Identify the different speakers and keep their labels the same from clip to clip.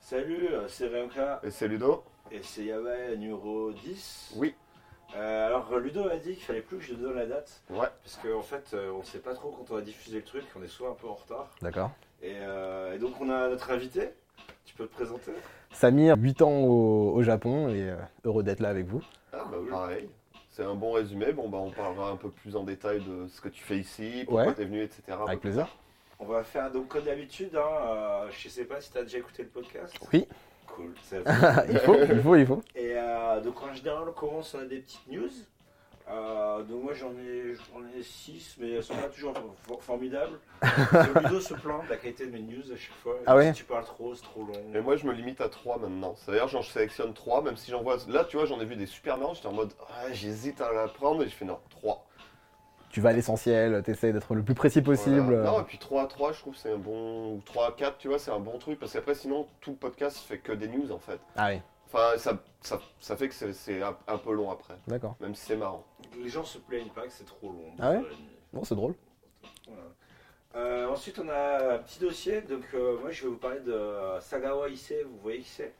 Speaker 1: Salut, euh, c'est Remka
Speaker 2: Et c'est Ludo
Speaker 1: et c'est Yahweh numéro 10.
Speaker 2: Oui.
Speaker 1: Euh, alors Ludo a dit qu'il fallait plus que je donne la date,
Speaker 2: Ouais.
Speaker 1: parce qu'en en fait euh, on ne sait pas trop quand on va diffuser le truc, on est souvent un peu en retard.
Speaker 3: D'accord.
Speaker 1: Et, euh, et donc on a notre invité, tu peux te présenter
Speaker 3: Samir, 8 ans au, au Japon et euh, heureux d'être là avec vous.
Speaker 2: Ah bah pareil. C'est un bon résumé. Bon bah on parlera un peu plus en détail de ce que tu fais ici, pourquoi
Speaker 3: Ouais.
Speaker 2: t'es venu, etc. un peu
Speaker 3: Avec
Speaker 2: plus
Speaker 3: plaisir.
Speaker 2: tard.
Speaker 1: On va faire donc comme d'habitude, hein, euh, je sais pas si tu as déjà écouté le podcast.
Speaker 3: Oui,
Speaker 1: Cool, c'est
Speaker 3: il faut, il faut, il faut.
Speaker 1: Et euh, donc en général, on commence, on a des petites news. Euh, donc moi j'en ai, j'en ai 6, mais elles sont pas toujours for- formidables. Parce que Ludo se plaint de la qualité de mes news à chaque fois.
Speaker 3: Ah ouais
Speaker 1: Si tu parles trop, c'est trop long.
Speaker 2: Et moi je me limite à 3 maintenant. C'est-à-dire j'en sélectionne 3, même si j'en vois. Là tu vois j'en ai vu des super marrants, j'étais en mode ah, j'hésite à la prendre et je fais non, 3.
Speaker 3: Tu vas à l'essentiel, t'essayes d'être le plus précis possible. euh.
Speaker 2: Non et puis 3 à 3 je trouve que c'est un bon. Ou 3 à 4 tu vois c'est un bon truc parce qu'après sinon tout le podcast fait que des news en fait.
Speaker 3: Ah oui,
Speaker 2: Enfin ça, ça, ça fait que c'est- c'est un, un peu long après.
Speaker 3: d'accord.
Speaker 2: Même si c'est marrant.
Speaker 1: Les gens se plaignent pas que c'est trop long.
Speaker 3: Ah ouais Bon, c'est drôle.
Speaker 1: Voilà. Euh, ensuite, on a un petit dossier. Donc euh, moi je vais vous parler de Sagawa Issei. Vous voyez qui c'est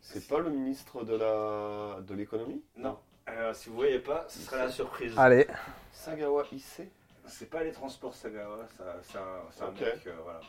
Speaker 2: C'est pas le ministre de la de l'économie
Speaker 1: Non. Euh, si vous voyez pas, ce sera la surprise.
Speaker 3: Allez,
Speaker 2: Sagawa Issei
Speaker 1: C'est pas les transports Sagawa, ça- c'est un, c'est un
Speaker 2: Ok.
Speaker 1: mec. euh, voilà.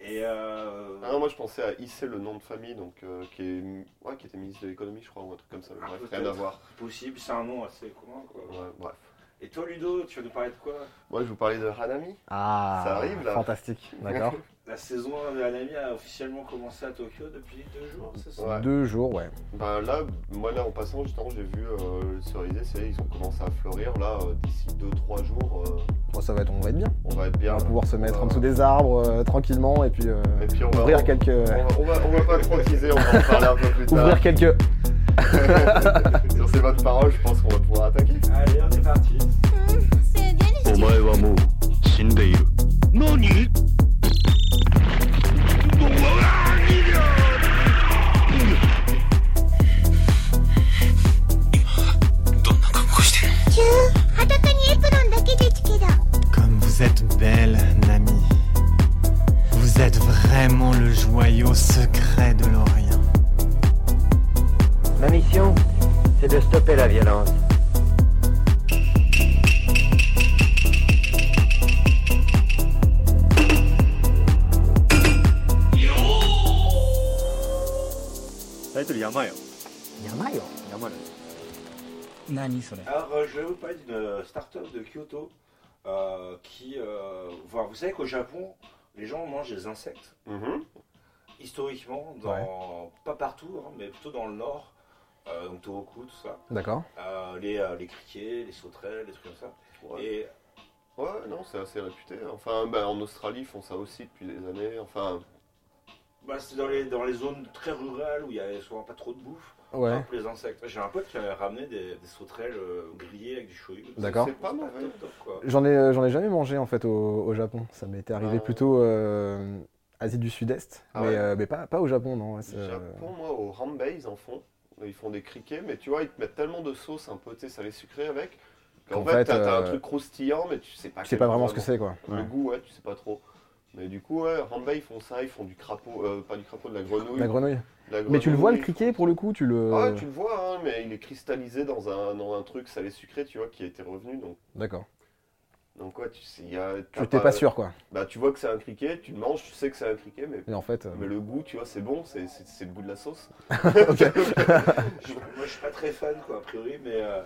Speaker 1: Et euh,
Speaker 2: Ah non, moi je pensais à Issei, le nom de famille, donc euh, qui, est, ouais, qui était ministre de l'économie, je crois, ou un truc comme ça. mais
Speaker 1: Ah,
Speaker 2: bref,
Speaker 1: peut-être.
Speaker 2: rien à voir.
Speaker 1: Possible, c'est un nom assez commun quoi.
Speaker 2: Ouais, bref.
Speaker 1: Et toi Ludo, tu vas nous parler de quoi
Speaker 2: Moi je vous parlais de Hanami.
Speaker 3: ah,
Speaker 2: Ça arrive, là.
Speaker 3: fantastique, d'accord.
Speaker 1: La saison 1 de Hanami a officiellement commencé à Tokyo depuis deux jours, c'est ça
Speaker 2: Ouais.
Speaker 3: Deux jours, ouais.
Speaker 2: Ben là, moi là en passant, justement, j'ai vu euh, sur les essais, ils ont commencé à fleurir. Là, euh, d'ici 2-3 jours, euh,
Speaker 3: Bon, ça va être, on va être bien.
Speaker 2: on va être bien.
Speaker 3: On va pouvoir se
Speaker 2: On
Speaker 3: mettre
Speaker 2: va-
Speaker 3: en dessous des arbres euh, tranquillement et puis euh,
Speaker 2: Et puis on va,
Speaker 3: ouvrir quelques,
Speaker 2: on va, on va- on va pas trop teaser, on va en parler un peu plus
Speaker 3: ouvrir
Speaker 2: tard.
Speaker 3: quelques.
Speaker 2: sur ces bonnes paroles, je pense qu'on va pouvoir attaquer.
Speaker 1: Allez, on est parti.
Speaker 4: すげえ
Speaker 5: お前はもう死んでいる何
Speaker 4: 裸にエプロンだけですけど
Speaker 6: Comme vous êtes belle, Nami. Vous êtes vraiment le joyau secret de l'Orient.
Speaker 7: Ma mission, c'est de stopper la violence.
Speaker 1: Alors euh, je vais vous parler d'une start-up de Kyoto euh, qui. euh, enfin, vous savez qu'au Japon, les gens mangent des insectes.
Speaker 2: Mhm.
Speaker 1: Historiquement, dans, pas partout, hein, mais plutôt dans le nord, euh, donc Tohoku, tout ça.
Speaker 3: D'accord.
Speaker 1: Euh, les, euh, les criquets, les sauterelles, les trucs comme ça.
Speaker 2: Ouais.
Speaker 1: Et
Speaker 2: Ouais, non, c'est assez réputé. Enfin, ben, en Australie, ils font ça aussi depuis des années. Enfin,
Speaker 1: bah, c'est dans les, dans les zones très rurales où il y a souvent pas trop de bouffe.
Speaker 3: Ouais.
Speaker 1: Hop, Ah, les insectes. J'ai un pote qui avait ramené des, des sauterelles euh, grillées avec du shoyu.
Speaker 3: D'accord.
Speaker 2: C'est pas mauvais.
Speaker 1: top, top, quoi.
Speaker 3: J'en ai, euh, j'en ai jamais mangé en fait au, au Japon. Ça m'était arrivé
Speaker 2: Ah.
Speaker 3: plutôt euh, Asie du Sud-Est,
Speaker 2: Ah
Speaker 3: mais,
Speaker 2: ouais.
Speaker 3: euh, mais pas, pas au Japon, non. ouais, c'est, euh,
Speaker 2: Japon, moi, au Rambei, ils en font. Ils font des criquets, mais tu vois, ils te mettent tellement de sauce un peu, tu sais, salé sucré avec. Qu'en
Speaker 3: Qu'en
Speaker 2: fait,
Speaker 3: fait,
Speaker 2: t'as t'as un
Speaker 3: euh,
Speaker 2: truc croustillant, mais tu sais pas.
Speaker 3: tu sais
Speaker 2: Ah, quel
Speaker 3: pas vraiment ce que c'est quoi.
Speaker 2: Le
Speaker 3: Ouais.
Speaker 2: goût, ouais, tu sais pas trop. Mais du coup, ouais, Rambei, ils font ça, ils font du crapaud, euh, pas du crapaud, de la grenouille.
Speaker 3: La grenouille.
Speaker 2: de la
Speaker 3: Mais tu le vois le
Speaker 2: grenouille.
Speaker 3: criquet euh pour le coup, tu le.
Speaker 2: Ah ouais, tu le vois, hein, mais il est cristallisé dans un, dans un truc salé sucré, tu vois, qui a été revenu. Donc,
Speaker 3: D'accord.
Speaker 2: donc ouais, tu sais, il y a. t'as
Speaker 3: Tu t'es pas sûr quoi.
Speaker 2: Ah Bah, tu vois que c'est un criquet, tu le manges, tu sais que c'est un criquet, mais.
Speaker 3: Mais en fait, euh,
Speaker 2: Mais le goût, tu vois, c'est bon, c'est c'est- c'est le goût de la sauce.
Speaker 1: Je- moi, je suis pas très fan, quoi, a priori, mais. euh,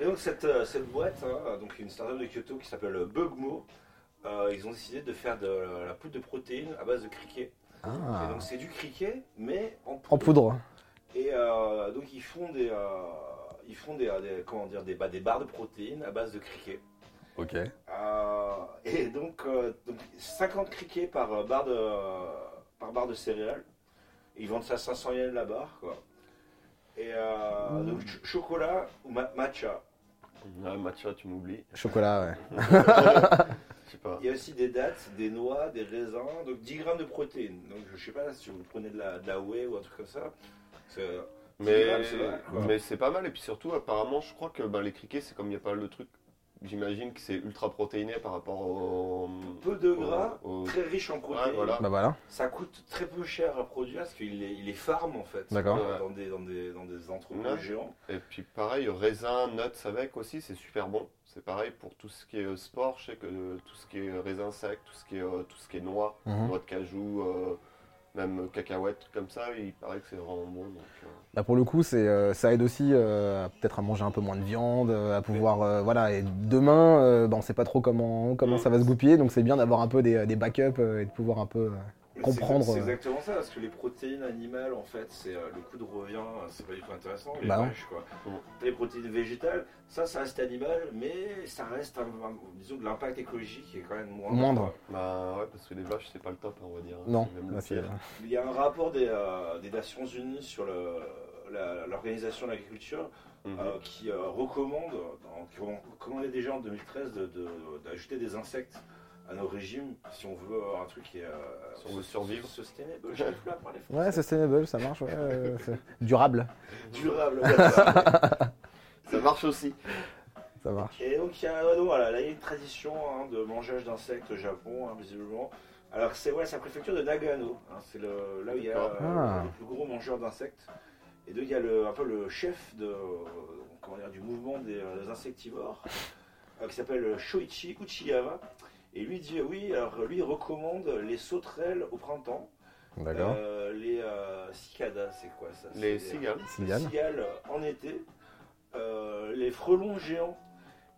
Speaker 1: Et donc, cette, euh, cette boîte, hein, donc une startup de Kyoto qui s'appelle Bugmo, euh, ils ont décidé de faire de la, la poudre de protéines à base de criquet.
Speaker 3: ah,
Speaker 1: Et donc, c'est du criquet, mais en poudre.
Speaker 3: en poudre.
Speaker 1: Et euh, donc, ils font des. euh, Ils font des, des- comment dire, des, bah, des barres de protéines à base de criquet.
Speaker 3: Ok.
Speaker 1: Euh, et donc, euh, donc, 50 criquets par euh, barre de par barre de céréales. Ils vendent ça 500 yens la barre, quoi. Et euh,
Speaker 2: Mmh.
Speaker 1: donc ch- chocolat ou ma- matcha.
Speaker 2: Ah, Mathieu, tu m'oublies.
Speaker 3: Chocolat, ouais.
Speaker 2: Je sais pas.
Speaker 1: Il y a aussi des dattes, des noix, des raisins, donc 10 grammes de protéines. Donc je sais pas si vous prenez de la, de la whey ou un truc comme ça. C'est-
Speaker 2: Mais,
Speaker 1: grave, c'est vrai, quoi.
Speaker 2: mais c'est pas mal. Et puis surtout, apparemment, je crois que ben, les criquets, c'est comme il y a pas mal de trucs j'imagine que c'est ultra protéiné par rapport au.
Speaker 1: Peu de gras,
Speaker 2: au- au-
Speaker 1: très riche en protéines.
Speaker 2: Ouais, voilà.
Speaker 3: Bah voilà,
Speaker 1: Ça coûte très peu cher à produire parce qu'il est, il est farm en fait. euh,
Speaker 3: D'accord.
Speaker 1: Dans, dans des, dans, des, dans des entrepôts
Speaker 2: Ouais.
Speaker 1: géants.
Speaker 2: Et puis pareil, raisin, nuts avec aussi, c'est super bon. C'est pareil pour tout ce qui est euh, sport, je sais que euh, tout ce qui est raisin sec, tout ce qui est, euh, tout ce qui est noix,
Speaker 3: Mhm.
Speaker 2: noix de cajou, euh, même cacahuètes comme ça, il paraît que c'est vraiment bon. donc, euh,
Speaker 3: là pour le coup, c'est, euh, ça aide aussi euh, à peut-être à manger un peu moins de viande, euh, à pouvoir, euh, voilà. Et demain, euh, bah, on sait pas trop comment, comment
Speaker 2: Mm.
Speaker 3: ça va se goupiller, donc c'est bien d'avoir un peu des, des backups euh, et de pouvoir un peu. euh,
Speaker 1: Mais
Speaker 3: Comprendre,
Speaker 1: C'est c'est
Speaker 3: euh.
Speaker 1: exactement ça, parce que les protéines animales, en fait, c'est euh, le coup de revient, euh, c'est pas du tout intéressant. Les
Speaker 3: Bah non.
Speaker 1: vaches, quoi.
Speaker 2: Mm.
Speaker 1: Les protéines végétales, ça, ça reste animal, mais ça reste, un, un- disons, que l'impact écologique est quand même moindre.
Speaker 3: Moindre.
Speaker 1: quoi.
Speaker 2: Bah ouais, parce que les vaches, c'est pas le top, on va dire. hein.
Speaker 3: Non,
Speaker 2: C'est même le
Speaker 3: bah, c'est-
Speaker 2: pire.
Speaker 1: Il y a un rapport des, euh, des Nations Unies sur le- la- l'organisation de l'agriculture
Speaker 2: Mhm.
Speaker 1: euh, qui euh, recommande, dans- qui ont commandé déjà en 2013 de- de- d'ajouter des insectes à nos régimes si on veut avoir un truc qui est euh,
Speaker 2: Si on veut survivre.
Speaker 1: sustainable. J'arrive plus à parler français.
Speaker 3: Ouais, sustainable, ça marche. ouais, euh, c'est durable,
Speaker 1: durable. voilà.
Speaker 2: Ça marche aussi.
Speaker 3: ça marche.
Speaker 1: Et donc il y a, ouais, donc, voilà, là, il y a une tradition hein, de mangeage d'insectes au Japon, hein, visiblement. Alors c'est ouais, c'est la préfecture de Nagano, hein, c'est le- là où il y a
Speaker 2: D'accord.
Speaker 1: euh,
Speaker 3: Ah.
Speaker 1: le plus gros mangeur d'insectes. Et donc il y a le, un peu le chef de, comment dire, du mouvement des, euh, des insectivores, euh, qui s'appelle Shoichi Uchiyama. Et lui dit euh, oui, alors lui il recommande les sauterelles au printemps,
Speaker 3: D'accord.
Speaker 1: euh, les euh, cicadas, c'est quoi ça C'est
Speaker 2: Les
Speaker 1: des-
Speaker 2: cigales.
Speaker 1: les
Speaker 3: Cigale.
Speaker 1: cigales en été, euh, les frelons géants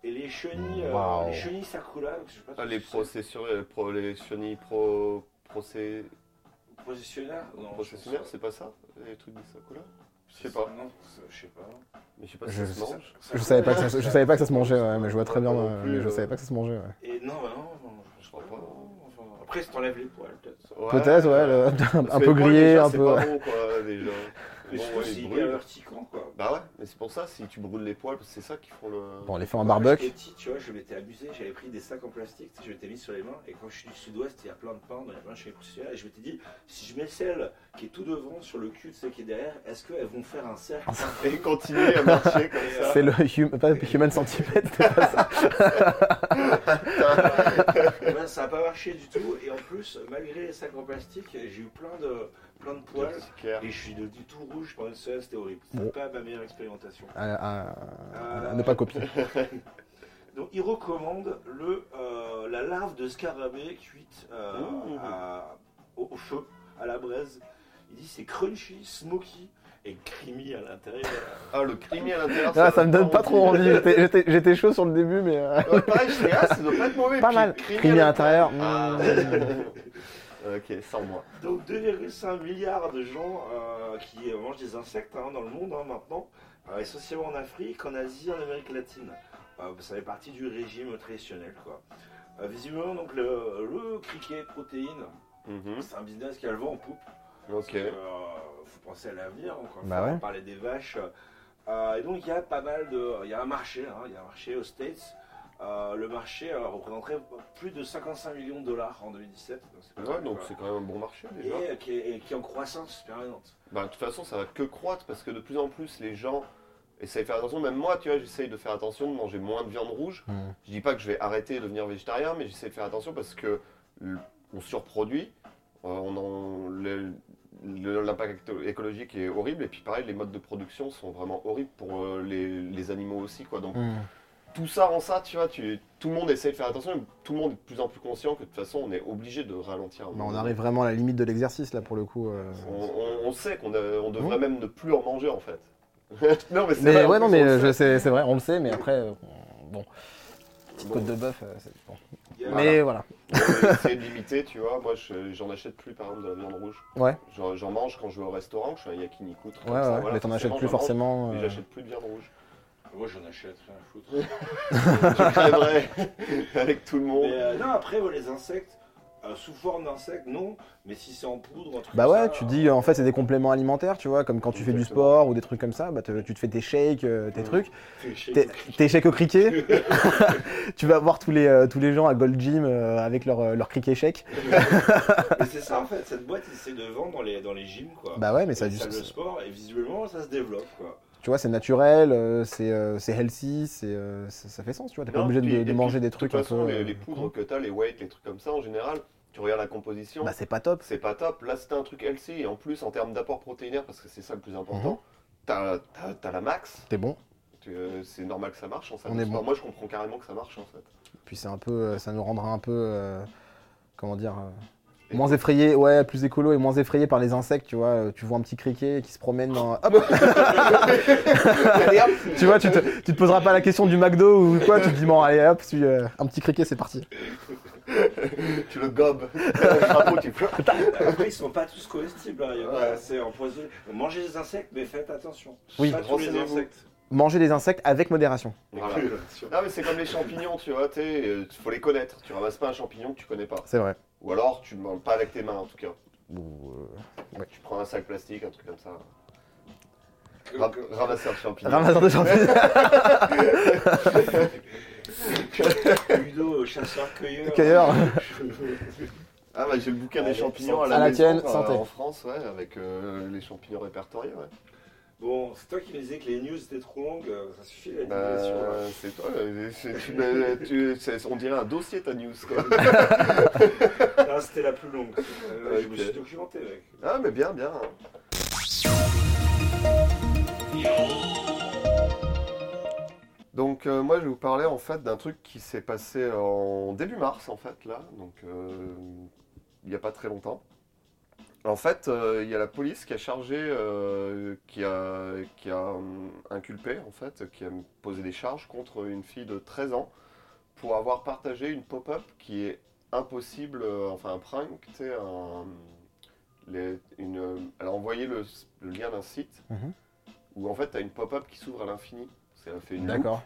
Speaker 1: et les chenilles, euh,
Speaker 3: Waouh.
Speaker 1: les chenilles sakura. je sais pas
Speaker 2: Ah,
Speaker 1: si
Speaker 2: les
Speaker 1: c'est-
Speaker 2: processions, les pro- les chenilles pro, procé-
Speaker 1: processionnaires. Non, je
Speaker 2: processionnaires,
Speaker 1: pense
Speaker 2: c'est pas ça Les trucs de Sakura Je sais
Speaker 1: c'est-
Speaker 2: pas.
Speaker 1: Non, c'est- je sais pas.
Speaker 2: Mais je sais pas si
Speaker 3: Je-
Speaker 2: ça se mange.
Speaker 3: Je savais pas que ça, se- je savais pas que ça se mangeait, ouais, mais je vois très bien,
Speaker 2: Moi non
Speaker 3: euh,
Speaker 2: plus,
Speaker 3: mais je
Speaker 2: euh.
Speaker 3: savais pas que ça se mangeait. ouais.
Speaker 1: Et non, bah non, non, je
Speaker 2: Je crois
Speaker 1: crois
Speaker 2: pas.
Speaker 1: pas. Enfin, après, si t'enlèves les poils, peut-être. ça.
Speaker 2: Ouais.
Speaker 3: Peut-être, ouais, le-
Speaker 2: Parce
Speaker 3: un
Speaker 2: que
Speaker 3: peu
Speaker 2: les poils,
Speaker 3: grillé,
Speaker 2: déjà,
Speaker 3: un
Speaker 2: c'est
Speaker 3: peu.
Speaker 2: pas bon, quoi, déjà.
Speaker 1: Mais
Speaker 2: Bon,
Speaker 1: je trouve
Speaker 2: ouais,
Speaker 1: que c'est
Speaker 2: ils
Speaker 1: hyper
Speaker 2: brûlent.
Speaker 1: vertican, quoi.
Speaker 2: Bah ouais, mais c'est pour ça, si tu brûles les poils, parce que c'est ça qui font le.
Speaker 3: Bon, on les fait en
Speaker 1: Quand
Speaker 3: barbecue.
Speaker 1: j'étais petit, tu vois, je m'étais amusé, j'avais pris des sacs en plastique, tu sais, je m'étais mis sur les mains, et quand je suis du sud-ouest, il y a plein de pain dans les mains chez les processionnaires, et je m'étais dit, si je mets celle qui est tout devant sur le cul de celle qui est derrière, est-ce qu'elles vont faire un cercle
Speaker 2: Et continuer à marcher comme
Speaker 1: Et,
Speaker 2: ça.
Speaker 3: C'est le hum- pas human centipede.
Speaker 1: Eh ben, ça n'a pas marché du tout, et en plus, malgré les sacs en plastique, j'ai eu plein de, plein de poils,
Speaker 2: Clair.
Speaker 1: et je suis devenu tout rouge pendant une semaine, c'était horrible. C'était
Speaker 3: Bon.
Speaker 1: pas ma meilleure expérimentation.
Speaker 3: À- à-
Speaker 1: Euh,
Speaker 3: à ne pas copier.
Speaker 1: Donc il recommande le, euh, la larve de scarabée cuite euh,
Speaker 2: Ouh.
Speaker 1: à- au, au feu, à la braise. Il dit c'est crunchy, smoky et creamy à l'intérieur.
Speaker 2: Ah, le creamy à l'intérieur.
Speaker 3: Ah, ça me
Speaker 2: donne
Speaker 3: donne pas trop envie. J'étais- J'étais j'étais chaud sur le début, mais euh,
Speaker 2: Ouais, pareil, je fais, ah, ça doit pas être mauvais.
Speaker 3: pas
Speaker 2: puis
Speaker 3: mal.
Speaker 2: creamy
Speaker 3: Creamy à Mmh. l'intérieur.
Speaker 2: Ah.
Speaker 3: mm.
Speaker 2: ok, sans moi.
Speaker 1: Donc 2,5 milliards de gens euh, qui euh, mangent des insectes hein, dans le monde hein, maintenant, euh, essentiellement en Afrique, en Asie, en Amérique latine. Euh, ça fait partie du régime traditionnel. Quoi. Euh, visiblement, donc, le, le criquet protéine,
Speaker 2: Mhm,
Speaker 1: c'est un business qui a le vent en poupe.
Speaker 2: Ok.
Speaker 1: Parce que, euh, faut penser à l'avenir, encore une
Speaker 3: Bah
Speaker 1: fois,
Speaker 3: ouais.
Speaker 1: on parlait des vaches. Euh, et donc il y a pas mal de. Il y a un marché, hein, il y a un marché aux States. Euh, le marché euh, représenterait plus de 55 millions de dollars en 2017. Donc c'est pas
Speaker 2: Ouais,
Speaker 1: mal,
Speaker 2: donc
Speaker 1: quoi.
Speaker 2: c'est quand même un bon marché
Speaker 1: Et,
Speaker 2: déjà.
Speaker 1: euh, qui est, et qui est en croissance permanente.
Speaker 2: Bah, de toute façon, ça va que croître parce que de plus en plus, les gens essayent de faire attention. Même moi, tu vois, j'essaye de faire attention de manger moins de viande rouge.
Speaker 3: Mm.
Speaker 2: Je dis pas que je vais arrêter de devenir végétarien, mais j'essaie de faire attention parce que l- on surproduit. euh, on en- le- le- L'impact éco- écologique est horrible. Et puis, pareil, les modes de production sont vraiment horribles pour euh, les, les animaux aussi, quoi. Donc,
Speaker 3: Mm.
Speaker 2: tout ça en ça, tu vois, tu, tout le monde essaie de faire attention, mais tout le monde est de plus en plus conscient que de toute façon, on est obligé de ralentir.
Speaker 3: Bah, on arrive vraiment à la limite de l'exercice là pour le coup. euh.
Speaker 2: On, on- on sait qu'on a- on devrait
Speaker 3: Oui.
Speaker 2: même ne plus en manger en fait. non, mais c'est
Speaker 3: Mais
Speaker 2: vrai, en
Speaker 3: ouais,
Speaker 2: plus,
Speaker 3: non,
Speaker 2: on
Speaker 3: mais
Speaker 2: le
Speaker 3: je
Speaker 2: sait.
Speaker 3: sais, c'est vrai, on le sait, mais après, euh, on- bon. Petite
Speaker 2: Bon.
Speaker 3: côte de bœuf, euh, c'est bon.
Speaker 1: Il y a-
Speaker 3: Mais voilà.
Speaker 2: On essaie de limiter, tu vois. Moi, je- j'en achète plus par exemple de la viande rouge.
Speaker 3: Ouais.
Speaker 2: J'en j'en mange quand je vais au restaurant, que je fais un yakiniku, truc
Speaker 3: Ouais,
Speaker 2: comme ça.
Speaker 3: ouais,
Speaker 2: voilà,
Speaker 3: mais t'en achètes plus
Speaker 2: j'en mange,
Speaker 3: forcément.
Speaker 2: Mais
Speaker 3: euh,
Speaker 2: j'achète plus de viande rouge.
Speaker 1: Moi j'en achète, rien à foutre.
Speaker 2: Je crèverais avec tout le
Speaker 1: Mais,
Speaker 2: monde.
Speaker 1: euh, non, après, ouais, les insectes, euh, sous forme d'insectes, non. Mais si c'est en poudre, un truc
Speaker 3: Bah
Speaker 1: comme ça,
Speaker 3: ouais, tu dis en fait c'est des compléments alimentaires, tu vois, comme quand tu fais du
Speaker 2: Exactement.
Speaker 3: sport ou des trucs comme ça, bah te- tu te fais tes shakes, euh, tes
Speaker 2: Mm.
Speaker 3: trucs,
Speaker 1: t'es chez-
Speaker 3: tes tes shakes au criquet. tu vas voir tous les, euh, tous les gens à Gold Gym euh, avec leur, euh, leur criquet shake.
Speaker 1: Mais c'est ça en fait, cette boîte, il essaie de vendre dans les, dans les gyms, quoi.
Speaker 3: Bah ouais, mais
Speaker 1: ça
Speaker 3: ça a du
Speaker 1: le sport, et visuellement, ça se développe, quoi.
Speaker 3: Tu vois, c'est naturel, euh, c'est euh, c'est healthy, c'est euh, ça, ça fait sens, tu vois. T'es pas
Speaker 2: Non,
Speaker 3: obligé de,
Speaker 2: puis-
Speaker 3: de
Speaker 2: et puis,
Speaker 3: manger des trucs
Speaker 2: De toute façon,
Speaker 3: un peu.
Speaker 2: les,
Speaker 3: euh,
Speaker 2: les poudres que t'as, les weights, les trucs comme ça, en général, tu regardes la composition,
Speaker 3: Bah, c'est pas top.
Speaker 2: c'est pas top. Là, c'était un truc healthy. Et en plus, en termes d'apport protéinaire, parce que c'est ça le plus
Speaker 3: Mhm.
Speaker 2: important, t'as t'as- t'as la max.
Speaker 3: T'es bon.
Speaker 2: Tu- euh, C'est normal que ça marche. En fait.
Speaker 3: On est bon.
Speaker 2: Moi, je comprends carrément que ça marche, en fait.
Speaker 3: Puis c'est un peu, euh, ça nous rendra un peu, euh, comment dire, euh,
Speaker 2: Et-
Speaker 3: moins effrayé, ouais, plus écolo et moins effrayé par les insectes, tu vois. Euh, Tu vois un petit criquet qui se promène dans. Hop
Speaker 2: Allez, hop
Speaker 3: Tu vois, tu te, tu te poseras pas la question du McDo ou quoi, tu te dis, bon, allez hop, suis, euh, un petit criquet, c'est parti.
Speaker 2: Tu le gobes. Le crapaud, tu pleures.
Speaker 1: Après, ils sont pas tous comestibles. hein. Il y en a,
Speaker 2: Ouais.
Speaker 1: c'est empoisonné. Mangez des insectes, mais faites attention.
Speaker 3: Oui.
Speaker 1: pas tous les
Speaker 2: Renseignez-vous.
Speaker 1: insectes.
Speaker 3: Manger des insectes avec modération.
Speaker 2: Voilà.
Speaker 1: Bien sûr.
Speaker 2: Non, mais c'est comme les champignons, tu vois, tu sais, euh, faut les connaître. Tu ramasses pas un champignon que tu connais pas.
Speaker 3: C'est vrai.
Speaker 2: Ou alors, tu ne manges pas avec tes mains, en tout cas.
Speaker 3: Ou, euh,
Speaker 2: Tu prends un sac plastique, un truc comme ça.
Speaker 1: Que-
Speaker 2: Ra-
Speaker 1: que-
Speaker 2: Ramasseur de champignons.
Speaker 3: Ramasseur de champignons.
Speaker 1: Ludo, chasseur-cueilleur.
Speaker 3: Cueilleur.
Speaker 2: Ah bah j'ai le bouquin
Speaker 1: Allez,
Speaker 2: des champignons à la,
Speaker 3: à la
Speaker 2: maison,
Speaker 3: tienne,
Speaker 2: quoi,
Speaker 3: santé.
Speaker 2: En France, ouais, avec euh, les champignons répertoriés, ouais.
Speaker 1: Bon, c'est toi qui me disais que les news étaient trop longues. euh, Ça suffit la
Speaker 2: Bah,
Speaker 1: digression. là.
Speaker 2: c'est toi, euh, c'est- tu me- tu- c'est- on dirait un dossier ta news, quoi.
Speaker 1: Ah, C'était la plus longue. Euh, Je me
Speaker 2: Ok.
Speaker 1: suis documenté, mec.
Speaker 2: ah mais bien, bien. Donc euh, moi je vais vous parler en fait d'un truc qui s'est passé en début mars en fait là, donc euh, il n'y a pas très longtemps. En fait, euh, il y a la police qui a chargé, euh, qui a, qui a hum, inculpé, en fait, qui a posé des charges contre une fille de 13 ans pour avoir partagé une pop-up qui est impossible, euh, enfin un prank, tu sais, un- les- une, euh, elle a envoyé le, le lien d'un site
Speaker 3: Mhm.
Speaker 2: où en fait tu as une pop-up qui s'ouvre à l'infini. C'est- Elle fait une loupe,
Speaker 3: D'accord.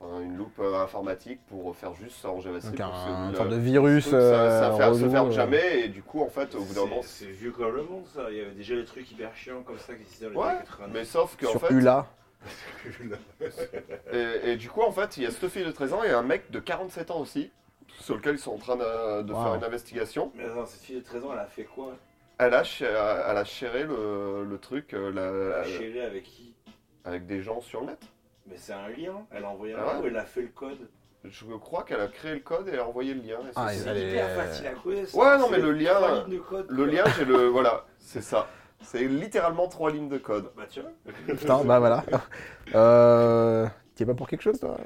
Speaker 2: enfin, une loupe euh, informatique pour faire juste ça en JavaScript.
Speaker 3: Donc
Speaker 2: pour
Speaker 3: un,
Speaker 2: se-
Speaker 3: une sorte de
Speaker 2: le-
Speaker 3: virus.
Speaker 2: euh, ça- ça
Speaker 3: euh,
Speaker 2: fait- se
Speaker 3: relou,
Speaker 2: ferme
Speaker 3: euh.
Speaker 2: jamais et du coup en fait au bout d'un moment
Speaker 1: C'est- C'est vieux comme le monde, ça. Il y avait déjà les trucs hyper chiants comme ça qui existaient dans les
Speaker 2: Ouais,
Speaker 1: années 90.
Speaker 2: Mais sauf que en
Speaker 3: Sur
Speaker 2: fait,
Speaker 3: Ula.
Speaker 2: et, et du coup en fait, il y a cette fille de 13 ans et un mec de 47 ans aussi, sur lequel ils sont en train de, de
Speaker 3: Wow.
Speaker 2: faire une investigation.
Speaker 1: Mais attends, cette fille de 13 ans, elle a fait quoi
Speaker 2: Elle a, ch- elle a chéré le, le truc euh,
Speaker 1: Elle
Speaker 2: la-
Speaker 1: a chélé avec qui
Speaker 2: avec des gens sur le net.
Speaker 1: Mais c'est un lien. Elle a envoyé un
Speaker 2: Ah ouais
Speaker 1: lien ou elle a fait le code
Speaker 2: Je crois qu'elle a créé le code et elle a envoyé le lien. Et
Speaker 3: Ah,
Speaker 2: c'est-
Speaker 3: elle
Speaker 1: C'est
Speaker 3: a- est-
Speaker 1: hyper facile à coder. ça.
Speaker 2: Ouais, non,
Speaker 1: C'est
Speaker 2: mais le lien-
Speaker 1: trois lignes de code,
Speaker 2: Le
Speaker 1: quoi.
Speaker 2: lien, j'ai le voilà, c'est ça. C'est littéralement trois lignes de code.
Speaker 1: Bah, tu vois.
Speaker 3: Putain, bah voilà. Euh, T'y es pas pour quelque chose, toi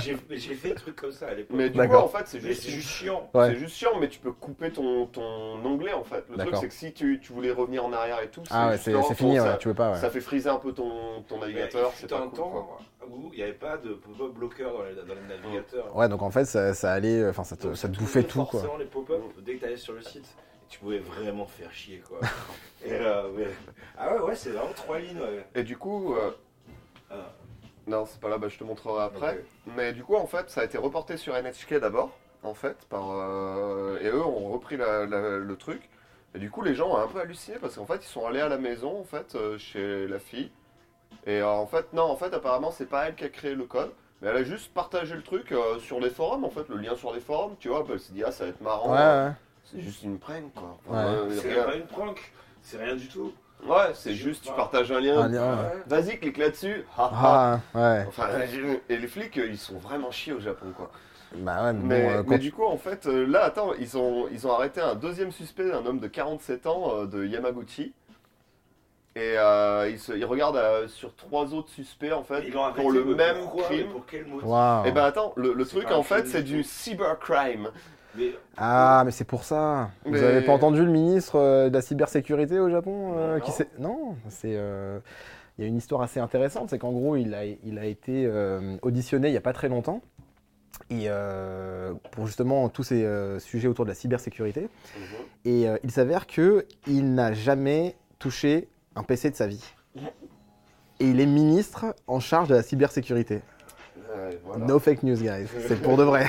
Speaker 1: J'ai j'ai fait des trucs comme ça à l'époque.
Speaker 2: Mais du coup,
Speaker 3: D'accord.
Speaker 2: en fait, c'est
Speaker 1: Mais
Speaker 2: juste
Speaker 1: c'est juste chiant.
Speaker 3: Ouais.
Speaker 2: C'est juste chiant, mais tu peux couper ton, ton onglet en fait. Le truc,
Speaker 3: D'accord.
Speaker 2: c'est que si tu, tu voulais revenir en arrière et tout,
Speaker 3: Ah ouais,
Speaker 2: juste
Speaker 3: c'est
Speaker 2: lent,
Speaker 3: c'est fini,
Speaker 2: donc ça,
Speaker 3: ouais, tu veux pas, ouais.
Speaker 2: ça fait friser un peu ton, ton navigateur.
Speaker 1: Il
Speaker 2: C'est
Speaker 1: fut
Speaker 2: pas
Speaker 1: un
Speaker 2: cool, quoi.
Speaker 1: temps où il n'y avait pas de pop-up bloqueur dans les, dans les navigateurs.
Speaker 3: Ouais, donc en fait, ça, ça allait, euh, enfin, ça te,
Speaker 1: Donc,
Speaker 3: ça te
Speaker 1: tu
Speaker 3: bouffait
Speaker 1: trouvais
Speaker 3: tout, quoi.
Speaker 1: Forcément, les pop-up, dès que tu allais sur le site, tu pouvais vraiment faire chier, quoi. Et, euh, mais- Ah ouais, ouais, c'est vraiment trois lignes, ouais.
Speaker 2: Et du coup, euh,
Speaker 1: hein. Ah.
Speaker 2: non, c'est pas là, bah, je te montrerai après.
Speaker 1: Ok.
Speaker 2: Mais du coup, en fait, ça a été reporté sur NHK d'abord, en fait, par, euh, et eux ont repris la- la- le truc. Et du coup, les gens ont un peu halluciné parce qu'en fait, ils sont allés à la maison, en fait, euh, chez la fille. Et euh, en fait, non, en fait, apparemment, c'est pas elle qui a créé le code, mais elle a juste partagé le truc euh, sur les forums, en fait, le lien sur les forums, tu vois. bah, Elle s'est dit, ah, ça va être marrant.
Speaker 3: Ouais, ouais.
Speaker 2: C'est juste une prank, quoi.
Speaker 3: Ouais.
Speaker 2: euh,
Speaker 1: C'est
Speaker 2: rien.
Speaker 1: pas une prank, c'est rien du tout.
Speaker 2: Ouais, c'est juste, tu partages un lien.
Speaker 3: Un lien, ouais.
Speaker 2: Vas-y, clique là-dessus. Ha, ha.
Speaker 3: Ah, ouais.
Speaker 2: Enfin, et les flics, euh, ils sont vraiment chiés au Japon, quoi.
Speaker 3: Bah ouais, mais,
Speaker 2: Mais,
Speaker 3: bon, euh, quand
Speaker 2: mais du coup, en fait, euh, là, attends, ils ont, ils ont arrêté un deuxième suspect, un homme de 47 ans, euh, de Yamaguchi. Et euh, ils, se, ils regardent euh, sur trois autres suspects, en fait,
Speaker 1: Ils l'ont arrêté,
Speaker 2: pour le
Speaker 1: mais
Speaker 2: même
Speaker 1: pourquoi, mais
Speaker 2: crime.
Speaker 1: Pour quel motif
Speaker 3: Waouh.
Speaker 2: Et ben attends, le, le
Speaker 1: C'est
Speaker 2: truc,
Speaker 1: pas un
Speaker 2: en fait,
Speaker 1: crime
Speaker 2: c'est
Speaker 1: du
Speaker 2: du
Speaker 1: tout.
Speaker 2: cybercrime.
Speaker 1: Mais
Speaker 3: Ah, mais c'est pour ça. Vous
Speaker 2: Mais-
Speaker 3: avez pas entendu le ministre euh, de la cybersécurité au Japon euh,
Speaker 2: Non,
Speaker 3: qui
Speaker 2: non.
Speaker 3: s'est- Non, c'est. euh, Il y a une histoire assez intéressante, c'est qu'en gros, il a, il a été euh, auditionné il n'y a pas très longtemps. Et euh, pour justement tous ces euh, sujets autour de la cybersécurité.
Speaker 1: Mhm.
Speaker 3: Et euh, il s'avère que il n'a jamais touché un PC de sa vie. Et il est ministre en charge de la cybersécurité.
Speaker 2: Ouais, voilà.
Speaker 3: No fake news, guys. C'est pour de vrai.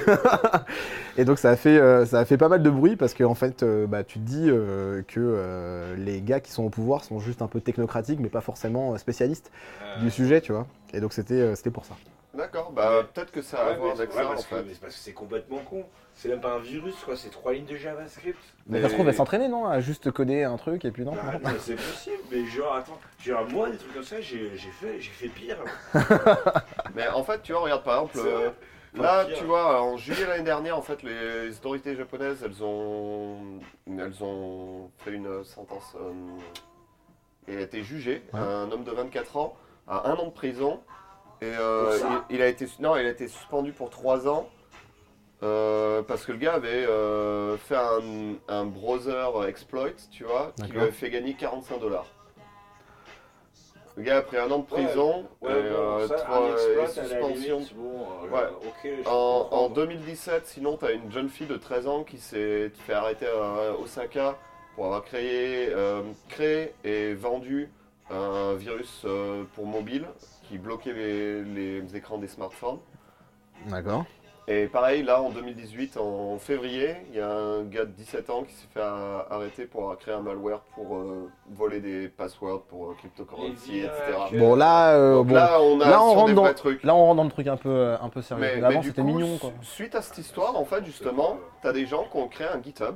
Speaker 3: et donc ça a fait euh, ça a fait pas mal de bruit parce que en fait, euh, bah, tu te dis euh, que euh, les gars qui sont au pouvoir sont juste un peu technocratiques, mais pas forcément euh, spécialistes
Speaker 1: euh,
Speaker 3: du sujet, tu vois. Et donc c'était euh, c'était pour ça.
Speaker 2: D'accord, bah
Speaker 1: Ouais.
Speaker 2: peut-être que ça a à
Speaker 1: Ouais, mais
Speaker 2: voir
Speaker 1: c'est-
Speaker 2: avec
Speaker 1: ouais,
Speaker 2: ça en
Speaker 1: parce que-
Speaker 2: fait.
Speaker 1: mais c'est parce que c'est complètement con. C'est même pas un virus, quoi. C'est trois lignes de JavaScript.
Speaker 3: Mais ça se trouve, elle
Speaker 2: Et-
Speaker 3: s'entraîner, non À juste coder un truc et puis non
Speaker 1: Bah, attends, c'est possible, mais genre, attends, genre, moi, des trucs comme ça, j'ai j'ai fait, j'ai fait pire.
Speaker 2: Mais en fait, tu vois, regarde par exemple,
Speaker 1: C'est
Speaker 2: euh,
Speaker 1: vrai.
Speaker 2: là,
Speaker 1: Enfin, pire.
Speaker 2: tu vois, euh, en juillet l'année dernière, en fait, les autorités japonaises, elles ont, elles ont fait une sentence euh, et a été jugé.
Speaker 3: Ouais.
Speaker 2: Un homme de 24 ans à un an de prison et euh,
Speaker 1: Pour ça
Speaker 2: il, il a été, non, il a été suspendu pour trois ans. euh, parce que le gars avait euh, fait un, un browser exploit, tu vois, qui lui
Speaker 3: D'accord.
Speaker 2: avait fait gagner 45 dollars. Le gars a pris un an de
Speaker 1: Ouais.
Speaker 2: prison
Speaker 1: Ouais,
Speaker 2: et,
Speaker 1: bon,
Speaker 2: euh,
Speaker 1: ça,
Speaker 2: trois-
Speaker 1: un
Speaker 2: et
Speaker 1: exploit, à la
Speaker 2: suspension
Speaker 1: limite, bon, euh,
Speaker 2: Ouais.
Speaker 1: ok, je peux
Speaker 2: en, en
Speaker 1: comprendre.
Speaker 2: 2017, sinon, tu as une jeune fille de 13 ans qui s'est fait arrêter à Osaka pour avoir créé, euh, créé et vendu un virus euh, pour mobile qui bloquait les, les écrans des smartphones.
Speaker 3: D'accord.
Speaker 2: Et pareil, là, en 2018, en février, il y a un gars de 17 ans qui s'est fait euh, arrêter pour avoir créé un malware pour euh, voler des passwords pour euh, cryptocurrency,
Speaker 1: Et
Speaker 2: etc.
Speaker 1: dire que-
Speaker 3: Bon, là, euh,
Speaker 2: Donc
Speaker 3: bon, là,
Speaker 2: là, on a
Speaker 3: là, on
Speaker 2: sur
Speaker 3: rentre
Speaker 2: des
Speaker 3: dans-
Speaker 2: vrais trucs.
Speaker 3: on rentre dans le truc un peu, euh, un peu sérieux.
Speaker 2: Mais,
Speaker 3: Mais,
Speaker 2: mais
Speaker 3: avant,
Speaker 2: du
Speaker 3: c'était
Speaker 2: coup,
Speaker 3: mignon, quoi.
Speaker 2: su- Suite à cette histoire, en fait, justement, tu as des gens qui ont créé un GitHub.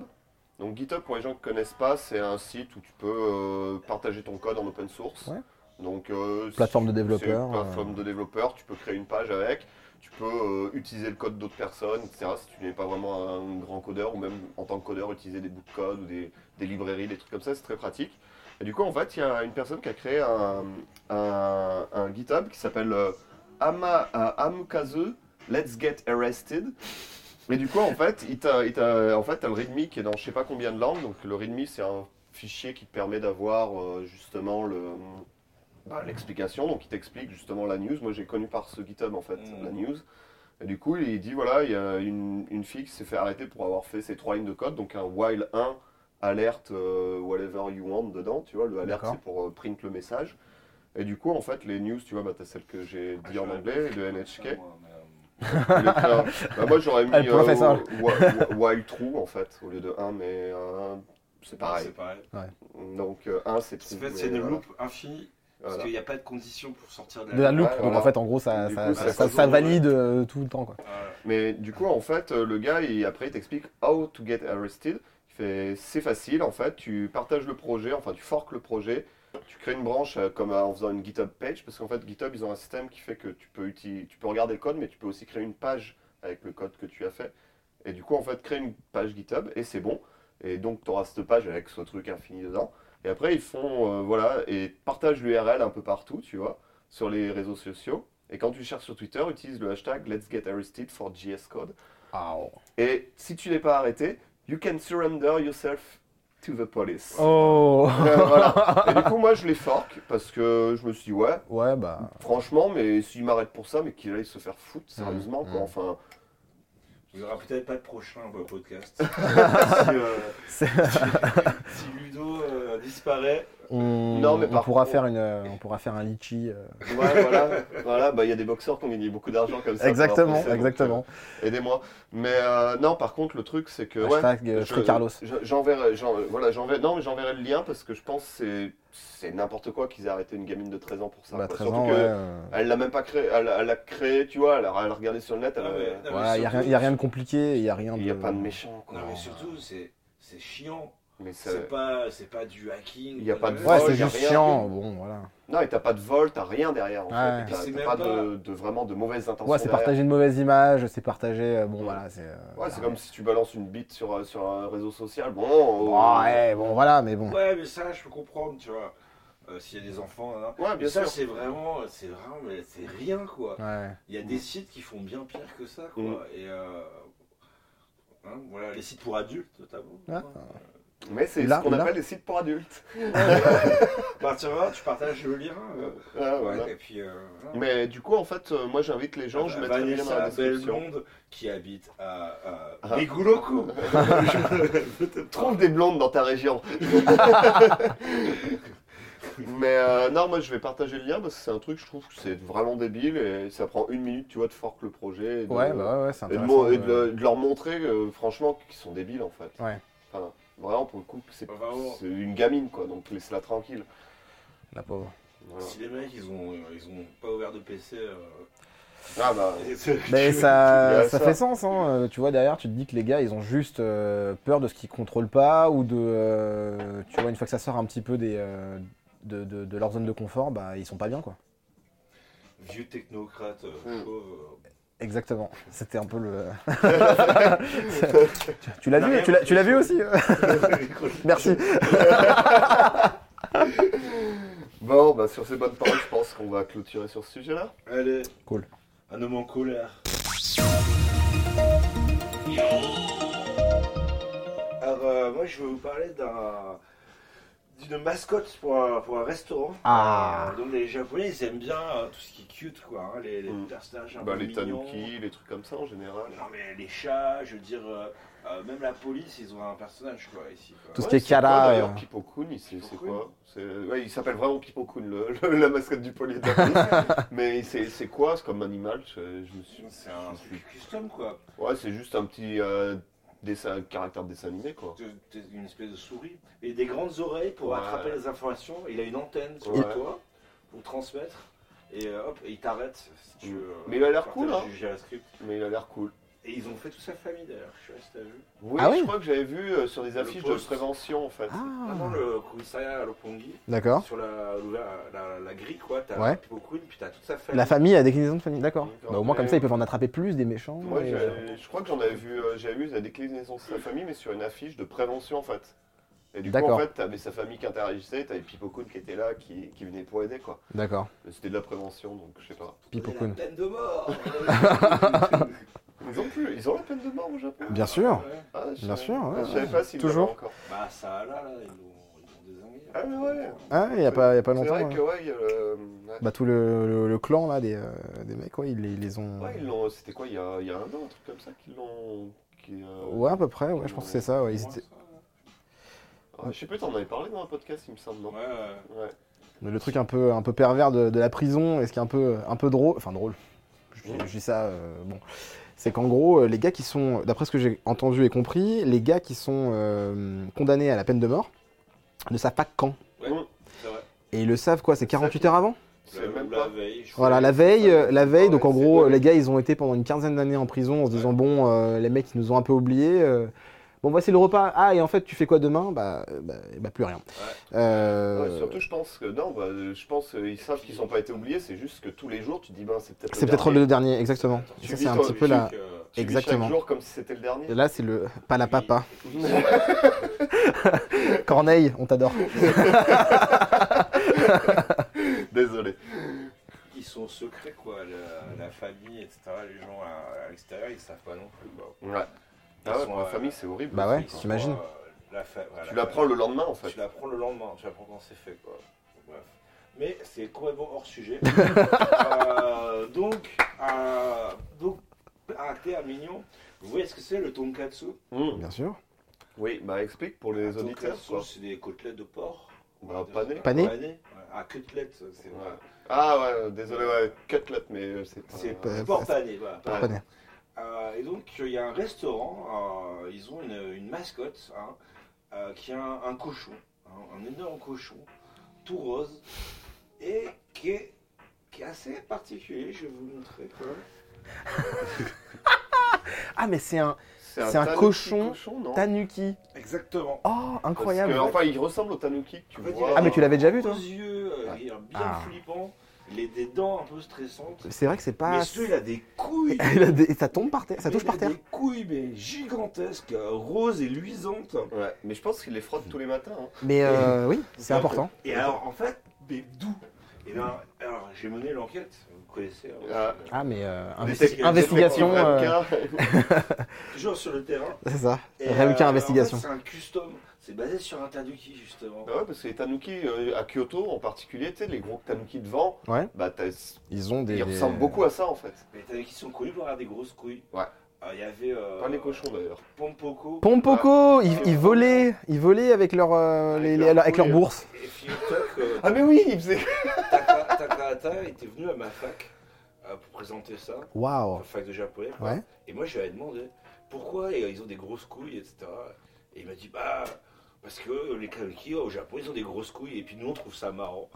Speaker 2: Donc GitHub, pour les gens qui ne connaissent pas, c'est un site où tu peux euh, partager ton code en open source.
Speaker 3: Ouais.
Speaker 2: Donc, euh,
Speaker 3: Plateforme de
Speaker 2: c'est une
Speaker 3: développeurs,
Speaker 2: plateforme
Speaker 3: euh.
Speaker 2: de développeurs, tu peux créer une page avec, tu peux euh, utiliser le code d'autres personnes, etc. Si tu n'es pas vraiment un grand codeur, ou même en tant que codeur, utiliser des bouts de code ou des, des librairies, des trucs comme ça, c'est très pratique. Et du coup, en fait, il y a une personne qui a créé un, un- un GitHub qui s'appelle euh, Ama, euh, Amkaze Let's Get Arrested. Mais du coup, en fait, il t'a, il t'a- en fait, t'as le README qui est dans je sais pas combien de langues. Donc le README, c'est un fichier qui te permet d'avoir euh, justement le, bah, l'explication. Donc il t'explique justement la news. Moi, j'ai connu par ce GitHub en fait
Speaker 1: Mm.
Speaker 2: la news. Et du coup, il dit voilà, il y a une, une fille qui s'est fait arrêter pour avoir fait ces trois lignes de code. Donc un while 1 alerte euh, whatever you want dedans. Tu vois, le alerte
Speaker 3: D'accord.
Speaker 2: c'est pour euh, print le message. Et du coup, en fait, les news, tu vois, bah, t'as celle que j'ai dit en anglais, et de NHK.
Speaker 1: Moi, mais, euh,
Speaker 2: Il est clair. Bah, moi j'aurais mis
Speaker 3: Ah, le professeur.
Speaker 2: euh, Wi- Wi- Wild True en fait au lieu de 1 mais 1 c'est pareil.
Speaker 1: Ah, C'est pareil.
Speaker 2: Donc 1 c'est
Speaker 1: En
Speaker 2: true.
Speaker 1: fait,
Speaker 2: mais
Speaker 1: c'est une
Speaker 2: voilà.
Speaker 1: loupe infinie, parce
Speaker 2: Voilà.
Speaker 1: qu'il n'y a pas de condition pour sortir de la,
Speaker 3: De la
Speaker 1: loupe.
Speaker 3: loupe.
Speaker 2: Ouais,
Speaker 3: Donc,
Speaker 2: voilà.
Speaker 3: en fait, en gros, ça,
Speaker 2: Du
Speaker 3: ça,
Speaker 2: coup,
Speaker 3: ça,
Speaker 2: ça
Speaker 3: ça
Speaker 1: contourne,
Speaker 3: valide euh, tout le temps, quoi.
Speaker 1: Voilà.
Speaker 2: Mais du coup en fait euh, le gars il, après il t'explique how to get arrested. Il fait c'est facile en fait, tu partages le projet, enfin tu forques le projet, tu crées une branche euh, comme euh, en faisant une GitHub page parce qu'en fait GitHub ils ont un système qui fait que tu peux uti- tu peux regarder le code mais tu peux aussi créer une page avec le code que tu as fait. Et du coup, en fait, crée une page GitHub et c'est bon. Et donc, tu auras cette page avec ce truc infini dedans. Et après, ils font, euh, voilà, et partagent l'URL un peu partout, tu vois, sur les réseaux sociaux. Et quand tu cherches sur Twitter, utilise le hashtag Let's Get Arrested for GS Code. Et si tu n'es pas arrêté, you can surrender yourself to the police.
Speaker 3: Oh
Speaker 2: Euh, voilà. Et du coup, moi, je les fork parce que je me suis dit, ouais,
Speaker 3: Ouais, bah.
Speaker 2: franchement, mais s'ils m'arrêtent pour ça, mais qu'il aille se faire foutre, sérieusement, quoi.
Speaker 3: mm.
Speaker 2: Enfin,
Speaker 1: Vous n'aurez peut-être pas de prochain euh, podcast. si, euh,
Speaker 3: c'est-
Speaker 1: si Ludo euh, disparaît,
Speaker 3: On,
Speaker 2: Non, mais
Speaker 3: on
Speaker 2: par
Speaker 3: pourra
Speaker 2: contre-
Speaker 3: faire une, euh, on pourra faire un litchi. euh.
Speaker 2: Ouais, voilà, voilà, bah il y a des boxeurs qui ont gagné beaucoup d'argent comme ça.
Speaker 3: exactement,
Speaker 2: par rapport à ça, donc,
Speaker 3: exactement.
Speaker 2: euh, Aidez-moi. Mais euh, non, par contre, le truc, c'est que. ouais,
Speaker 3: Hashtag euh,
Speaker 2: je-
Speaker 3: Free Carlos.
Speaker 2: je- J'enverrai, j'en- voilà, j'enverrai, non, mais j'enverrai le lien parce que je pense que c'est- c'est n'importe quoi qu'ils aient arrêté une gamine de 13 ans pour ça.
Speaker 3: Bah,
Speaker 2: quoi.
Speaker 3: 13
Speaker 2: Surtout
Speaker 3: ans,
Speaker 2: que
Speaker 3: ouais. euh,
Speaker 2: Elle l'a même pas créé, elle, elle l'a créé, tu vois, elle a, elle a regardé sur le net, elle a-
Speaker 1: Ah ouais, non, mais
Speaker 3: Voilà, il n'y a,
Speaker 1: surtout-
Speaker 3: rien- y a rien de hein. compliqué, il n'y a rien de.
Speaker 2: il n'y a pas de méchant, quoi.
Speaker 1: Non, mais surtout, c'est c'est chiant.
Speaker 2: Mais ça-
Speaker 1: C'est pas, c'est pas du hacking. Euh,
Speaker 2: Il y a pas de
Speaker 3: Ouais,
Speaker 2: Oh,
Speaker 3: c'est
Speaker 2: y a
Speaker 3: juste
Speaker 2: rien.
Speaker 3: chiant. Bon, voilà.
Speaker 2: Non, et t'as pas de vol, t'as rien derrière, en
Speaker 3: Ouais.
Speaker 2: fait.
Speaker 1: Et c'est
Speaker 2: T'as- T'as
Speaker 1: même
Speaker 2: pas,
Speaker 1: pas-
Speaker 2: De, de vraiment de mauvaises intentions.
Speaker 3: Ouais, c'est
Speaker 2: derrière.
Speaker 3: partager une mauvaise image, c'est partager. euh, Bon,
Speaker 2: Ouais.
Speaker 3: voilà, c'est. euh,
Speaker 2: Ouais,
Speaker 3: voilà.
Speaker 2: c'est comme si tu balances une bite sur, euh, sur un réseau social. Bon, euh,
Speaker 3: ouais, bon, voilà, mais bon.
Speaker 1: Ouais, mais ça, je peux comprendre, tu vois. Euh, S'il y a des enfants, hein.
Speaker 2: Ouais,
Speaker 1: Mais
Speaker 2: bien
Speaker 1: ça,
Speaker 2: sûr.
Speaker 1: c'est vraiment, c'est vraiment, mais c'est rien, quoi.
Speaker 3: Ouais.
Speaker 1: Il y a des sites qui font bien pire que ça, quoi.
Speaker 2: Mm.
Speaker 1: Et euh, hein, voilà, les sites pour adultes, notamment.
Speaker 3: Ah.
Speaker 1: Hein.
Speaker 2: Mais c'est
Speaker 3: Là,
Speaker 2: ce qu'on
Speaker 3: là.
Speaker 2: appelle les sites pour adultes.
Speaker 1: À partir de là, Bah, tu partages le lien. euh,
Speaker 2: Ah, voilà.
Speaker 1: Et puis, euh, voilà.
Speaker 2: Mais du coup, en fait, euh, moi j'invite les gens, je mettrai le lien dans la
Speaker 1: Ah, bah, Vanessa
Speaker 2: description.
Speaker 1: Belmonde qui habite à, à
Speaker 2: Ah.
Speaker 1: Rigouloco. Je te
Speaker 2: Trouve des blondes dans ta région. Mais euh, non, moi je vais partager le lien parce que c'est un truc, je trouve que c'est vraiment débile et ça prend une minute, tu vois, de fork le projet. et de-
Speaker 3: Ouais, bah ouais, ouais, c'est
Speaker 2: Et de,
Speaker 3: intéressant.
Speaker 2: mo- et de
Speaker 3: euh,
Speaker 2: le- de leur montrer, euh, franchement, qu'ils sont débiles en fait.
Speaker 3: Ouais.
Speaker 2: Enfin, vraiment, pour le coup, c'est
Speaker 1: Bah, Vraiment.
Speaker 2: c'est une gamine quoi, donc laisse-la tranquille.
Speaker 3: La pauvre.
Speaker 2: Voilà.
Speaker 1: Si les mecs ils ont ils ont pas ouvert de PC euh,
Speaker 2: Ah bah,
Speaker 1: Et c'est-
Speaker 3: Mais
Speaker 1: tu-
Speaker 2: tu
Speaker 3: ça,
Speaker 2: dis ça.
Speaker 3: ça fait sens, hein. Euh, tu vois, derrière, tu te dis que les gars, ils ont juste euh, peur de ce qu'ils contrôlent pas, ou de, euh, tu vois, une fois que ça sort un petit peu des, euh, de, de- de leur zone de confort, bah, ils sont pas bien, quoi.
Speaker 1: Vieux technocrate, euh,
Speaker 2: Hmm.
Speaker 1: chauve,
Speaker 3: Exactement, c'était un peu le... Tu- tu l'as vu, tu l'as- tu l'as vu aussi euh
Speaker 1: euh,
Speaker 3: Merci.
Speaker 2: Bon, bah sur ces bonnes paroles, je pense qu'on va clôturer sur ce sujet-là.
Speaker 1: Allez.
Speaker 3: Cool.
Speaker 1: Un homme en colère. Alors, euh, moi, je vais vous parler d'un d'une mascotte pour un, pour un restaurant.
Speaker 3: Ah.
Speaker 1: Euh, donc, les Japonais, ils aiment bien euh, tout ce qui est cute, quoi. hein, les les
Speaker 2: Mm.
Speaker 1: personnages un
Speaker 2: Bah,
Speaker 1: peu
Speaker 2: les
Speaker 1: mignons.
Speaker 2: tanuki, les trucs comme ça en général.
Speaker 1: Non, mais les chats, je veux dire, euh, euh, même la police, ils ont un personnage, quoi, ici. quoi.
Speaker 3: Tout ce
Speaker 2: Ouais,
Speaker 3: qui est
Speaker 2: c'est quoi,
Speaker 3: Kara,
Speaker 2: D'ailleurs,
Speaker 3: euh.
Speaker 2: Pipokun, il- c'est c'est
Speaker 1: Pipokun.
Speaker 2: quoi C'est- ouais, Il s'appelle vraiment Pipokun, le, le- la mascotte du poli. Mais c'est c'est quoi c'est comme animal je, je me suis...
Speaker 1: Ah, C'est un truc custom, quoi.
Speaker 2: Ouais, c'est juste un petit euh, dessin, caractère de dessin animé, quoi.
Speaker 1: T'es- t'es Une espèce de souris. Et des grandes oreilles pour
Speaker 2: Ouais.
Speaker 1: attraper les informations. Il a une antenne sur
Speaker 2: Ouais.
Speaker 1: toi pour transmettre. Et euh, hop, et il t'arrête si tu veux.
Speaker 2: Mais il a l'air
Speaker 1: partager
Speaker 2: cool, hein.
Speaker 1: du JavaScript.
Speaker 2: Mais il a l'air cool.
Speaker 1: Et ils ont fait toute sa famille d'ailleurs. Je sais pas si t'as vu.
Speaker 2: Oui,
Speaker 3: Ah oui Ah,
Speaker 2: je crois que j'avais vu euh, sur des
Speaker 1: Le
Speaker 2: affiches de
Speaker 1: poste.
Speaker 2: prévention, en fait.
Speaker 1: Avant
Speaker 2: Ah.
Speaker 1: le commissariat à Lopongi,
Speaker 3: D'accord.
Speaker 1: sur la, la, la- la grille, quoi, t'as
Speaker 3: Ouais.
Speaker 1: beaucoup, puis t'as toute sa famille.
Speaker 3: La famille, la déclinaison de famille, d'accord.
Speaker 2: D'accord.
Speaker 3: Bah, au moins, comme
Speaker 2: Et-
Speaker 3: ça, ils peuvent en attraper plus des méchants.
Speaker 2: Moi,
Speaker 3: et, euh,
Speaker 2: j'ai- je crois que j'en avais vu, euh, j'avais vu la déclinaison de sa famille, mais sur une affiche de prévention en fait. Et du coup,
Speaker 3: D'accord.
Speaker 2: en fait, t'avais sa famille qui interagissait, t'avais Pipokun qui était là, qui, qui venait pour aider quoi.
Speaker 3: D'accord.
Speaker 2: Mais C'était de la prévention, donc je sais pas.
Speaker 1: C'est la
Speaker 3: Pipokun.
Speaker 1: peine de mort
Speaker 2: Ils ont plus, ils ont la peine de mort au Japon.
Speaker 3: Bien sûr.
Speaker 1: Ouais.
Speaker 2: Ah, je
Speaker 3: Bien
Speaker 2: savais-
Speaker 3: sûr, ouais,
Speaker 2: Je savais
Speaker 3: ouais.
Speaker 2: pas s'ils
Speaker 3: Toujours.
Speaker 2: l'avaient encore.
Speaker 1: Bah, ça, là, là, ils l'ont ils l'ont désingué. hein.
Speaker 2: Ah mais ouais.
Speaker 3: Ah, il y a pas, il y a pas
Speaker 2: C'est
Speaker 3: longtemps.
Speaker 2: vrai
Speaker 3: ouais.
Speaker 2: que ouais, il y a le- ouais.
Speaker 3: Bah, tout le, le- le clan là des, euh, des mecs, ouais, ils, les- ils les ont.
Speaker 2: Ouais, ils l'ont. C'était quoi, il y a, il y a un an, un truc comme ça, qu'ils l'ont. qui, euh,
Speaker 3: Ouais, à peu près, ouais, je pense que c'est ça. Ouais. Ils étaient-
Speaker 2: ah, je sais plus, t'en avais parlé dans un podcast, il me semble, non
Speaker 1: Ouais, ouais.
Speaker 2: Ouais.
Speaker 3: Le truc un peu, un peu pervers de, de la prison et ce qui est un peu, un peu drôle, enfin drôle, je, dis- je dis ça, euh, bon, c'est qu'en gros, euh, les gars qui sont, d'après ce que j'ai entendu et compris, les gars qui sont euh, condamnés à la peine de mort ne savent pas quand.
Speaker 1: Ouais. C'est vrai.
Speaker 3: Et ils le savent quoi, c'est 48 heures avant
Speaker 2: C'est
Speaker 1: Ou
Speaker 2: même
Speaker 1: la
Speaker 2: pas.
Speaker 1: veille. je
Speaker 3: Voilà,
Speaker 1: sais.
Speaker 3: la veille, euh, la veille, donc en
Speaker 2: Ouais, c'est
Speaker 3: gros,
Speaker 2: dingue.
Speaker 3: les gars, ils ont été pendant une quinzaine d'années en prison en se disant, bon, euh, les mecs, ils nous ont un peu oubliés. euh, bon, voici le repas. Ah, et en fait, tu fais quoi demain bah, euh, bah, bah, plus rien. Euh,
Speaker 2: Ouais, surtout, je pense que non, bah, je pense qu'ils savent qu'ils n'ont pas été oubliés, c'est juste que tous les jours, tu dis, ben, c'est peut-être
Speaker 3: c'est peut-être le dernier, exactement.
Speaker 2: Tu
Speaker 3: Ça,
Speaker 2: vis
Speaker 3: c'est un
Speaker 2: ton-
Speaker 3: petit
Speaker 2: tu
Speaker 3: peu la.
Speaker 1: Donc, euh,
Speaker 2: Tu vis
Speaker 3: Exactement.
Speaker 2: chaque jour comme si c'était le dernier.
Speaker 3: Et Là, c'est le palapapa.
Speaker 1: oui, oui.
Speaker 3: Corneille, on t'adore.
Speaker 2: Désolé.
Speaker 1: Ils sont secrets, quoi. La, la famille, etc. Les gens à, à l'extérieur, ils savent pas non plus. Quoi.
Speaker 2: Ouais.
Speaker 1: Ils
Speaker 2: Ah ouais,
Speaker 1: sont,
Speaker 2: pour la
Speaker 1: euh,
Speaker 2: famille, c'est horrible.
Speaker 3: Bah ouais,
Speaker 1: Ils sont,
Speaker 3: t'imagines.
Speaker 1: euh, la fa- voilà,
Speaker 2: Tu l'apprends le lendemain, en
Speaker 1: Tu
Speaker 2: fait.
Speaker 1: l'apprends le lendemain, tu l'apprends quand c'est fait, quoi. Bref. Mais c'est complètement hors sujet. Euh, donc, euh, donc, un terme mignon. Vous voyez ce que c'est le tonkatsu
Speaker 2: Mm.
Speaker 3: Bien sûr.
Speaker 2: Oui, bah explique pour les
Speaker 1: Un
Speaker 2: auditeurs.
Speaker 1: tonkatsu,
Speaker 2: quoi.
Speaker 1: c'est des côtelettes de porc.
Speaker 2: Bah, pané.
Speaker 3: Pané
Speaker 1: Pané. Ah, côtelettes, c'est vrai.
Speaker 2: Ouais. Ah ouais, désolé, ouais, cutlet, mais euh, c'est pas.
Speaker 1: C'est
Speaker 3: Euh,
Speaker 1: porc pané, voilà.
Speaker 2: Ouais.
Speaker 3: Prenez.
Speaker 1: Euh, et donc, il y a un restaurant, euh, ils ont une, une mascotte hein, euh, qui a un, un cochon, hein, un énorme cochon, tout rose, et qui est, qui est assez particulier. Je vais vous le montrer. quand même.
Speaker 3: Ah, mais c'est un c'est un
Speaker 2: tanuki
Speaker 3: cochon
Speaker 2: non
Speaker 3: tanuki.
Speaker 1: Exactement.
Speaker 3: Oh,
Speaker 2: Parce
Speaker 3: incroyable.
Speaker 2: que, enfin, il ressemble au tanuki que tu
Speaker 1: En fait, il
Speaker 2: vois.
Speaker 1: a
Speaker 3: Ah, mais tu
Speaker 1: des
Speaker 3: l'avais déjà vu,
Speaker 1: gros
Speaker 3: toi
Speaker 1: yeux, euh, il est bien
Speaker 3: Ah.
Speaker 1: flippant, il a des dents un peu stressantes.
Speaker 3: C'est vrai que c'est pas.
Speaker 1: mais celui, il a des couilles.
Speaker 3: Il a des- Ça tombe par terre, ça
Speaker 1: Mais
Speaker 3: touche
Speaker 1: il
Speaker 3: par
Speaker 1: a
Speaker 3: terre.
Speaker 1: Des couilles, mais gigantesques, euh, roses et luisantes.
Speaker 2: Ouais, mais je pense qu'il les frotte tous les matins. hein.
Speaker 3: Mais euh, oui, c'est
Speaker 2: Et-
Speaker 3: important.
Speaker 1: Et alors, en fait, mais d'où Et ben, alors, j'ai mené l'enquête, vous connaissez. hein.
Speaker 2: Ah.
Speaker 3: Ah, mais euh, investi-
Speaker 1: c'est- c'est-
Speaker 3: investigation.
Speaker 2: Détective
Speaker 3: euh,
Speaker 2: Rebecca.
Speaker 1: Toujours sur le terrain.
Speaker 3: C'est ça.
Speaker 1: Et,
Speaker 3: Rebecca
Speaker 1: euh,
Speaker 3: Investigation.
Speaker 1: en fait, c'est un custom, c'est basé sur un tanuki justement.
Speaker 2: Bah ouais, parce que les tanuki euh, à Kyoto en particulier, tu sais, les gros tanuki de vent,
Speaker 3: Ouais.
Speaker 2: bah, t'as-
Speaker 3: Ils ont des.
Speaker 2: ils ressemblent beaucoup à ça en fait.
Speaker 1: Les tanukis sont connus pour avoir des grosses couilles.
Speaker 2: Ouais.
Speaker 1: Euh, Il y avait. euh,
Speaker 2: Pas les cochons d'ailleurs.
Speaker 1: Pompoko.
Speaker 3: Pompoko, ils, ils volaient, ils volaient avec leur, euh,
Speaker 2: Avec
Speaker 3: les-
Speaker 2: leur
Speaker 3: les- leur- avec leur
Speaker 2: couille.
Speaker 3: bourse.
Speaker 1: Et figure-toi que
Speaker 2: Ah mais oui, ils faisaient.
Speaker 1: Taka- Takahata était venu à ma fac euh, pour présenter ça,
Speaker 3: Waouh.
Speaker 1: la fac de japonais. quoi.
Speaker 3: Oh. Ouais.
Speaker 1: Et moi, je lui avais demandé pourquoi euh, ils ont des grosses couilles, etc. Et il m'a dit bah parce que les kanuki au Japon ils ont des grosses couilles et puis nous on trouve ça marrant.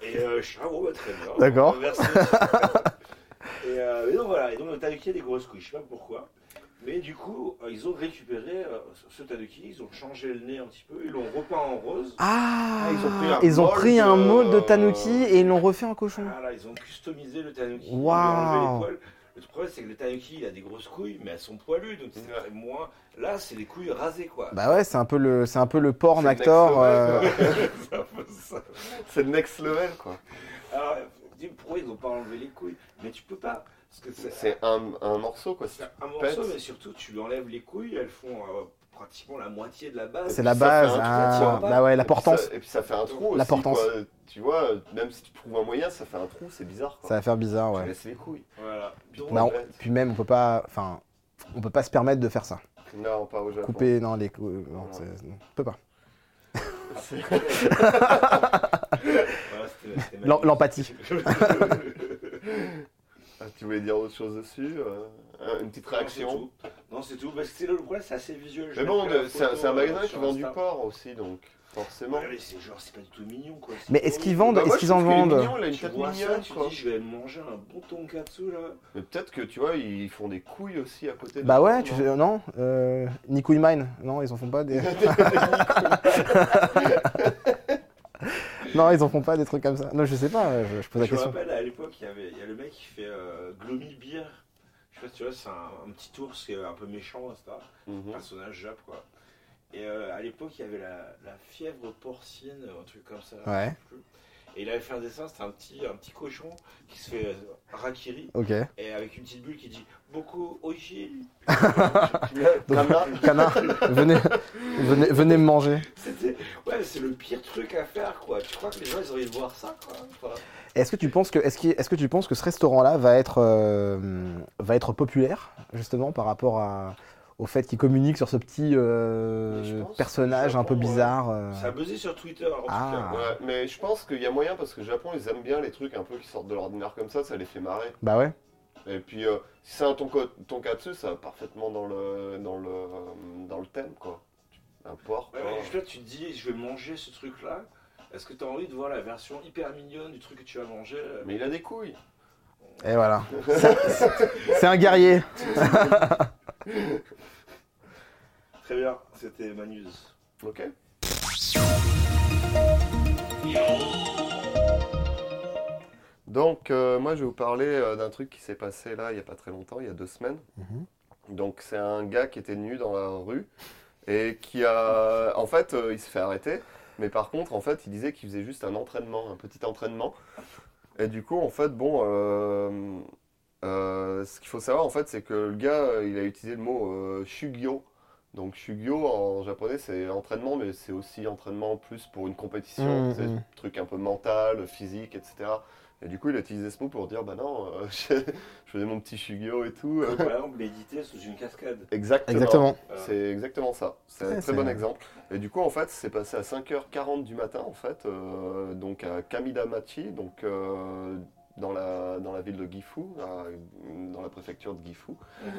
Speaker 1: Et euh, je suis ah bon bah, très bien.
Speaker 3: D'accord.
Speaker 1: Merci. et Et, euh, et donc voilà, et donc le tanuki a des grosses couilles, je sais pas pourquoi. Mais du coup, euh, ils ont récupéré euh, ce- ce tanuki, ils ont changé le nez un petit peu, ils l'ont repeint en rose.
Speaker 3: Ah,
Speaker 2: Ah, ils ont pris un
Speaker 3: Ils ont
Speaker 2: mold,
Speaker 3: pris un mold de
Speaker 2: euh,
Speaker 3: Tanuki et ils l'ont refait en cochon.
Speaker 1: Voilà, Ah, ils ont customisé le tanuki, ils lui ont
Speaker 3: Waouh.
Speaker 1: enlevé les poils. Le problème, c'est que le tanuki, il a des grosses couilles, mais elles sont poilues, donc c'est très moins. Là, c'est les couilles rasées, quoi.
Speaker 3: Bah ouais, c'est un peu le, c'est un peu le porn
Speaker 2: C'est le
Speaker 3: actor.
Speaker 2: next
Speaker 3: euh,
Speaker 2: level,
Speaker 1: C'est un peu ça.
Speaker 2: quoi. C'est le next level, quoi.
Speaker 1: Alors, dis, pourquoi ils n'ont pas enlevé les couilles Mais tu peux pas, parce que c'est
Speaker 2: C'est un, un morceau, quoi.
Speaker 1: c'est
Speaker 2: C'est
Speaker 1: un morceau, mais surtout, tu lui enlèves les couilles, elles font euh, pratiquement la moitié de la base.
Speaker 3: c'est la
Speaker 2: ça
Speaker 3: base.
Speaker 2: fait un
Speaker 3: ah,
Speaker 2: truc, ça tient pas.
Speaker 3: bah ouais, la
Speaker 2: Et puis
Speaker 3: portance.
Speaker 2: ça- Et puis ça fait un trou
Speaker 3: La
Speaker 2: aussi,
Speaker 3: portance.
Speaker 2: quoi. Tu vois, même si tu trouves un moyen, ça fait un trou, c'est bizarre, quoi.
Speaker 3: Ça va faire bizarre,
Speaker 2: Tu
Speaker 3: ouais.
Speaker 2: laisses les couilles.
Speaker 1: Voilà. Donc,
Speaker 3: Bah, on-
Speaker 2: Ouais.
Speaker 3: puis même, on peut pas, enfin, on peut pas se permettre de faire ça.
Speaker 2: Non, pas au Japon.
Speaker 3: Couper, non, les, cou- euh, non,
Speaker 2: Voilà.
Speaker 3: c'est- non, on peut pas.
Speaker 2: C'est-
Speaker 1: voilà, c'était- c'était
Speaker 3: L'em- L'empathie.
Speaker 2: Ah, tu voulais dire autre chose dessus euh, Une petite réaction
Speaker 1: Non, c'est tout. Non, c'est tout. Parce que c'est le le problème, c'est assez visuel. Je
Speaker 2: Mais
Speaker 1: vais
Speaker 2: bon,
Speaker 1: mettre la
Speaker 2: de- c'est un-
Speaker 1: photo,
Speaker 2: c'est un
Speaker 1: euh,
Speaker 2: magasin qui
Speaker 1: sur
Speaker 2: vend du
Speaker 1: Insta.
Speaker 2: porc aussi, donc forcément.
Speaker 1: Ouais, mais c'est genre, c'est pas du tout mignon, quoi. C'est
Speaker 3: Mais est-ce qu'ils
Speaker 1: horrible.
Speaker 3: vendent
Speaker 2: Bah, moi,
Speaker 3: Est-ce
Speaker 2: je
Speaker 3: qu'ils
Speaker 2: trouve
Speaker 3: en
Speaker 2: qu'il est
Speaker 3: vendent
Speaker 2: mignon, il a une
Speaker 1: Tu
Speaker 2: tête
Speaker 1: vois ça,
Speaker 2: mignonne,
Speaker 1: tu
Speaker 2: quoi.
Speaker 1: dis, je vais manger un bon tonkatsu, là.
Speaker 2: Mais peut-être que tu vois, ils font des couilles aussi à côté. de
Speaker 3: Bah
Speaker 2: la
Speaker 3: ouais,
Speaker 2: viande,
Speaker 3: tu
Speaker 2: hein.
Speaker 3: sais, non euh, Nikui Mine, non, ils en font pas des. non, ils en font pas des trucs comme ça. Non, je sais pas, euh, je, je pose la
Speaker 1: Je me
Speaker 3: question.
Speaker 1: rappelle à l'époque, il y avait il y a le mec qui fait euh, Gloomy Beer. Je sais pas si tu vois, c'est un, un petit ours qui est un peu méchant, etc.
Speaker 2: Mhm.
Speaker 1: Personnage jap, quoi. Et euh, à l'époque, il y avait la, la fièvre porcine, un truc comme ça.
Speaker 3: Ouais.
Speaker 1: Et il avait fait un dessin, c'était un petit, un petit cochon qui se fait euh, rakiri.
Speaker 3: Ok.
Speaker 1: et avec une petite bulle qui dit beaucoup Oji.
Speaker 3: Donc, canard, venez, venez, venez me manger.
Speaker 1: C'était ouais, c'est le pire truc à faire quoi. Tu crois que les gens ils auraient de voir ça quoi Enfin,
Speaker 3: Est-ce que tu penses que, est-ce qu'il- est-ce que tu penses que ce restaurant-là va être, euh, va être populaire justement par rapport à, au fait qu'il communique sur ce petit euh,
Speaker 2: Mais je pense,
Speaker 3: personnage un peu
Speaker 2: Japon, ouais.
Speaker 3: bizarre euh.
Speaker 1: Ça a buzzé sur Twitter en tout
Speaker 3: Ah.
Speaker 1: cas.
Speaker 2: Ouais, mais je pense qu'il y a moyen parce que le Japon ils aiment bien les trucs un peu qui sortent de l'ordinaire comme ça, ça les fait marrer.
Speaker 3: Bah ouais.
Speaker 2: Et puis euh, si c'est un tonko- tonkatsu, ça va parfaitement dans le dans le euh, dans le thème quoi. Un porc.
Speaker 1: Ouais,
Speaker 2: quoi.
Speaker 1: mais juste là tu te dis je vais manger ce truc là. Est-ce que t'as envie de voir la version hyper mignonne du truc que tu vas manger euh,
Speaker 2: Mais il a des couilles.
Speaker 3: Et voilà. C'est- C'est un guerrier.
Speaker 1: Très bien, c'était ma news.
Speaker 2: Ok. Donc, euh, moi, je vais vous parler euh, d'un truc qui s'est passé là, il n'y a pas très longtemps, il y a deux semaines.
Speaker 3: Mhm.
Speaker 2: Donc, c'est un gars qui était nu dans la rue et qui a. En fait, euh, il s'est fait arrêter, mais par contre, en fait, il disait qu'il faisait juste un entraînement, un petit entraînement. Et du coup, en fait, bon, euh, euh, ce qu'il faut savoir, en fait, c'est que le gars, euh, il a utilisé le mot euh, shugyo. Donc shugyo en japonais c'est entraînement, mais c'est aussi entraînement plus pour une compétition,
Speaker 3: Mm,
Speaker 2: c'est
Speaker 3: mm.
Speaker 2: truc un peu mental, physique, etc. Et du coup il a utilisé ce mot pour dire bah non, euh, je faisais mon petit shugyo et tout.
Speaker 1: Par exemple, méditer sous une cascade.
Speaker 2: Exactement.
Speaker 3: Exactement.
Speaker 1: Voilà.
Speaker 2: C'est exactement ça. C'est
Speaker 3: Ouais,
Speaker 2: un très
Speaker 3: c'est-
Speaker 2: bon exemple. Et du coup, en fait, c'est passé à 5h40 du matin, en fait, euh, donc à Kamidamachi, donc euh, dans, la, dans la ville de Gifu, à- dans la préfecture de Gifu.
Speaker 1: Mhm.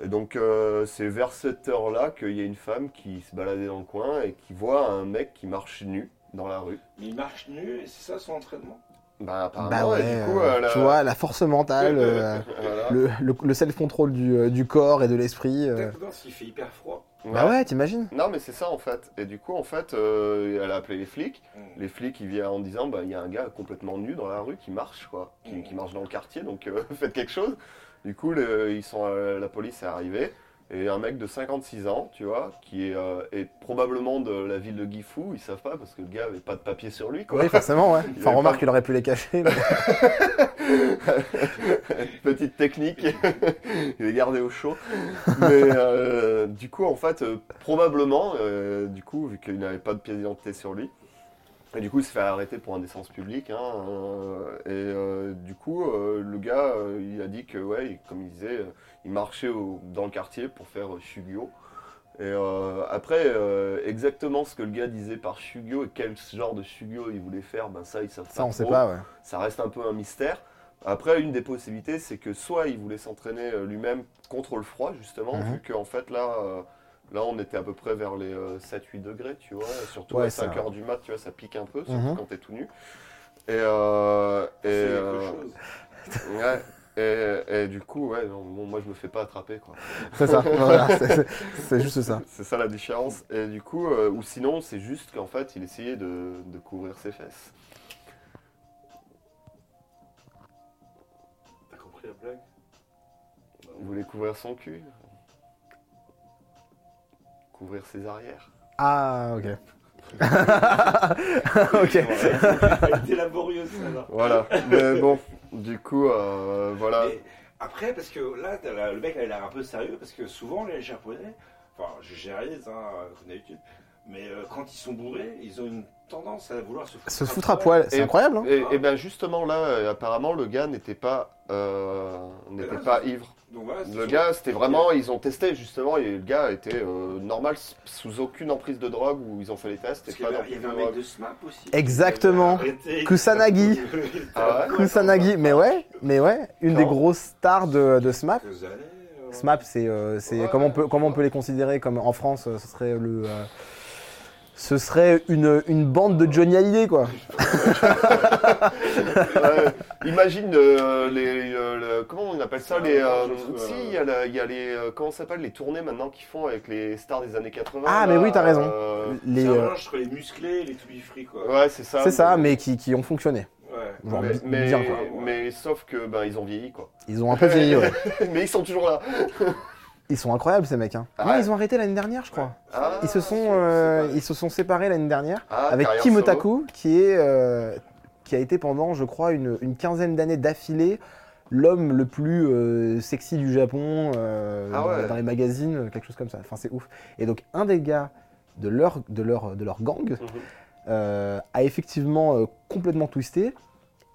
Speaker 2: Et donc, euh, c'est vers cette heure-là qu'il y a une femme qui se baladait dans le coin et qui voit un mec qui marche nu dans la rue.
Speaker 1: Mais il marche nu et c'est ça son entraînement.
Speaker 2: Bah, apparemment,
Speaker 3: Bah ouais.
Speaker 2: et du coup,
Speaker 3: euh,
Speaker 2: elle a-
Speaker 3: Tu vois, la force mentale, euh,
Speaker 2: Voilà.
Speaker 3: le, le- le self-control du, euh, du corps et de l'esprit. euh.
Speaker 1: Peut-être parce qu'il fait hyper froid.
Speaker 3: Bah ouais, t'imagines
Speaker 2: Non, mais c'est ça, en fait. Et du coup, en fait, euh, elle a appelé les flics.
Speaker 1: Mm.
Speaker 2: Les flics, ils viennent en disant, bah, il y a un gars complètement nu dans la rue qui marche, quoi, qui, qui marche dans le quartier, donc euh, faites quelque chose. Du coup, le- ils sont, à- la police est arrivée, et un mec de 56 ans, tu vois, qui est, euh, est probablement de la ville de Gifu, ils savent pas, parce que le gars avait pas de papier sur lui, quoi.
Speaker 3: Oui, forcément, ouais.
Speaker 2: Il
Speaker 3: Enfin,
Speaker 2: avait
Speaker 3: remarque,
Speaker 2: pas-
Speaker 3: il aurait pu les cacher. mais-
Speaker 2: Petite technique, il est gardé au chaud. Mais euh, du coup, en fait, euh, probablement, euh, du coup, vu qu'il n'avait pas de pièce d'identité sur lui, et du coup, il s'est fait arrêter pour indécence publique. hein, euh, et euh, du coup, euh, le gars, euh, il a dit que, ouais, il- comme il disait, euh, il marchait au- dans le quartier pour faire euh, shugyo. Et euh, après, euh, exactement ce que le gars disait par shugyo et quel genre de shugyo il voulait faire, ben ça, ils savent
Speaker 3: Ça, on sait
Speaker 2: trop
Speaker 3: pas, ouais.
Speaker 2: ça reste un peu un mystère. Après, une des possibilités, c'est que soit il voulait s'entraîner euh, lui-même contre le froid, justement,
Speaker 3: Mhm.
Speaker 2: vu qu'en fait, là, euh, là, on était à peu près vers les 7-8 degrés, tu vois. Surtout
Speaker 3: Ouais,
Speaker 2: à
Speaker 3: ça-
Speaker 2: 5 heures du mat, tu vois, ça pique un peu, surtout
Speaker 3: Mhm.
Speaker 2: quand t'es tout nu. Et, euh, et,
Speaker 1: C'est quelque
Speaker 2: euh,
Speaker 1: chose.
Speaker 2: ouais. Et, et du coup, ouais, non, bon, moi je me fais pas attraper quoi.
Speaker 3: C'est ça, voilà, c'est- c'est- c'est juste ça.
Speaker 2: C'est ça la différence. Et du coup, euh, ou sinon, c'est juste qu'en fait, il essayait de, de couvrir ses fesses.
Speaker 1: T'as compris la blague
Speaker 2: Il voulait couvrir son cul. Couvrir ses arrières.
Speaker 3: Ah, ok. ok.
Speaker 1: Elle était laborieuse, celle-là.
Speaker 2: Voilà. Mais bon, du coup, euh, voilà.
Speaker 1: Mais après, parce que là, t'as la- le mec a l'air un peu sérieux, parce que souvent les Japonais, enfin, je généralise, hein, comme d'habitude, mais euh, quand ils sont bourrés, ils ont une tendance à vouloir se foutre,
Speaker 3: Se foutre à poil, c'est
Speaker 2: Et-
Speaker 3: incroyable. hein.
Speaker 2: Et, et ben justement là, euh, apparemment, le gars n'était pas, euh, n'était pas ivre.
Speaker 1: Donc voilà, c'est
Speaker 2: Le
Speaker 1: sûr.
Speaker 2: gars, c'était vraiment, ils ont testé justement, et le gars était euh, normal, s- sous aucune emprise de drogue, où ils ont fait les tests, et
Speaker 1: Parce qu'il y
Speaker 2: pas
Speaker 1: avait- il y avait
Speaker 2: d'emprise de
Speaker 1: un mec
Speaker 2: drogue.
Speaker 1: de Smap aussi.
Speaker 3: Exactement. Kusanagi.
Speaker 2: Ah ouais
Speaker 3: Kusanagi, mais ouais, mais ouais, une des
Speaker 2: Quand
Speaker 3: grosses stars de, de SMAP.
Speaker 1: Quelques années, euh,
Speaker 3: SMAP, c'est euh, c'est-
Speaker 2: Ouais,
Speaker 3: comment on peut comment on peut les considérer comme en France, euh, ce serait le euh, ce serait une, une bande de Johnny Hallyday quoi.
Speaker 2: Ouais, imagine euh, les, euh, le- comment on appelle ça
Speaker 1: Ah, Ouais,
Speaker 2: les, euh,
Speaker 1: je trouve,
Speaker 2: si
Speaker 1: euh,
Speaker 2: il y, a la- il y a les, euh, comment ça s'appelle les tournées maintenant qu'ils font avec les stars des années 80.
Speaker 3: Ah, mais
Speaker 2: là,
Speaker 3: oui, t'as raison.
Speaker 2: euh,
Speaker 3: Les,
Speaker 1: C'est un
Speaker 3: euh,
Speaker 1: mélange entre les musclés et les tout free quoi.
Speaker 2: ouais, c'est ça.
Speaker 3: c'est ça, mais qui, qui ont fonctionné.
Speaker 1: Ouais.
Speaker 3: Genre,
Speaker 2: mais,
Speaker 3: bi- bien, quoi.
Speaker 2: mais sauf que ben ils ont vieilli quoi.
Speaker 3: Ils ont un peu vieilli. ouais.
Speaker 2: mais ils sont toujours là.
Speaker 3: Ils sont incroyables ces mecs. Hein.
Speaker 2: Ah
Speaker 3: Non,
Speaker 2: ouais.
Speaker 3: ils ont arrêté l'année dernière, je crois.
Speaker 2: Ah,
Speaker 3: Ils se sont
Speaker 2: c'est- c'est
Speaker 3: euh,
Speaker 2: pas-
Speaker 3: ils se sont séparés l'année dernière.
Speaker 2: Ah,
Speaker 3: avec
Speaker 2: carrière
Speaker 3: Kim
Speaker 2: solo.
Speaker 3: Otaku, qui, est, euh, qui a été pendant, je crois, une, une quinzaine d'années d'affilée l'homme le plus euh, sexy du Japon euh,
Speaker 2: Ah
Speaker 3: dans-
Speaker 2: ouais.
Speaker 3: dans, les magazines, euh, quelque chose comme ça. Enfin, c'est ouf. Et donc, un des gars de leur, de leur, de leur gang
Speaker 2: Mhm.
Speaker 3: euh, a effectivement euh, complètement twisté.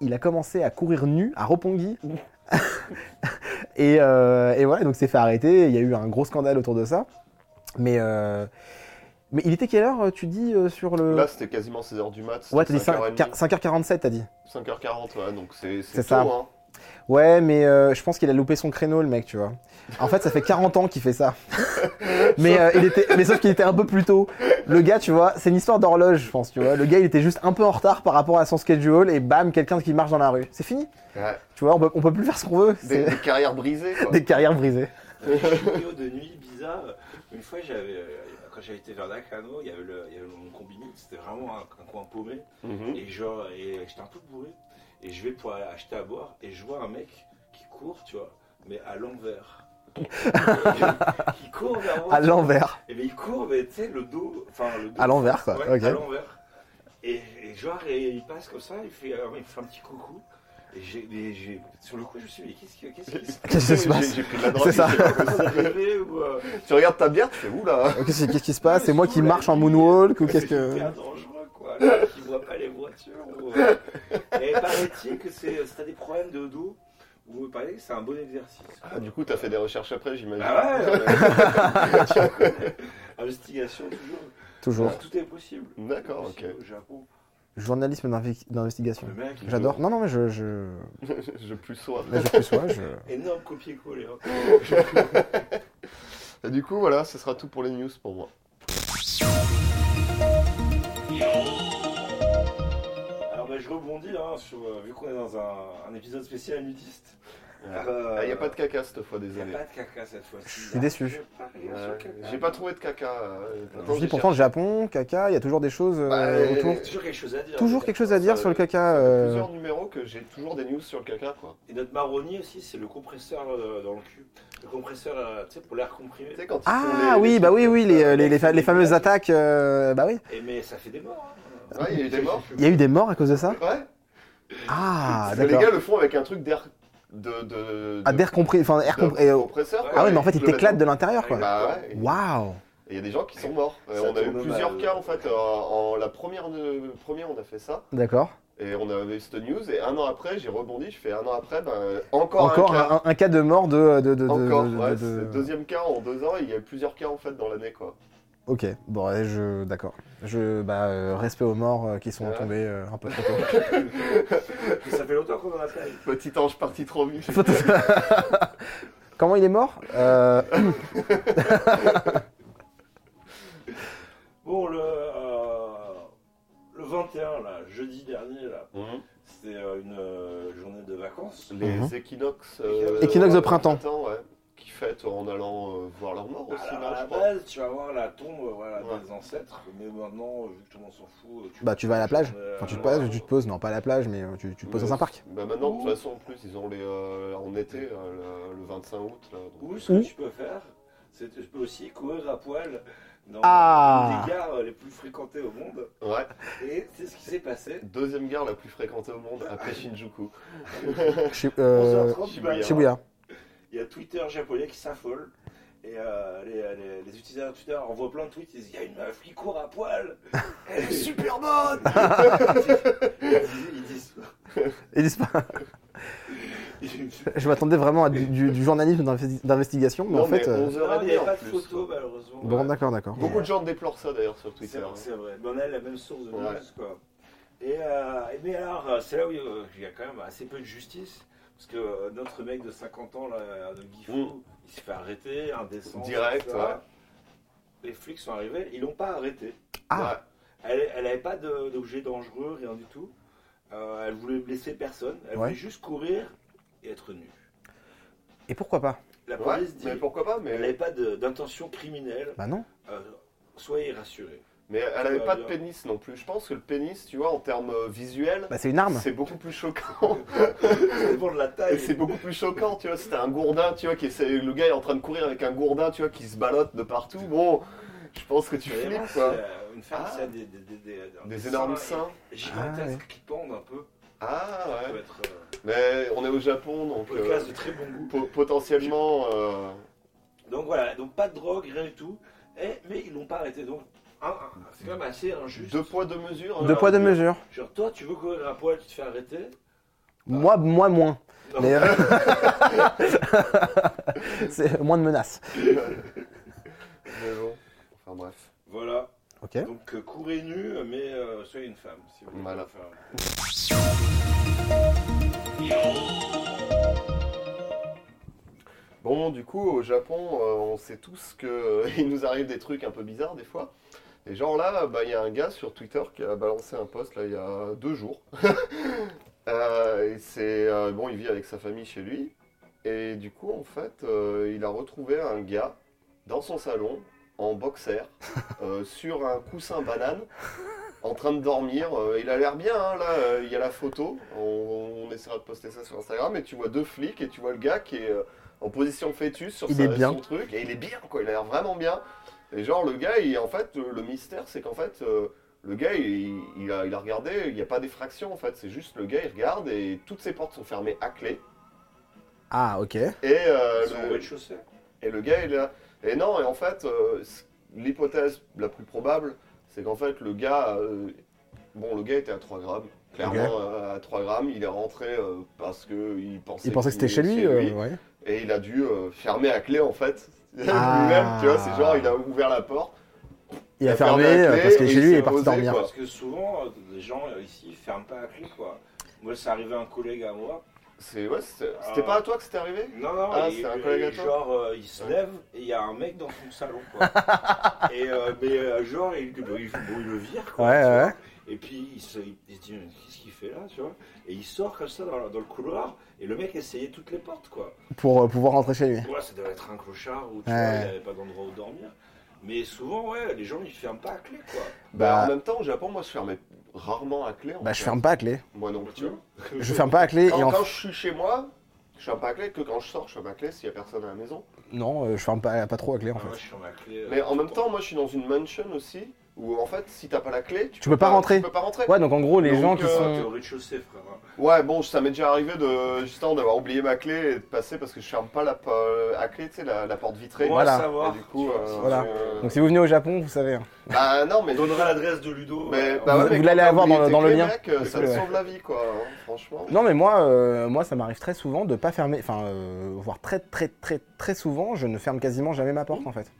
Speaker 3: Il a commencé à courir nu à Roppongi. et, euh, et voilà, donc s'est fait arrêter. Il y a eu un gros scandale autour de ça. Mais, euh, mais il était quelle heure, tu dis, euh, sur le...
Speaker 2: Là, c'était quasiment 16 h du mat.
Speaker 3: Ouais, t'as dit
Speaker 2: 5h30,
Speaker 3: 5h47, t'as dit.
Speaker 2: 5h40, ouais, donc c'est
Speaker 3: C'est
Speaker 2: c'est
Speaker 3: ça.
Speaker 2: tôt, hein.
Speaker 3: Ouais, mais euh, je pense qu'il a loupé son créneau, le mec, tu vois. En fait, ça fait 40 ans qu'il fait ça. mais, euh, il était, mais sauf qu'il était un peu plus tôt. Le gars, tu vois, c'est une histoire d'horloge, je pense, tu vois. Le gars, il était juste un peu en retard par rapport à son schedule et bam, quelqu'un qui marche dans la rue. C'est fini.
Speaker 2: Ouais.
Speaker 3: Tu vois, on peut, on peut plus faire ce qu'on veut.
Speaker 2: Des,
Speaker 3: C'est
Speaker 2: des carrières brisées, quoi.
Speaker 3: des carrières brisées.
Speaker 1: Des vidéos de nuit bizarres. Une fois, j'avais, euh, quand j'avais été vers Nakano, il y avait, le, il y avait mon combiné, c'était vraiment un, un coin paumé.
Speaker 2: Mhm.
Speaker 1: Et genre, et j'étais un peu bourré. Et je vais pour aller acheter à boire et je vois un mec qui court, tu vois, mais à l'envers. qui court vers moi.
Speaker 3: À l'envers.
Speaker 1: Et mais il court, mais tu sais, le dos. Enfin, le dos.
Speaker 3: À l'envers, quoi.
Speaker 1: Ouais,
Speaker 3: Ok.
Speaker 1: à l'envers. Et, et genre, et il passe comme ça, il fait, euh, il fait un petit coucou. Et j'ai, mais j'ai- sur le coup, je me suis dit, mais qu'est-ce qui qu'est-ce qui se passe
Speaker 3: Qu'est-ce qui se
Speaker 2: J'ai-
Speaker 3: passe
Speaker 2: J'ai pris de la drogue.
Speaker 3: C'est ça.
Speaker 2: c'est pas
Speaker 1: C'est
Speaker 2: possible.
Speaker 1: arrivé ou, euh,
Speaker 2: tu regardes ta bière, tu fais ouh là.
Speaker 3: Qu'est-ce qui- qu'est-ce qui se
Speaker 1: Ah,
Speaker 3: passe C'est moi qui marche en moonwalk ou qu'est-ce
Speaker 1: C'est
Speaker 3: que.
Speaker 1: hyper dangereux, quoi. Les gens qui voient pas les voitures. ou, euh, Et paraît-il que c'est, euh, si t'as des problèmes de dos, ou paraît que c'est un bon exercice. quoi.
Speaker 2: Ah, du coup, t'as fait des recherches après, j'imagine.
Speaker 1: Ah ouais, ouais. Tiens, quoi. Investigation, toujours.
Speaker 3: Toujours.
Speaker 1: Ah, Tout est possible.
Speaker 2: D'accord, ok.
Speaker 1: Possible Au Japon.
Speaker 3: Journalisme d'invi- d'investigation.
Speaker 1: Le mec, il
Speaker 3: J'adore. Non, non, mais je. je...
Speaker 2: je plus sois.
Speaker 3: Là, je fais soi, je.
Speaker 1: Énorme copier-coller. hein.
Speaker 2: Et du coup, voilà, ce sera tout pour les news pour moi.
Speaker 1: Alors bah, je rebondis, hein, sur, euh, vu qu'on est dans un, un épisode spécial nudiste. Euh,
Speaker 2: Ah, y a pas de caca cette fois,
Speaker 1: y a
Speaker 2: désolé.
Speaker 1: pas de caca cette fois-ci. Je
Speaker 3: suis déçu.
Speaker 2: Ouais, J'ai pas trouvé de caca. euh,
Speaker 3: Je dis
Speaker 2: j'ai
Speaker 3: pourtant Japon, caca, il y a toujours des choses euh,
Speaker 2: Bah,
Speaker 3: autour.
Speaker 2: euh,
Speaker 1: Toujours quelque chose à dire.
Speaker 3: Toujours
Speaker 1: mais-
Speaker 3: quelque chose à dire
Speaker 2: ça-
Speaker 3: sur le caca.
Speaker 2: cherché
Speaker 3: euh,
Speaker 2: Plusieurs numéros que j'ai toujours des news sur le caca, quoi.
Speaker 1: Et notre marronnier aussi, c'est le compresseur euh, dans le cul. Le compresseur, euh, tu sais, pour l'air comprimé.
Speaker 2: Tu sais, quand ils font
Speaker 3: Ah
Speaker 2: les-
Speaker 3: oui,
Speaker 2: les-
Speaker 3: bah oui, oui, les, euh, les, les fa- les
Speaker 1: les-
Speaker 3: fameuses attaques. euh, Bah oui.
Speaker 1: Et mais ça fait des morts. hein.
Speaker 2: Ouais, il y a eu des morts.
Speaker 3: Il y a eu des morts à cause de ça
Speaker 2: Ouais.
Speaker 3: Ah,
Speaker 2: Parce que les
Speaker 3: d'accord.
Speaker 2: gars le font avec un truc d'air. de. de.
Speaker 3: Ah, d'air compris. Enfin, air
Speaker 2: de-
Speaker 3: compris. euh,
Speaker 2: compresseur.
Speaker 3: Ah ouais, mais en fait,
Speaker 2: ils
Speaker 3: il
Speaker 2: le
Speaker 3: t'éclate
Speaker 2: mettent
Speaker 3: de l'intérieur,
Speaker 2: dans-
Speaker 3: quoi.
Speaker 2: Bah ouais.
Speaker 3: Waouh
Speaker 2: Et il y a des gens qui sont morts. Euh,
Speaker 1: Ça
Speaker 2: on a eu
Speaker 1: tourne
Speaker 2: plusieurs
Speaker 1: mal.
Speaker 2: cas en fait. Euh, en la première, euh, première, on a fait ça.
Speaker 3: D'accord.
Speaker 2: Et on avait eu cette news. Et un an après, j'ai rebondi. Je fais un an après, ben, encore,
Speaker 3: Encore
Speaker 2: un cas.
Speaker 3: un, un cas de mort de. de, de, de-
Speaker 2: Encore,
Speaker 3: de-
Speaker 2: ouais,
Speaker 3: de-
Speaker 2: c'est le deuxième cas en deux ans, il y a eu plusieurs cas en fait dans l'année quoi.
Speaker 3: Ok, bon, ouais, je. D'accord. Je. Bah, euh, respect aux morts euh, qui sont
Speaker 2: Ouais.
Speaker 3: tombés euh, un peu trop tôt.
Speaker 1: Et ça fait longtemps qu'on en a fait.
Speaker 2: Petit ange parti trop vite.
Speaker 3: Comment il est mort Euh,
Speaker 1: Bon, le, euh, le le 21, là, jeudi dernier, là,
Speaker 2: Mhm.
Speaker 1: c'était euh, une euh, journée de vacances.
Speaker 2: Les
Speaker 3: Mhm.
Speaker 2: équinoxes. euh,
Speaker 3: Équinoxes de printemps.
Speaker 2: ouais, qui fêtent en allant euh, voir leur mort aussi,
Speaker 1: Alors,
Speaker 2: là,
Speaker 1: à
Speaker 2: je
Speaker 1: la
Speaker 2: crois.
Speaker 1: base, tu vas voir la tombe euh, voilà,
Speaker 2: Ouais.
Speaker 1: des ancêtres, mais maintenant, euh, vu que tout le monde s'en fout. euh,
Speaker 3: Bah, tu vas à la plage.
Speaker 1: Euh,
Speaker 3: Enfin, tu te poses, tu te poses, non pas à la plage, mais euh, tu, tu te poses
Speaker 2: Mais-
Speaker 3: dans un parc.
Speaker 2: Bah maintenant, de toute façon, en plus, ils ont les. euh, en été, euh, le, le 25 août, là. donc-
Speaker 1: Ou ce
Speaker 3: Mmh.
Speaker 1: que tu peux faire, c'est que je peux aussi courir à poil dans
Speaker 3: Ah.
Speaker 1: une des gares les plus fréquentées au monde.
Speaker 2: euh, Ouais,
Speaker 1: Et c'est ce qui s'est passé.
Speaker 2: deuxième gare la plus fréquentée au monde après Shinjuku.
Speaker 3: Chi- euh,
Speaker 1: 11h30,
Speaker 2: Shibuya.
Speaker 3: Shibuya.
Speaker 1: il y a Twitter japonais qui s'affole. Et euh, les, les- les utilisateurs de Twitter envoient plein de tweets. Ils disent Il y a une meuf qui court à poil Elle est super bonne Ils disent
Speaker 3: Et dis pas-
Speaker 1: ils disent-
Speaker 3: Je m'attendais vraiment à du, du- du journalisme d'investi- d'investigation, mais en fait. euh,
Speaker 2: 11h30
Speaker 1: Non, il n'y
Speaker 2: en
Speaker 1: avait pas de
Speaker 2: plus.
Speaker 1: photo, malheureusement.
Speaker 3: Bon,
Speaker 1: Ouais.
Speaker 3: d'accord, d'accord.
Speaker 2: Beaucoup de gens déplorent ça d'ailleurs sur
Speaker 1: C'est
Speaker 2: Twitter. hein.
Speaker 1: vrai, c'est vrai. Mais on a la même source de news,
Speaker 2: Ouais.
Speaker 1: quoi. Et, euh, et mais alors, euh, c'est là où il y a- il y a quand même assez peu de justice. Parce que euh, notre mec de 50 ans, là, de Gifu,
Speaker 2: Mm.
Speaker 1: il s'est fait arrêter, indécent.
Speaker 2: Direct,
Speaker 1: tout ça. Les flics sont arrivés, ils l'ont pas arrêté.
Speaker 2: hein.
Speaker 3: Ah.
Speaker 1: Elle elle avait pas de- d'objet dangereux, rien du tout. Euh, elle voulait blesser personne. Elle
Speaker 3: Ouais.
Speaker 1: voulait juste courir et être nue.
Speaker 3: Et pourquoi pas
Speaker 1: La
Speaker 2: Ouais,
Speaker 1: police dit
Speaker 2: mais pourquoi pas
Speaker 1: elle
Speaker 2: mais,
Speaker 1: n'avait pas de- d'intention criminelle.
Speaker 3: Bah non.
Speaker 1: Euh, soyez rassurés.
Speaker 2: mais elle avait
Speaker 1: Ouais,
Speaker 2: pas de
Speaker 1: bien.
Speaker 2: pénis non plus. Je pense que le pénis, tu vois, en termes euh, visuels,
Speaker 3: Bah c'est une arme.
Speaker 2: c'est beaucoup plus choquant.
Speaker 1: Ça dépend de la
Speaker 2: Et
Speaker 1: taille.
Speaker 2: c'est beaucoup plus choquant, tu vois. C'était un gourdin, tu vois, qui essaie- le gars est en train de courir avec un gourdin, tu vois, qui se ballotte de partout. Bon, je pense que tu
Speaker 1: Mais vraiment,
Speaker 2: flippes,
Speaker 1: c'est,
Speaker 2: quoi.
Speaker 1: euh, Une femme,
Speaker 2: Ah.
Speaker 1: c'est des, des, des, des-
Speaker 2: Des énormes
Speaker 1: et-
Speaker 2: seins.
Speaker 1: Gigantesques
Speaker 3: Ah, ouais.
Speaker 1: qui pendent un peu.
Speaker 2: Ah
Speaker 1: Ça peut
Speaker 2: ouais.
Speaker 1: être
Speaker 2: Mais on est au Japon, donc
Speaker 1: euh,
Speaker 2: euh,
Speaker 1: une classe de très bon goût.
Speaker 2: po- potentiellement. euh,
Speaker 1: Donc voilà, donc pas de drogue, rien du tout. Et, mais ils l'ont pas arrêté. Donc un- un- c'est quand même assez injuste.
Speaker 2: Deux poids, deux mesures. hein.
Speaker 3: Deux poids, deux
Speaker 1: bien.
Speaker 3: mesures.
Speaker 1: Genre, toi, tu veux courir à poil, tu te fais arrêter.
Speaker 3: Moi, moi moins.
Speaker 1: Non.
Speaker 3: Mais, euh, c'est moins de menaces.
Speaker 2: Mais bon. Enfin bref.
Speaker 1: Voilà.
Speaker 3: Ok.
Speaker 1: Donc euh, courez nu, mais euh, soyez une femme. Si vous voulez
Speaker 2: Voilà.
Speaker 1: faire un-
Speaker 2: Bon, du coup, au Japon, euh, on sait tous que euh, il nous arrive des trucs un peu bizarres des fois. Et genre là, bah, il y a un gars sur Twitter qui a balancé un post là il y a deux jours. Euh, et c'est euh, bon, il vit avec sa famille chez lui. Et du coup, en fait, euh, il a retrouvé un gars dans son salon en boxer euh, sur un coussin banane en train de dormir. Euh, il a l'air bien, hein, là, euh, il y a la photo. On, on essaiera de poster ça sur Instagram. Et tu vois deux flics et tu vois le gars qui est euh, en position fœtus sur
Speaker 3: Il
Speaker 2: sa-
Speaker 3: est bien.
Speaker 2: son truc. Et il est bien, quoi. Il a l'air vraiment bien. Et genre, le gars, il, en fait, euh, le mystère, c'est qu'en fait, euh, le gars, il, il a, il a regardé, il n'y a pas d'effraction, en fait. C'est juste le gars, il regarde et toutes ses portes sont fermées à clé.
Speaker 3: Ah ok.
Speaker 2: Et, euh,
Speaker 1: Ils sont au
Speaker 2: le,
Speaker 1: rez-de-chaussée.
Speaker 2: et le gars, il a. Et non, et en fait, euh, c- l'hypothèse la plus probable, c'est qu'en fait, le gars. euh, bon, le gars était à 3 grammes. Clairement, euh, à 3 grammes, il est rentré euh, parce qu'il pensait.
Speaker 3: Il pensait que c'était chez
Speaker 2: qu'il-
Speaker 3: lui. euh, ouais.
Speaker 2: Et il a dû euh, fermer à clé, en fait.
Speaker 3: Ah.
Speaker 2: Lui-même, tu vois, c'est genre, il a ouvert la porte.
Speaker 3: Il a
Speaker 2: Il a fermé
Speaker 3: fermé
Speaker 2: la
Speaker 3: euh,
Speaker 2: clé
Speaker 3: parce qu'il est
Speaker 2: et
Speaker 3: chez
Speaker 2: il
Speaker 3: lui et
Speaker 2: s'est
Speaker 3: est parti
Speaker 2: reposé,
Speaker 3: dormir.
Speaker 2: quoi.
Speaker 1: Parce que souvent, euh, les gens euh, ici, ils ferment pas à clé, quoi. Moi, c'est arrivé à un collègue à moi.
Speaker 2: C'est, ouais, c'était c'était pas à toi que c'était arrivé
Speaker 1: Non, non,
Speaker 2: Ah,
Speaker 1: il,
Speaker 2: c'est un collègue à toi
Speaker 1: genre, euh, il se lève et il y a un mec dans son salon, quoi. et euh, mais, euh, genre, il, bon, il- bon, il le vire, quoi.
Speaker 3: Ouais,
Speaker 1: tu
Speaker 3: ouais.
Speaker 1: vois. Et puis, il se, il- il se dit, mais qu'est-ce qu'il fait là, tu vois Et il sort comme ça dans, la- dans le couloir, et le mec essayait toutes les portes, quoi.
Speaker 3: pour euh, pouvoir rentrer chez lui.
Speaker 1: Ouais, ça devait être un clochard, ou tu
Speaker 3: Ouais.
Speaker 1: vois, il n'avait pas d'endroit où dormir. Mais souvent, ouais, les gens, ils ferment pas à clé, quoi.
Speaker 2: Bah,
Speaker 3: Bah,
Speaker 2: en même temps, au Japon, moi, je fermais rarement à clé. en
Speaker 3: Bah je
Speaker 2: fait.
Speaker 3: ferme pas à clé.
Speaker 2: Moi non
Speaker 1: Tu
Speaker 2: plus.
Speaker 1: vois
Speaker 3: Je ferme pas à clé
Speaker 2: Quand,
Speaker 3: et en
Speaker 2: quand je suis chez moi, je ferme pas à clé que quand je sors, je ferme à clé s'il y a personne à la maison.
Speaker 3: non euh, je ferme pas pas trop à clé en
Speaker 1: Ah, moi,
Speaker 3: fait.
Speaker 1: je ferme à clé.
Speaker 2: Mais
Speaker 1: euh,
Speaker 2: en
Speaker 1: tout
Speaker 2: même
Speaker 1: le
Speaker 2: temps, moi, je suis dans une mansion aussi où en fait, si t'as pas la clé, tu,
Speaker 3: Tu peux pas rentrer.
Speaker 2: Tu peux pas rentrer.
Speaker 3: Ouais donc en gros les
Speaker 2: Donc,
Speaker 3: gens qui
Speaker 2: euh,
Speaker 1: Ah, T'es
Speaker 3: sont
Speaker 1: au rez-de-chaussée, frère. hein.
Speaker 2: Ouais, bon, ça m'est déjà arrivé de justement d'avoir oublié ma clé et de passer parce que je ferme pas la po- à clé, tu sais, la, la porte vitrée.
Speaker 1: Pour
Speaker 3: Voilà.
Speaker 1: savoir,
Speaker 2: Et du coup,
Speaker 1: tu vois,
Speaker 2: euh,
Speaker 1: ça,
Speaker 3: voilà.
Speaker 1: euh,
Speaker 3: donc si vous venez au Japon vous savez. hein.
Speaker 2: Bah non, mais.
Speaker 1: On donnera l'adresse de Ludo.
Speaker 2: mais-
Speaker 1: euh,
Speaker 2: bah ouais,
Speaker 3: Vous-
Speaker 2: mais
Speaker 3: vous
Speaker 2: quand
Speaker 3: l'allez
Speaker 2: t'as
Speaker 3: avoir
Speaker 2: oublié
Speaker 3: dans-
Speaker 2: tes
Speaker 3: dans le
Speaker 2: clés,
Speaker 3: lien.
Speaker 2: mec, euh, ça te
Speaker 3: Ouais.
Speaker 2: sauve la vie, quoi, hein, franchement.
Speaker 3: Non mais moi, euh, moi ça m'arrive très souvent de pas fermer, enfin euh, voire très très très très souvent, je ne ferme quasiment jamais ma porte en fait.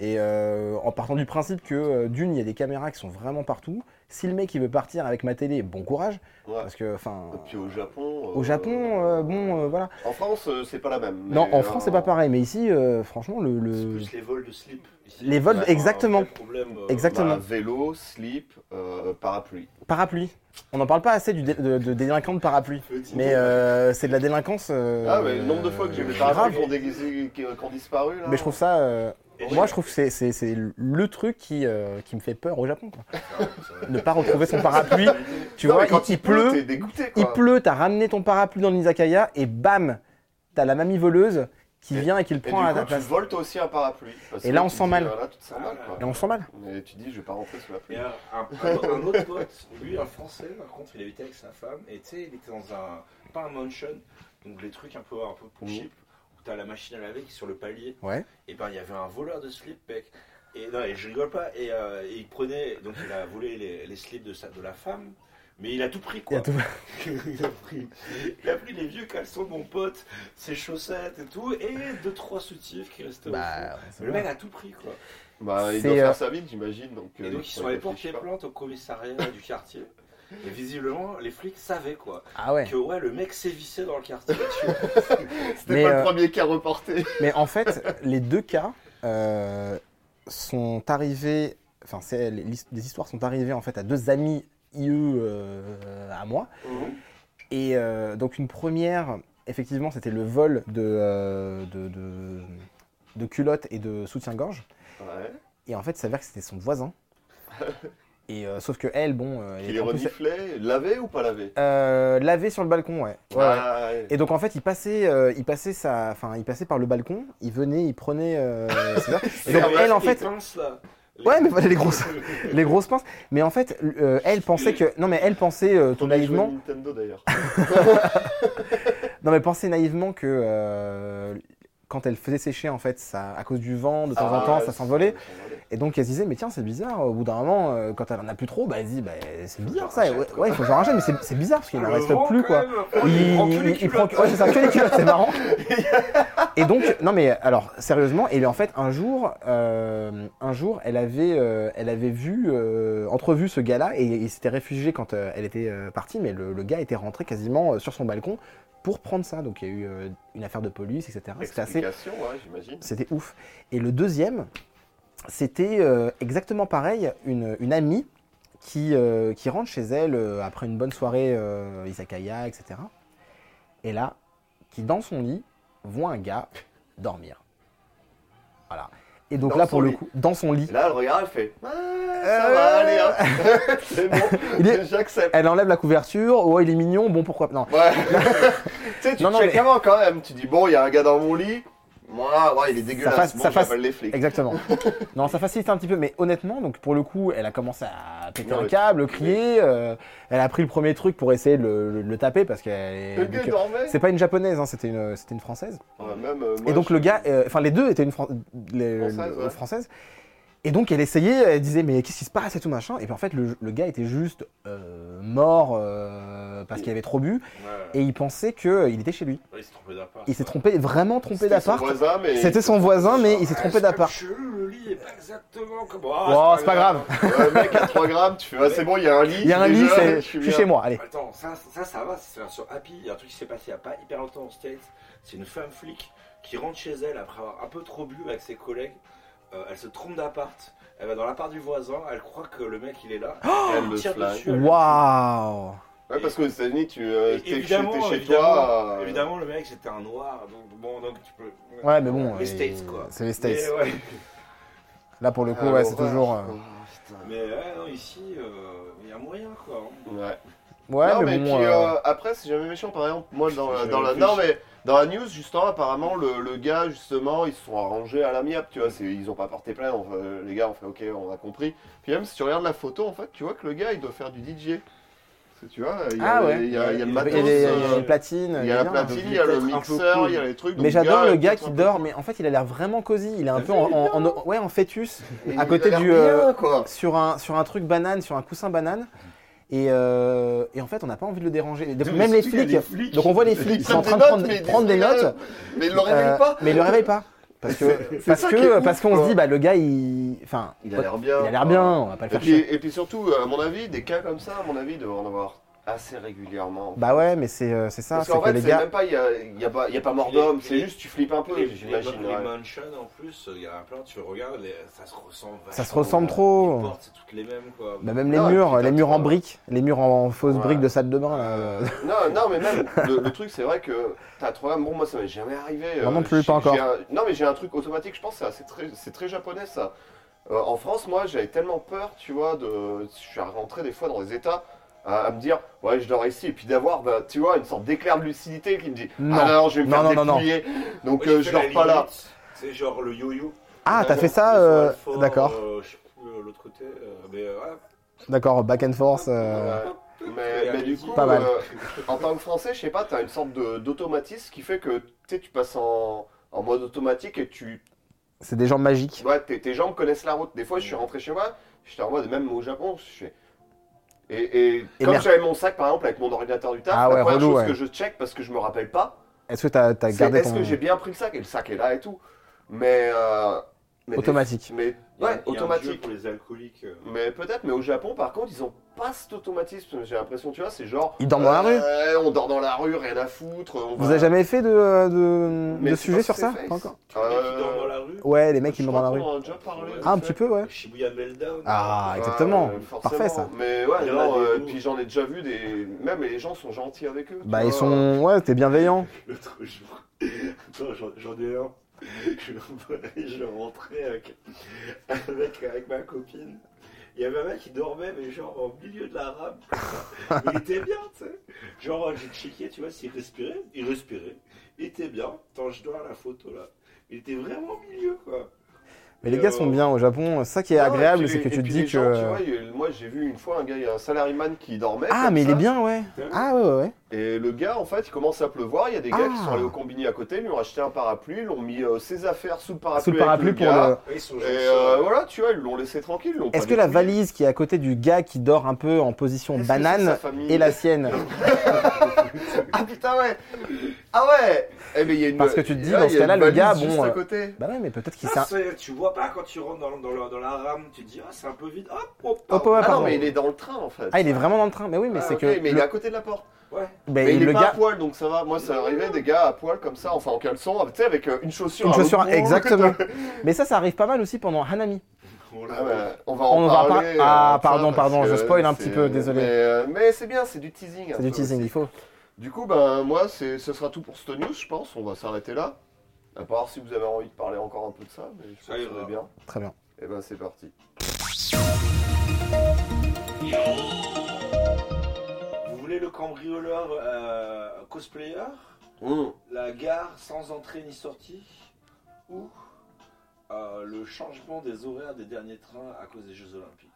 Speaker 3: Et euh, en partant du principe que euh, d'une, il y a des caméras qui sont vraiment partout. Si le mec il veut partir avec ma télé, bon courage,
Speaker 2: Ouais.
Speaker 3: parce que enfin.
Speaker 2: Et puis au Japon.
Speaker 3: Au
Speaker 2: euh,
Speaker 3: Japon, euh, bon, euh, voilà.
Speaker 2: En France, euh, c'est pas la même.
Speaker 3: non,
Speaker 2: mais,
Speaker 3: en
Speaker 2: euh,
Speaker 3: France, c'est pas pareil, mais ici, euh, franchement, le. le-
Speaker 1: C'est plus les vols de slip. ici.
Speaker 3: Les vols-
Speaker 1: Ouais,
Speaker 3: exactement.
Speaker 1: un vrai problème, euh,
Speaker 3: Exactement.
Speaker 2: bah, vélo, slip, euh, parapluie.
Speaker 3: Parapluie. On n'en parle pas assez du dé- de, de- des délinquants de parapluie.
Speaker 2: Petit.
Speaker 3: Mais euh, c'est de la délinquance. euh,
Speaker 2: Ah, mais le nombre de fois que j'ai vu
Speaker 3: euh,
Speaker 2: des parapluies
Speaker 3: grave.
Speaker 2: qui ont dé- qui qui ont disparu là.
Speaker 3: Mais je trouve ça. euh,
Speaker 1: Et
Speaker 3: moi,
Speaker 1: j'ai-
Speaker 3: je trouve que c'est- c'est c'est le truc qui, euh, qui me fait peur au Japon. quoi.
Speaker 1: c'est vrai.
Speaker 3: Ne pas retrouver son parapluie. Tu
Speaker 2: Non,
Speaker 3: vois,
Speaker 2: mais quand
Speaker 3: il, il pleut.
Speaker 2: t'es dégoûté quoi.
Speaker 3: Il pleut, t'as ramené ton parapluie dans l'izakaya et bam, t'as la mamie voleuse qui
Speaker 2: Et-
Speaker 3: vient et qui le
Speaker 2: Et
Speaker 3: prend
Speaker 2: du
Speaker 3: à
Speaker 2: coup,
Speaker 3: ta
Speaker 2: tu
Speaker 3: place.
Speaker 2: voles toi aussi un parapluie. parce
Speaker 3: Et
Speaker 2: que
Speaker 3: là, on
Speaker 2: tu te
Speaker 3: sent
Speaker 2: dis,
Speaker 3: mal.
Speaker 2: ah, Là, tu te sens mal quoi.
Speaker 3: Et on sent mal.
Speaker 2: Et tu dis, je vais pas rentrer sous la
Speaker 1: Et
Speaker 2: pluie.
Speaker 1: un, un- un autre pote, lui, un français, par contre, il habitait avec sa femme, et tu sais, il était dans un. pas un mansion, donc les trucs un peu, un peu
Speaker 2: Mhm.
Speaker 1: cheap, où t'as la machine à laver qui est sur le palier.
Speaker 3: Mmh. Ouais.
Speaker 1: Et ben, il y avait un voleur de slip, mec. Et non, et je rigole pas, et, euh, et il prenait. donc il a volé les, les slips de, sa, de la femme, mais il a tout pris,
Speaker 3: Il y
Speaker 1: quoi.
Speaker 3: a tout-
Speaker 1: il, a pris, il a pris les vieux caleçons de mon pote, ses chaussettes et tout, et deux, trois soutifs qui restaient au fond.
Speaker 3: Bah, c'est
Speaker 1: Le
Speaker 3: vrai.
Speaker 1: mec a tout pris, quoi.
Speaker 2: Bah, il
Speaker 3: C'est,
Speaker 2: doit
Speaker 3: euh,
Speaker 2: faire sa vie, j'imagine. Donc,
Speaker 1: Et
Speaker 2: euh,
Speaker 1: donc
Speaker 2: il
Speaker 1: ils
Speaker 2: faut
Speaker 1: sont allés
Speaker 2: qu'il
Speaker 1: porter
Speaker 2: affiche pas.
Speaker 1: plainte au commissariat du quartier. Et visiblement, les flics savaient quoi.
Speaker 3: Ah ouais.
Speaker 1: Que ouais, le mec sévissait dans le quartier. tu vois.
Speaker 2: C'était
Speaker 3: Mais,
Speaker 2: pas
Speaker 3: euh,
Speaker 2: le premier cas reporté.
Speaker 3: Mais en fait, les deux cas euh, sont arrivés. Enfin, c'est- les l'his- les histoires sont arrivées en fait à deux amis IE euh, à moi. Et euh, donc une première, effectivement, c'était le vol de, euh, de, de- de culottes et de soutien-gorge.
Speaker 2: Ouais.
Speaker 3: Et en fait, il s'avère que c'était son voisin. Et euh, sauf que elle, bon, euh,
Speaker 2: Il
Speaker 3: était
Speaker 2: est
Speaker 3: en plus-
Speaker 2: reniflé, lavé ou pas lavé
Speaker 3: euh, lavée sur le balcon, ouais. Ouais, ouais.
Speaker 2: Ah, ouais.
Speaker 3: Et donc en fait, il passait, euh, il passait sa, enfin, il passait par le balcon, il venait, il prenait. euh, c'est ça. Et donc
Speaker 1: Et
Speaker 3: elle, en
Speaker 1: les
Speaker 3: fait,
Speaker 1: pinces, là. Les-
Speaker 3: ouais, mais voilà les grosses, les grosses pinces. Mais en fait, euh, elle pensait que, non mais elle pensait euh, tout
Speaker 2: On a joué
Speaker 3: naïvement,
Speaker 2: Nintendo d'ailleurs.
Speaker 3: non mais pensait naïvement que euh, quand elle faisait sécher en fait, ça, à cause du vent, de
Speaker 2: Ah,
Speaker 3: temps en temps, ça s'envolait. Et donc elle se disait, mais tiens, c'est bizarre. Au bout d'un moment, euh, quand elle en a plus trop, bah elle se dit, bah c'est bizarre ça. Ouais, ouais, il faut que je rachète, mais c'est- c'est bizarre parce qu'il n'en
Speaker 1: Le
Speaker 3: reste
Speaker 1: vent,
Speaker 3: plus
Speaker 1: quand
Speaker 3: quoi.
Speaker 1: même, Il prend que les
Speaker 3: il prend
Speaker 1: culottes.
Speaker 3: ouais, c'est ça, que les culottes, c'est marrant. Et donc, non mais alors sérieusement, et en fait un jour, euh, un jour, elle avait, euh, elle avait vu, euh, entrevu ce gars-là et il s'était réfugié quand euh, elle était euh, partie, mais le, le gars était rentré quasiment euh, sur son balcon pour prendre ça. Donc il y a eu euh, une affaire de police, etc. Ah, C'était assez,
Speaker 2: Explication, ouais, j'imagine.
Speaker 3: c'était ouf. Et le deuxième, c'était euh, exactement pareil, une, une amie qui, euh, qui rentre chez elle euh, après une bonne soirée euh, izakaya, etc. Et là, qui dans son lit voit un gars dormir. Voilà. Et donc
Speaker 2: Dans
Speaker 3: là,
Speaker 2: son
Speaker 3: pour le
Speaker 2: lit.
Speaker 3: coup, dans son lit,
Speaker 2: Et là, elle regarde, elle fait Ah, Ça
Speaker 3: Euh,
Speaker 2: va aller, hein. C'est bon,
Speaker 3: Il est-
Speaker 2: j'accepte.
Speaker 3: elle enlève la couverture. Oh, il est mignon. Bon, pourquoi pas. Non.
Speaker 2: Ouais. tu sais, tu
Speaker 3: Non, non,
Speaker 2: check
Speaker 3: mais-
Speaker 2: avant quand même. Tu dis, bon, il y a un gars dans mon lit. Moi, ouais, il est dégueulasse.
Speaker 3: fasse-
Speaker 2: bon,
Speaker 3: ça fasse-
Speaker 2: j'appelle les flics.
Speaker 3: Exactement. non, ça facilite un petit peu, mais honnêtement, donc pour le coup, elle a commencé à péter
Speaker 2: Non,
Speaker 3: un
Speaker 2: mais-
Speaker 3: câble, crier. euh, elle a pris le premier truc pour essayer de le, le- le taper parce qu'elle est.
Speaker 2: Le
Speaker 3: donc,
Speaker 2: gars
Speaker 3: euh,
Speaker 2: dormait.
Speaker 3: C'est pas une japonaise, hein, c'était une, c'était une française.
Speaker 2: Ouais, même, euh, moi,
Speaker 3: et donc
Speaker 2: je-
Speaker 3: le gars, euh, enfin les deux étaient une Fran- les- le-
Speaker 2: Française, ouais.
Speaker 3: française. Et donc elle essayait, elle disait mais qu'est-ce qui se passe et tout machin. Et puis en fait le, le gars était juste euh, mort euh, parce qu'il avait trop bu
Speaker 1: Ouais,
Speaker 3: et il pensait que euh, il était chez lui.
Speaker 1: ouais, il s'est trompé d'appart.
Speaker 3: Il s'est trompé, vraiment trompé
Speaker 2: C'était
Speaker 3: d'appart.
Speaker 2: son voisin, mais-
Speaker 3: C'était son voisin mais il s'est
Speaker 1: Ouais,
Speaker 3: trompé
Speaker 1: c'est
Speaker 3: d'appart.
Speaker 1: que Le lit est pas exactement comme.
Speaker 3: Oh, c'est pas grave.
Speaker 2: Ouais, mec, à 3 grammes, tu fais, ah, c'est bon, il y a un lit.
Speaker 3: Il y a un lit,
Speaker 2: déjà,
Speaker 3: c'est- je
Speaker 2: bien.
Speaker 3: suis chez moi. Allez.
Speaker 1: Attends, ça, ça, ça va, c'est sur Happy. Il y a un truc qui s'est passé il n'y a pas hyper longtemps aux States. C'est une femme flic qui rentre chez elle après avoir un peu trop bu avec ses collègues. Euh, elle se trompe d'appart. Elle va dans l'appart du voisin. Elle croit que le mec il est là.
Speaker 3: Oh,
Speaker 2: Elle le
Speaker 1: tire
Speaker 2: flingue.
Speaker 1: dessus. elle le
Speaker 3: Waouh.
Speaker 2: Ouais, parce qu'aux États-Unis, tu euh,
Speaker 1: Et
Speaker 2: t'es chez,
Speaker 1: évidemment,
Speaker 2: t'es chez
Speaker 1: évidemment,
Speaker 2: toi. euh,
Speaker 1: Évidemment, le mec c'était un noir. Donc bon, donc tu peux.
Speaker 3: Ouais mais bon.
Speaker 1: Les
Speaker 3: euh,
Speaker 1: States quoi.
Speaker 3: C'est les States.
Speaker 1: Mais, ouais.
Speaker 3: Là pour le coup
Speaker 2: ah,
Speaker 3: ouais, c'est
Speaker 2: l'horreur.
Speaker 3: toujours. euh,
Speaker 2: Oh,
Speaker 1: Mais ouais, non, ici, euh, il y a moyen quoi. hein.
Speaker 2: putain. Ouais.
Speaker 3: Ouais
Speaker 2: non, mais,
Speaker 3: mais bon.
Speaker 2: puis,
Speaker 3: euh,
Speaker 2: euh, après, c'est jamais méchant. Par exemple, moi, dans, la-
Speaker 1: J'avais
Speaker 2: dans la,
Speaker 1: plus.
Speaker 2: non, mais dans la news, justement, apparemment, le, le gars, justement, ils se sont arrangés à l'amiable. Tu vois, c'est- ils ont pas porté plainte. on va- les gars, on fait OK, on a compris. Puis même si tu regardes la photo, en fait, tu vois que le gars, il doit faire du DJ. Parce que tu vois, il y a,
Speaker 3: Ah ouais.
Speaker 2: il y a- il
Speaker 1: Il y
Speaker 2: y a le
Speaker 1: a
Speaker 2: matos.
Speaker 3: Il y a les,
Speaker 1: euh,
Speaker 3: il y a les platines.
Speaker 2: il y a la
Speaker 3: bien. hein.
Speaker 2: platine, il y a le
Speaker 1: peut-être un peu
Speaker 2: mixeur,
Speaker 1: cool.
Speaker 2: il y a les trucs. donc
Speaker 3: Mais j'adore
Speaker 2: il
Speaker 3: le
Speaker 2: est
Speaker 3: gars
Speaker 2: peut-être
Speaker 3: qui
Speaker 2: un peu-
Speaker 3: dort, mais en fait il a l'air vraiment cosy. Il est un peu en, en- en- ouais, en fœtus,
Speaker 2: Il
Speaker 3: à
Speaker 2: a
Speaker 3: côté
Speaker 2: l'air
Speaker 3: du,
Speaker 2: bien,
Speaker 3: euh,
Speaker 2: quoi.
Speaker 3: sur un, sur un truc banane, sur un coussin banane. Et, euh, et en fait, on n'a pas envie de le déranger.
Speaker 2: mais
Speaker 3: Même les
Speaker 2: surtout, il y a
Speaker 3: flics.
Speaker 2: des flics.
Speaker 3: Donc on voit les
Speaker 2: Ils
Speaker 3: flics qui sont en
Speaker 2: prennent
Speaker 3: train de
Speaker 2: des notes,
Speaker 3: prendre,
Speaker 2: mais ils
Speaker 3: prendre des
Speaker 2: disent,
Speaker 3: notes,
Speaker 2: Mais il le réveille
Speaker 3: euh,
Speaker 2: pas
Speaker 3: mais ils le réveillent pas. Parce
Speaker 2: C'est-
Speaker 3: que
Speaker 2: c'est
Speaker 3: parce
Speaker 2: ça
Speaker 3: que-
Speaker 2: qui est
Speaker 3: parce
Speaker 2: ouf,
Speaker 3: qu'on
Speaker 2: quoi.
Speaker 3: se dit bah le gars il enfin
Speaker 2: Il a l'air bien.
Speaker 3: il a l'air bien, on va pas le
Speaker 2: Et
Speaker 3: faire
Speaker 2: puis,
Speaker 3: chier.
Speaker 2: et puis surtout, euh, à mon avis, des cas comme ça, à mon avis, il devrait en avoir assez régulièrement.
Speaker 3: Bah ouais, mais c'est euh, c'est ça,
Speaker 2: Parce
Speaker 3: c'est
Speaker 2: qu'en
Speaker 3: que
Speaker 2: fait,
Speaker 3: les
Speaker 2: c'est
Speaker 3: gars
Speaker 2: même pas, il n'y a, il y a pas, il y a pas mort
Speaker 1: Il est-
Speaker 2: d'homme,
Speaker 1: il
Speaker 2: c'est
Speaker 1: est-
Speaker 2: juste tu flippes un peu,
Speaker 1: Les, les,
Speaker 2: j'imagine.
Speaker 1: les
Speaker 2: ouais.
Speaker 1: mansions, en plus, il y en a plein, tu regardes, les- ça se ressemble
Speaker 3: Ça se
Speaker 1: vachement. hein.
Speaker 3: ressemble
Speaker 1: Les
Speaker 3: trop.
Speaker 1: portes, c'est toutes les mêmes, quoi.
Speaker 3: bah, même les
Speaker 2: Non, et
Speaker 3: murs,
Speaker 2: puis
Speaker 3: les
Speaker 2: t'as
Speaker 3: murs en
Speaker 2: tout,
Speaker 3: briques, les murs en fausses
Speaker 2: Ouais.
Speaker 3: briques de salle de bain là. euh,
Speaker 2: Non, non, mais même le, le truc, c'est vrai que t'as trouvé. Bon, moi, ça m'est jamais arrivé. euh,
Speaker 3: Moi non plus,
Speaker 2: j'ai-
Speaker 3: pas encore.
Speaker 2: j'ai un- non, mais j'ai un truc automatique. Je pense que c'est assez très, c'est très japonais ça. Euh, en France, moi, j'avais tellement peur, tu vois, de, je suis rentré des fois dans des états à, à me dire, ouais, je dors ici, et puis d'avoir, bah, tu vois, une sorte d'éclair de lucidité qui me dit,
Speaker 3: Non.
Speaker 2: ah non, je vais me
Speaker 3: Non,
Speaker 2: faire
Speaker 3: non, non, non.
Speaker 2: dépouiller, donc
Speaker 1: Moi,
Speaker 2: euh,
Speaker 1: j'ai
Speaker 2: je
Speaker 1: fait
Speaker 2: dors
Speaker 1: la
Speaker 2: pas là.
Speaker 1: limite, C'est genre le yo-yo.
Speaker 3: Ah, t'as
Speaker 1: Ils
Speaker 3: fait
Speaker 1: sont-
Speaker 3: ça
Speaker 1: ils sont
Speaker 3: euh,
Speaker 1: alpha,
Speaker 3: D'accord,
Speaker 1: euh, je sais plus, euh, l'autre côté, euh, mais euh, voilà.
Speaker 3: d'accord, back and forth. euh,
Speaker 2: Ouais. Mais,
Speaker 1: Et
Speaker 2: mais du
Speaker 1: allez-y.
Speaker 2: coup,
Speaker 3: Pas mal.
Speaker 2: euh, en tant que Français, je sais pas, t'as une sorte de- d'automatisme qui fait que tu sais, tu passes en, en mode automatique et tu,
Speaker 3: C'est des gens magiques.
Speaker 2: tu vois, tes, tes jambes connaissent la route. Des fois, je suis rentré chez moi, j'étais en mode, même au Japon, je suis. Et, et
Speaker 3: Et
Speaker 2: comme
Speaker 3: merde.
Speaker 2: j'avais mon sac par exemple avec mon ordinateur du taf,
Speaker 3: Ah ouais,
Speaker 2: la première
Speaker 3: relou,
Speaker 2: chose
Speaker 3: ouais.
Speaker 2: que je check parce que je me rappelle pas,
Speaker 3: Est-ce que t'as t'as
Speaker 2: c'est
Speaker 3: gardé
Speaker 2: est-ce
Speaker 3: ton
Speaker 2: que j'ai bien pris le sac et le sac est là et tout. Mais, euh, mais des-
Speaker 3: automatique
Speaker 2: Mais
Speaker 1: Il y a- il y
Speaker 2: ouais,
Speaker 1: a un jeu
Speaker 2: automatique.
Speaker 1: Pour les alcooliques. euh,
Speaker 2: Mais peut-être, mais au Japon, par contre, ils ont pas cet automatisme. J'ai l'impression, tu vois, c'est genre.
Speaker 3: Ils dorment dans la rue.
Speaker 2: Euh, Ouais, on dort dans la rue, rien à foutre. On
Speaker 3: Vous
Speaker 2: va-
Speaker 3: avez jamais fait de, euh, de,
Speaker 2: Mais
Speaker 3: de
Speaker 2: c'est
Speaker 3: sujet
Speaker 2: parce
Speaker 3: sur
Speaker 2: que
Speaker 3: ça
Speaker 2: c'est fait.
Speaker 3: Pas encore
Speaker 1: Tu vois, les
Speaker 2: Euh,
Speaker 1: mecs qui dorment dans la rue.
Speaker 3: Ouais, les mecs
Speaker 2: Je
Speaker 3: qui me
Speaker 2: crois
Speaker 3: dans la rue.
Speaker 2: qu'on en a déjà parlé,
Speaker 1: Ah,
Speaker 2: vite
Speaker 3: Ah, un
Speaker 2: fait.
Speaker 3: petit peu, ouais.
Speaker 1: Shibuya Meltdown.
Speaker 3: Ah, exactement.
Speaker 2: Ouais, euh, forcément.
Speaker 3: Parfait, ça.
Speaker 2: Mais ouais,
Speaker 1: Il y en a
Speaker 2: non,
Speaker 1: des
Speaker 2: euh,
Speaker 1: lourds.
Speaker 2: puis j'en ai déjà vu des. Même les gens sont gentils avec eux. tu
Speaker 3: Bah, ils
Speaker 2: vois.
Speaker 3: sont. Ouais, t'es bienveillant.
Speaker 1: L'autre jour, attends, j'en- j'en ai un. Je, je rentrais avec, avec, avec ma copine. Il y avait un mec qui dormait, mais genre au milieu de la rame. comme ça. Mais il était bien, tu sais. Genre, j'ai checké, tu vois, s'il respirait. Il respirait. Il était bien. Attends, je dois la photo là. Il était vraiment au milieu, quoi.
Speaker 3: Mais les gars sont bien au Japon. Ça qui est
Speaker 2: euh, Non, et
Speaker 3: agréable,
Speaker 2: puis-
Speaker 3: c'est que
Speaker 2: et
Speaker 3: tu te
Speaker 2: puis
Speaker 3: dis
Speaker 2: les gens, tu vois,
Speaker 3: que.
Speaker 2: il y a- moi, j'ai vu une fois un gars, il y a un salaryman qui dormait.
Speaker 3: Ah,
Speaker 2: comme
Speaker 3: mais il
Speaker 2: ça.
Speaker 3: est bien, ouais. Ah, ouais, ouais, ouais.
Speaker 2: Et le gars, en fait, il commence à pleuvoir. Il y a des gars qui
Speaker 3: Ah.
Speaker 2: sont allés au combini à côté, lui ont acheté un parapluie, ils ont mis euh, ses affaires sous le parapluie.
Speaker 3: Sous le
Speaker 2: avec
Speaker 3: parapluie pour
Speaker 2: gars.
Speaker 3: le.
Speaker 1: Et ils sont
Speaker 2: Et
Speaker 1: gentils.
Speaker 2: euh, voilà, tu vois, ils l'ont laissé tranquille. ils l'ont
Speaker 3: Est-ce
Speaker 2: pas
Speaker 3: que la
Speaker 2: dépouillé.
Speaker 3: valise qui est à côté du gars qui dort un peu en position
Speaker 2: Est-ce que c'est sa
Speaker 3: banane
Speaker 2: famille
Speaker 3: est la sienne
Speaker 2: Ah putain, ouais Ah ouais Eh mais il y a une.
Speaker 3: Parce que tu te dis,
Speaker 2: Ah,
Speaker 3: dans
Speaker 2: il y
Speaker 3: ce
Speaker 2: a
Speaker 3: cas-là,
Speaker 2: une
Speaker 3: le gars,
Speaker 2: valise
Speaker 3: bon,
Speaker 2: juste à
Speaker 3: euh,
Speaker 2: côté.
Speaker 3: Bah ouais, mais peut-être qu'il s'est.
Speaker 1: Ah, c'est- tu vois pas quand tu rentres dans, dans, la, dans la rame, tu te dis, ah, c'est un peu vide. Hop, hop,
Speaker 3: Hop, hop,
Speaker 2: ah
Speaker 3: Oh, pardon.
Speaker 2: non, mais il est dans le train en fait.
Speaker 3: Ah, il est vraiment dans le train. Mais oui, mais
Speaker 2: Ah,
Speaker 3: c'est
Speaker 2: ok,
Speaker 3: que.
Speaker 2: Mais
Speaker 3: le-
Speaker 2: il est à côté de la porte.
Speaker 1: Ouais.
Speaker 3: mais
Speaker 2: mais il est
Speaker 3: le
Speaker 2: pas à
Speaker 3: gars.
Speaker 2: poil, donc ça va. Moi, ça arrivait des gars à poil comme ça, enfin en caleçon, tu sais, avec euh, une chaussure.
Speaker 3: Une
Speaker 2: à
Speaker 3: chaussure,
Speaker 2: l'autre bout.
Speaker 3: exactement. mais ça, ça arrive pas mal aussi pendant Hanami.
Speaker 1: Oh là
Speaker 2: Ah
Speaker 1: là.
Speaker 2: ouais, on va
Speaker 3: On
Speaker 2: en
Speaker 3: va par-
Speaker 2: parler.
Speaker 3: Ah,
Speaker 2: euh,
Speaker 3: pardon,
Speaker 2: ça, parce
Speaker 3: pardon, je
Speaker 2: que
Speaker 3: spoil un
Speaker 2: c'est-
Speaker 3: petit peu, désolé.
Speaker 2: Mais, euh, mais c'est bien, c'est du teasing. un
Speaker 3: C'est du
Speaker 2: peu
Speaker 3: teasing,
Speaker 2: aussi.
Speaker 3: il faut.
Speaker 2: Du coup, ben moi, c'est- ce sera tout pour cette news, je pense. On va s'arrêter là. À part si vous avez envie de parler encore un peu de ça, mais je
Speaker 1: Ça
Speaker 2: pense que
Speaker 1: ira.
Speaker 2: c'est bien.
Speaker 3: Très bien.
Speaker 2: Et ben c'est parti.
Speaker 1: Vous voulez le cambrioleur euh, cosplayer
Speaker 2: Mmh.
Speaker 1: La gare sans entrée ni sortie Ou euh, le changement des horaires des derniers trains à cause des Jeux Olympiques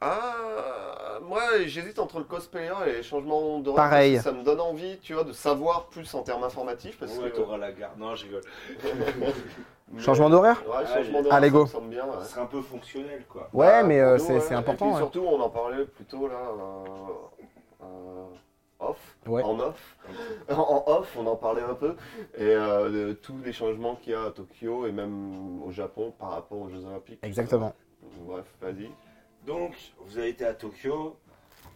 Speaker 2: Ah, moi j'hésite entre le cosplayer et les changements d'horaire.
Speaker 3: Pareil.
Speaker 2: parce que Ça me donne envie, tu vois, de savoir plus en termes informatifs parce
Speaker 1: Ouais,
Speaker 2: que.
Speaker 1: t'auras la gare. Non, je rigole.
Speaker 2: Mais-
Speaker 3: Changement d'horaire
Speaker 2: Ouais, changement
Speaker 1: Allez.
Speaker 2: d'horaire.
Speaker 3: Ah, Lego.
Speaker 2: Ça me semble bien. ouais.
Speaker 1: Ce serait un peu fonctionnel, quoi.
Speaker 3: Ouais,
Speaker 2: Ah,
Speaker 3: mais euh,
Speaker 2: pour nous,
Speaker 3: c'est
Speaker 2: ouais.
Speaker 3: c'est
Speaker 2: Et
Speaker 3: important.
Speaker 2: puis
Speaker 3: ouais.
Speaker 2: surtout, on en parlait plutôt là. euh, euh, off.
Speaker 3: Ouais.
Speaker 2: En off. En, en off, on en parlait un peu. Et euh, de tous les changements qu'il y a à Tokyo et même au Japon par rapport aux Jeux Olympiques. Euh,
Speaker 3: Exactement.
Speaker 2: Bref, vas-y.
Speaker 1: Donc, vous avez été à Tokyo.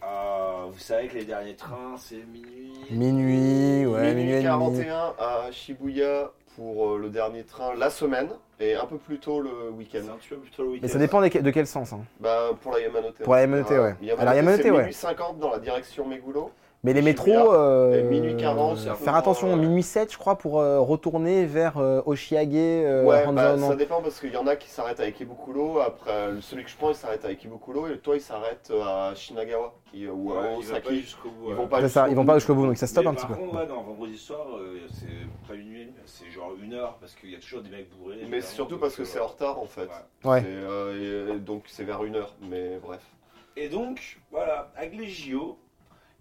Speaker 1: euh, vous savez que les derniers trains, c'est minuit.
Speaker 3: Minuit, ouais, minuit,
Speaker 2: minuit
Speaker 3: et demi.
Speaker 2: 41 à Shibuya pour euh, le dernier train la semaine et un peu plus tôt le
Speaker 1: C'est
Speaker 2: week-end.
Speaker 1: un petit peu plutôt le week-end.
Speaker 3: Mais ça dépend des- de quel sens. hein.
Speaker 2: Bah, pour la Yamanote.
Speaker 3: Pour la Yamanote,
Speaker 2: Ah,
Speaker 3: ouais. Alors, Yamanote,
Speaker 2: c'est
Speaker 3: ouais.
Speaker 2: minuit 50 dans la direction Meguro.
Speaker 3: Mais les
Speaker 2: Je suis
Speaker 3: métros.
Speaker 2: bien.
Speaker 3: euh,
Speaker 2: Et minuit 40, c'est un euh, peu
Speaker 3: Faire attention,
Speaker 2: moins, ouais.
Speaker 3: minuit 7, je crois, pour euh, retourner vers euh, Oshiage, euh,
Speaker 2: ouais,
Speaker 3: Hanzhou,
Speaker 2: bah,
Speaker 3: non.
Speaker 2: ça dépend parce qu'il y en a qui s'arrêtent à Ikebukuro. Après, euh, celui que je prends, il s'arrête à Ikebukuro et toi, il s'arrête euh, à Shinagawa il- ou à
Speaker 1: Ouais, il va pas
Speaker 2: Osaki.
Speaker 1: jusqu'au bout.
Speaker 2: Ils
Speaker 1: ouais.
Speaker 2: vont pas
Speaker 3: C'est ça,
Speaker 2: jusqu'au
Speaker 3: ils vont
Speaker 2: bout.
Speaker 3: pas jusqu'au bout, donc ça stoppe
Speaker 1: Mais
Speaker 3: un petit
Speaker 1: par
Speaker 3: peu.
Speaker 1: contre, ouais, non, vendredi soir, euh, c'est pas une nuit, c'est genre une heure, parce qu'il y a toujours des mecs bourrés. euh,
Speaker 2: Mais c'est surtout parce que c'est en retard en fait.
Speaker 1: Ouais.
Speaker 3: Ouais.
Speaker 2: C'est, euh, et- et donc c'est vers une heure, mais bref.
Speaker 1: Et donc, voilà, avec les JO,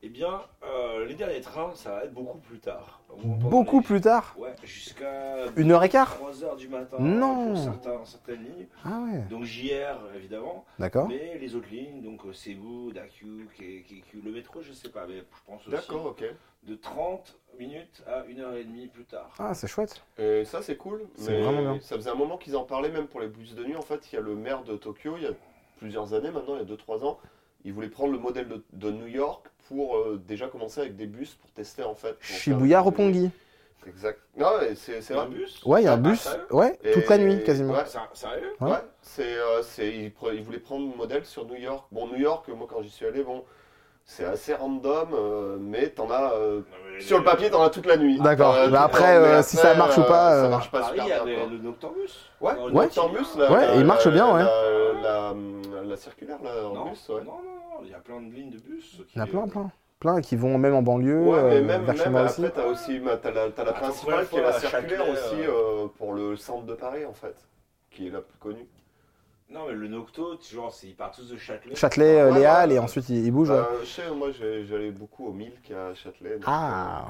Speaker 1: Eh bien, euh, les derniers trains, ça va être beaucoup plus tard.
Speaker 3: Beaucoup plus tard
Speaker 1: Ouais, jusqu'à
Speaker 3: Une heure et quart
Speaker 1: 3h du matin
Speaker 3: Non.
Speaker 1: pour certains- certaines lignes.
Speaker 3: Ah ouais,
Speaker 1: Donc JR, évidemment,
Speaker 3: d'accord.
Speaker 1: mais les autres lignes, donc euh, Cebu, Daku, KQ, le métro, je sais pas, mais je pense aussi
Speaker 2: D'accord, ok.
Speaker 1: de 30 minutes à 1h30 plus tard.
Speaker 3: Ah, c'est chouette.
Speaker 2: Et Euh, ça, c'est cool.
Speaker 3: C'est
Speaker 2: mais
Speaker 3: vraiment bien.
Speaker 2: Ça faisait un moment qu'ils en parlaient, même pour les bus de nuit. En fait, il y a le maire de Tokyo, il y a plusieurs années maintenant, il y a 2-3 ans, il voulait prendre le modèle de, de New York pour euh, déjà commencer avec des bus pour tester, en fait. pour faire-
Speaker 3: Shibuya Roppongi.
Speaker 2: Exact. Non, mais c'est c'est
Speaker 1: Un
Speaker 2: vrai.
Speaker 1: bus
Speaker 3: Ouais, il y a un
Speaker 1: Ah,
Speaker 3: bus.
Speaker 1: sérieux
Speaker 3: Ouais, toute la
Speaker 2: Et-
Speaker 3: nuit quasiment.
Speaker 2: ouais.
Speaker 1: Sa- Sérieux
Speaker 3: Ouais.
Speaker 2: Ouais, c'est, euh, c'est, il, pre- il voulait prendre le modèle sur New York. Bon, New York, moi quand j'y suis allé, bon, c'est assez random, euh, mais t'en as. euh,
Speaker 1: Non, mais-
Speaker 2: sur le papier, t'en as toute la nuit.
Speaker 3: D'accord.
Speaker 2: T'en as
Speaker 3: Bah
Speaker 2: toute
Speaker 3: après,
Speaker 2: la nuit,
Speaker 3: euh,
Speaker 2: mais
Speaker 3: si ça marche ou pas,
Speaker 2: Ça
Speaker 3: euh,
Speaker 2: marche pas
Speaker 1: Paris, il y
Speaker 2: super
Speaker 1: avait
Speaker 2: bien. quoi.
Speaker 1: le Noctambus.
Speaker 2: Ouais,
Speaker 1: Non, le
Speaker 3: Ouais.
Speaker 2: Noctambus,
Speaker 1: là.
Speaker 2: là.
Speaker 3: Ouais, il marche bien, ouais.
Speaker 2: La, la, la circulaire, là, en
Speaker 1: Non,
Speaker 2: bus, ouais.
Speaker 1: non, non, non, il y a plein de lignes de bus.
Speaker 3: Il y en a plein, plein. Plein qui vont même en banlieue,
Speaker 2: Ouais, mais
Speaker 3: euh,
Speaker 2: même,
Speaker 3: vers chez
Speaker 2: même
Speaker 3: moi aussi.
Speaker 2: après, t'as aussi bah, t'as la, t'as la
Speaker 1: Attends,
Speaker 2: principale
Speaker 1: première
Speaker 2: qui est
Speaker 1: fois,
Speaker 2: la
Speaker 1: à
Speaker 2: circulaire
Speaker 1: Châtelet,
Speaker 2: aussi euh, pour le centre de Paris, en fait, qui est la plus connue.
Speaker 1: Non, mais le Nocto, tu- genre, c'est- ils partent tous de Châtelet.
Speaker 3: Châtelet, euh,
Speaker 2: Ouais,
Speaker 3: les
Speaker 2: ouais,
Speaker 3: Halles, et
Speaker 2: ouais.
Speaker 3: ensuite ils, ils bougent. ouais.
Speaker 2: Euh, je sais, moi j'ai- j'allais beaucoup au Milk à Châtelet. donc,
Speaker 3: Ah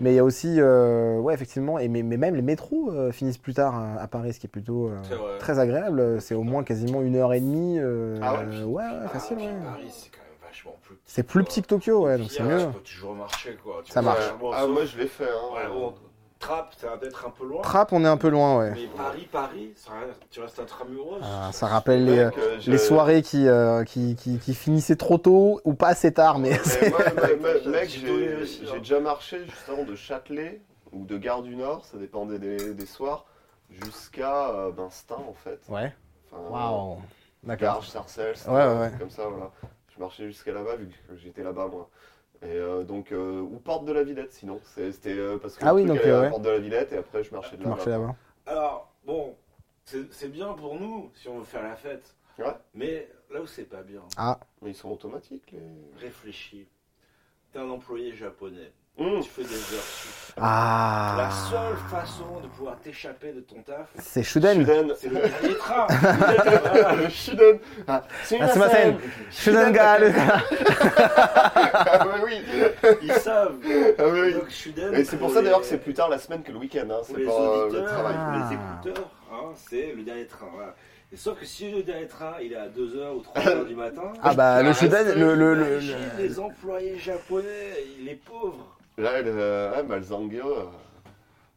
Speaker 3: Mais il y a aussi, euh, ouais, effectivement, et mais, mais même les métros euh, finissent plus tard à- à Paris, ce qui est plutôt euh,
Speaker 1: C'est vrai.
Speaker 3: très agréable. C'est au moins quasiment une heure et demie. euh,
Speaker 2: Ah ouais, puis-
Speaker 3: ouais, ouais,
Speaker 1: Ah,
Speaker 3: facile,
Speaker 1: puis
Speaker 3: ouais.
Speaker 1: Paris, c'est quand même vachement plus petit.
Speaker 3: C'est plus
Speaker 1: quoi.
Speaker 3: petit que Tokyo, ouais, donc c'est
Speaker 1: Hier,
Speaker 3: mieux.
Speaker 1: Tu peux toujours marcher, quoi. Tu
Speaker 3: Ça
Speaker 1: peux
Speaker 3: marche.
Speaker 1: faire bon,
Speaker 2: Ah,
Speaker 1: sauf-
Speaker 2: moi je l'ai fait. Hein.
Speaker 1: Ouais, bon, Trappe, ça va peut-être un peu loin.
Speaker 3: Trappe, on est un peu loin, ouais.
Speaker 1: Mais Paris, Paris, ça reste- tu restes intramuros.
Speaker 3: Ah, ça rappelle les,
Speaker 2: Ouais,
Speaker 3: euh,
Speaker 2: que je-
Speaker 3: Les soirées qui, euh, qui, qui, qui finissaient trop tôt ou pas assez tard, mais
Speaker 2: Mais Eh, moi, me- me-
Speaker 1: J'ai
Speaker 2: mec,
Speaker 1: donné
Speaker 2: j'ai
Speaker 1: aussi, hein.
Speaker 2: j'ai déjà marché justement de Châtelet ou de Gare du Nord, ça dépendait des, des soirs, jusqu'à euh, ben, Stein en fait.
Speaker 3: Ouais.
Speaker 2: Enfin,
Speaker 3: Waouh. D'accord.
Speaker 2: Garges, Sarcelles, Stein,
Speaker 3: Ouais, ouais, ouais.
Speaker 2: trucs comme ça, voilà. Je marchais jusqu'à là-bas vu que j'étais là-bas moi. Et euh, donc, euh, ou Porte de la Villette sinon. C'est- C'était euh, parce que
Speaker 3: Ah
Speaker 2: le
Speaker 3: oui,
Speaker 2: truc
Speaker 3: donc,
Speaker 2: allait à
Speaker 3: euh,
Speaker 2: la
Speaker 3: ouais.
Speaker 2: Porte de la Villette et après je marchais de
Speaker 3: Tu marchais
Speaker 2: là-bas.
Speaker 3: là-bas.
Speaker 1: Alors, bon, c'est c'est bien pour nous si on veut faire la fête.
Speaker 2: Ouais.
Speaker 1: Mais là où c'est pas bien,
Speaker 2: Mais ils sont automatiques les.
Speaker 1: réfléchis. T'es un employé japonais.
Speaker 3: Mmh.
Speaker 2: Hum.
Speaker 1: Tu fais des heures sup. La
Speaker 3: Ah
Speaker 1: seule façon de pouvoir t'échapper de ton taf,
Speaker 3: C'est Shuden.
Speaker 2: Shuden.
Speaker 1: c'est le dernier train.
Speaker 2: Ah, le Shiden. Ah, c'est
Speaker 3: Ah, c'est ma scène. Shuden ga- le-
Speaker 2: Ah bah oui.
Speaker 1: Ils savent.
Speaker 2: Ah oui.
Speaker 1: Donc, Shuden,
Speaker 2: Et c'est pour ça d'ailleurs que c'est plus tard la semaine que le week-end. Hein.
Speaker 1: Pour
Speaker 2: C'est
Speaker 1: les
Speaker 2: pas euh, le
Speaker 1: auditeurs,
Speaker 2: travail.
Speaker 3: Ah.
Speaker 1: pour les écouteurs, hein, c'est le dernier train. voilà. Et sauf que si le dernier train, il est à 2h ou 3h du matin,
Speaker 3: Ah bah le Shuden, le, le, le-
Speaker 1: imagine
Speaker 3: le-
Speaker 1: les employés japonais, les pauvres.
Speaker 2: Là, le, ah, bah, le Zangyo, euh,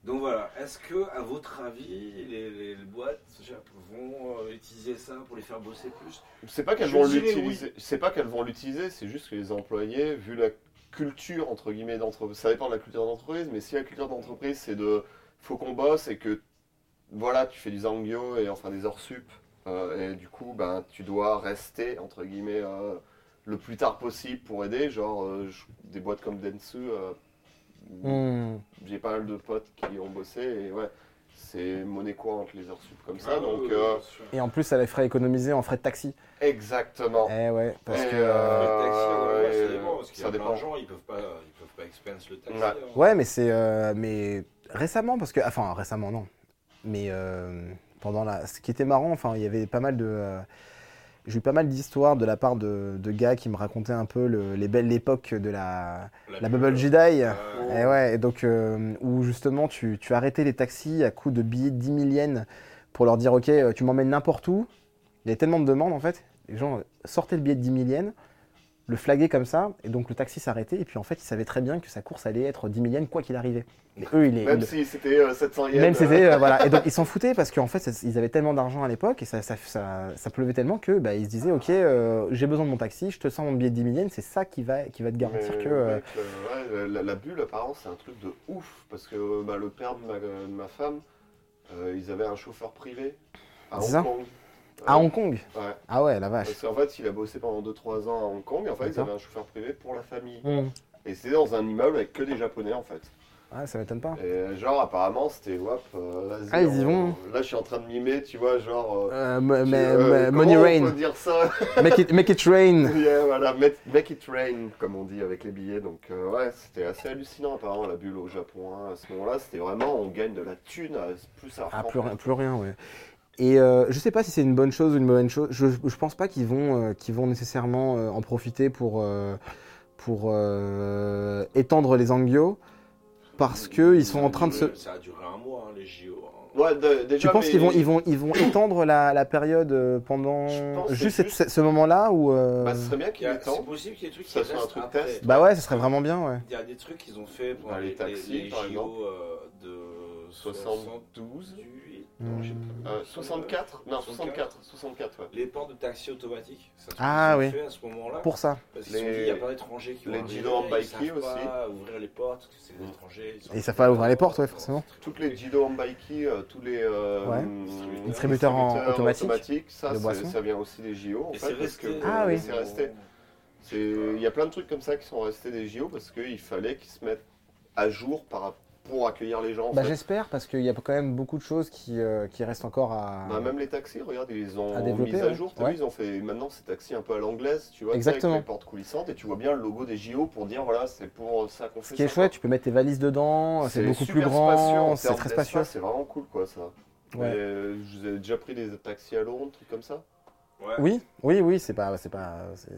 Speaker 1: Donc voilà, est-ce que, à votre avis, les, les- les boîtes jap- vont euh, utiliser ça pour les faire bosser plus
Speaker 2: c'est pas qu'elles
Speaker 1: Je
Speaker 2: vont
Speaker 1: dirais
Speaker 2: l'utiliser. C'est pas qu'elles vont l'utiliser. C'est juste que les employés, vu la culture entre guillemets d'entreprise, ça dépend de la culture d'entreprise. Mais si la culture d'entreprise, c'est de faut qu'on bosse et que voilà, tu fais du Zangyo et enfin des heures sup. euh, et du coup, ben, tu dois rester entre guillemets euh, le plus tard possible pour aider. Genre euh, je- des boîtes comme Dentsu. euh,
Speaker 3: Hmm.
Speaker 2: j'ai pas mal de potes qui ont bossé et ouais, c'est monnaie courante les heures sup comme ça.
Speaker 1: Ah,
Speaker 2: donc
Speaker 1: euh,
Speaker 2: euh,
Speaker 1: sur-
Speaker 3: Et en plus, ça les ferait économiser en frais de taxi.
Speaker 2: exactement.
Speaker 3: Eh ouais, parce
Speaker 2: Et,
Speaker 3: que...
Speaker 2: euh,
Speaker 3: euh,
Speaker 1: le taxi, normalement, ça dépend, parce qu'il y a
Speaker 2: ça
Speaker 1: plein
Speaker 2: dépend.
Speaker 1: de gens, ils peuvent pas, ils peuvent pas expense le taxi.
Speaker 2: Ouais.
Speaker 1: hein.
Speaker 3: Ouais, mais c'est... euh, mais récemment, parce que... Enfin, récemment, non. Mais euh, pendant la... Ce qui était marrant, enfin, il y avait pas mal de... euh, J'ai eu pas mal d'histoires de la part de, de gars qui me racontaient un peu le- les belles époques de la, la
Speaker 1: pub,
Speaker 3: Bubble Jedi.
Speaker 1: euh,
Speaker 3: Et Eh ouais, et donc euh, où justement tu, tu arrêtais les taxis à coups de billets de 10 000 yens pour leur dire ok euh, tu m'emmènes n'importe où. Il y avait tellement de demandes en fait, les gens euh, sortaient le billet de 10 000 yens, le flaguaient comme ça, et donc le taxi s'arrêtait, et puis en fait ils savaient très bien que sa course allait être 10 000 yens quoi qu'il arrivait. Mais eux, ils,
Speaker 2: Même
Speaker 3: ils-
Speaker 2: si c'était euh, 700 yens.
Speaker 3: même
Speaker 2: euh,
Speaker 3: c'était euh, voilà et donc ils s'en foutaient parce qu'en fait ça- ils avaient tellement d'argent à l'époque et ça, ça, ça- ça pleuvait tellement que bah, ils se disaient ok euh, j'ai besoin de mon taxi je te sens mon billet de 10 000 yens c'est ça qui va qui va te garantir
Speaker 2: mais,
Speaker 3: que euh,
Speaker 2: mec, euh, ouais, la, la bulle, apparemment, c'est un truc de ouf. Parce que euh, bah, le père de ma, de ma femme, euh, ils avaient un chauffeur privé à
Speaker 3: C'est ça
Speaker 2: Hong Kong.
Speaker 3: à Hong Kong
Speaker 2: Kong ouais.
Speaker 3: ah ouais la vache
Speaker 2: Parce qu'en fait, il a bossé pendant 2-3 ans à Hong Kong. Et en fait, ils
Speaker 3: D'accord.
Speaker 2: avaient un chauffeur privé pour la famille.
Speaker 3: Hmm.
Speaker 2: Et c'était dans un immeuble avec que des Japonais, en fait.
Speaker 3: ouais Ah, ça m'étonne pas
Speaker 2: Et euh, genre, apparemment, c'était WAP. euh, vas-y,
Speaker 3: Ah, ils y
Speaker 2: on-
Speaker 3: vont.
Speaker 2: Là, je suis en train de mimer, tu vois, genre. euh,
Speaker 3: Euh, m-
Speaker 2: tu-
Speaker 3: mais-
Speaker 2: euh,
Speaker 3: mais-
Speaker 2: comment
Speaker 3: money
Speaker 2: on
Speaker 3: rain,
Speaker 2: peut dire ça
Speaker 3: make it, make it rain.
Speaker 2: Yeah, voilà, make, make it rain, comme on dit avec les billets. Donc, euh, ouais, c'était assez hallucinant, apparemment, la bulle au Japon. hein. À ce moment-là, c'était vraiment, on gagne de la thune, à- plus ça
Speaker 3: Ah,
Speaker 2: reprend.
Speaker 3: plus rien, plus rien, ouais. Et euh, je sais pas si c'est une bonne chose ou une mauvaise chose. Je, je pense pas qu'ils vont, euh, qu'ils vont nécessairement euh, en profiter pour, euh, pour euh, étendre les angios parce que ils sont
Speaker 1: Ça a
Speaker 3: en train de se.
Speaker 1: duré- Ça a duré un mois, hein, les JO. hein.
Speaker 2: Ouais, de-
Speaker 3: Tu
Speaker 2: déjà,
Speaker 3: penses
Speaker 2: mais-
Speaker 3: qu'ils vont, ils vont, ils vont étendre la, la période euh, pendant
Speaker 2: Je pense que
Speaker 3: juste,
Speaker 2: c'est
Speaker 3: cette- ce moment-là ou euh,
Speaker 2: Bah, ce serait bien
Speaker 1: Il y
Speaker 2: qu'il
Speaker 1: a-
Speaker 2: ait
Speaker 1: C'est
Speaker 2: temps.
Speaker 1: possible qu'il y ait des trucs qui
Speaker 2: Ça soit un
Speaker 1: restent
Speaker 2: truc
Speaker 1: après.
Speaker 2: test.
Speaker 3: bah ouais, ce serait vraiment bien ouais.
Speaker 1: Il y a des trucs qu'ils ont fait pour
Speaker 2: Ah, les
Speaker 1: les,
Speaker 2: taxis,
Speaker 1: les- les
Speaker 2: par exemple.
Speaker 1: JO euh, de
Speaker 2: 72
Speaker 1: 78.
Speaker 3: Hmm.
Speaker 1: Non, je sais plus.
Speaker 2: Euh, 64 Non, 64. 64, ouais.
Speaker 1: Les portes de taxi automatiques, ça se
Speaker 3: Ah,
Speaker 1: trouve,
Speaker 3: oui.
Speaker 1: fait à ce moment-là.
Speaker 3: Pour ça.
Speaker 1: Parce qu'ils
Speaker 2: Les-
Speaker 1: se sont dit, il y a plein d'étrangers qui vont
Speaker 2: les
Speaker 1: arriver,
Speaker 2: dealers en
Speaker 1: ils
Speaker 2: bikies
Speaker 1: savent Pas ouvrir les portes, parce que c'est des étrangers. sont-
Speaker 3: Et ils savent pas ouvrir les portes, ouais, forcément.
Speaker 2: Toutes les Jido Ambaiki, euh, tous les euh,
Speaker 3: Ouais.
Speaker 2: distributeurs,
Speaker 3: Distributeurs en automatique,
Speaker 2: automatiques, ça,
Speaker 3: de
Speaker 2: c'est-
Speaker 3: boissons.
Speaker 2: ça vient aussi des JO. En
Speaker 1: Et
Speaker 2: fait,
Speaker 1: c'est
Speaker 2: parce
Speaker 1: resté.
Speaker 2: que-
Speaker 3: Ah oui.
Speaker 2: C'est resté. C'est- Il y a plein de trucs comme ça qui sont restés des JO parce qu'il fallait qu'ils se mettent à jour par- pour accueillir les gens. en
Speaker 3: Bah
Speaker 2: fait.
Speaker 3: j'espère parce qu'il y a quand même beaucoup de choses qui, euh, qui restent encore à.
Speaker 2: Bah, même les taxis, regarde, ils les ont
Speaker 3: À développer,
Speaker 2: mis
Speaker 3: ouais.
Speaker 2: à jour. t'as vu,
Speaker 3: Ouais.
Speaker 2: ils ont fait maintenant ces taxis un peu à l'anglaise, tu vois, tu sais,
Speaker 3: Exactement.
Speaker 2: avec les portes coulissantes, et tu vois bien le logo des JO pour dire voilà, c'est pour ça qu'on fait
Speaker 3: Ce qui est
Speaker 2: ça,
Speaker 3: chouette, tu peux mettre tes valises dedans,
Speaker 2: quoi.
Speaker 3: c'est beaucoup plus
Speaker 2: super spacieux en
Speaker 3: grand, c'est
Speaker 2: termes
Speaker 3: très
Speaker 2: d'espace,
Speaker 3: spacieux.
Speaker 2: C'est vraiment cool, quoi, ça. Mais,
Speaker 3: Ouais.
Speaker 2: euh, je vous ai déjà pris des taxis à Londres, trucs comme ça
Speaker 1: Ouais.
Speaker 3: Oui, oui, oui, c'est pas, c'est pas, c'est-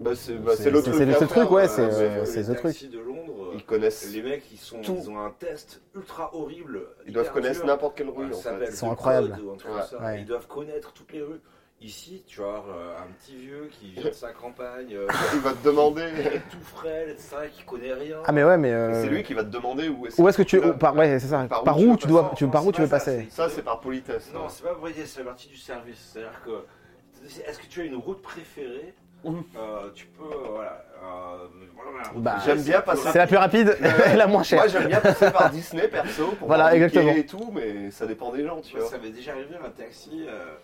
Speaker 2: Bah, c'est- bah,
Speaker 3: c'est-
Speaker 2: c'est le
Speaker 3: c'est-
Speaker 2: truc
Speaker 3: c'est le
Speaker 2: à
Speaker 3: seul
Speaker 2: faire,
Speaker 3: truc, ouais,
Speaker 2: euh,
Speaker 3: c'est,
Speaker 2: mais,
Speaker 3: euh,
Speaker 2: euh,
Speaker 3: c'est
Speaker 1: Les
Speaker 3: le truc.
Speaker 1: taxis de Londres, euh,
Speaker 2: Ils connaissent,
Speaker 1: les mecs, ils, sont,
Speaker 2: Tout.
Speaker 1: ils ont un test ultra horrible.
Speaker 2: ils doivent
Speaker 1: hyper
Speaker 2: connaître
Speaker 1: dur.
Speaker 2: n'importe quelle rue,
Speaker 1: Ouais,
Speaker 2: en
Speaker 1: ça s'appelle
Speaker 2: fait.
Speaker 3: Ils sont
Speaker 1: le
Speaker 3: incroyables.
Speaker 1: code ou un truc
Speaker 2: Ouais.
Speaker 1: comme ça.
Speaker 3: Ouais.
Speaker 1: Ils doivent connaître toutes les rues. Ici, tu vas avoir euh, un petit vieux qui vient de sa campagne, euh,
Speaker 2: Il va te demander,
Speaker 1: tout frêle, etc., qui connaît rien.
Speaker 3: Ah mais ouais, mais euh,
Speaker 2: c'est lui qui va te demander où est-ce
Speaker 3: où est-ce que tu,
Speaker 2: vas.
Speaker 3: où- par, ouais, c'est ça.
Speaker 2: Par
Speaker 3: Par,
Speaker 2: où
Speaker 3: où,
Speaker 2: tu
Speaker 3: tu
Speaker 2: veux
Speaker 3: dois,
Speaker 2: passer.
Speaker 3: tu,
Speaker 1: Non,
Speaker 3: par où
Speaker 1: c'est
Speaker 3: tu veux
Speaker 1: pas
Speaker 3: passer
Speaker 1: c'est-
Speaker 2: Ça, c'est par politesse. hein.
Speaker 1: Non,
Speaker 2: ouais.
Speaker 1: c'est pas vrai, c'est la partie du service. C'est-à-dire que. Est-ce que tu as une route préférée
Speaker 2: Mhm.
Speaker 1: Euh, Tu peux. euh, Voilà. euh, voilà, la route
Speaker 3: Bah,
Speaker 1: préférée,
Speaker 2: J'aime bien
Speaker 1: c'est-
Speaker 2: passer.
Speaker 3: C'est la plus rapide, et la moins chère.
Speaker 2: Moi, j'aime bien passer par Disney, perso, pour
Speaker 3: Voilà,
Speaker 2: voir Mickey
Speaker 3: exactement.
Speaker 2: et tout, mais ça dépend des gens, tu
Speaker 1: Moi,
Speaker 2: vois.
Speaker 1: ça m'est déjà arrivé un taxi, euh,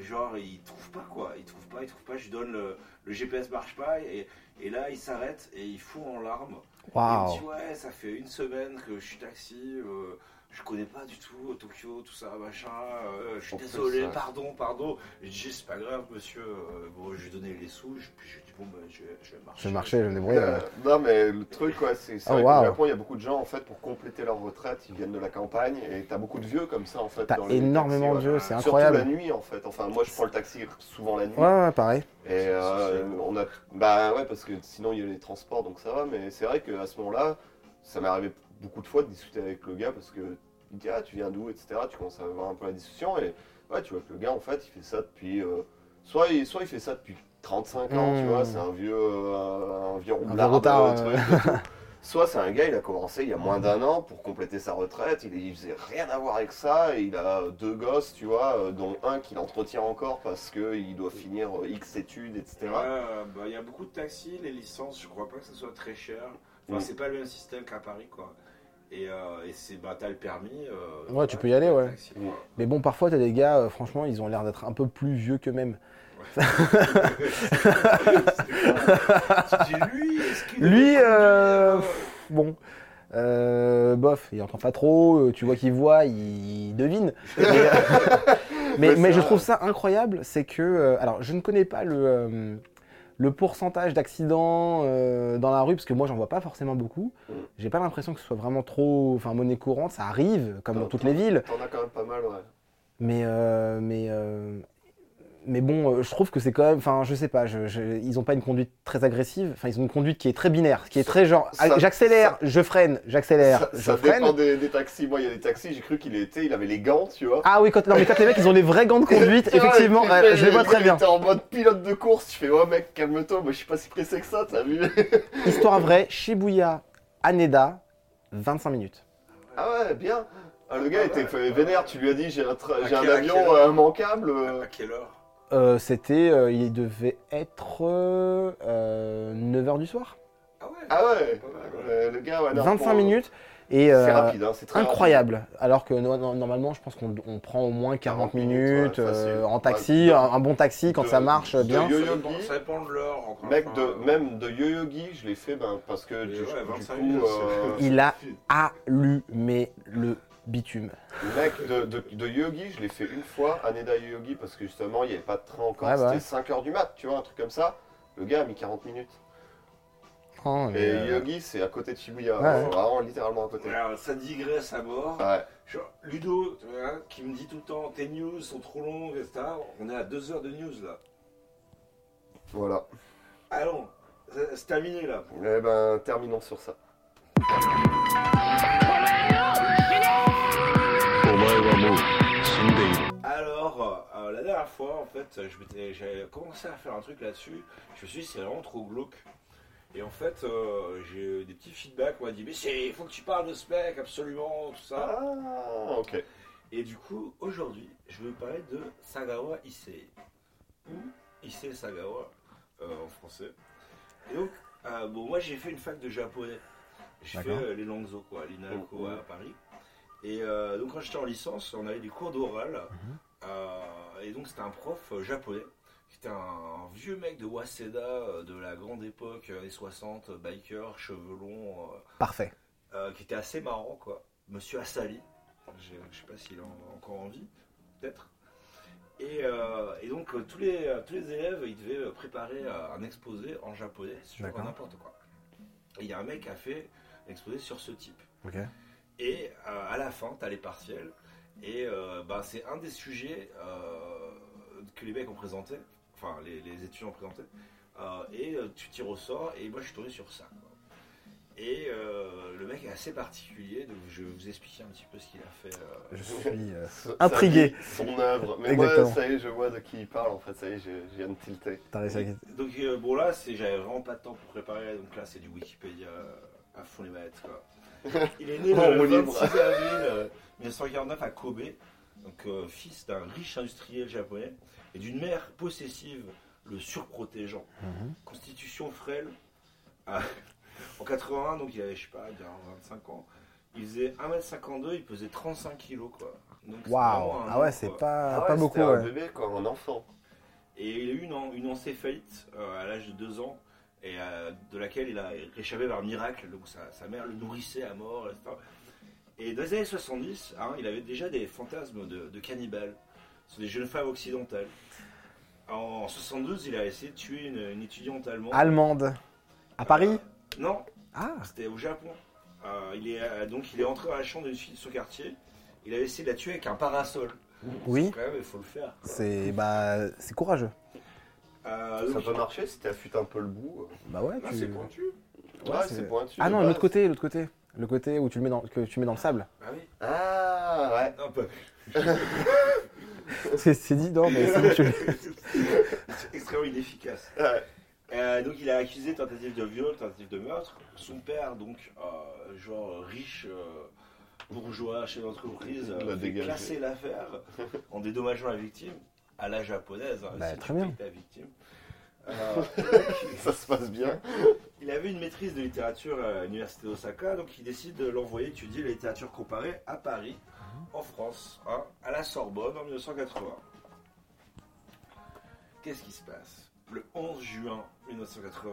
Speaker 1: genre il trouve pas quoi, il trouve pas, il trouve pas, je lui donne le, le GPS marche pas et, et là il s'arrête et il fout en larmes.
Speaker 3: Waouh.
Speaker 1: Il me dit ouais ça fait une semaine que je suis taxi, euh, je connais pas du tout euh, Tokyo, tout ça machin, euh, je suis
Speaker 2: En plus,
Speaker 1: désolé,
Speaker 2: ouais.
Speaker 1: pardon, pardon. Je dis c'est pas grave monsieur, euh, bon je lui ai donné les sous, je, puis je lui ai dit bon ben je, je vais marcher.
Speaker 3: Je vais marcher, je vais me débrouiller.
Speaker 2: Euh, non mais le truc ouais, c'est c'est
Speaker 3: Oh,
Speaker 2: vrai
Speaker 3: wow.
Speaker 2: qu'au Japon il y a beaucoup de gens en fait pour compléter leur retraite ils viennent de la campagne et t'as beaucoup de vieux comme ça en fait.
Speaker 3: T'as
Speaker 2: dans les
Speaker 3: énormément de
Speaker 2: taxis, ouais.
Speaker 3: jeux, c'est
Speaker 2: Surtout la
Speaker 3: incroyable.
Speaker 2: nuit en fait. Enfin moi je prends le taxi souvent la nuit.
Speaker 3: Ouais, ouais, pareil.
Speaker 2: Et euh, on a bah ouais parce que sinon il y a les transports donc ça va mais c'est vrai qu'à ce moment-là ça m'est arrivé beaucoup de fois de discuter avec le gars parce que il dit ah tu viens d'où etc tu commences à avoir un peu la discussion et ouais tu vois que le gars en fait il fait ça depuis euh, soit il soit il fait ça depuis 35 ans tu
Speaker 3: Mmh.
Speaker 2: vois c'est un vieux euh, un vieux
Speaker 3: vieux
Speaker 2: roublard
Speaker 3: routard,
Speaker 2: euh,
Speaker 3: euh.
Speaker 2: truc et tout. soit c'est un gars il a commencé il y a moins d'un an pour compléter sa retraite il, il faisait rien à voir avec ça et il a deux gosses tu vois euh, dont un qu'il entretient encore parce que il doit finir euh, x études etc
Speaker 1: Ouais, euh, bah, il y a beaucoup de taxis, les licences, je crois pas que ça soit très cher. Enfin,
Speaker 2: Mm.
Speaker 1: c'est pas le même système qu'à Paris, quoi. Et, euh, et c'est, bah, t'as le permis. euh,
Speaker 3: Ouais,
Speaker 1: voilà,
Speaker 3: tu peux y aller,
Speaker 1: t'as le
Speaker 3: ouais.
Speaker 1: taxi,
Speaker 2: Mm.
Speaker 1: quoi.
Speaker 3: Mais bon, parfois, t'as des gars, euh, franchement, ils ont l'air d'être un peu plus vieux qu'eux-mêmes.
Speaker 1: Tu dis, lui, est-ce qu'il
Speaker 3: Lui,
Speaker 1: avait
Speaker 3: euh,
Speaker 1: conduit,
Speaker 3: pff, bon, euh, bof, il entend pas trop, euh, tu vois qu'il voit, il devine. Mais, euh, mais,
Speaker 2: Ouais,
Speaker 3: mais
Speaker 2: c'est
Speaker 3: je
Speaker 2: vrai.
Speaker 3: trouve ça incroyable, c'est que, euh, alors je ne connais pas le, euh, le pourcentage d'accidents euh, dans la rue, parce que moi j'en vois pas forcément beaucoup.
Speaker 2: Mm.
Speaker 3: J'ai pas l'impression que ce soit vraiment trop, enfin monnaie courante, ça arrive, comme dans
Speaker 2: T'en-
Speaker 3: toutes les villes.
Speaker 2: T'en as quand même pas mal, ouais.
Speaker 3: Mais, euh, mais, euh, mais bon, euh, je trouve que c'est quand même. Enfin, je sais pas, je- je- ils ont pas une conduite très agressive. Enfin, ils ont une conduite qui est très binaire, qui est très genre
Speaker 2: Ça-
Speaker 3: ah, j'accélère,
Speaker 2: ça-
Speaker 3: je freine, j'accélère,
Speaker 2: Ça,
Speaker 3: je
Speaker 2: ça
Speaker 3: freine.
Speaker 2: dépend des, des taxis. Moi, il y a des taxis, j'ai cru qu'il était, il avait les gants, tu vois.
Speaker 3: Ah oui, quand, non, mais quand les mecs ils ont des vrais gants de conduite,
Speaker 2: Tu vois,
Speaker 3: effectivement,
Speaker 2: tu
Speaker 3: ouais,
Speaker 2: fais-
Speaker 3: je les vois très
Speaker 2: il
Speaker 3: bien.
Speaker 2: était en mode pilote de course, tu fais, ouais, mec, calme-toi, moi, je suis pas si pressé que ça, t'as vu
Speaker 3: Histoire vraie, Shibuya, Haneda, 25 minutes.
Speaker 2: Ah ouais, bien. Ah, le gars
Speaker 1: Ah
Speaker 2: était
Speaker 1: ouais.
Speaker 2: fait vénère, tu lui as dit, j'ai un, tra-
Speaker 1: À
Speaker 2: j'ai un
Speaker 1: quelle- à quelle
Speaker 2: avion
Speaker 1: heure
Speaker 2: euh, immanquable. euh.
Speaker 1: À quelle heure
Speaker 3: Euh, C'était. euh, il devait être. euh, 9h du soir
Speaker 1: Ah ouais.
Speaker 2: Ah ouais,
Speaker 1: Pas mal, ouais.
Speaker 2: Euh, le gars, ouais, non,
Speaker 3: 25
Speaker 2: pour-
Speaker 3: minutes. Et,
Speaker 2: C'est
Speaker 3: euh,
Speaker 2: rapide, hein, c'est très
Speaker 3: Incroyable. Alors que no- no- normalement, je pense qu'on on prend au moins 40
Speaker 2: 40 minutes,
Speaker 3: minutes
Speaker 2: ouais,
Speaker 3: euh,
Speaker 2: facile.
Speaker 3: en taxi,
Speaker 2: Ouais.
Speaker 3: un, un bon taxi quand
Speaker 2: De-
Speaker 3: ça marche
Speaker 2: de
Speaker 3: bien.
Speaker 1: Ça
Speaker 2: Yo-Yo
Speaker 1: dépend-
Speaker 2: Guy.
Speaker 1: Ça dépend de l'heure, encore
Speaker 2: rapide. Mec,
Speaker 1: une
Speaker 2: de,
Speaker 1: fois.
Speaker 2: même de Yo-Yo Guy, je l'ai fait ben, parce que
Speaker 1: Mais
Speaker 2: du,
Speaker 1: ouais,
Speaker 2: du
Speaker 1: 25
Speaker 2: coup,
Speaker 1: minutes,
Speaker 2: euh,
Speaker 1: c'est-
Speaker 3: Il a allumé le bitume.
Speaker 2: Mec, de, de, de Yogi, je l'ai fait une fois, Aneda Yogi, parce que justement, il n'y avait pas de train encore.
Speaker 3: Ouais, bah ouais.
Speaker 2: C'était 5h du mat, tu vois, un truc comme ça. Le gars a mis 40 minutes.
Speaker 3: Oh, mais,
Speaker 2: Et
Speaker 3: euh,
Speaker 2: Yogi, c'est à côté de Shibuya.
Speaker 3: Ouais,
Speaker 2: hein,
Speaker 3: ouais.
Speaker 2: Vraiment, littéralement à côté. Ouais.
Speaker 1: Alors, ça digresse à mort.
Speaker 2: Ah.
Speaker 1: Genre, Ludo, tu vois, hein, qui me dit tout le temps, tes news sont trop longues, etc. On est à deux heures de news là.
Speaker 2: Voilà.
Speaker 1: Allons, C'est c'est terminé là.
Speaker 2: Eh ben, terminons sur ça.
Speaker 5: お前はもう死んでいる
Speaker 1: Alors, euh, la dernière fois, en fait, je m'étais- j'avais commencé à faire un truc là-dessus. Je me suis dit, c'est vraiment trop glauque. Et en fait, euh, j'ai eu des petits feedbacks. On m'a dit, mais c'est- il faut que tu parles de ce mec, absolument, tout ça.
Speaker 2: Ah, ok.
Speaker 1: Et du coup, aujourd'hui, je vais vous parler de Sagawa Issei. Ou Issei Sagawa, euh, en français. Et donc, euh, bon, moi j'ai fait une fac de japonais. J'ai fait
Speaker 3: D'accord.
Speaker 1: euh, les langues o, quoi, l'INALCO
Speaker 2: Mhm.
Speaker 1: à Paris. Et euh, donc, quand j'étais en licence, on avait des cours d'oral. Euh, et donc, c'était un prof euh, japonais. qui était un, un vieux mec de Waseda, euh, de la grande époque, euh, années 60, euh, biker, cheveux longs, euh,
Speaker 3: Parfait.
Speaker 1: euh, qui était assez marrant, quoi. Monsieur Assali, je je sais pas s'il est en- encore en vie, peut-être. Et, euh, et donc, euh, tous les, euh, tous les élèves, ils devaient euh, préparer euh, un exposé en japonais sur
Speaker 3: D'accord.
Speaker 1: n'importe quoi. Et il y a un mec qui a fait un exposé sur ce type.
Speaker 3: Ok.
Speaker 1: Et euh, à la fin, t'as les partiels. Et euh, bah, c'est un des sujets euh, que les mecs ont présenté, enfin les, les étudiants ont présenté. Euh, et euh, tu t'y ressors. Et moi, je suis tombé sur ça. quoi. Et euh, le mec est assez particulier. Donc, je vais vous expliquer un petit peu ce qu'il a fait. euh.
Speaker 3: Je suis. euh,
Speaker 2: Ce-
Speaker 3: Intrigué.
Speaker 2: ça dit Son œuvre. Mais
Speaker 3: Exactement.
Speaker 2: moi, ça y est, je vois de qui il parle en fait. Ça y est, je, je viens de tilter.
Speaker 3: t'as réussi à-
Speaker 1: Donc, euh, bon, là, c'est- j'avais vraiment pas de temps pour préparer. Donc, là, c'est du Wikipédia euh, à fond les manettes. Quoi. Il est né
Speaker 2: En roue
Speaker 1: le
Speaker 2: libre.
Speaker 1: 26 avril euh, 1949 à Kobe, donc euh, fils d'un riche industriel japonais et d'une mère possessive le surprotégeant.
Speaker 3: Mhm.
Speaker 1: Constitution frêle. Ah, en 81, donc il avait, je sais pas, bien 25 ans. Il faisait 1m52, il pesait 35 kilos, quoi. Donc, c'est
Speaker 3: Waouh.
Speaker 1: vraiment un
Speaker 3: Ah ouais,
Speaker 1: homme,
Speaker 3: c'est
Speaker 1: quoi.
Speaker 3: pas,
Speaker 2: Ah ouais,
Speaker 3: pas beaucoup.
Speaker 2: C'était un
Speaker 3: ouais.
Speaker 2: bébé, quoi, un enfant.
Speaker 1: Et il a eu une, en- une encéphalite euh, à l'âge de 2 ans, et euh, de laquelle il a réchappé par miracle. Donc sa, sa mère le nourrissait à mort, etc. Et dans les années 70, hein, il avait déjà des fantasmes de, de cannibales. C'est des jeunes femmes occidentales. En 72, il a essayé de tuer une, une étudiante allemande.
Speaker 3: Ah. Allemande. À Paris
Speaker 1: Euh, Non,
Speaker 3: Ah
Speaker 1: c'était au Japon. Euh, il est, euh, donc il est entré dans la chambre d'une fille de son quartier. Il a essayé de la tuer avec un parasol.
Speaker 3: oui.
Speaker 1: Quand même, il faut le faire.
Speaker 3: C'est bah c'est courageux.
Speaker 1: Euh,
Speaker 2: Ça
Speaker 1: donc-
Speaker 2: peut marcher si t'affûtes un peu le bout.
Speaker 3: Bah ouais.
Speaker 1: Ah,
Speaker 3: tu-
Speaker 1: c'est pointu.
Speaker 2: Ouais,
Speaker 3: Ouais,
Speaker 2: c'est
Speaker 3: c'est-
Speaker 2: pointu.
Speaker 3: Ah
Speaker 2: de
Speaker 3: non,
Speaker 2: base.
Speaker 3: l'autre côté, l'autre côté, le côté où tu le mets dans que tu mets dans le sable.
Speaker 1: Ah oui.
Speaker 2: Ah, ouais.
Speaker 1: Non, pas-
Speaker 3: C'est c'est dit non mais c'est bon, tu le-
Speaker 1: C'est extrêmement inefficace.
Speaker 2: Ouais.
Speaker 1: Euh, donc il a accusé tentative de viol, tentative de meurtre. Son père, donc euh, genre riche, euh, bourgeois, chef d'entreprise,
Speaker 2: Il l'a
Speaker 1: a
Speaker 2: dégagé.
Speaker 1: classé l'affaire en dédommageant la victime à la japonaise. hein,
Speaker 3: Bah,
Speaker 1: si tu
Speaker 3: très bien.
Speaker 1: payes ta victime. Euh,
Speaker 2: Ça se passe bien.
Speaker 1: il avait une maîtrise de littérature à l'université d'Osaka, donc il décide de l'envoyer étudier la littérature comparée à Paris, en France, hein, à la Sorbonne en 1980. Qu'est-ce qui se passe Le 11 juin 1981,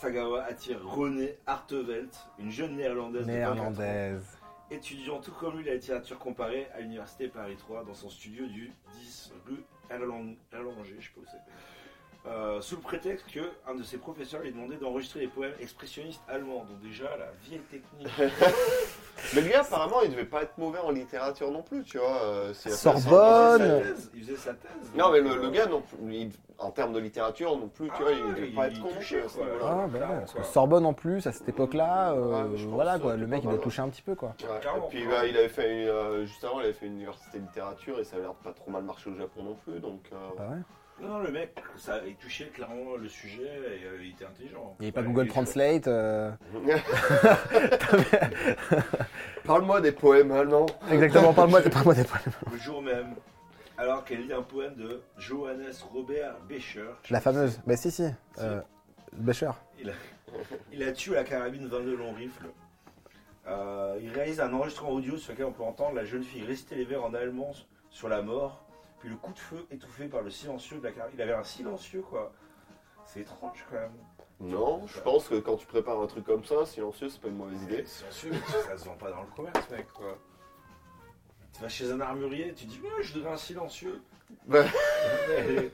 Speaker 1: Sagawa attire Renée Artevelt, une jeune néerlandaise de 24 ans,
Speaker 3: néerlandaise.
Speaker 1: étudiant tout comme lui la littérature comparée à l'université Paris 3 dans son studio du 10 rue Erlang- Erlanger, je sais pas où c'est. Euh, sous le prétexte que un de ses professeurs lui demandait d'enregistrer les poèmes expressionnistes allemands, donc déjà la vieille technique.
Speaker 2: Mais le gars, apparemment, il devait pas être mauvais en littérature non plus, tu vois. euh, s'il a fait la
Speaker 1: Il faisait sa
Speaker 3: Sorbonne.
Speaker 1: thèse, il faisait sa thèse.
Speaker 2: Non, mais le, le gars, non, plus, il- en termes de littérature non plus, tu vois, il
Speaker 1: Ah,
Speaker 2: devait
Speaker 1: il-
Speaker 2: pas
Speaker 1: il
Speaker 2: être con à ce
Speaker 1: touchait, quoi.
Speaker 2: niveau-là.
Speaker 3: Ah bah ouais,
Speaker 1: Clairement,
Speaker 3: parce que
Speaker 1: quoi. Ah,
Speaker 3: Sorbonne en plus à cette époque-là, euh,
Speaker 2: Ouais, je pense,
Speaker 3: voilà quoi,
Speaker 2: euh,
Speaker 3: le mec il
Speaker 2: pas
Speaker 3: doit
Speaker 2: mal.
Speaker 3: toucher un petit peu quoi.
Speaker 2: Ouais.
Speaker 1: Clairement,
Speaker 2: Et puis
Speaker 1: quoi.
Speaker 2: bah, il avait fait une, euh, juste avant, il avait fait une université de littérature et ça avait l'air de pas trop mal marché au Japon non plus, donc. euh,
Speaker 3: Bah ouais.
Speaker 1: Non, non, le mec, ça, il touchait clairement le sujet et euh, il était intelligent.
Speaker 3: Il n'y avait pas
Speaker 1: Ouais,
Speaker 3: Google
Speaker 1: il-
Speaker 3: Translate. euh,
Speaker 2: Parle-moi des poèmes allemands.
Speaker 3: Exactement, parle-moi parle des poèmes.
Speaker 1: Le jour même, alors qu'elle lit un poème de Johannes Robert Becher.
Speaker 3: La fameuse. Bah si si. Euh, Becher.
Speaker 1: Il a tué la carabine 22 long rifle. Euh, il réalise un enregistrement audio sur lequel on peut entendre la jeune fille réciter les vers en allemand sur la mort, puis le coup de feu étouffé par le silencieux de la carabine. Il avait un silencieux, quoi. C'est étrange, quand même.
Speaker 2: Non, je pense que quand tu prépares un truc comme ça, silencieux, c'est pas une mauvaise idée.
Speaker 1: Le silencieux, ça se vend pas dans le commerce, mec, quoi. Tu vas chez un armurier, tu dis, Ouais, je voudrais un silencieux.
Speaker 2: Bah.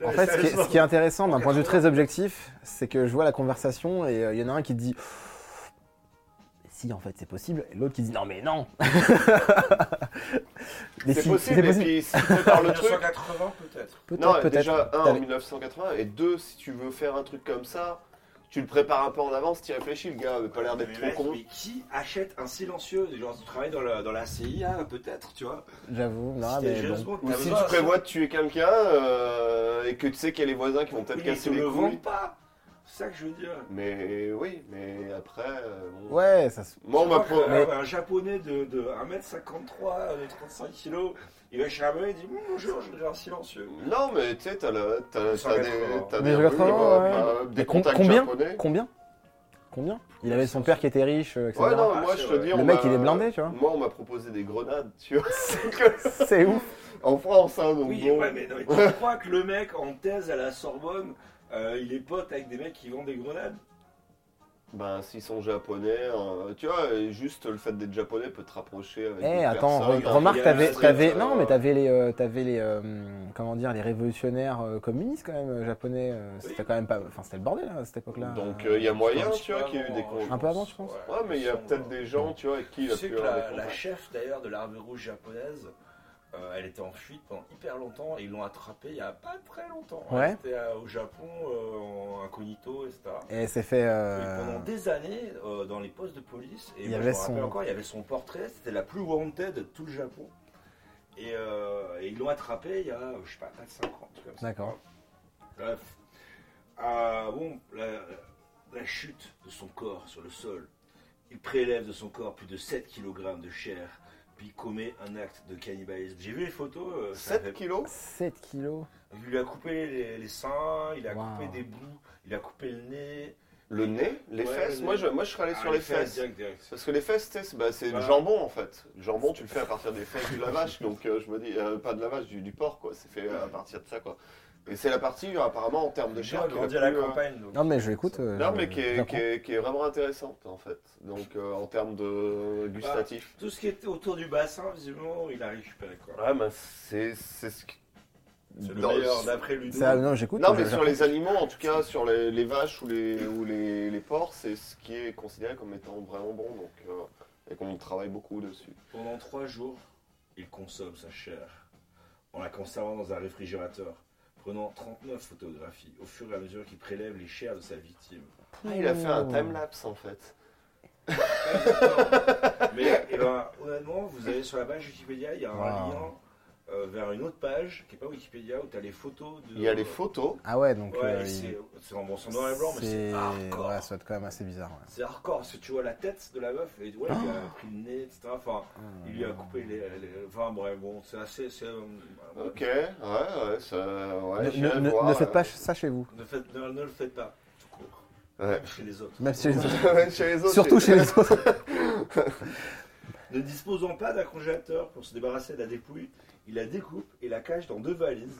Speaker 3: En fait, ce qui est, ce qui est intéressant d'un point de vue très objectif, c'est que je vois la conversation et euh, il y en a un qui dit si en fait c'est possible, et l'autre qui dit non mais non. Mais
Speaker 2: C'est
Speaker 3: si,
Speaker 2: possible, et puis si tu prépares le truc.
Speaker 1: 1980, peut-être.
Speaker 2: Non,
Speaker 3: Peut-être,
Speaker 2: déjà,
Speaker 3: peut-être.
Speaker 2: un, en
Speaker 3: T'avais-
Speaker 2: 1980, et deux, si tu veux faire un truc comme ça, tu le prépares un peu en avance, tu réfléchis, le gars avait pas l'air d'être
Speaker 1: Mais
Speaker 2: Ah, trop
Speaker 1: mec,
Speaker 2: con.
Speaker 1: Mais qui achète un silencieux Genre, tu travailles dans la, dans la CIA, peut-être, tu vois
Speaker 3: J'avoue, non,
Speaker 1: Si t'es
Speaker 3: mais
Speaker 1: James
Speaker 3: bon.
Speaker 1: Bond,
Speaker 2: Ou
Speaker 1: t'as
Speaker 2: si
Speaker 1: besoin,
Speaker 2: tu prévois de tuer quelqu'un euh, et que tu sais qu'il y a les voisins qui vont peut-être
Speaker 1: Ils te
Speaker 2: casser les
Speaker 1: le
Speaker 2: couilles.
Speaker 1: vendent pas C'est ça que je veux dire.
Speaker 2: Mais oui, mais après. euh, bon.
Speaker 3: Ouais, ça se...
Speaker 2: Moi, on m'a
Speaker 1: Je crois
Speaker 2: pro-
Speaker 1: que, euh, Un japonais de, de 1m53, de 35 kg, il va chez un mec, il dit Mmh, Bonjour, je voudrais un silencieux.
Speaker 2: Non, mais tu sais, t'as le- t'as- t'as
Speaker 1: 180,
Speaker 2: des, t'as
Speaker 3: Mais
Speaker 2: des,
Speaker 3: je
Speaker 2: rues,
Speaker 3: comprends,
Speaker 2: euh,
Speaker 3: ouais.
Speaker 2: des
Speaker 3: Com-
Speaker 2: contacts
Speaker 3: combien
Speaker 2: japonais.
Speaker 3: Combien Combien Il avait son père qui était riche, euh, etc.
Speaker 2: Ouais, non,
Speaker 1: Ah,
Speaker 2: moi,
Speaker 1: c'est
Speaker 2: je te
Speaker 1: vrai.
Speaker 2: dis.
Speaker 3: Le
Speaker 2: on
Speaker 3: mec,
Speaker 2: m'a-
Speaker 3: il est blindé, tu vois.
Speaker 2: Moi, on m'a proposé des grenades, tu vois.
Speaker 3: C'est ouf.
Speaker 2: en France, hein, donc
Speaker 1: Oui,
Speaker 2: bon.
Speaker 1: ouais, mais, non, mais tu crois que le mec en thèse à la Sorbonne, euh, il est pote avec des mecs qui vendent des grenades
Speaker 2: Ben, s'ils sont japonais, euh, tu vois, euh, juste le fait d'être japonais peut te rapprocher avec
Speaker 3: Eh,
Speaker 2: d'autres
Speaker 3: attends,
Speaker 2: personnes,
Speaker 3: re-
Speaker 2: hein.
Speaker 1: il y
Speaker 3: remarque,
Speaker 1: a
Speaker 3: t'avais,
Speaker 1: un truc,
Speaker 3: t'avais,
Speaker 2: euh,
Speaker 3: non, mais t'avais les, euh, t'avais les, euh, comment dire, les révolutionnaires euh, communistes quand même euh, japonais. euh, c'était
Speaker 1: Oui.
Speaker 3: quand même pas, enfin, c'était le bordel là, à cette époque-là.
Speaker 2: Donc, euh, il y a moyen, tu vois,
Speaker 1: Avant,
Speaker 2: qu'il y a eu des cons.
Speaker 1: je
Speaker 3: Un peu
Speaker 1: pense.
Speaker 3: avant, je pense.
Speaker 2: Ouais, mais il y a
Speaker 1: ils sont,
Speaker 2: peut-être
Speaker 1: euh,
Speaker 2: des gens, tu vois, avec qui il
Speaker 1: Tu
Speaker 2: a
Speaker 1: sais
Speaker 2: pu
Speaker 1: que
Speaker 2: avoir
Speaker 1: la,
Speaker 2: des
Speaker 1: la
Speaker 2: contacts.
Speaker 1: chef d'ailleurs de l'armée rouge japonaise, euh, elle était en fuite pendant hyper longtemps et ils l'ont attrapée il n'y a pas très longtemps.
Speaker 3: Ouais.
Speaker 1: Elle était euh, au Japon euh, en incognito, etc.
Speaker 3: Et elle s'est fait.
Speaker 1: Et
Speaker 3: euh,
Speaker 1: pendant des années, euh, dans les postes de police, et
Speaker 3: Il y
Speaker 1: moi,
Speaker 3: avait
Speaker 1: je me rappelle
Speaker 3: son-
Speaker 1: encore, il y avait son portrait, c'était la plus wanted de tout le Japon. Et, euh, et ils l'ont attrapée il y a, je sais pas, 4-5 ans, un truc comme ça.
Speaker 3: D'accord.
Speaker 1: Bref. Ah, bon, la, la chute de son corps sur le sol. Il prélève de son corps plus de 7 kg de chair, puis il commet un acte de cannibalisme. J'ai vu les photos. euh, ça
Speaker 2: 7
Speaker 1: fait-
Speaker 2: kilos
Speaker 3: 7 kilos.
Speaker 1: Il lui a coupé les, les seins, il a
Speaker 3: Wow.
Speaker 1: coupé des bouts, il a coupé le nez.
Speaker 2: Le nez Les
Speaker 1: Ouais,
Speaker 2: fesses
Speaker 1: le
Speaker 2: Moi
Speaker 1: nez.
Speaker 2: je, moi, je serais allé
Speaker 1: Ah,
Speaker 2: sur les fesses.
Speaker 1: direct, Ah. direct.
Speaker 2: Parce que les fesses, tu sais, c'est bah, c'est le
Speaker 1: Voilà.
Speaker 2: jambon en fait. Le jambon, tu le fais à partir des fesses du lavage. Donc euh, je me dis, euh, pas de lavage, du, du porc quoi. C'est fait à partir de ça quoi. Et c'est la partie, euh, apparemment, en termes de
Speaker 1: Il a
Speaker 2: chair. qui est la
Speaker 1: grandi à la
Speaker 2: plus, euh,
Speaker 1: campagne. donc.
Speaker 3: Non, mais je l'écoute. euh,
Speaker 2: Non,
Speaker 3: je-
Speaker 2: mais qui
Speaker 3: je
Speaker 2: est, qui,
Speaker 3: comprends.
Speaker 2: est, qui est vraiment intéressante en fait. Donc euh, en termes de gustatif.
Speaker 1: Tout ce qui était autour du bassin, visiblement, il a récupéré. Quoi.
Speaker 2: Ah, Ouais, mais c'est c'est ce qui.
Speaker 1: C'est le
Speaker 2: dans-
Speaker 1: meilleur d'après Ludo.
Speaker 3: Ça, non, j'écoute. euh,
Speaker 2: Non,
Speaker 3: je-
Speaker 2: mais
Speaker 3: je-
Speaker 2: sur les animaux, en tout cas, sur les, les vaches ou les, ou les, les porcs, c'est ce qui est considéré comme étant vraiment bon, donc, euh, et qu'on travaille beaucoup dessus.
Speaker 1: Pendant trois jours, il consomme sa chair en la conservant dans un réfrigérateur, prenant 39 photographies au fur et à mesure qu'il prélève les chairs de sa victime.
Speaker 2: Ah, il a fait
Speaker 3: Oh.
Speaker 2: un time-lapse, en fait.
Speaker 1: Mais eh ben, honnêtement, vous allez sur la page Wikipédia, il y a un
Speaker 3: Wow.
Speaker 1: lien euh, vers une autre page qui n'est pas Wikipédia où tu as les photos de.
Speaker 2: Il y a les photos.
Speaker 3: Ah ouais, donc.
Speaker 1: Ouais,
Speaker 3: euh,
Speaker 1: et
Speaker 3: il-
Speaker 1: c'est c'est en bon c'est en noir et blanc, mais c'est
Speaker 3: c'est-
Speaker 1: hardcore.
Speaker 3: Ouais, ça doit être quand même assez bizarre. ouais.
Speaker 1: C'est hardcore parce que tu vois la tête de la meuf et ouais, il lui
Speaker 2: Ah.
Speaker 1: a pris le nez, etc. Enfin, il lui a coupé les. les- Enfin, bref, bon, c'est assez. c'est, euh,
Speaker 2: Ok, ouais, ouais, ça, ouais,
Speaker 3: Ne-
Speaker 2: j'irai
Speaker 3: ne, ne-
Speaker 2: voir, euh,
Speaker 3: ne
Speaker 2: ouais.
Speaker 3: faites pas ça chez vous.
Speaker 1: Ne, faites- ne- ne le faites pas, tout court.
Speaker 2: euh, Ouais.
Speaker 1: Chez les autres.
Speaker 3: Même chez les autres.
Speaker 2: Ouais, chez les autres.
Speaker 3: Surtout chez les autres.
Speaker 1: Ne disposant pas d'un congélateur pour se débarrasser de la dépouille, il la découpe et la cache dans deux valises.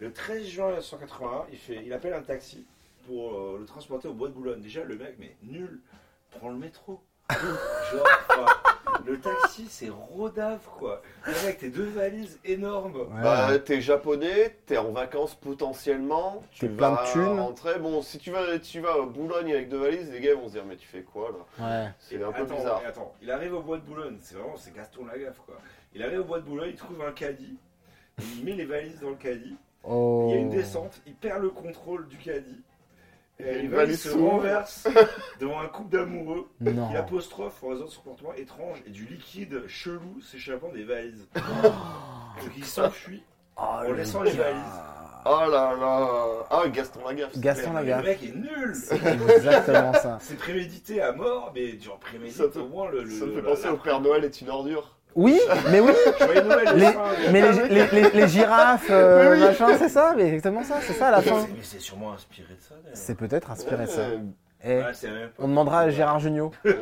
Speaker 1: Et le 13 juin 1981, il, fait, il appelle un taxi pour euh, le transporter au bois de Boulogne. Déjà, le mec, mais nul, prend le métro. Genre, enfin, le taxi, c'est rodave, quoi. Le mec, tes deux valises énormes.
Speaker 3: Ouais.
Speaker 2: Bah, t'es japonais, t'es en vacances potentiellement, tu
Speaker 3: T'es plein de
Speaker 2: vas
Speaker 3: thunes.
Speaker 2: rentrer. Bon, si tu vas, tu vas à Boulogne avec deux valises, les gars ils vont se dire, mais tu fais quoi là
Speaker 3: Ouais.
Speaker 2: C'est un peu
Speaker 1: attends,
Speaker 2: bizarre.
Speaker 1: et Attends, il arrive au bois de Boulogne, c'est vraiment c'est Gaston Lagaffe quoi. Il arrive au bois de Boulogne, il trouve un caddie, il met les valises dans le caddie,
Speaker 3: Oh.
Speaker 1: il y a une descente, il perd le contrôle du caddie. Et
Speaker 2: Une
Speaker 1: les
Speaker 2: valise
Speaker 1: valises se
Speaker 2: s'ouvre.
Speaker 1: renverse devant un couple d'amoureux.
Speaker 3: Non.
Speaker 1: Il apostrophe en raison de son comportement étrange et du liquide chelou s'échappant des valises. Donc il s'enfuit.
Speaker 3: Oh,
Speaker 1: en
Speaker 3: le
Speaker 1: laissant les
Speaker 3: gars.
Speaker 1: valises.
Speaker 2: Oh là là Ah, Gaston Lagaffe. c'est
Speaker 3: Gaston
Speaker 2: clair.
Speaker 1: Le
Speaker 3: Lagaffe.
Speaker 1: mec est nul
Speaker 3: Exactement ça.
Speaker 1: C'est prémédité à mort, mais genre
Speaker 2: Ça
Speaker 1: prémédité
Speaker 2: te-
Speaker 1: au moins le.
Speaker 2: Ça
Speaker 1: le-
Speaker 2: me fait
Speaker 1: la-
Speaker 2: penser
Speaker 1: la-
Speaker 2: au Père Noël est une ordure.
Speaker 3: Oui, mais oui.
Speaker 1: Joyeux Noël, les
Speaker 3: Les-
Speaker 1: gens, les-
Speaker 3: Mais les, les- les- les girafes, euh,
Speaker 2: Mais oui.
Speaker 3: machin, c'est ça, mais exactement ça, c'est ça à la
Speaker 1: Mais
Speaker 3: fin.
Speaker 1: c'est- Mais c'est sûrement inspiré de ça. d'ailleurs.
Speaker 3: C'est peut-être inspiré de ça.
Speaker 2: Ouais,
Speaker 3: Eh,
Speaker 1: Ouais, c'est la même
Speaker 3: on
Speaker 1: époque.
Speaker 3: demandera à Gérard Jugnot.
Speaker 2: ouais.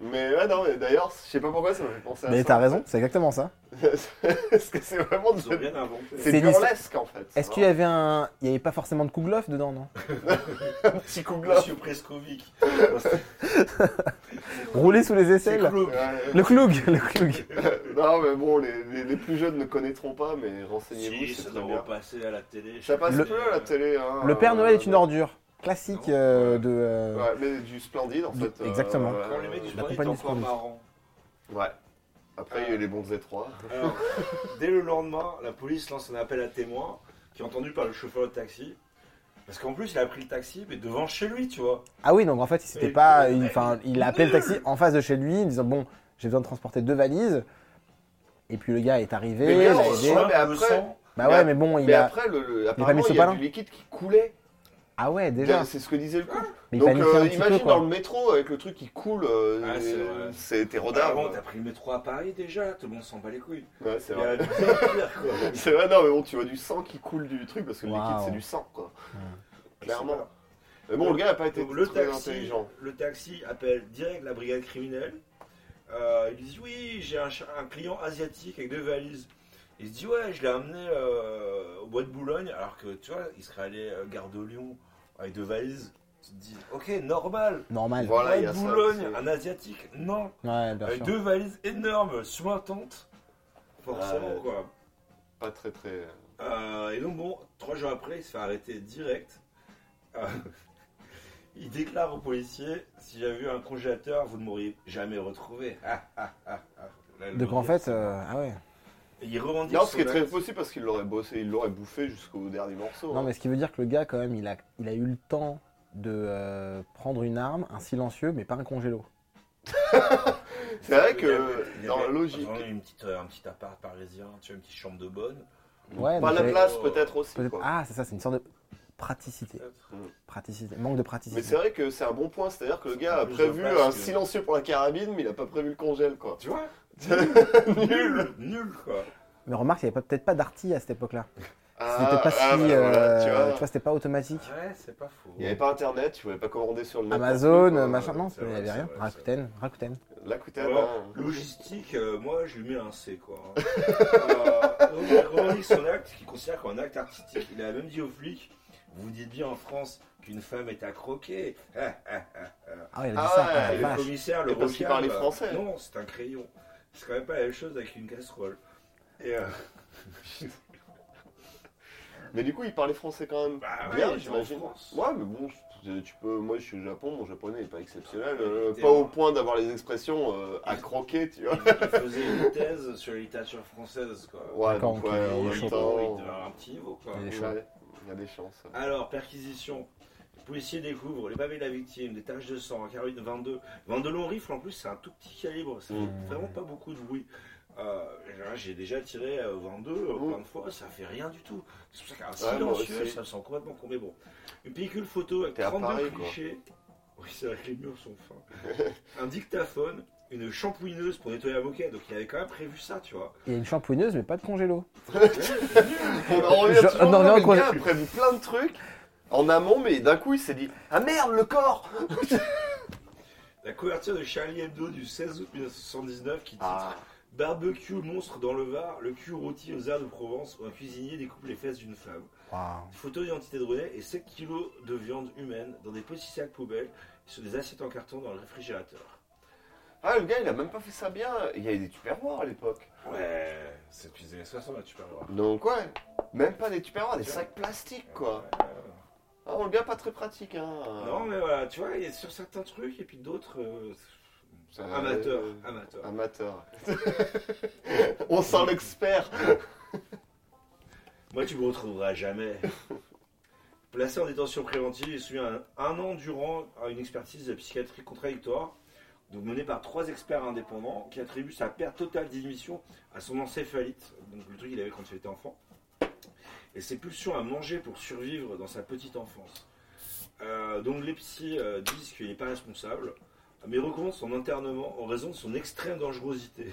Speaker 2: Mais ouais, non, mais d'ailleurs, je sais pas pourquoi ça me fait penser à ça.
Speaker 3: Mais t'as raison, c'est exactement ça.
Speaker 2: Parce que c'est vraiment.
Speaker 1: Ils ont
Speaker 2: de-
Speaker 1: rien inventé.
Speaker 3: C'est
Speaker 2: C'est
Speaker 3: des-
Speaker 2: burlesque en fait.
Speaker 3: Est-ce qu'il y avait un. Il n'y avait pas forcément de Kougloff dedans, non
Speaker 2: un petit coup de glace
Speaker 1: Monsieur Preskovic.
Speaker 3: Rouler sous les
Speaker 1: C'est
Speaker 3: aisselles
Speaker 1: Claude.
Speaker 2: Ouais.
Speaker 3: Le cloug Le cloug
Speaker 2: Non, mais bon, les, les- les plus jeunes ne connaîtront pas, mais renseignez-vous,
Speaker 1: Si,
Speaker 2: c'est
Speaker 1: ça
Speaker 2: très
Speaker 1: doit
Speaker 2: bien.
Speaker 1: repasser à la télé.
Speaker 2: Ça passe
Speaker 3: Le-
Speaker 2: peu à la télé. hein.
Speaker 3: Le Père Noël est une
Speaker 2: Euh,
Speaker 3: ordure. Classique euh, de. euh,
Speaker 2: Ouais, mais du splendide en
Speaker 3: Du-
Speaker 2: fait. euh,
Speaker 3: exactement.
Speaker 1: Quand les mecs du
Speaker 3: La
Speaker 1: Splendid,
Speaker 3: compagnie
Speaker 1: c'est encore
Speaker 3: Splendid.
Speaker 1: marrant.
Speaker 2: Ouais. Après, il y a les bons étroits.
Speaker 1: Alors, dès le lendemain, la police lance un appel à témoins qui est entendu par le chauffeur de taxi. Parce qu'en plus, il a pris le taxi, mais devant chez lui, tu vois.
Speaker 3: Ah oui, donc en fait, il s'était
Speaker 1: Et-
Speaker 3: pas.
Speaker 1: et-
Speaker 3: il- Enfin, il a appelé le taxi en face de chez lui, en disant Bon, j'ai besoin de transporter deux valises. Et puis le gars est arrivé,
Speaker 2: Mais
Speaker 3: il
Speaker 2: bien,
Speaker 3: a
Speaker 2: on
Speaker 3: aidé.
Speaker 2: sent- mais
Speaker 1: le
Speaker 2: après- Ah,
Speaker 1: sang.
Speaker 3: Bah ouais, mais bon, il
Speaker 2: Mais
Speaker 3: a.
Speaker 2: après, le, le-
Speaker 3: mis
Speaker 2: apparemment,
Speaker 3: son
Speaker 2: il y a
Speaker 3: palin.
Speaker 2: du liquide qui coulait.
Speaker 3: Ah ouais, déjà.
Speaker 2: C'est ce que disait le couple.
Speaker 3: Mais il
Speaker 2: Donc,
Speaker 3: paniquait
Speaker 2: euh,
Speaker 3: un petit peu,
Speaker 2: imagine
Speaker 3: quoi.
Speaker 2: dans le métro avec le truc qui coule. euh,
Speaker 1: Ah, c'est
Speaker 2: et-
Speaker 1: vrai.
Speaker 2: c'est t'es
Speaker 1: Bah,
Speaker 2: rodard.
Speaker 1: bon, t'as pris le métro à Paris déjà, tout le monde s'en bat les couilles.
Speaker 2: Ouais, c'est
Speaker 1: Il y
Speaker 2: vrai.
Speaker 1: a du pire, quoi.
Speaker 2: C'est vrai, non, mais bon, tu vois du sang qui coule du truc parce que le liquide,
Speaker 3: Waouh.
Speaker 2: c'est du sang, quoi.
Speaker 1: Je sais
Speaker 2: Clairement.
Speaker 1: pas.
Speaker 2: Mais bon, le gars n'a pas été
Speaker 1: Donc, le
Speaker 2: très
Speaker 1: taxi,
Speaker 2: intelligent.
Speaker 1: le taxi appelle direct la brigade criminelle. Euh, il dit oui, j'ai un, ch- un client asiatique avec deux valises. Il se dit ouais, je l'ai amené euh, au bois de Boulogne, alors que tu vois, il serait allé euh, gare de Lyon avec deux valises. Tu te dis ok, normal.
Speaker 3: Normal.
Speaker 2: Voilà,
Speaker 1: Bois
Speaker 2: il y
Speaker 1: de
Speaker 2: a ça,
Speaker 1: Boulogne,
Speaker 2: c'est-
Speaker 1: un asiatique, non.
Speaker 3: Ouais, bien
Speaker 1: Avec
Speaker 3: sûr.
Speaker 1: deux valises énormes sur ma tente, forcément
Speaker 2: Ouais.
Speaker 1: quoi.
Speaker 2: Pas très, très. euh,
Speaker 1: Euh, et donc bon, trois jours après, il se fait arrêter direct. Euh, il déclare aux policiers si j'avais vu un congélateur, vous ne m'auriez jamais retrouvé. Ah, ah, ah, ah. Là, le
Speaker 3: Donc en
Speaker 1: mec,
Speaker 3: fait, euh, ah ouais.
Speaker 1: il revendique.
Speaker 2: Non, ce qui est
Speaker 1: son
Speaker 2: très
Speaker 1: acte.
Speaker 2: possible parce qu'il l'aurait bossé, il l'aurait bouffé jusqu'au dernier morceau.
Speaker 3: Non,
Speaker 2: hein.
Speaker 3: mais ce qui veut dire que le gars, quand même, il a, il a eu le temps de euh, prendre une arme, un silencieux, mais pas un congélo.
Speaker 2: C'est vrai
Speaker 1: Il
Speaker 2: que
Speaker 1: avait- il
Speaker 2: dans la
Speaker 1: avait
Speaker 2: logique,
Speaker 1: vraiment une petite, euh, un petit appart parisien, tu vois, une petite chambre de bonne.
Speaker 3: Ouais,
Speaker 2: pas
Speaker 3: mais
Speaker 2: la
Speaker 3: j'avais-
Speaker 2: place peut-être aussi.
Speaker 3: peut-être-
Speaker 2: quoi.
Speaker 3: Ah, c'est ça, c'est une sorte de praticité.
Speaker 1: peut-être.
Speaker 3: Praticité. Manque de
Speaker 2: Mais c'est
Speaker 3: praticité.
Speaker 2: vrai que c'est un bon point, c'est-à-dire que le gars a
Speaker 1: Plus de
Speaker 2: prévu
Speaker 1: place
Speaker 2: un
Speaker 1: que-
Speaker 2: silencieux pour la carabine, mais il a pas prévu le congèle quoi.
Speaker 1: Tu vois Nul, nul quoi.
Speaker 3: Mais remarque, il n'y avait pas- peut-être pas d'arty à cette époque-là.
Speaker 2: Ah,
Speaker 3: C'était pas si.
Speaker 2: ah, bah, voilà,
Speaker 3: euh,
Speaker 2: tu
Speaker 3: tu
Speaker 2: vois. Ah,
Speaker 3: vois, c'était pas automatique.
Speaker 1: Ouais, c'est pas faux.
Speaker 2: Il n'y avait pas internet, tu pouvais pas commander sur le net.
Speaker 3: Amazon,
Speaker 2: non plus, quoi.
Speaker 3: machin. Non,
Speaker 1: c'est
Speaker 3: il n'y
Speaker 1: vrai,
Speaker 3: avait
Speaker 1: c'est
Speaker 3: rien.
Speaker 1: vrai,
Speaker 3: Rakuten, Rakuten.
Speaker 2: La coutane,
Speaker 1: Alors,
Speaker 2: hein.
Speaker 1: Logistique, euh, moi je lui mets un C quoi. euh, donc, il revendique son acte qu'il considère comme un acte artistique. Il a même dit aux flics Vous dites bien en France qu'une femme est à croquer. Ah, ah, ah.
Speaker 3: Ah ouais, il a dit
Speaker 2: Ah
Speaker 3: ça.
Speaker 2: ouais,
Speaker 3: ah, la
Speaker 1: Et le
Speaker 3: vache.
Speaker 1: commissaire, le
Speaker 2: Et parce qu'il
Speaker 1: rocade,
Speaker 2: parlait
Speaker 1: euh,
Speaker 2: français.
Speaker 1: Non, c'est un crayon. C'est quand même pas la même chose avec une casserole. Et euh,
Speaker 2: Mais du coup, il parlait français quand même.
Speaker 1: Bah ouais, il
Speaker 2: bien,
Speaker 1: était
Speaker 2: j'imagine.
Speaker 1: en France.
Speaker 2: Ouais, mais bon, je- tu peux. Moi, je suis au Japon, mon japonais n'est pas exceptionnel. euh,
Speaker 1: Il était
Speaker 2: pas au
Speaker 1: en-
Speaker 2: point d'avoir les expressions euh, à croquer, tu vois.
Speaker 1: il il faisait une thèse sur la littérature française quoi.
Speaker 2: Ouais,
Speaker 3: D'accord,
Speaker 2: donc
Speaker 3: ok,
Speaker 2: ouais,
Speaker 3: il
Speaker 2: en
Speaker 3: est
Speaker 2: même
Speaker 3: chaud.
Speaker 1: il
Speaker 2: temps.
Speaker 1: devait avoir un petit niveau quoi.
Speaker 3: Il est chaud.
Speaker 2: ouais, Il y a des chances.
Speaker 1: Alors, perquisition. Les policiers découvrent les pavés de la victime, des taches de sang, un carabine 22. 22 long rifle, en plus, c'est un tout petit calibre. Ça fait
Speaker 2: Mm.
Speaker 1: vraiment pas beaucoup de bruit. Euh, là, j'ai déjà tiré euh, 22 euh,
Speaker 2: Mm.
Speaker 1: plein de fois, ça fait rien du tout. C'est pour ça qu'un
Speaker 2: Ouais, moi
Speaker 1: silencieux,
Speaker 2: aussi.
Speaker 1: ça me sent complètement con. Mais bon, une pellicule photo avec
Speaker 2: T'es à
Speaker 1: 32
Speaker 2: Paris, quoi.
Speaker 1: clichés. Oui, c'est vrai que les murs sont fins. un dictaphone, une shampouineuse pour nettoyer la moquette. Donc, il avait quand même prévu ça, tu vois.
Speaker 3: Il y a une shampouineuse, mais pas de congélo.
Speaker 2: On en revient
Speaker 3: Je-
Speaker 2: toujours
Speaker 3: non,
Speaker 2: là,
Speaker 3: non,
Speaker 2: mais le
Speaker 3: qu'on-
Speaker 2: gars a prévu plein de trucs en amont, mais d'un coup, il s'est dit Ah merde, le corps
Speaker 1: La couverture de Charlie Hebdo du 16 août 1979 qui titre
Speaker 2: Ah,
Speaker 1: Barbecue monstre dans le Var, le cul rôti aux airs de Provence où un cuisinier découpe les fesses d'une femme.
Speaker 3: Waouh.
Speaker 1: Photo d'identité de René et 7 kilos de viande humaine dans des petits sacs poubelles et sur des assiettes en carton dans le réfrigérateur.
Speaker 2: Ah, le gars, il a même pas fait ça bien. Il y avait des tupperwares à l'époque.
Speaker 1: Ouais, c'est depuis les années 60 là, tu peux voir.
Speaker 2: Donc, ouais, même pas des tupperwares, des sacs plastiques, quoi. Ah, bon, le gars, pas très pratique, hein.
Speaker 1: Non mais voilà, tu vois, il y a sur certains trucs et puis d'autres... euh,
Speaker 2: Ça-
Speaker 1: Amateur, amateur.
Speaker 2: Amateur. On sent l'expert.
Speaker 1: Moi tu me retrouveras jamais. Placé en détention préventive, il suit un, un an durant à une expertise psychiatrique contradictoire, donc menée par trois experts indépendants, qui attribuent sa perte totale d'inhibition à son encéphalite, donc le truc qu'il avait quand il était enfant, et ses pulsions à manger pour survivre dans sa petite enfance. Euh, donc les psys euh, disent qu'il n'est pas responsable, mais recommandent son internement en raison de son extrême dangerosité.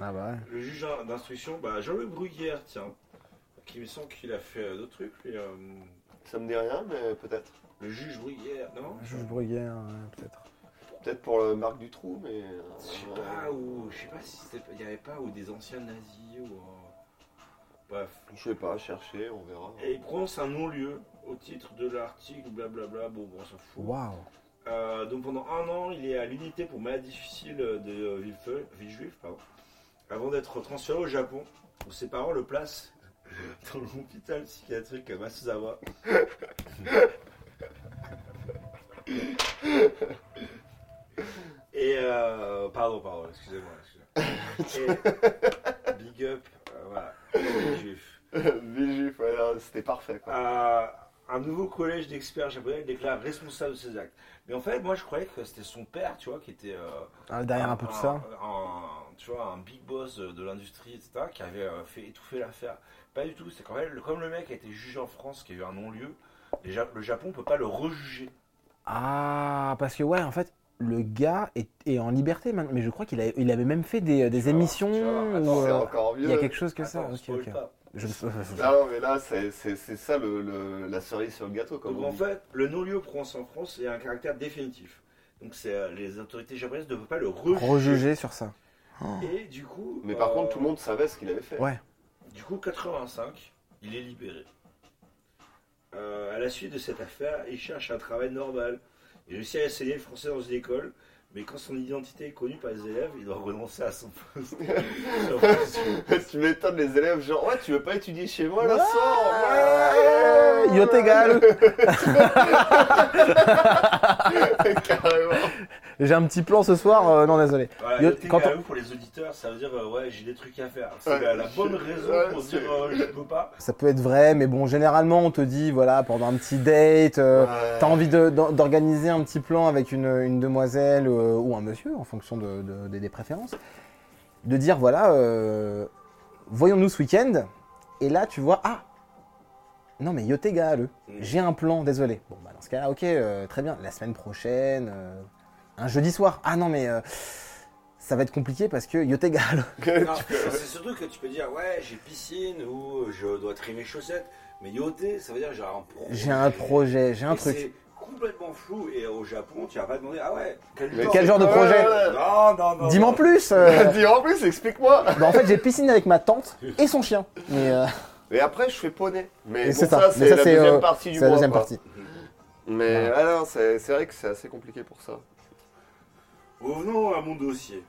Speaker 3: Ah bah ouais.
Speaker 1: Le juge d'instruction, bah, Jean-Luc Bruguière, tiens, qui me semble qu'il a fait euh, d'autres trucs. lui, euh,
Speaker 2: Ça me dit rien, mais peut-être.
Speaker 1: le juge Bruguière, non
Speaker 3: Juge Bruguière, ouais, hein, peut-être.
Speaker 2: Peut-être pour le Marc Dutroux, mais. euh,
Speaker 1: Je sais pas où, je sais pas si c'était- il y avait pas ou des anciens nazis ou. euh, Bref.
Speaker 2: Je sais pas, chercher, on verra.
Speaker 1: Et il prononce un non-lieu au titre de l'article, blablabla, bon, bon, on s'en fout.
Speaker 3: Waouh.
Speaker 1: Euh, donc pendant un an, il est à l'unité pour maladies difficiles de Villefeu- Villejuif, pardon, avant d'être transféré au Japon, où ses parents le placent dans l'hôpital psychiatrique à Masuzawa. Et euh, pardon, pardon, excusez-moi. excusez-moi. Et big up, euh, voilà, Villejuif.
Speaker 2: Villejuif, ouais, non, c'était parfait, quoi.
Speaker 1: Euh, un nouveau collège d'experts japonais le déclare responsable de ses actes. Mais en fait, moi, je croyais que c'était son père, tu vois, qui était. euh,
Speaker 3: Ah, derrière un peu de ça.
Speaker 1: un- tu vois, un big boss de, de l'industrie, etc., qui avait euh, fait étouffer l'affaire. Pas du tout. C'est quand même, le- comme le mec a été jugé en France, qui a eu un non-lieu, les Ja- le Japon peut pas le rejuger.
Speaker 3: Ah, parce que ouais, en fait, le gars est, est en liberté maintenant. Mais je crois qu'il a- il avait même fait des, euh, des
Speaker 1: vas voir,
Speaker 3: émissions.
Speaker 1: tu vas voir. Attends,
Speaker 3: où,
Speaker 2: C'est
Speaker 3: euh,
Speaker 2: encore
Speaker 3: il
Speaker 2: mieux.
Speaker 3: y a quelque chose que ça.
Speaker 1: Attends,
Speaker 3: ok,
Speaker 1: spoil
Speaker 3: ok.
Speaker 1: pas.
Speaker 3: Je me-
Speaker 2: Ah non, mais là, c'est c'est- c'est ça le, le- la cerise sur le gâteau. Comme
Speaker 1: Donc
Speaker 2: on
Speaker 1: en
Speaker 2: dit.
Speaker 1: fait, le non-lieu prononcé en France est un caractère définitif. Donc c'est, euh, les autorités japonaises ne peuvent pas le rejuger.
Speaker 3: Rejuger sur ça.
Speaker 1: Et du coup.
Speaker 2: Mais par
Speaker 1: euh,
Speaker 2: contre, tout le monde savait ce qu'il avait fait.
Speaker 3: Ouais.
Speaker 1: Du coup, 85, il est libéré. Euh, à la suite de cette affaire, il cherche un travail normal. Il réussit à enseigner le français dans une école, mais quand son identité est connue par les élèves, il doit renoncer à son poste. Son poste.
Speaker 2: tu m'étonnes les élèves, genre, ouais, tu veux pas étudier chez moi là,
Speaker 3: Ouais,
Speaker 2: soir Ouais.
Speaker 3: Yotegal.
Speaker 2: Carrément.
Speaker 3: J'ai un petit plan ce soir. euh, non, désolé.
Speaker 1: voilà,
Speaker 3: Yo-
Speaker 1: le
Speaker 3: quand
Speaker 1: TKO pour les auditeurs, ça veut dire euh, ouais, j'ai des trucs à faire. C'est
Speaker 2: Ouais,
Speaker 1: la, la bonne
Speaker 2: je-
Speaker 1: raison
Speaker 2: ouais,
Speaker 1: pour
Speaker 2: c'est-
Speaker 1: dire euh, je peux pas.
Speaker 3: Ça peut être vrai, mais bon, généralement, on te dit, voilà, pendant un petit date, euh, t'as envie de- d'or- d'organiser un petit plan avec une, une demoiselle euh, ou un monsieur, en fonction de- de- des- des préférences, de dire, voilà, euh, voyons-nous ce week-end, et là, tu vois, ah, non, mais Yotega, le, j'ai un plan, désolé. Bon, bah, dans ce cas-là, ok, euh, très bien, la semaine prochaine, euh, un jeudi soir, ah non, mais euh, ça va être compliqué parce que Yotega, le.
Speaker 1: Non, c'est surtout que tu peux dire ouais, j'ai piscine ou je dois trimer mes chaussettes, mais yoté, ça veut dire j'ai un projet.
Speaker 3: j'ai un projet, j'ai un
Speaker 1: Et
Speaker 3: truc.
Speaker 1: C'est complètement flou et au Japon, tu vas pas demander ah ouais, quel
Speaker 2: Mais
Speaker 1: genre,
Speaker 3: Quel genre de
Speaker 2: Ouais,
Speaker 3: projet
Speaker 2: ouais, ouais.
Speaker 1: Non, non, non.
Speaker 3: Dis-m'en
Speaker 1: non.
Speaker 3: plus euh,
Speaker 2: Dis en plus, explique-moi
Speaker 3: Bah en fait j'ai piscine avec ma tante et son chien. Mais euh,
Speaker 2: Et après, je fais poney. Mais
Speaker 3: et
Speaker 2: bon,
Speaker 3: c'est
Speaker 2: ça,
Speaker 3: ça. Mais
Speaker 2: c'est
Speaker 3: ça
Speaker 2: la
Speaker 3: c'est
Speaker 2: deuxième
Speaker 3: euh,
Speaker 2: partie du
Speaker 3: c'est la
Speaker 2: mois,
Speaker 3: deuxième
Speaker 2: quoi.
Speaker 3: partie.
Speaker 2: Mais ah non, c'est c'est vrai que c'est assez compliqué pour ça.
Speaker 1: Revenons à mon dossier.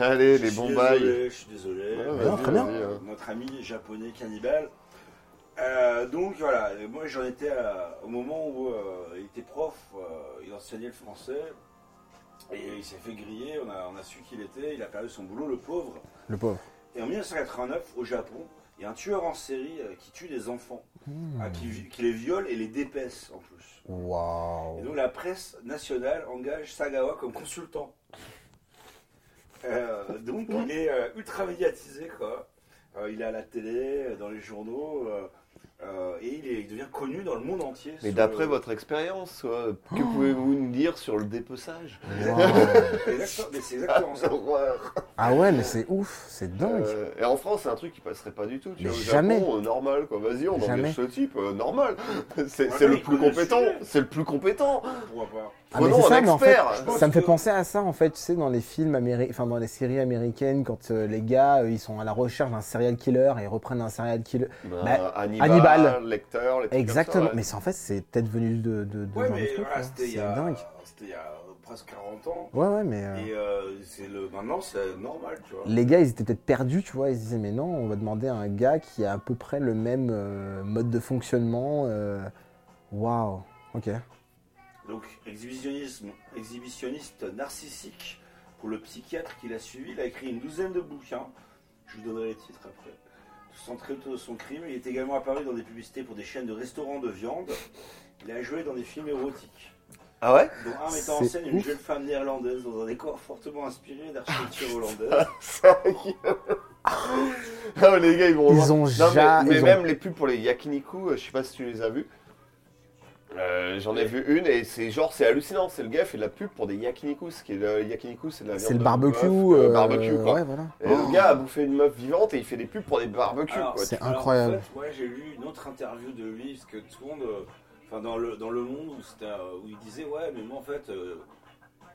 Speaker 2: Allez,
Speaker 1: Je
Speaker 2: les
Speaker 1: suis
Speaker 2: bons
Speaker 1: désolé,
Speaker 2: bails.
Speaker 1: Je suis désolé.
Speaker 2: Ouais,
Speaker 3: Non,
Speaker 2: vas-y,
Speaker 3: très bien.
Speaker 2: vas-y, hein.
Speaker 1: Notre ami japonais cannibale. Euh, donc voilà, et moi j'en étais à- au moment où euh, il était prof, euh, il enseignait le français et il s'est fait griller. On a, on a su qui il était, il a perdu son boulot, le pauvre.
Speaker 3: Le pauvre.
Speaker 1: Et en 1989, au Japon, il y a un tueur en série euh, qui tue des enfants,
Speaker 3: Mmh.
Speaker 1: ah, qui, vi- qui les viole et les dépaisse en plus. Et
Speaker 3: Waouh.
Speaker 1: donc la presse nationale engage Sagawa comme consultant. Euh, donc il est euh, ultra médiatisé quoi. Euh, il est à la télé, dans les journaux, euh, euh, et il, est- il devient connu dans le monde entier.
Speaker 2: Mais
Speaker 1: sous-
Speaker 2: d'après votre expérience, euh, que pouvez-vous nous dire sur le dépeçage
Speaker 1: Exactement, mais c'est exactement ça.
Speaker 2: Horreur.
Speaker 3: Ah ouais mais c'est ouf, c'est dingue.
Speaker 2: Euh, et en France, c'est un truc qui passerait pas du tout. Tu
Speaker 3: Mais
Speaker 2: vois, au
Speaker 3: jamais.
Speaker 2: Japon, euh, normal, quoi. Vas-y, on
Speaker 3: Jamais.
Speaker 2: engage ce type, euh, normal. C'est
Speaker 1: Ouais,
Speaker 2: c'est
Speaker 1: mais
Speaker 2: le
Speaker 1: il
Speaker 2: plus
Speaker 1: connaît le
Speaker 2: compétent.
Speaker 1: sujet.
Speaker 2: C'est le plus compétent.
Speaker 1: Pourquoi pas
Speaker 3: Ah, mais
Speaker 2: Prenons
Speaker 3: c'est
Speaker 2: un
Speaker 3: ça, mais en fait,
Speaker 2: expert.
Speaker 1: pense
Speaker 3: Ça me fait
Speaker 1: Euh, que-
Speaker 3: penser à ça en fait, tu sais dans les films américains, enfin dans les séries américaines quand euh, les gars euh, ils sont à la recherche d'un serial killer et ils reprennent un serial killer.
Speaker 2: Bah,
Speaker 3: Bah,
Speaker 2: Hannibal,
Speaker 3: Hannibal.
Speaker 2: lecteur, les trucs
Speaker 3: Exactement.
Speaker 2: comme
Speaker 3: Mais c'est- en fait c'est peut-être venu de de, de
Speaker 1: Ouais,
Speaker 3: genre de
Speaker 1: mais
Speaker 3: truc,
Speaker 1: voilà,
Speaker 3: hein.
Speaker 1: c'était
Speaker 3: C'est
Speaker 1: il, y a-
Speaker 3: dingue.
Speaker 1: c'était il y a euh, presque 40 ans.
Speaker 3: Ouais ouais mais. euh,
Speaker 1: Et euh, c'est le maintenant c'est normal, tu vois.
Speaker 3: Les gars, ils étaient peut-être perdus, tu vois. Ils se disaient, mais non, on va demander à un gars qui a à peu près le même euh, mode de fonctionnement. euh, Waouh, ok.
Speaker 1: Donc exhibitionnisme, exhibitionniste narcissique pour le psychiatre qui l'a suivi, il a écrit une douzaine de bouquins. Je vous donnerai les titres après. Centré autour de son crime, il est également apparu dans des publicités pour des chaînes de restaurants de viande. Il a joué dans des films érotiques,
Speaker 2: ça, ouais. Ah ouais
Speaker 1: dont un mettant en
Speaker 3: C'est
Speaker 1: scène une
Speaker 3: ouf.
Speaker 1: jeune femme néerlandaise dans un décor fortement inspiré d'architecture
Speaker 3: Ah,
Speaker 1: hollandaise.
Speaker 2: Sérieux Ah, mais les gars, ils vont.
Speaker 3: Ils
Speaker 2: voir.
Speaker 3: ont
Speaker 2: Non,
Speaker 3: ja-
Speaker 2: mais, mais
Speaker 3: ils ont-
Speaker 2: même les pubs pour les yakiniku, euh, je sais pas si tu les as vus. Euh, J'en ai vu une et c'est genre c'est hallucinant, c'est le gars fait de la pub pour des yakiniku, ce qui est le yakiniku, c'est de la viande
Speaker 3: C'est le
Speaker 2: de
Speaker 3: barbecue.
Speaker 2: bœuf, euh,
Speaker 3: euh,
Speaker 2: barbecue quoi.
Speaker 3: Ouais, voilà.
Speaker 2: Et le gars a bouffé une meuf vivante et il fait des pubs pour des barbecues
Speaker 1: Alors,
Speaker 2: quoi.
Speaker 3: C'est
Speaker 1: Alors,
Speaker 3: incroyable.
Speaker 1: en fait, ouais, j'ai lu une autre interview de lui, parce que tout le monde, euh, enfin dans le dans le monde où c'était, euh, où il disait ouais, mais moi en fait, euh,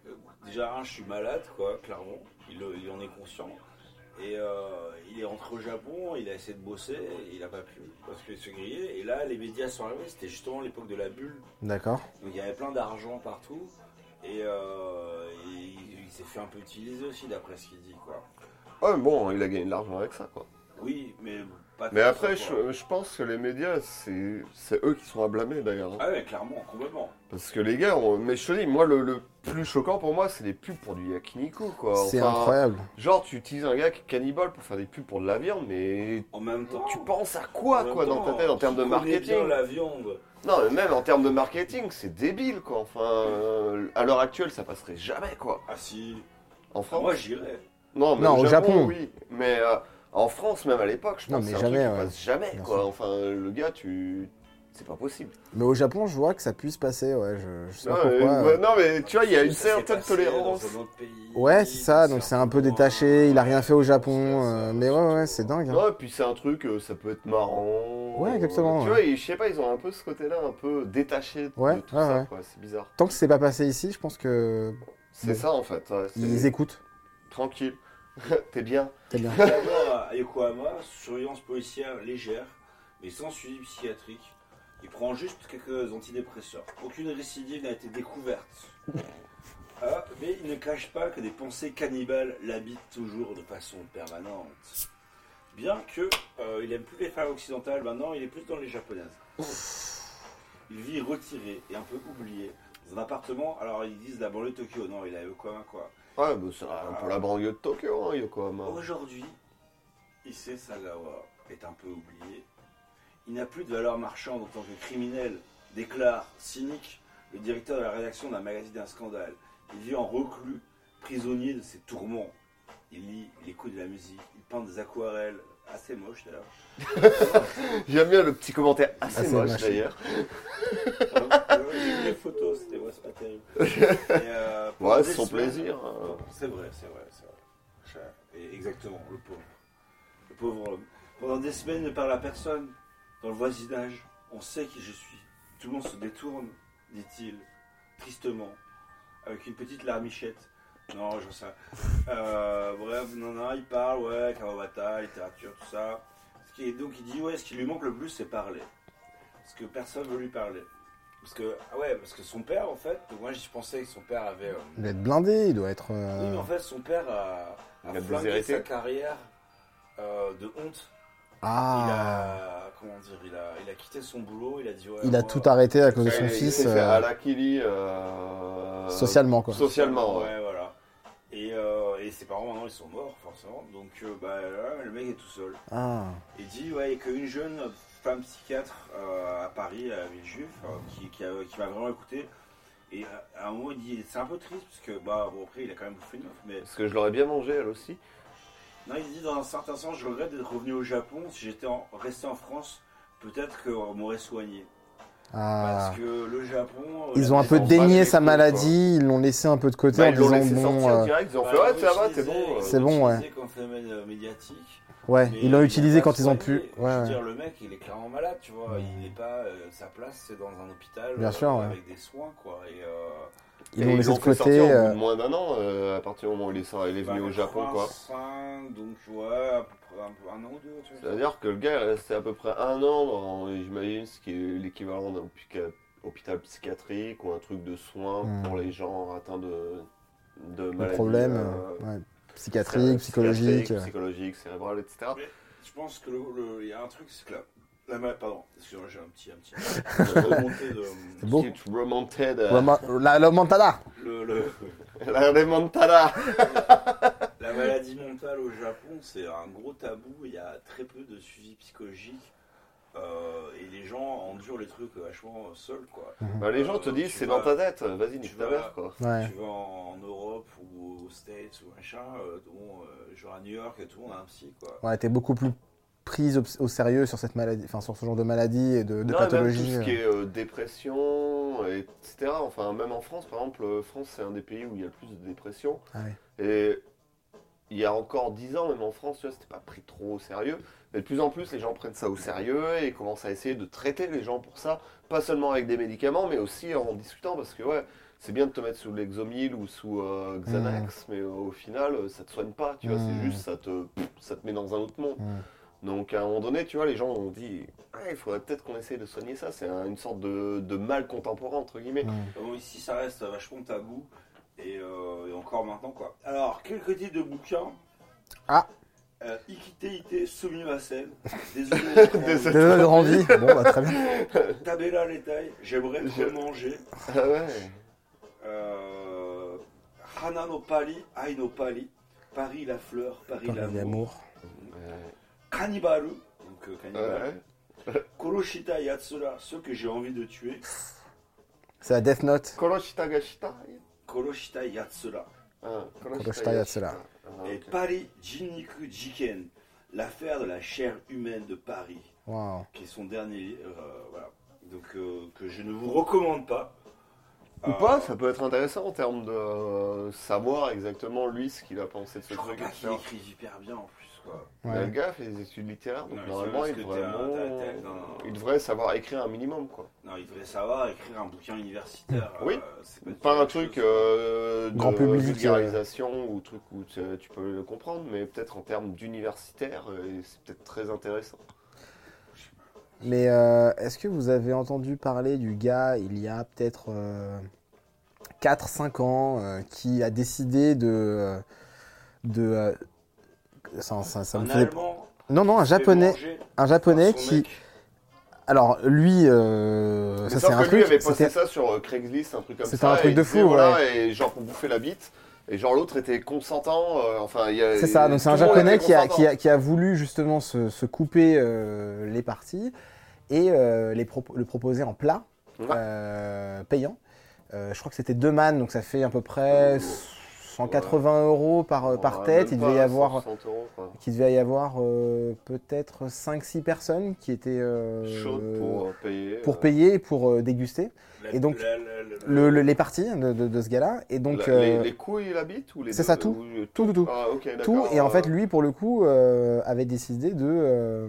Speaker 1: euh, déjà un, je suis malade quoi, clairement, il, le- il en est conscient. Et euh, il est rentré au Japon, il a essayé de bosser, et il a pas pu parce qu'il se grillait. Et là, les médias sont arrivés, c'était justement l'époque de la bulle,
Speaker 3: D'accord.
Speaker 1: donc il y avait plein d'argent partout. Et, euh, et il, il s'est fait un peu utiliser aussi, d'après ce qu'il dit quoi.
Speaker 2: Ouais, bon, il a gagné de l'argent avec ça quoi.
Speaker 1: Oui, mais pas
Speaker 2: Mais
Speaker 1: tant
Speaker 2: après,
Speaker 1: ça, quoi.
Speaker 2: je, je pense que les médias, c'est c'est eux qui sont à blâmer d'ailleurs. hein.
Speaker 1: Ah ouais, clairement, complètement.
Speaker 2: Parce que les gars, on- mais je te dis, moi, le, le plus choquant pour moi, c'est les pubs pour du yakiniku, quoi.
Speaker 3: C'est
Speaker 2: Bah, Enfin,
Speaker 3: incroyable.
Speaker 2: Genre, tu utilises un gars qui est cannibale pour faire des pubs pour de la viande, mais
Speaker 1: En même temps.
Speaker 2: tu penses à quoi,
Speaker 1: en même
Speaker 2: quoi, dans ta
Speaker 1: temps,
Speaker 2: tête, en termes de
Speaker 1: tu connais bien
Speaker 2: marketing
Speaker 1: la viande.
Speaker 2: Non, mais même en termes de marketing, c'est débile, quoi. Enfin, euh, à l'heure actuelle, ça passerait jamais, quoi.
Speaker 1: Ah si.
Speaker 2: En
Speaker 1: Ah,
Speaker 2: France
Speaker 1: moi j'irais.
Speaker 2: Non, mais
Speaker 3: Non,
Speaker 2: au
Speaker 3: au
Speaker 2: Japon,
Speaker 3: Japon.
Speaker 2: oui. Mais euh, en France, même à l'époque, je
Speaker 3: Non,
Speaker 2: pense que
Speaker 3: mais
Speaker 2: c'est un truc
Speaker 3: jamais,
Speaker 2: qui
Speaker 3: ouais.
Speaker 2: passe jamais,
Speaker 3: Bien
Speaker 2: quoi.
Speaker 3: sûr.
Speaker 2: Enfin, le gars, tu... C'est pas possible.
Speaker 3: Mais au Japon, je vois que ça puisse passer, ouais, je, je sais
Speaker 2: Non,
Speaker 3: pas
Speaker 2: mais,
Speaker 3: pourquoi. euh.
Speaker 2: ouais, non, mais tu vois, il y a une
Speaker 1: Ça s'est
Speaker 2: certaine
Speaker 1: passé euh,
Speaker 2: tolérance.
Speaker 1: dans un autre pays,
Speaker 3: Ouais, c'est ça, donc c'est un peu détaché, il a rien fait au Japon,
Speaker 1: Ça, ça,
Speaker 3: euh, mais ouais, ouais, c'est dingue. hein.
Speaker 2: Non, et puis c'est un truc, euh, ça peut être marrant.
Speaker 3: Ouais, exactement,
Speaker 2: Tu
Speaker 3: ouais.
Speaker 2: vois, ils- je sais pas, ils ont un peu ce côté-là, un peu détaché de- de
Speaker 3: Ouais,
Speaker 2: tout
Speaker 3: ouais,
Speaker 2: ça,
Speaker 3: ouais.
Speaker 2: quoi. C'est bizarre.
Speaker 3: Tant que c'est pas passé ici, je pense que
Speaker 2: C'est
Speaker 3: Bon.
Speaker 2: ça, en fait. ouais, c'est-
Speaker 3: ils écoutent.
Speaker 2: Tranquille. T'es bien.
Speaker 3: Très bien.
Speaker 1: D'abord à Yokohama, surveillance policière légère, mais sans suivi psychiatrique. Il prend juste quelques antidépresseurs. Aucune récidive n'a été découverte. Ah, mais il ne cache pas que des pensées cannibales l'habitent toujours de façon permanente. Bien que euh, il aime plus les femmes occidentales, maintenant il est plus dans les japonaises. Il vit retiré et un peu oublié dans un appartement. Alors ils disent la banlieue de Tokyo, non, il est à Yokohama quoi.
Speaker 2: Ouais, bah, c'est un peu la banlieue de Tokyo, hein, Yokohama.
Speaker 1: Aujourd'hui, Issei Sagawa est un peu oublié. Il n'a plus de valeur marchande en tant que criminel, déclare cynique le directeur de la rédaction d'un magazine d'un scandale. Il vit en reclus, prisonnier de ses tourments. Il lit, il écoute de la musique, il peint des aquarelles, assez moches d'ailleurs.
Speaker 2: J'aime bien le petit commentaire assez,
Speaker 3: Assez
Speaker 2: moche,
Speaker 3: moche.
Speaker 2: d'ailleurs.
Speaker 1: Euh, J'ai vu les photos, c'était ouais, c'est pas terrible. Et, euh, pendant
Speaker 2: Ouais,
Speaker 1: des
Speaker 2: c'est son
Speaker 1: semaines-
Speaker 2: plaisir. hein.
Speaker 1: C'est vrai, c'est vrai, c'est vrai. Je- et exactement, le pauvre. Le pauvre homme. Pendant des semaines, ne parle à personne. Dans le voisinage, on sait qui je suis. Tout le monde se détourne, dit-il, tristement, avec une petite larmichette. Non, j'en sais rien. Euh, bref, non, non, il parle, ouais, Kawabata, littérature, tout ça. Ce qui est- donc il dit, ouais, ce qui lui manque le plus, c'est parler. Parce que personne veut lui parler. Parce que, ah ouais, parce que son père, en fait, moi, je pensais que son père avait... euh,
Speaker 3: Il doit être blindé, il doit être.
Speaker 1: oui, mais
Speaker 3: euh,
Speaker 1: en fait, son père a, a
Speaker 2: Il a
Speaker 1: flingué
Speaker 2: déshérité.
Speaker 1: sa carrière euh, de honte. Il
Speaker 3: Ah
Speaker 1: a, comment dire, il a, il a quitté son boulot, il a dit ouais,
Speaker 3: Il a
Speaker 1: moi,
Speaker 3: tout arrêté à cause de
Speaker 2: euh, Ouais,
Speaker 3: son
Speaker 2: il
Speaker 3: fils,
Speaker 2: s'est fait
Speaker 3: euh,
Speaker 2: Harakiri, euh,
Speaker 3: socialement, quoi.
Speaker 2: Socialement, ouais.
Speaker 1: ouais, voilà. Et, euh, et ses parents maintenant ils sont morts forcément, donc euh, bah, là, le mec est tout seul.
Speaker 3: Ah.
Speaker 1: Il dit ouais, qu'une jeune femme psychiatre euh, à Paris, à Villejuif, euh, qui, qui, a- qui m'a vraiment écouté. Et à un moment il dit c'est un peu triste parce que bah bon après il a quand même bouffé une meuf, mais
Speaker 2: Parce que je l'aurais bien mangé, elle aussi.
Speaker 1: Non, il dit dans un certain sens, je regrette d'être revenu au Japon. Si j'étais en- resté en France, peut-être qu'on m'aurait soigné.
Speaker 3: Ah.
Speaker 1: Parce que le Japon. euh,
Speaker 3: Ils
Speaker 1: la
Speaker 3: ont un peu
Speaker 2: maison, pas les
Speaker 3: dénié sa
Speaker 2: coups,
Speaker 3: maladie, ils l'ont laissé un peu de côté
Speaker 2: Bah,
Speaker 3: en
Speaker 2: ils l'ont
Speaker 3: disant
Speaker 2: laissé
Speaker 3: bon.
Speaker 2: sortir
Speaker 3: euh,
Speaker 2: direct, ils ont
Speaker 1: Bah,
Speaker 2: fait ouais,
Speaker 1: ils
Speaker 2: ça
Speaker 1: l'ont
Speaker 2: va, t'es
Speaker 1: utilisé-
Speaker 2: bon.
Speaker 1: ils
Speaker 2: euh.
Speaker 3: C'est
Speaker 1: l'ont
Speaker 3: bon, ouais.
Speaker 1: utilisé comme phénomène euh, médiatique.
Speaker 3: Ouais,
Speaker 1: mais
Speaker 3: ils l'ont
Speaker 1: il
Speaker 3: utilisé
Speaker 1: n'a pas
Speaker 3: quand ils ont pu.
Speaker 1: soigné.
Speaker 3: Ouais,
Speaker 1: Je veux
Speaker 3: ouais.
Speaker 1: dire, le mec, il est clairement malade, tu vois. Il n'est pas. euh, sa place, c'est dans un hôpital.
Speaker 3: Bien
Speaker 1: euh,
Speaker 3: sûr, ouais.
Speaker 1: Avec des soins, quoi. Et, euh,
Speaker 3: Ils
Speaker 2: Et
Speaker 3: l'ont laissé de
Speaker 2: fait sortir
Speaker 3: côté.
Speaker 2: au bout
Speaker 3: euh,
Speaker 2: de moins d'un an, euh, à partir du moment où il est, sorti- il est venu au Japon, quoi.
Speaker 1: 85, donc, ouais, à peu près un, peu- un an ou deux, tu vois.
Speaker 2: C'est-à-dire que le gars est resté à peu près un an dans, j'imagine, ce qui est l'équivalent d'un pica- hôpital psychiatrique ou un truc de soins
Speaker 3: Hmm.
Speaker 2: pour les gens atteints de, de
Speaker 3: Le
Speaker 2: maladies.
Speaker 3: problème
Speaker 2: euh,
Speaker 3: euh, ouais,
Speaker 2: psychiatriques,
Speaker 3: psychiatrique, psychologique. euh.
Speaker 2: psychologiques, cérébrales, etc.
Speaker 1: Je pense que le- le- il y a un truc, c'est que la, la ma- pardon, excusez-moi, j'ai un petit, un petit, une remontée de.
Speaker 3: C'est beau.
Speaker 2: Petite remontée de-
Speaker 3: Roma- La la Mantada
Speaker 1: Le- le-
Speaker 2: euh, La remontada
Speaker 1: la maladie mentale au Japon, c'est un gros tabou. Il y a très peu de suivi psychologique euh, et les gens endurent les trucs vachement euh, seuls, quoi.
Speaker 2: Bah, Les gens te
Speaker 1: Euh,
Speaker 2: disent,
Speaker 1: tu
Speaker 2: c'est
Speaker 1: vas-
Speaker 2: dans ta tête, vas-y,
Speaker 1: tu
Speaker 2: nique ta
Speaker 1: vas-
Speaker 2: mère, quoi.
Speaker 3: Ouais.
Speaker 1: Tu vas en, en Europe ou aux States ou machin, euh, dont, euh, genre à New York et tout, on a un psy, quoi.
Speaker 3: Ouais, t'es beaucoup plus prise au, au sérieux sur cette maladie, enfin sur ce genre de maladie et de, de
Speaker 2: Non, et
Speaker 3: pathologie.
Speaker 2: Même
Speaker 3: hein.
Speaker 2: tout ce qui est euh, dépression, etc. Enfin, même en France, par exemple, euh, France, c'est un des pays où il y a le plus de dépression.
Speaker 3: Ah ouais.
Speaker 2: Et il y a encore 10 ans, même en France, tu vois, c'était pas pris trop au sérieux. Mais de plus en plus, les gens prennent ça au sérieux et commencent à essayer de traiter les gens pour ça. Pas seulement avec des médicaments, mais aussi en discutant. Parce que, ouais, c'est bien de te mettre sous l'exomil ou sous euh, Xanax, mais euh, au final, euh, ça te soigne pas. Tu vois,
Speaker 3: Mm.
Speaker 2: c'est juste, ça te, ça te met dans un autre monde.
Speaker 3: Mm.
Speaker 2: Donc à un moment donné, tu vois, les gens ont dit, Ah, il faudrait peut-être qu'on essaye de soigner ça. C'est un- une sorte de, de mal contemporain entre guillemets.
Speaker 3: Mm.
Speaker 1: Bon, ici, Ah ça reste vachement tabou. Et, euh, et encore maintenant, quoi. Alors, quelques titres de bouquins.
Speaker 3: Ah.
Speaker 1: euh, Ikiteite Sumimasen. Désolé.
Speaker 2: Désolé.
Speaker 3: Désolé, Randy. Bon, bah, très bien.
Speaker 1: Tabella les tailles. J'aimerais
Speaker 2: Je-
Speaker 1: manger.
Speaker 2: Ah ouais.
Speaker 1: Euh, Hana no Pali, Ai no Pali. Paris la fleur, Paris l'amour.
Speaker 2: Ouais.
Speaker 1: Cannibal. Donc, euh, cannibal.
Speaker 2: Ouais.
Speaker 1: Koroshita Yatsura, ceux que j'ai envie de tuer.
Speaker 3: C'est la Death Note.
Speaker 2: Koroshita gashita.
Speaker 1: Koroshita Yatsura.
Speaker 2: Ah,
Speaker 3: Koroshita yatsura.
Speaker 2: Ah,
Speaker 1: Et
Speaker 2: ok.
Speaker 1: Paris Jinniku Jiken, l'affaire de la chair humaine de Paris,
Speaker 3: Waouh.
Speaker 1: qui est son dernier livre, euh, voilà. Donc, euh, que je ne vous recommande pas.
Speaker 2: Ou
Speaker 1: Euh,
Speaker 2: pas, ça peut être intéressant en termes de euh, savoir exactement lui ce qu'il a pensé de ce
Speaker 1: Je crois
Speaker 2: truc.
Speaker 1: pas qu'il
Speaker 2: etc.
Speaker 1: écrit hyper bien en plus, quoi.
Speaker 2: Il a le
Speaker 3: Ouais.
Speaker 2: gars fait des études littéraires, donc
Speaker 1: Non, mais
Speaker 2: normalement
Speaker 1: c'est
Speaker 2: il
Speaker 1: parce
Speaker 2: devrait,
Speaker 1: que t'as-
Speaker 2: vraiment-
Speaker 1: t'as- t'as- non, non, non.
Speaker 2: il devrait savoir écrire un minimum quoi.
Speaker 1: Non, il devrait savoir écrire un bouquin universitaire.
Speaker 2: Oui.
Speaker 1: euh, c'est pas,
Speaker 2: Pas un
Speaker 1: du tout la même
Speaker 2: truc
Speaker 1: chose.
Speaker 2: euh, de
Speaker 3: Grand public, euh.
Speaker 2: vulgarisation ou truc où tu, tu peux le comprendre, mais peut-être en termes d'universitaire, euh, c'est peut-être très intéressant.
Speaker 3: Mais euh, est-ce que vous avez entendu parler du gars il y a peut-être euh, 4-5 ans euh, qui a décidé de. euh, de euh, ça, ça- ça me
Speaker 1: un
Speaker 3: faisait-
Speaker 1: Allemand.
Speaker 3: Non, non, un japonais. Un japonais qui. Alors, lui, euh,
Speaker 2: Mais
Speaker 3: ça
Speaker 2: sauf
Speaker 3: c'est un
Speaker 2: que lui
Speaker 3: truc.
Speaker 2: avait posté
Speaker 3: c'était-
Speaker 2: ça sur euh, Craigslist, un truc comme ça.
Speaker 3: C'était un truc
Speaker 2: et il
Speaker 3: de
Speaker 2: disait,
Speaker 3: fou,
Speaker 2: voilà, Et genre pour bouffer la bite. Et genre l'autre était consentant. euh, enfin, il y a-
Speaker 3: C'est ça, donc c'est un
Speaker 2: tout le monde
Speaker 3: japonais
Speaker 2: était
Speaker 3: qui a,
Speaker 2: consentant.
Speaker 3: qui a- qui a voulu justement se, se couper euh, les parties et euh, les propo- le proposer en plat
Speaker 2: Ouais.
Speaker 3: euh, payant. Euh, je crois que c'était deux man, donc ça fait à peu près 180 euros par, euh,
Speaker 2: Ouais,
Speaker 3: par
Speaker 2: même
Speaker 3: tête. Il
Speaker 2: pas
Speaker 3: devait y avoir,
Speaker 2: 160 euros, quoi.
Speaker 3: qu'il devait y avoir euh, peut-être 5-6 personnes qui étaient euh,
Speaker 2: Chaude pour euh, payer.
Speaker 3: pour
Speaker 2: euh,
Speaker 3: payer et pour euh, déguster
Speaker 1: La-
Speaker 3: Et donc,
Speaker 1: la- la- la-
Speaker 3: le- le- les parties de, de- de ce gars-là. Et donc,
Speaker 2: la- les,
Speaker 3: euh,
Speaker 2: les couilles et la bite ou les
Speaker 3: c'est
Speaker 2: deux-
Speaker 3: ça, tout.
Speaker 2: ou, euh,
Speaker 3: tout, tout, tout.
Speaker 2: Ah, ok,
Speaker 3: tout.
Speaker 2: d'accord,
Speaker 3: Et en fait,
Speaker 2: euh,
Speaker 3: lui, pour le coup, euh, avait décidé de, euh,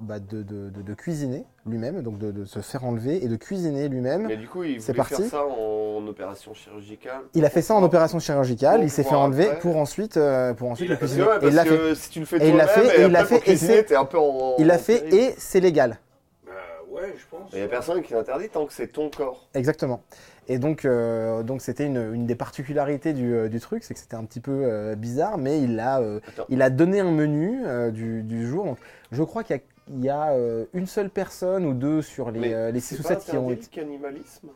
Speaker 3: bah, de, de- de- de cuisiner lui-même, donc de, de se faire enlever et de cuisiner lui-même.
Speaker 2: Mais du coup, il
Speaker 3: C'est
Speaker 2: voulait
Speaker 3: parti.
Speaker 2: faire ça en opération chirurgicale.
Speaker 3: Il a fait ça en opération chirurgicale,
Speaker 2: Pour
Speaker 3: il s'est fait
Speaker 2: pouvoir
Speaker 3: enlever
Speaker 2: après-
Speaker 3: pour ensuite, euh, pour ensuite
Speaker 1: Il
Speaker 3: le
Speaker 1: a fait-
Speaker 2: Parce que,
Speaker 3: cuisiner.
Speaker 2: ouais,
Speaker 3: Et il l'a
Speaker 2: Ah, parce
Speaker 3: fait,
Speaker 2: que si tu le fais
Speaker 3: Et il l'a
Speaker 2: toi-même,
Speaker 3: fait, et il l'a
Speaker 2: après, pour
Speaker 3: fait, et
Speaker 2: cuisiner,
Speaker 3: c'est-
Speaker 2: t'es un peu en.
Speaker 3: il l'a fait
Speaker 2: péril.
Speaker 3: et c'est légal.
Speaker 1: Bah, ouais, je pense.
Speaker 2: Il n'y a personne qui l'interdit tant que c'est ton corps.
Speaker 3: Exactement. Et donc, euh, donc c'était une, une des particularités du, euh, du truc, c'est que c'était un petit peu euh, bizarre, mais il a, euh,
Speaker 2: Attends.
Speaker 3: il a donné un menu euh, du, du jour. Donc, je crois qu'il y a, il y a, euh, une seule personne ou deux sur les,
Speaker 2: Mais
Speaker 3: euh, les
Speaker 2: C'est
Speaker 3: 6 ou
Speaker 2: pas
Speaker 3: 7 qui ont
Speaker 2: interdit,
Speaker 3: été.
Speaker 2: le cannibalisme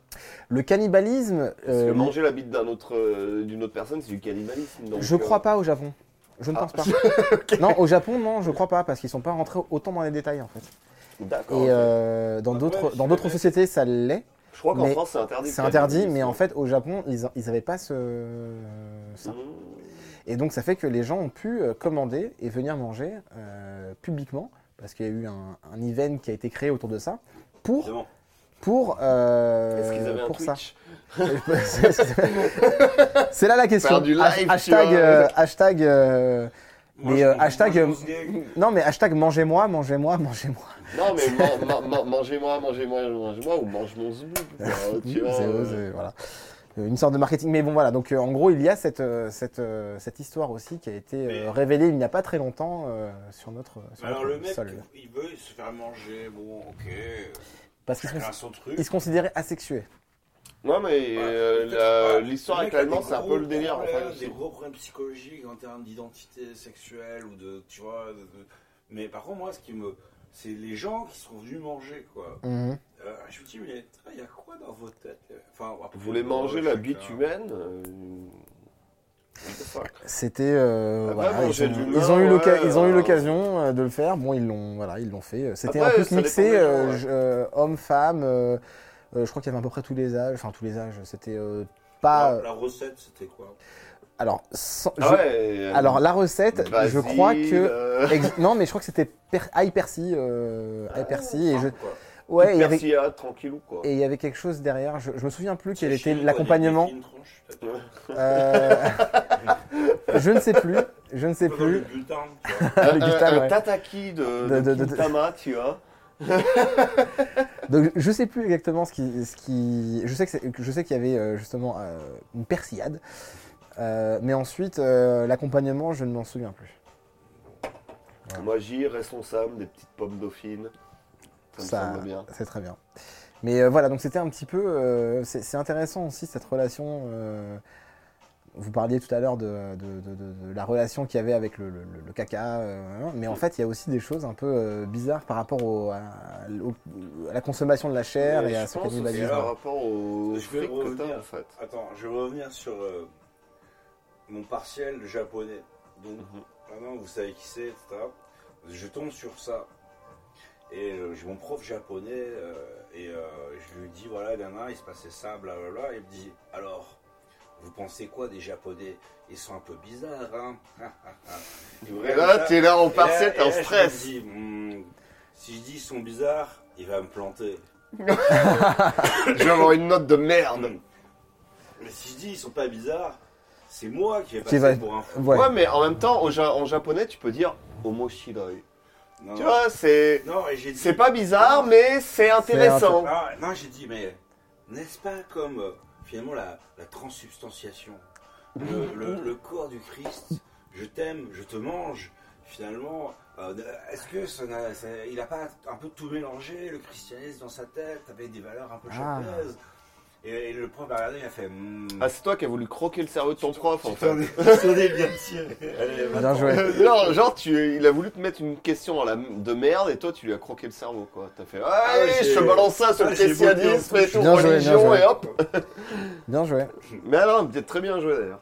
Speaker 3: Le cannibalisme,
Speaker 2: Parce que
Speaker 3: euh,
Speaker 2: manger la bite d'un autre, euh, d'une autre personne, c'est du cannibalisme. donc,
Speaker 3: je
Speaker 2: euh,
Speaker 3: crois pas au Japon. Je ne
Speaker 2: Ah.
Speaker 3: pense pas. Non, au Japon, non, je crois pas, parce qu'ils sont pas rentrés autant dans les détails en fait.
Speaker 2: D'accord.
Speaker 3: Et
Speaker 2: Oh, ok. Ah
Speaker 3: euh, dans
Speaker 1: Après,
Speaker 3: d'autres
Speaker 1: si
Speaker 3: dans
Speaker 1: le
Speaker 3: d'autres
Speaker 1: mec-
Speaker 3: sociétés, ça l'est.
Speaker 2: Je crois qu'en
Speaker 3: mais
Speaker 2: France, c'est interdit. le
Speaker 3: C'est interdit, mais
Speaker 2: cannibalisme.
Speaker 3: en fait, au Japon, ils, ils avaient pas ce ça.
Speaker 2: Mmh.
Speaker 3: Et donc, ça fait que les gens ont pu euh, commander et venir manger euh, publiquement, parce qu'il y a eu un, un event qui a été créé autour de ça pour
Speaker 1: Évidemment.
Speaker 3: pour euh,
Speaker 2: Est-ce qu'ils avaient un
Speaker 3: pour ça.
Speaker 2: Twitch
Speaker 3: C'est là la question.
Speaker 2: Faire du live,
Speaker 3: Hash-
Speaker 2: tu
Speaker 3: hashtag
Speaker 2: vois.
Speaker 3: euh, hashtag euh,
Speaker 1: Moi,
Speaker 3: Mais,
Speaker 1: je
Speaker 3: euh,
Speaker 1: pense-
Speaker 3: hashtag,
Speaker 1: moi, je
Speaker 3: euh,
Speaker 1: considère-
Speaker 3: Non, mais hashtag mangez-moi, mangez-moi, mangez-moi.
Speaker 2: Non, mais man- man- man- mangez-moi, mangez-moi, mangez-moi, ou mange mon zbou. quoi,
Speaker 3: Oui,
Speaker 2: tu vois,
Speaker 3: c'est-
Speaker 2: euh,
Speaker 3: c'est- voilà. Euh, Une sorte de marketing. Mais bon, voilà. Donc, euh, en gros, il y a cette, euh, cette, euh, cette histoire aussi qui a été euh,
Speaker 1: Mais-
Speaker 3: révélée il n'y a pas très longtemps euh, sur notre, sur
Speaker 1: Alors,
Speaker 3: notre
Speaker 1: le mec,
Speaker 3: sol.
Speaker 1: il veut se faire manger. Bon, ok.
Speaker 3: Parce qu'ils se,
Speaker 1: Chacun
Speaker 3: cons-
Speaker 1: son truc.
Speaker 3: ils se considéraient asexués.
Speaker 2: Ouais, mais
Speaker 1: Ouais,
Speaker 2: euh,
Speaker 1: peut-être,
Speaker 2: la-
Speaker 1: ouais.
Speaker 2: l'histoire
Speaker 1: Le
Speaker 2: avec
Speaker 1: mec a
Speaker 2: l'allemand,
Speaker 1: des
Speaker 2: c'est un
Speaker 1: gros
Speaker 2: peu le délire. en fait,
Speaker 1: problèmes,
Speaker 2: aussi.
Speaker 1: des gros problèmes psychologiques en termes d'identité sexuelle ou de, tu vois. de- de- Mais par contre, moi, ce qui me, c'est les gens qui sont venus manger, quoi.
Speaker 3: Mhm.
Speaker 1: Euh, je me dis, mais putain, il y a quoi dans vos têtes les- Enfin, après,
Speaker 2: Vous voulez
Speaker 1: bon,
Speaker 2: manger la
Speaker 1: chacun-
Speaker 2: bite humaine euh, what the fuck
Speaker 3: C'était. euh,
Speaker 2: Après,
Speaker 3: voilà,
Speaker 2: bon,
Speaker 3: ils,
Speaker 2: j'ai
Speaker 3: ont,
Speaker 2: de
Speaker 3: ils ont eu
Speaker 2: l'humain,
Speaker 3: l'oca-
Speaker 2: ouais,
Speaker 3: ils ont eu
Speaker 2: euh,
Speaker 3: l'occasion euh, de le faire. Bon, ils l'ont voilà, ils l'ont fait. C'était en
Speaker 2: Après,
Speaker 3: plus
Speaker 2: ça dépend des
Speaker 3: mixé
Speaker 2: gens,
Speaker 3: euh,
Speaker 2: ouais.
Speaker 3: je- euh, hommes, femmes. euh, euh, je crois qu'il y avait à peu près tous les âges. Enfin, tous les âges. C'était euh, pas.
Speaker 1: La, la recette, c'était quoi
Speaker 3: Alors, sans-
Speaker 2: Ah
Speaker 3: je-
Speaker 2: ouais, euh,
Speaker 3: Alors la recette,
Speaker 2: Basile,
Speaker 3: je crois que
Speaker 2: euh,
Speaker 3: ex- non, mais je crois que c'était per- Aïe Percy, euh, Aïe Percy, et je-
Speaker 2: Ah,
Speaker 1: Enfin, quoi.
Speaker 3: ouais, il y avait-
Speaker 2: Merci à tranquillou quoi.
Speaker 3: et il y avait quelque chose derrière. Je, je me souviens plus quel
Speaker 1: C'est
Speaker 3: était
Speaker 1: chinois,
Speaker 3: l'accompagnement.
Speaker 1: des- des fines tranches, peut-être.
Speaker 3: Euh, je ne sais plus, je ne sais
Speaker 1: Dans le
Speaker 3: plus.
Speaker 1: butin, tu vois.
Speaker 2: Un,
Speaker 3: les
Speaker 2: un-
Speaker 3: guitares,
Speaker 2: un
Speaker 3: euh, ouais.
Speaker 2: Euh, tataki de,
Speaker 3: De-
Speaker 2: de,
Speaker 3: de- de-
Speaker 2: Kintama, tu vois.
Speaker 3: Donc je sais plus exactement ce qui, ce qui. Je sais que c'est- je sais qu'il y avait euh, justement euh, une persillade, Euh, mais ensuite euh, l'accompagnement, je ne m'en souviens plus.
Speaker 2: Moi j'y responsable des petites pommes dauphines. Ça me
Speaker 3: Ça,
Speaker 2: semble bien.
Speaker 3: c'est très bien. Mais euh, voilà, donc c'était un petit peu. euh, c'est c'est intéressant aussi cette relation. euh, vous parliez tout à l'heure de, de- de- de- de la relation qu'il y avait avec le, le- le- le caca, euh,
Speaker 2: Mm.
Speaker 3: mais en fait, il y a aussi des choses un peu euh, bizarres par rapport au- à, au- à la consommation de la chair
Speaker 2: Mais
Speaker 3: et à
Speaker 2: je
Speaker 3: son
Speaker 2: pense aussi
Speaker 3: cannibalisme.
Speaker 2: par rapport au
Speaker 1: Je vais
Speaker 2: fric que t'as,
Speaker 1: revenir.
Speaker 2: en fait.
Speaker 1: Attends, je vais revenir sur euh, mon partiel japonais. Donc,
Speaker 2: Mhm.
Speaker 1: maintenant, vous savez qui c'est, etc. Je tombe sur ça. Et euh, j'ai mon prof japonais, euh, et euh, je lui dis, voilà, nana, il se passait ça, blablabla. Il me dit, alors, vous pensez quoi des japonais Ils sont un peu bizarres, hein Il me
Speaker 2: Et
Speaker 1: regarde
Speaker 2: là,
Speaker 1: comme ça.
Speaker 2: t'es là en
Speaker 1: Et là-
Speaker 2: parcelle,
Speaker 1: et
Speaker 2: t'es en
Speaker 1: là, je me
Speaker 2: stress.
Speaker 1: dis, Hmm, si je dis ils sont bizarres, il va me planter.
Speaker 2: Je vais avoir une note de merde.
Speaker 1: Pardon. Mais si je dis ils sont pas bizarres, c'est moi qui vais passer
Speaker 3: Qui va-
Speaker 1: pour un fou.
Speaker 3: Ouais.
Speaker 2: Ouais, mais en même temps, au ja- en japonais, tu peux dire homo shiroi.
Speaker 1: Non,
Speaker 2: Tu vois, c'est.
Speaker 1: non, et j'ai dit.
Speaker 2: C'est pas bizarre, mais c'est intéressant.
Speaker 1: Ah, non, j'ai dit, mais n'est-ce pas comme euh, finalement la, la transsubstantiation le, le- le corps du Christ, je t'aime, je te mange, finalement. euh, est-ce que ça n'a- ça- il n'a pas un peu tout mélangé, le christianisme dans sa tête, avec des valeurs un peu
Speaker 3: Ah.
Speaker 1: chapeuses et, et le prof m'a regardé, il a fait. Hmm.
Speaker 2: Ah, c'est toi qui as voulu croquer le cerveau de ton prof, en fait.
Speaker 1: Tenez bien tiré. Allez,
Speaker 3: Bien joué.
Speaker 2: genre, genre tu, il a voulu te mettre une question à la- de merde et toi tu lui as croqué le cerveau quoi. T'as fait ah,
Speaker 1: ouais,
Speaker 2: je te
Speaker 1: j'ai-
Speaker 2: balance ça sur
Speaker 1: ah,
Speaker 2: le
Speaker 1: j'ai bloqué en
Speaker 2: christianisme et
Speaker 1: touche.
Speaker 2: tout,
Speaker 3: Bien joué, bien
Speaker 2: religion
Speaker 3: joué.
Speaker 2: et hop.
Speaker 3: Bien joué.
Speaker 2: Mais alors, t'es très bien joué d'ailleurs.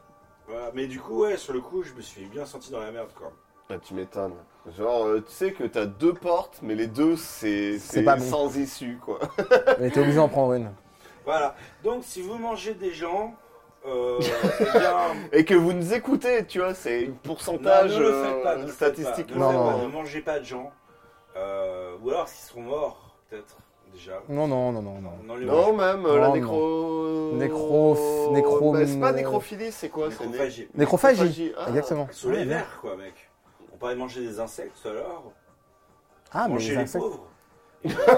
Speaker 1: Voilà, mais du coup, ouais, sur le coup, je me suis bien senti dans la merde, quoi.
Speaker 2: Ah, tu m'étonnes. Genre, euh, tu sais que t'as deux portes, mais les deux c'est
Speaker 3: C'est
Speaker 2: c'est
Speaker 3: pas bon.
Speaker 2: sans issue quoi.
Speaker 3: Mais t'es obligé d'en prendre une.
Speaker 1: Voilà. Donc, si vous mangez des gens, euh, eh bien,
Speaker 2: Et que vous nous écoutez, tu vois, c'est un
Speaker 1: non,
Speaker 2: pourcentage
Speaker 1: ne le
Speaker 2: euh,
Speaker 1: faites pas. Ne le faites pas, ne le faites
Speaker 3: Non,
Speaker 1: pas,
Speaker 2: statistiquement.
Speaker 3: non,
Speaker 1: ne mangez pas de gens. Euh, ou alors, s'ils sont morts, peut-être, déjà.
Speaker 3: Non, non, non, non, non.
Speaker 1: Non, les
Speaker 2: Non, même euh, la
Speaker 3: Non,
Speaker 2: nécro.
Speaker 3: Nécro- nécro-
Speaker 2: Bah, c'est pas nécrophilie, c'est quoi bah, C'est né-
Speaker 1: nécrophagie.
Speaker 3: Nécrophagie.
Speaker 2: Ah.
Speaker 3: Exactement.
Speaker 1: Sous les
Speaker 3: Ouais, bien.
Speaker 1: verres, quoi, mec. On parlait de manger des insectes, alors.
Speaker 3: Ah, mais
Speaker 1: manger
Speaker 3: les
Speaker 1: les
Speaker 3: insectes-
Speaker 1: pauvres.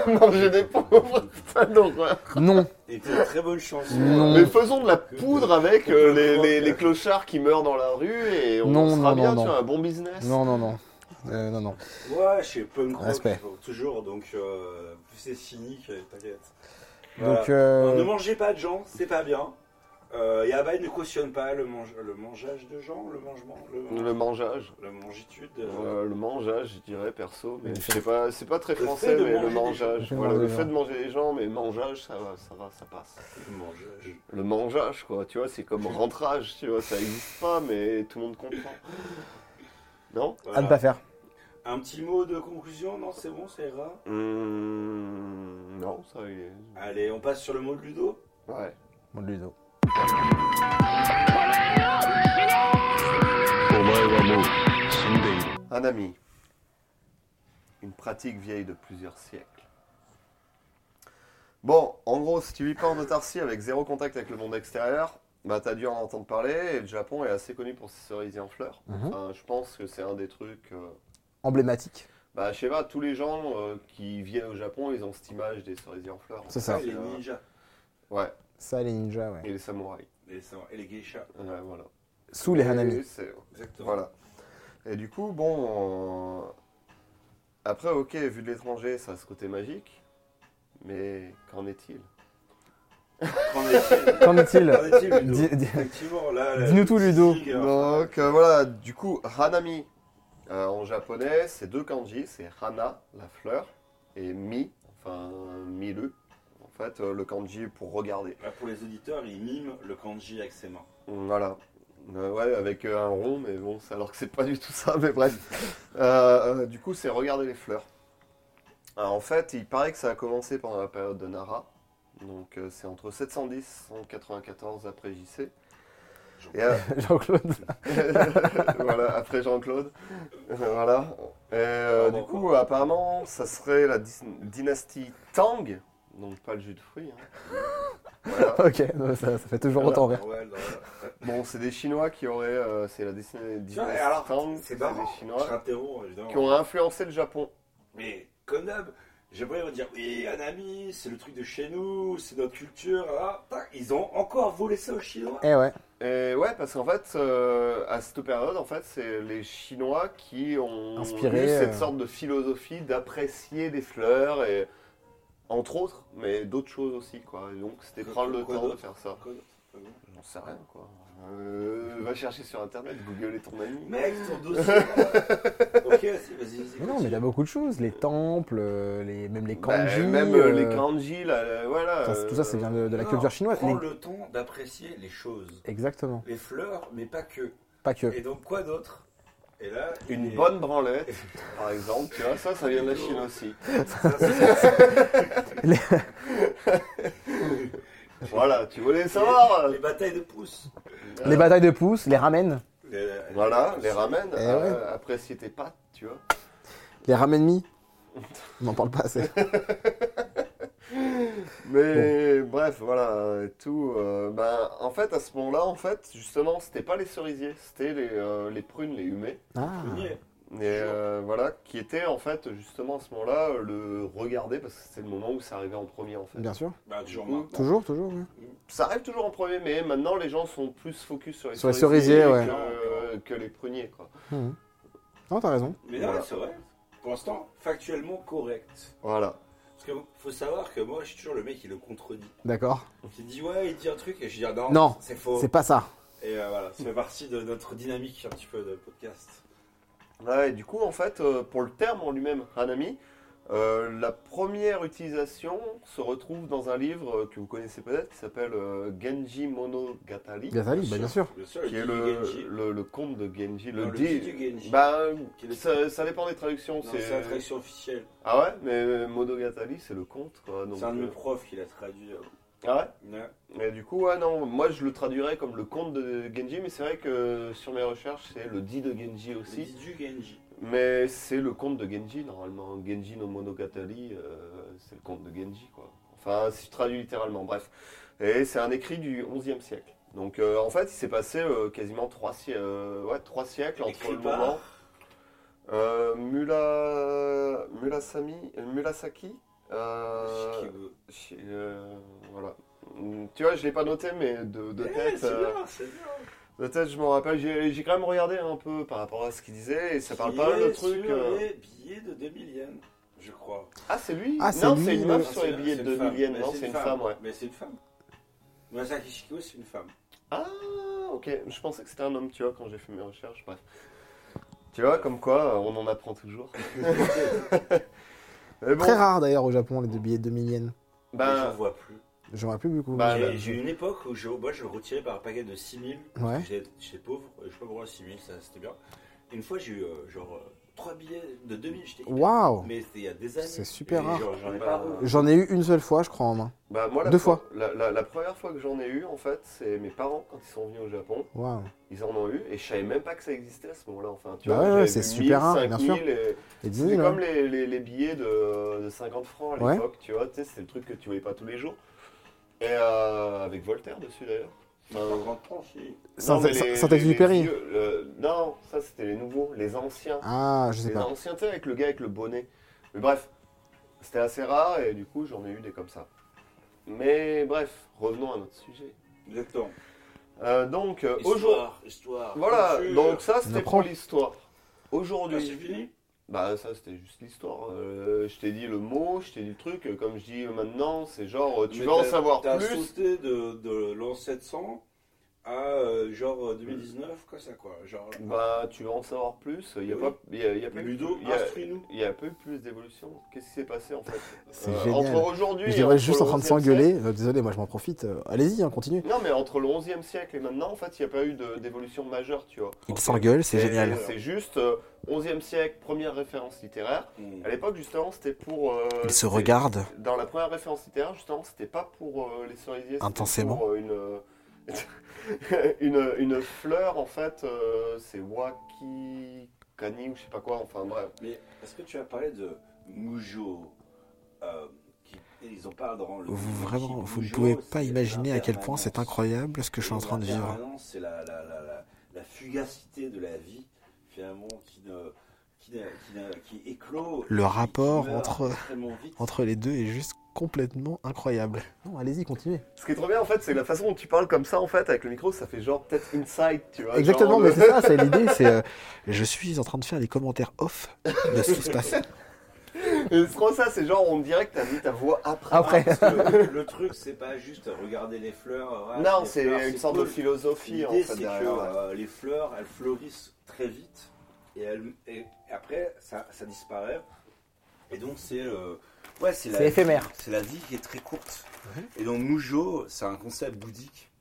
Speaker 2: Manger des pauvres, putain d'horreur.
Speaker 3: Non.
Speaker 1: Et t'as très bonne chance.
Speaker 3: Non.
Speaker 2: Mais faisons de la poudre avec
Speaker 1: Que-
Speaker 2: euh,
Speaker 1: que-
Speaker 2: les,
Speaker 1: que-
Speaker 2: les- les clochards qui meurent dans la rue et on
Speaker 3: Non,
Speaker 2: en sera
Speaker 3: non,
Speaker 2: bien,
Speaker 3: non,
Speaker 2: tu
Speaker 3: non.
Speaker 2: vois, un bon business.
Speaker 3: Non, non, non. Euh, non, non.
Speaker 1: Ouais, je suis punk rock,
Speaker 3: Respect.
Speaker 1: toujours, donc euh, plus c'est cynique, euh, t'inquiète. Voilà.
Speaker 3: Donc, euh,
Speaker 1: Euh, Ne mangez pas de gens, c'est pas bien. Euh, et Abba ne cautionne pas le, mange- le mangeage de gens, le mangement, le,
Speaker 2: Le mangeage.
Speaker 1: la mangitude.
Speaker 2: Euh, le mangeage, je dirais perso, mais
Speaker 3: Le
Speaker 2: je
Speaker 3: fait-
Speaker 2: sais pas, c'est pas très
Speaker 1: fait
Speaker 2: français,
Speaker 1: de
Speaker 2: mais
Speaker 1: manger
Speaker 2: le
Speaker 1: des
Speaker 3: gens.
Speaker 2: mangeage.
Speaker 3: Le
Speaker 2: Voilà,
Speaker 3: fait de
Speaker 2: le
Speaker 3: manger
Speaker 2: fait de
Speaker 3: des
Speaker 2: manger les gens, mais mangeage, ça va, ça va, ça passe.
Speaker 1: Le mangeage.
Speaker 2: Le mangeage, quoi, tu vois, c'est comme rentrage, tu vois, ça existe pas, mais tout le monde comprend. Non
Speaker 1: Voilà.
Speaker 3: à ne pas faire.
Speaker 1: Un petit mot de conclusion, non, c'est bon, ça ira.
Speaker 2: Hum, Non, ça y est.
Speaker 1: Allez, on passe sur le mot de Ludo.
Speaker 2: Ouais.
Speaker 3: Bon, Ludo.
Speaker 5: お前はもう死んでいる。
Speaker 2: Un ami. Une pratique vieille de plusieurs siècles. Bon, en gros, si tu vis pas en autarcie avec zéro contact avec le monde extérieur, bah t'as dû en entendre parler, et le Japon est assez connu pour ses cerisiers en fleurs.
Speaker 3: Mhm.
Speaker 2: Enfin, je pense que c'est un des trucs... euh,
Speaker 3: Emblématique.
Speaker 2: Bah je sais pas, tous les gens euh, qui viennent au Japon, ils ont cette image des cerisiers en fleurs.
Speaker 3: C'est ça.
Speaker 1: Et les
Speaker 2: Euh,
Speaker 1: ninjas.
Speaker 2: Ouais,
Speaker 3: Ça, les ninjas, ouais.
Speaker 2: et les samouraïs.
Speaker 1: Et, ça- et les geishas.
Speaker 2: Ouais, voilà.
Speaker 3: Sous les
Speaker 2: Et
Speaker 3: Hanami.
Speaker 2: c'est-
Speaker 1: Exactement.
Speaker 2: Voilà. Et du coup, bon. euh, Après, ok, vu de l'étranger, ça a ce côté magique. Mais qu'en est-il
Speaker 1: Qu'en est-il
Speaker 3: Qu'en est-il
Speaker 1: Qu'en est-il, Ludo
Speaker 3: Dis- dis-
Speaker 1: Effectivement, là. là,
Speaker 3: Dis-nous tout,
Speaker 1: le
Speaker 3: Ludo.
Speaker 1: signe, alors.
Speaker 2: Donc euh, voilà, du coup, Hanami. euh, en japonais, c'est deux kanji c'est Hana, la fleur, et Mi, enfin Miru. En fait, euh, le kanji pour regarder.
Speaker 1: Là, pour les auditeurs, il mime le kanji avec ses mains.
Speaker 2: Voilà. Euh, ouais, avec euh, un rond, mais bon, c'est- alors que c'est pas du tout ça, mais bref. Euh, euh, du coup, c'est regarder les fleurs. Alors, en fait, il paraît que ça a commencé pendant la période de Nara. Donc, euh, c'est entre 710 et 194 après JC. Et, euh,
Speaker 3: Jean-Claude.
Speaker 2: voilà, après Jean-Claude. Euh, Voilà. Et, euh,
Speaker 1: Pardon.
Speaker 2: du coup, apparemment, ça serait la dys- dynastie Tang. Donc, pas le jus de fruits. hein. Voilà.
Speaker 3: Ok, non, ça, ça fait toujours
Speaker 2: Voilà.
Speaker 3: autant rire.
Speaker 1: Ouais, là, là.
Speaker 2: Bon, c'est des Chinois qui auraient. euh, c'est la dynastie
Speaker 1: Tiens,
Speaker 2: dynastie
Speaker 1: et alors,
Speaker 2: Tang.
Speaker 1: c'est marrant.
Speaker 2: des
Speaker 1: Je
Speaker 2: Chinois.
Speaker 1: t'interromps, évidemment.
Speaker 2: qui ont influencé le Japon.
Speaker 1: Mais comme d'hab, j'aimerais vous dire oui, Anami, c'est le truc de chez nous, c'est notre culture. ah, tac, ils ont encore volé ça aux Chinois.
Speaker 3: Eh ouais.
Speaker 2: Et ouais, parce qu'en fait, euh, à cette période, en fait, c'est les Chinois qui ont
Speaker 3: Inspiré,
Speaker 2: eu cette
Speaker 3: euh,
Speaker 2: sorte de philosophie d'apprécier des fleurs et entre autres, mais d'autres choses aussi, quoi. Et donc, c'était
Speaker 1: Que-
Speaker 2: prendre
Speaker 1: que-
Speaker 2: le
Speaker 1: quoi
Speaker 2: temps de
Speaker 1: d'autre
Speaker 2: faire ça.
Speaker 1: Quoi d'autre
Speaker 2: J'en sais rien, quoi. Euh, va chercher sur internet, Google est ton ami.
Speaker 1: Mec, ton dossier. là. ok, vas-y, vas-y. vas-y,
Speaker 3: Mais non, mais il y a
Speaker 1: continue.
Speaker 3: beaucoup de choses. Les temples, euh, les, même les
Speaker 2: Bah,
Speaker 3: kanji.
Speaker 2: même
Speaker 3: euh,
Speaker 2: euh, les kanji, là, euh, voilà.
Speaker 3: ça, c'est- tout ça, c'est vient de, de la
Speaker 1: euh, Non,
Speaker 3: culture chinoise.
Speaker 1: Prends
Speaker 3: Les-
Speaker 1: le temps d'apprécier les choses.
Speaker 3: Exactement.
Speaker 1: Les fleurs, mais pas que.
Speaker 3: Pas que.
Speaker 1: Et donc, quoi d'autre Et là,
Speaker 2: Une
Speaker 1: il est-
Speaker 2: bonne branlette, par exemple, tu vois, ça, ça vient de la Chine aussi.
Speaker 1: Ça, c'est-
Speaker 2: Voilà, tu voulais savoir
Speaker 1: Les
Speaker 2: euh,
Speaker 1: batailles de pouces. Euh,
Speaker 3: Les batailles de pouces, les ramen.
Speaker 1: Les-
Speaker 2: Voilà, les ramènes,
Speaker 3: Eh
Speaker 2: euh, apprécier tes pâtes, tu vois.
Speaker 3: Les ramen mi. On n'en parle pas assez.
Speaker 2: Mais bref, voilà, euh, tout. euh, ben, en fait, à ce moment-là, en fait, justement, c'était pas les cerisiers, c'était les, euh, les prunes, les humets.
Speaker 3: Ah.
Speaker 1: Pionnier.
Speaker 2: Et euh, voilà, qui était en fait justement à ce moment-là euh, le regarder parce que c'était le moment où ça arrivait en premier en fait.
Speaker 3: Bien sûr.
Speaker 1: Bah, toujours
Speaker 2: Toujours.
Speaker 1: maintenant.
Speaker 3: Toujours, toujours. ouais.
Speaker 2: Ça arrive toujours en premier, mais maintenant les gens sont plus focus sur les
Speaker 3: Sur les cerisiers,
Speaker 2: que,
Speaker 3: ouais.
Speaker 2: euh, que les pruniers quoi.
Speaker 3: Mhm. Non, t'as raison.
Speaker 1: Mais non,
Speaker 2: Voilà.
Speaker 1: c'est vrai. Pour l'instant, factuellement correct.
Speaker 2: Voilà.
Speaker 1: Parce que faut savoir que moi, je suis toujours le mec qui le contredit.
Speaker 3: D'accord.
Speaker 1: Qui dit ouais, il dit un truc et je dis ah, non,
Speaker 3: Non,
Speaker 1: c'est faux.
Speaker 3: C'est pas ça.
Speaker 1: Et euh, voilà, ça fait partie de notre dynamique un petit peu de podcast.
Speaker 2: Ouais, et du coup en fait euh, pour le terme en lui-même, Hanami, euh, la première utilisation se retrouve dans un livre euh, que vous connaissez peut-être qui s'appelle euh, Genji Monogatari,
Speaker 3: Gatali, bah, bien sûr.
Speaker 1: Bien sûr,
Speaker 2: qui est le, le, le conte de Genji, le,
Speaker 1: Non, le
Speaker 2: di-
Speaker 1: petit du Genji.
Speaker 2: Bah,
Speaker 1: Qui est-
Speaker 2: ça, ça dépend des traductions.
Speaker 1: Non, c'est la traduction officielle.
Speaker 2: Ah ouais, mais Monogatari, c'est le conte, quoi. donc,
Speaker 1: C'est un de
Speaker 2: euh,
Speaker 1: mes profs qui l'a traduit. euh,
Speaker 2: Ah ouais
Speaker 1: ouais.
Speaker 2: Mais du coup, ouais, non, moi je le traduirais comme le conte de Genji, mais c'est vrai que euh, sur mes recherches, c'est le dit de Genji
Speaker 1: C'est
Speaker 2: aussi.
Speaker 1: du Genji.
Speaker 2: Mais c'est le conte de Genji, normalement. Genji no Monogatari, euh, c'est le conte de Genji, quoi. Enfin, si je traduis littéralement, bref. Et c'est un écrit du 11e siècle. Donc euh, en fait, il s'est passé euh, quasiment trois, si- euh, ouais, trois siècles entre
Speaker 1: Écrit
Speaker 2: le
Speaker 1: par-
Speaker 2: moment. Euh, Mula... Mulasami... Mulasaki euh,
Speaker 1: Shikibu.
Speaker 2: Chi- euh, voilà. Mm, Tu vois, je l'ai pas noté, mais de, de
Speaker 1: Eh,
Speaker 2: tête,
Speaker 1: c'est
Speaker 2: euh,
Speaker 1: bien, c'est bien.
Speaker 2: de tête, je m'en rappelle. J'ai j'ai quand même regardé un peu par rapport à ce qu'il disait, et ça parle
Speaker 1: Qui
Speaker 2: pas mal de
Speaker 1: est
Speaker 2: trucs.
Speaker 1: Sur
Speaker 2: euh.
Speaker 1: les billets de 2000 yens, je crois.
Speaker 2: Ah, c'est lui
Speaker 3: Ah, c'est
Speaker 2: Non,
Speaker 3: lui,
Speaker 2: c'est une
Speaker 3: le-
Speaker 2: meuf sur
Speaker 1: C'est-
Speaker 2: les billets
Speaker 1: c'est
Speaker 2: de
Speaker 1: une femme.
Speaker 2: 2000 yens.
Speaker 1: Mais
Speaker 2: Non, c'est une femme, ouais.
Speaker 1: Mais c'est une femme. Masaki Shiko, c'est une femme.
Speaker 2: Ah, ok. Je pensais que c'était un homme, tu vois, quand j'ai fait mes recherches. Bref. Tu vois, comme quoi, euh, on en apprend toujours. Mais bon,
Speaker 3: Très rare d'ailleurs au Japon les deux billets de 2000 yens.
Speaker 1: Mais
Speaker 2: ben,
Speaker 1: J'en vois plus.
Speaker 3: J'en ai plus beaucoup.
Speaker 2: Bah,
Speaker 1: J'ai-
Speaker 2: là,
Speaker 1: J'ai eu une époque où je, moi, je retirais par un paquet de 6000.
Speaker 3: Ouais.
Speaker 1: parce que J'étais j'étais pauvre, je sais pas pourquoi 6000, ça c'était bien. Et Une fois, j'ai eu euh, genre 3 billets de 2000, j'étais hyper-
Speaker 3: Waouh
Speaker 1: Mais c'était il y a des années.
Speaker 3: C'est super
Speaker 1: Et
Speaker 3: rare.
Speaker 1: genre, J'en ai pas
Speaker 2: Bah,
Speaker 1: revu.
Speaker 3: J'en ai eu une seule fois, je crois, en main.
Speaker 2: bah, moi, la
Speaker 3: Deux
Speaker 2: pre-
Speaker 3: fois.
Speaker 2: La, la- la première fois que j'en ai eu, en fait, c'est mes parents quand ils sont venus au Japon.
Speaker 3: Waouh.
Speaker 2: Ils en ont eu et je savais même pas que ça existait à ce moment-là. Enfin, tu
Speaker 3: Bah
Speaker 2: vois,
Speaker 3: ouais,
Speaker 2: j'avais
Speaker 3: ouais, c'est
Speaker 2: vu
Speaker 3: super rare, bien
Speaker 2: 5000,
Speaker 3: sûr.
Speaker 2: et-
Speaker 3: Et hein. 10
Speaker 2: C'était
Speaker 3: 000,
Speaker 2: comme
Speaker 3: ouais.
Speaker 2: les, les- les billets de, de 50 francs à
Speaker 3: Ouais.
Speaker 2: l'époque, tu vois, tu sais, c'était le truc que tu voyais pas tous les jours. Et euh, avec Voltaire dessus d'ailleurs. Enfin,
Speaker 1: J'en comprends, si.
Speaker 3: Saint-
Speaker 2: non, mais les-
Speaker 3: Saint- Saint-Exupéry.
Speaker 2: les vieux, euh, Non, ça c'était les nouveaux, les anciens.
Speaker 3: Ah, je sais
Speaker 2: les
Speaker 3: pas.
Speaker 2: anciens, tu sais, avec le gars avec le bonnet. Mais bref, c'était assez rare et du coup j'en ai eu des comme ça. Mais bref, revenons à notre sujet.
Speaker 1: Exactement.
Speaker 2: Euh, donc, euh, aujourd'hui.
Speaker 1: Histoire, histoire.
Speaker 2: Voilà,
Speaker 1: culture.
Speaker 2: donc ça
Speaker 3: On
Speaker 2: c'était
Speaker 3: apprend.
Speaker 2: pour l'histoire.
Speaker 1: Ah, c'est
Speaker 2: Aujourd'hui,
Speaker 1: fini
Speaker 2: Bah ça c'était juste l'histoire. Euh, je t'ai dit le mot, je t'ai dit le truc. Euh, Comme je dis euh, maintenant, c'est genre euh, tu
Speaker 1: Mais
Speaker 2: vas en
Speaker 1: t'as-
Speaker 2: savoir
Speaker 1: T'as
Speaker 2: plus.
Speaker 1: sauté de, de l'an 700 à euh, genre euh, 2019, quoi ça quoi Genre,
Speaker 2: Bah tu vas en savoir plus. Il y a
Speaker 1: Oui.
Speaker 2: pas, il y a, il y a pas eu-
Speaker 1: Ludo,
Speaker 2: il y a-
Speaker 1: instruis-nous.
Speaker 2: il y a pas eu plus d'évolution. Qu'est-ce qui s'est passé en fait
Speaker 3: C'est
Speaker 2: Euh,
Speaker 3: génial.
Speaker 2: Entre aujourd'hui.
Speaker 3: Mais je
Speaker 2: et
Speaker 3: devrais
Speaker 2: entre
Speaker 3: juste
Speaker 2: le
Speaker 3: en train de
Speaker 2: 11e
Speaker 3: s'engueuler. Euh, Désolé, moi je m'en profite. Euh, Allez-y, hein, continue.
Speaker 2: siècle- Non mais entre le 11e siècle et maintenant, en fait, il n'y a pas eu de- d'évolution majeure, tu vois.
Speaker 3: Il s'engueule, c'est
Speaker 2: Et
Speaker 3: génial.
Speaker 2: C'est juste euh, 11e siècle, première référence littéraire.
Speaker 1: Hmm.
Speaker 2: À l'époque justement, c'était pour. euh,
Speaker 3: Il se
Speaker 2: c'était-
Speaker 3: regarde.
Speaker 2: Dans la première référence littéraire, justement, c'était pas pour euh, les cerisiers, c'était
Speaker 3: Intensément.
Speaker 2: pour, euh, une, euh, une, une fleur, en fait, euh, c'est Waki Kani ou je sais pas quoi, enfin bref.
Speaker 1: Mais est-ce que tu as parlé de Mujo euh, qui- Ils en parlent dans le.
Speaker 8: Vous vraiment,
Speaker 1: qui-
Speaker 8: vous ne
Speaker 1: Mujo,
Speaker 8: pouvez pas
Speaker 1: c'est
Speaker 8: imaginer à quel point
Speaker 1: l'impermanence.
Speaker 8: c'est incroyable ce que je suis en train de vivre.
Speaker 1: L'impermanence, C'est la, la, la, la, la fugacité de la vie, finalement, qui, ne, qui, ne- qui, ne- qui éclot.
Speaker 8: Le
Speaker 1: qui- qui
Speaker 8: rapport
Speaker 1: meurt
Speaker 8: entre-
Speaker 1: extrêmement vite.
Speaker 8: Entre les deux est juste complètement incroyable.
Speaker 3: Non, allez-y, continuez.
Speaker 2: Ce qui est trop bien, en fait, c'est que la façon dont tu parles comme ça, en fait, avec le micro, ça fait genre peut-être inside, tu vois.
Speaker 3: Exactement,
Speaker 2: genre
Speaker 3: mais
Speaker 2: le-
Speaker 3: c'est ça, c'est l'idée. C'est euh,
Speaker 8: Je suis en train de faire des commentaires off de ce qui se passe.
Speaker 2: Et trop ça, euh, c'est genre, on dirait que t'as mis ta voix après.
Speaker 3: Après.
Speaker 1: Parce que le truc, c'est pas juste regarder les fleurs. ouais,
Speaker 2: Non,
Speaker 1: les
Speaker 2: c'est
Speaker 1: fleurs,
Speaker 2: une sorte de
Speaker 1: cool.
Speaker 2: philosophie en
Speaker 1: L'idée,
Speaker 2: fait
Speaker 1: c'est que
Speaker 2: derrière. ouais.
Speaker 1: euh, les fleurs, elles fleurissent très vite et, elles- et après, ça, ça disparaît. Et donc, c'est euh, ouais, c'est
Speaker 3: C'est
Speaker 1: la,
Speaker 3: éphémère. Mhm.
Speaker 1: c'est la vie qui est très courte. Et donc, Mujo, c'est un concept bouddhique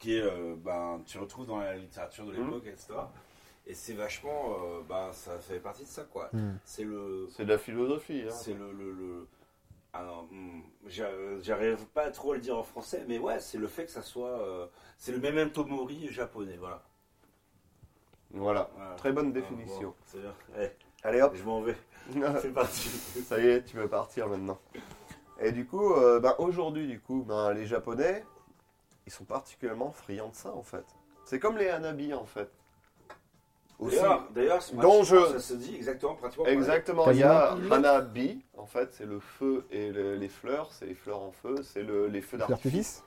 Speaker 1: qui est, euh, ben, tu retrouves dans la littérature de
Speaker 2: Mhm.
Speaker 1: l'époque, etc. Et c'est vachement, euh, ben, ça fait partie de ça, quoi.
Speaker 3: Mhm.
Speaker 1: C'est le,
Speaker 2: C'est de la philosophie. Hein.
Speaker 1: c'est le, le, le- Ah non, hmm, j'a- j'arrive pas à trop à le dire en français, mais ouais, c'est le fait que ça soit. euh, c'est le memento mori japonais, voilà.
Speaker 2: Voilà.
Speaker 1: Voilà.
Speaker 2: Très bonne
Speaker 1: Ah,
Speaker 2: définition.
Speaker 1: bon, c'est bien. Eh,
Speaker 2: Allez hop. Euh,
Speaker 1: je m'en vais. C'est parti.
Speaker 2: Ça y est, tu peux partir maintenant. Et du coup, euh, ben, aujourd'hui, du coup, ben, les Japonais, ils sont particulièrement friands de ça, en fait. C'est comme les Hanabi, en fait. Aussi.
Speaker 1: D'ailleurs, d'ailleurs, ce match,
Speaker 2: Dont
Speaker 1: je pense
Speaker 2: je-
Speaker 1: que ça se dit exactement pratiquement. pareil.
Speaker 2: Exactement, il y a Hanabi, en fait, c'est le feu et le- les fleurs, c'est les fleurs en feu, c'est le- les feux d'artifice.
Speaker 3: L'artifice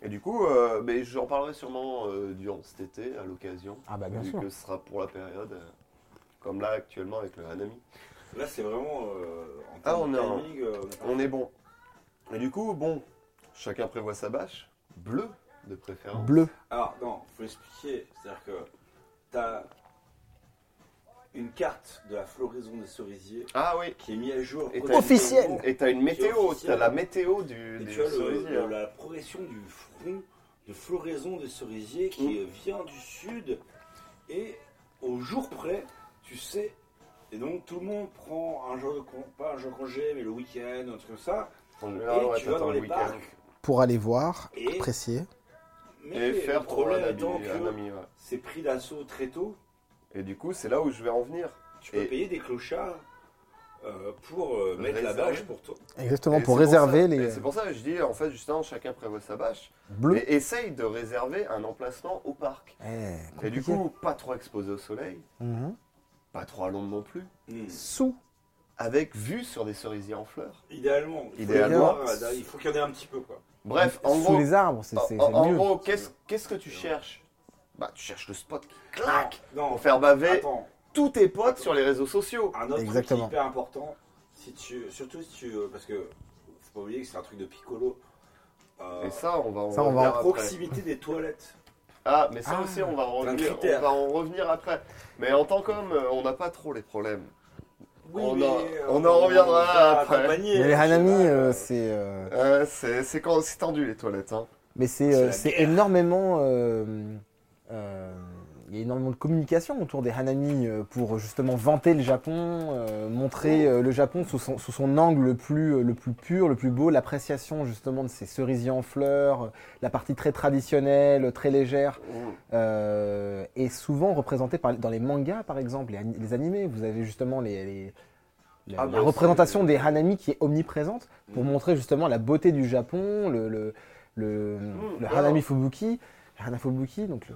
Speaker 2: Et du coup, euh, mais j'en parlerai sûrement euh, durant cet été, à l'occasion,
Speaker 3: Ah bah bien
Speaker 2: vu
Speaker 3: sûr.
Speaker 2: que ce sera pour la période, euh, comme là actuellement avec le Hanami.
Speaker 1: Là, c'est vraiment. euh, en
Speaker 2: Ah,
Speaker 1: termes de
Speaker 2: on est en-
Speaker 1: timing, euh,
Speaker 2: On est bon. Et du coup, bon, chacun prévoit sa bâche. Bleu, de préférence.
Speaker 3: Bleu.
Speaker 1: Alors, non, faut expliquer. C'est-à-dire que t'as une carte de la floraison des cerisiers
Speaker 2: Ah oui.
Speaker 1: qui est mise à jour
Speaker 2: Et t'as-
Speaker 1: officiellement.
Speaker 2: Et t'as une météo,
Speaker 1: officiel.
Speaker 2: t'as la météo du,
Speaker 1: Et
Speaker 2: des
Speaker 1: tu as le-
Speaker 2: cerisiers,
Speaker 1: le-
Speaker 2: hein.
Speaker 1: la progression du front de floraison des cerisiers
Speaker 2: Mm.
Speaker 1: qui vient du sud et au jour près, tu sais. Et donc tout le monde prend un jour de con- pas un jour de congé, mais le week-end, un truc comme ça.
Speaker 2: En
Speaker 1: Et
Speaker 2: général, ouais,
Speaker 1: tu vas
Speaker 2: t'attends
Speaker 1: dans
Speaker 2: le
Speaker 1: les
Speaker 2: week-end.
Speaker 1: parcs.
Speaker 8: Pour aller voir,
Speaker 1: Et-
Speaker 8: apprécier.
Speaker 1: Mais
Speaker 2: Et faire euh,
Speaker 1: le
Speaker 2: ton
Speaker 1: problème
Speaker 2: Hanabi,
Speaker 1: étant que
Speaker 2: Hanami, ouais.
Speaker 1: c'est pris d'assaut très tôt.
Speaker 2: Et du coup, c'est là où je vais en venir.
Speaker 1: Tu peux
Speaker 2: Et-
Speaker 1: payer des clochards euh, pour euh, mettre la
Speaker 2: Réserver.
Speaker 1: bâche pour toi.
Speaker 8: Exactement,
Speaker 2: Et
Speaker 8: pour
Speaker 2: c'est ça-
Speaker 8: réserver
Speaker 2: et
Speaker 8: les
Speaker 2: C'est pour ça que je dis, en fait, justement, chacun prévoit sa bâche.
Speaker 3: Bleu.
Speaker 2: Mais essaye de réserver un emplacement au parc.
Speaker 8: Eh,
Speaker 2: Et du
Speaker 8: compliqué.
Speaker 2: coup, pas trop exposé au soleil,
Speaker 8: Mhm.
Speaker 2: pas trop à l'ombre non plus,
Speaker 1: Hmm.
Speaker 8: Sous.
Speaker 2: avec vue sur des cerisiers en fleurs.
Speaker 1: Idéalement. il faut
Speaker 2: Idéalement.
Speaker 1: qu'il y en ait un- Il faut qu'il y en ait un petit peu quoi.
Speaker 2: Bref, en
Speaker 3: sous
Speaker 2: gros,
Speaker 3: les arbres, c'est
Speaker 2: En-
Speaker 3: c'est-
Speaker 2: en,
Speaker 3: c'est
Speaker 2: en
Speaker 3: mieux.
Speaker 2: gros, qu'est-ce qu'est-ce que tu cherches Bah, tu cherches le spot qui claque
Speaker 1: Non,
Speaker 2: pour faire baver
Speaker 1: attends.
Speaker 2: tous tes potes sur les réseaux sociaux.
Speaker 1: Un autre
Speaker 8: Exactement.
Speaker 1: truc hyper important, si tu, surtout si tu, euh, parce que faut pas oublier que c'est un truc de piccolo. Euh,
Speaker 2: Et ça, on va en
Speaker 3: Ça, on va
Speaker 2: revenir
Speaker 3: en
Speaker 2: après.
Speaker 1: proximité des toilettes.
Speaker 2: Ah, mais ça
Speaker 3: Ah,
Speaker 2: aussi, on va, en
Speaker 1: plein de
Speaker 2: revenir, on
Speaker 1: critères.
Speaker 2: va en revenir après. Mais en tant qu'homme, euh, on n'a pas trop les problèmes. On en-
Speaker 1: euh,
Speaker 2: on en reviendra
Speaker 1: va
Speaker 2: après.
Speaker 1: accompagner,
Speaker 3: Mais
Speaker 1: je
Speaker 3: les
Speaker 1: sais
Speaker 3: Hanami,
Speaker 1: pas,
Speaker 3: euh,
Speaker 1: euh,
Speaker 3: c'est. euh,
Speaker 2: Euh, c'est c'est quand- c'est tendu, les toilettes. Hein.
Speaker 3: Mais c'est
Speaker 1: C'est
Speaker 3: euh,
Speaker 1: la
Speaker 3: c'est
Speaker 1: guerre.
Speaker 3: énormément. euh, euh, Il y a énormément de communication autour des Hanami euh, pour justement vanter le Japon, euh, montrer euh, le Japon sous son, sous son angle le plus, euh, le plus pur, le plus beau, l'appréciation justement de ces cerisiers en fleurs, euh, la partie très traditionnelle, très légère, euh, est souvent représentée par- dans les mangas par exemple, les, ani- les animés. Vous avez justement les, les- la,
Speaker 2: Ah, Mm-hmm.
Speaker 3: la
Speaker 2: bah,
Speaker 3: représentation
Speaker 2: c'est-
Speaker 3: des Hanami qui est omniprésente pour
Speaker 1: Mm.
Speaker 3: montrer justement la beauté du Japon, le, le, le, le
Speaker 2: Mm, alors-
Speaker 3: Hanami Fubuki, le Hana Fubuki, donc le,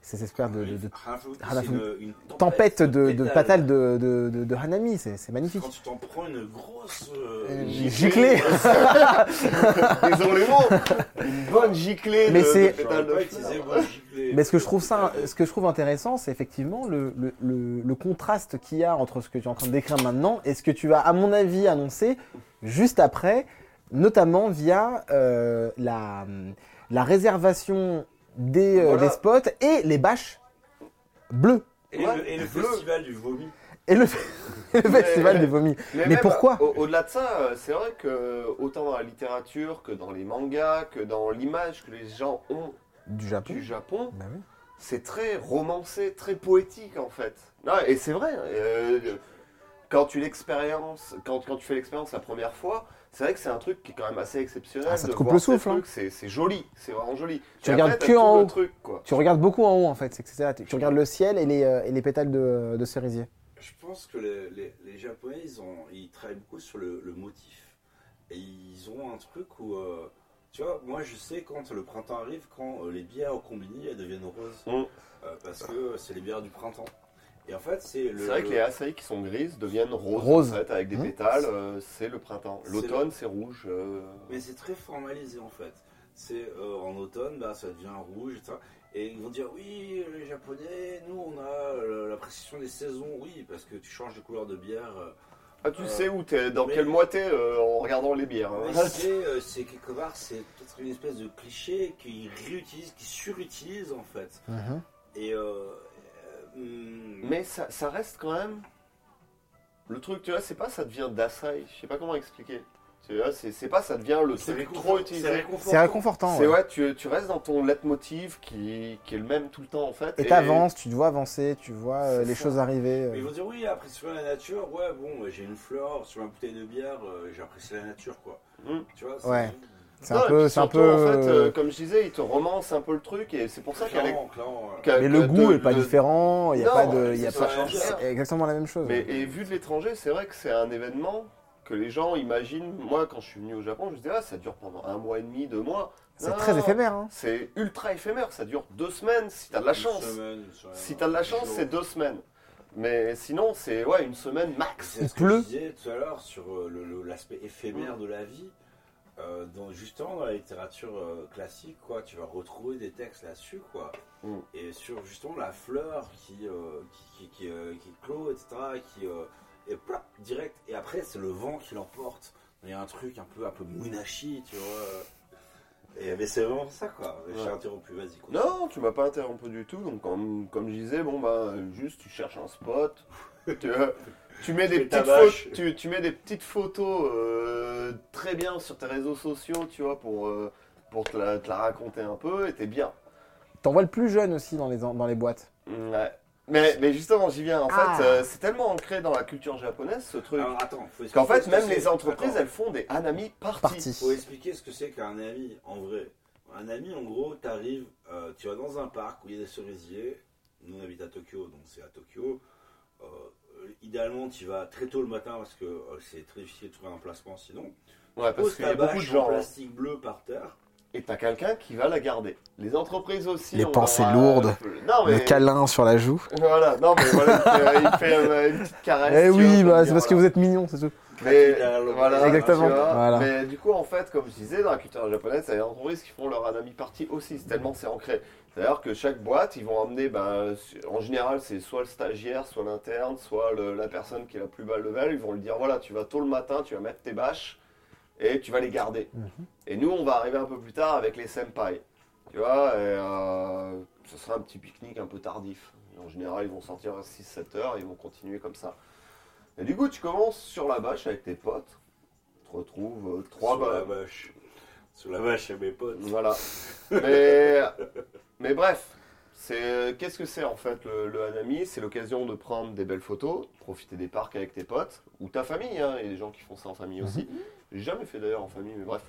Speaker 3: ces espèces de, de- de
Speaker 1: Hanafuku,
Speaker 3: Hanafuku.
Speaker 1: c'est une, une
Speaker 3: tempête de, de
Speaker 1: pétales.
Speaker 3: patales de, de, de- de Hanami, c'est c'est magnifique.
Speaker 1: Quand tu t'en prends une grosse. euh,
Speaker 3: Euh,
Speaker 1: giclée,
Speaker 3: giclée.
Speaker 2: Désolé, les mots. Une bonne giclée
Speaker 3: Mais
Speaker 2: de,
Speaker 3: c'est-
Speaker 2: de
Speaker 1: J'aurais
Speaker 2: pétales de
Speaker 1: pas
Speaker 2: fleurs.
Speaker 1: utilisé le mot giclée.
Speaker 3: Mais ce que je trouve ça, euh, ce que je trouve intéressant, c'est effectivement le, le, le, le contraste qu'il y a entre ce que tu es en train de décrire maintenant et ce que tu vas, à mon avis, annoncer juste après, notamment via euh, la, la réservation des, euh,
Speaker 2: Voilà.
Speaker 3: des spots et les bâches bleues
Speaker 1: Et le, et le
Speaker 2: Bleu.
Speaker 1: festival du vomi.
Speaker 3: et le, le festival des vomis. Mais
Speaker 2: même,
Speaker 3: pourquoi
Speaker 2: au- Au-delà de ça, euh, c'est vrai que autant dans la littérature que dans les mangas, que dans l'image que les gens ont
Speaker 3: Du Japon.
Speaker 2: du Japon,
Speaker 3: Bah oui.
Speaker 2: c'est très romancé, très poétique en fait. Non, et c'est vrai. euh, quand tu l'expériences, quand, quand tu fais l'expérience la première fois, c'est vrai que c'est un truc qui est quand même assez exceptionnel.
Speaker 3: Ah, ça te
Speaker 2: de
Speaker 3: coupe
Speaker 2: voir
Speaker 3: le
Speaker 2: ces
Speaker 3: souffle, hein.
Speaker 2: trucs, C'est c'est joli, c'est vraiment joli.
Speaker 3: Tu
Speaker 2: Et
Speaker 3: regardes
Speaker 2: après, t'as tout
Speaker 3: que en
Speaker 2: le
Speaker 3: haut.
Speaker 2: truc, quoi.
Speaker 3: Tu regardes beaucoup en haut en fait, c'est que c'est ça. Tu, tu regardes le ciel et les, euh, et les pétales de, de cerisier.
Speaker 1: Je pense que les, les- les Japonais, ils, ont, ils travaillent beaucoup sur le, le motif. Et ils ont un truc où. euh, tu vois, moi je sais quand le printemps arrive, quand euh, les bières au combini elles deviennent roses.
Speaker 2: Mm.
Speaker 1: Euh, parce que c'est les bières du printemps. Et en fait, c'est le.
Speaker 2: C'est vrai que les açaï qui sont grises deviennent roses,
Speaker 3: Roses.
Speaker 2: en fait, avec des
Speaker 3: Mmh.
Speaker 2: pétales, euh, c'est le printemps.
Speaker 1: C'est
Speaker 2: L'automne, c'est rouge. euh,
Speaker 1: Mais c'est très formalisé en fait. C'est euh, en automne, bah, ça devient rouge, etc. Et ils vont dire oui, les Japonais, nous on a euh, la précision des saisons, oui, parce que tu changes de couleur de bière euh,
Speaker 2: Ah, tu
Speaker 1: Euh,
Speaker 2: sais où t'es, dans
Speaker 1: mais-
Speaker 2: quel mois t'es euh, en regardant les bières. hein.
Speaker 1: Mais c'est, euh, c'est quelque part, c'est peut-être une espèce de cliché qu'ils réutilisent, qu'ils surutilisent en fait.
Speaker 3: Mhm.
Speaker 1: Et euh, euh, hmm,
Speaker 2: Mais ça, ça reste quand même. Le truc, tu vois, c'est pas ça devient Dasai. Je sais pas comment expliquer. Tu vois, c'est euh, c'est pas ça devient le
Speaker 1: c'est
Speaker 2: truc
Speaker 1: réconfort-
Speaker 2: trop
Speaker 1: c'est
Speaker 2: utilisé.
Speaker 1: réconfortant.
Speaker 3: C'est réconfortant.
Speaker 2: C'est
Speaker 3: ouais.
Speaker 2: ouais, tu, tu restes dans ton leitmotiv qui, qui est le même tout le temps en fait.
Speaker 3: Et t'avances, tu dois avancer, tu vois euh,
Speaker 2: C'est
Speaker 3: les
Speaker 2: ça.
Speaker 3: choses arriver.
Speaker 1: Mais ils
Speaker 3: euh.
Speaker 1: vont dire oui, apprécier la nature, ouais, bon, j'ai une fleur sur ma bouteille de bière, euh, j'apprécie la nature, quoi.
Speaker 2: Mm.
Speaker 1: Tu vois,
Speaker 3: Ouais. C'est
Speaker 2: Non,
Speaker 3: un
Speaker 2: et
Speaker 3: peu,
Speaker 2: puis
Speaker 3: c'est un
Speaker 2: surtout,
Speaker 3: peu.
Speaker 2: En fait, euh,
Speaker 3: euh,
Speaker 2: comme je disais, il te romance un peu le truc et c'est pour ça qu'elle est.
Speaker 1: clairement, clairement, voilà.
Speaker 2: qu'elle-
Speaker 3: Mais le
Speaker 2: de-
Speaker 3: goût
Speaker 2: de-
Speaker 3: est pas
Speaker 2: de-
Speaker 3: différent. Il y a
Speaker 2: Non,
Speaker 3: pas de, il y a
Speaker 2: c'est
Speaker 3: pas.
Speaker 2: ça.
Speaker 3: C'est exactement la même chose.
Speaker 2: Mais et vu de l'étranger, c'est vrai que c'est un événement que les gens imaginent. Moi, quand je suis venu au Japon, je me disais ah, ça dure pendant un mois et demi, deux mois.
Speaker 3: C'est
Speaker 2: Non,
Speaker 3: très
Speaker 2: non,
Speaker 3: éphémère. Hein.
Speaker 2: C'est ultra éphémère, ça dure deux semaines si t'as de la
Speaker 1: Une
Speaker 2: chance.
Speaker 1: semaine, une semaine,
Speaker 2: Si t'as de la
Speaker 1: un
Speaker 2: chance,
Speaker 1: jour.
Speaker 2: c'est deux semaines. Mais sinon, c'est ouais, une semaine max.
Speaker 1: C'est ce que
Speaker 3: Il
Speaker 1: je
Speaker 3: pleut.
Speaker 1: disais tout à l'heure sur euh, le- le- l'aspect éphémère de la vie. Euh, dans, justement, dans la littérature euh, classique, quoi, tu vas retrouver des textes là-dessus, quoi.
Speaker 2: Mm.
Speaker 1: Et sur justement la fleur qui, euh, qui, qui, qui, euh, qui clôt, etc., qui euh, est plop, direct. Et après, c'est le vent qui l'emporte. Il y a un truc un peu, un peu mounachi, tu vois. Et mais c'est vraiment ça, quoi. Je
Speaker 2: Ouais.
Speaker 1: t'ai interrompu, vas-y. continue.
Speaker 2: Non, tu m'as pas interrompu du tout. Donc, comme, comme je disais, bon, bah, juste tu cherches un spot. Tu, euh, tu mets, des
Speaker 1: fais ta
Speaker 2: petites
Speaker 1: vache.
Speaker 2: photos, tu, tu mets des petites photos euh, très bien sur tes réseaux sociaux, tu vois, pour, euh, pour te, la, te la raconter un peu et t'es bien.
Speaker 3: T'en vois le plus jeune aussi dans les dans les boîtes.
Speaker 2: Mm, Ouais. Mais, mais justement, j'y viens. En
Speaker 3: Ah.
Speaker 2: fait, euh, c'est tellement ancré dans la culture japonaise ce truc.
Speaker 1: Alors attends, faut
Speaker 2: Parce qu'en
Speaker 1: expliquer
Speaker 2: fait,
Speaker 1: ce que
Speaker 2: même
Speaker 1: c'est.
Speaker 2: les entreprises,
Speaker 1: Attends.
Speaker 2: elles font des Hanami parties.
Speaker 3: Parti.
Speaker 1: faut expliquer ce que c'est qu'un ami en vrai. Un ami, en gros, t'arrives, euh, tu vas dans un parc où il y a des cerisiers. Nous, on habite à Tokyo, donc c'est à Tokyo. Euh, euh, idéalement, tu vas très tôt le matin parce que euh, c'est très difficile de trouver un placement sinon.
Speaker 2: Ouais, Ah, parce
Speaker 1: Pose
Speaker 2: qu'il y a
Speaker 1: ta
Speaker 2: beaucoup de
Speaker 1: bâche en
Speaker 2: gens. hein.
Speaker 1: plastique bleu par terre.
Speaker 2: Et t'as quelqu'un qui va la garder. Les entreprises aussi.
Speaker 9: Les
Speaker 2: on
Speaker 9: pensées
Speaker 2: leur a-
Speaker 9: lourdes.
Speaker 2: Non, mais.
Speaker 9: Le câlin sur la joue.
Speaker 2: Voilà, non, mais voilà, il fait- il fait euh, une petite caresse.
Speaker 3: Eh
Speaker 2: tu vois,
Speaker 3: oui,
Speaker 2: pour
Speaker 3: bah,
Speaker 2: dire,
Speaker 3: c'est parce que
Speaker 2: voilà.
Speaker 3: vous êtes mignon, c'est tout.
Speaker 2: Mais,
Speaker 1: Derrière le-
Speaker 2: voilà,
Speaker 3: Exactement.
Speaker 2: tu vois.
Speaker 3: Voilà.
Speaker 2: Mais du coup, en fait, comme je disais, dans la culture japonaise, c'est les entreprises qui font leur anami party aussi, c'est tellement c'est ancré. C'est-à-dire que chaque boîte, ils vont emmener, ben, su- en général, c'est soit le stagiaire, soit l'interne, soit le- la personne qui est la plus bas level, ils vont lui dire voilà, tu vas tôt le matin, tu vas mettre tes bâches et tu vas les garder.
Speaker 3: Mhm.
Speaker 2: Et nous, on va arriver un peu plus tard avec les senpai. Tu vois, et, euh, ce sera un petit pique-nique un peu tardif. En général, ils vont sortir à 6-7 heures et ils vont continuer comme ça. Et du coup, tu commences sur la bâche avec tes potes. Tu te retrouves euh, trois
Speaker 1: sous la
Speaker 2: bah-
Speaker 1: vache. Sous la vache à mes potes.
Speaker 2: Voilà. Mais, mais bref, c'est euh, qu'est-ce que c'est en fait le, le hanami C'est l'occasion de prendre des belles photos, profiter des parcs avec tes potes ou ta famille. hein. Il y a des gens qui font ça en famille aussi. J'ai jamais fait d'ailleurs en famille, mais bref.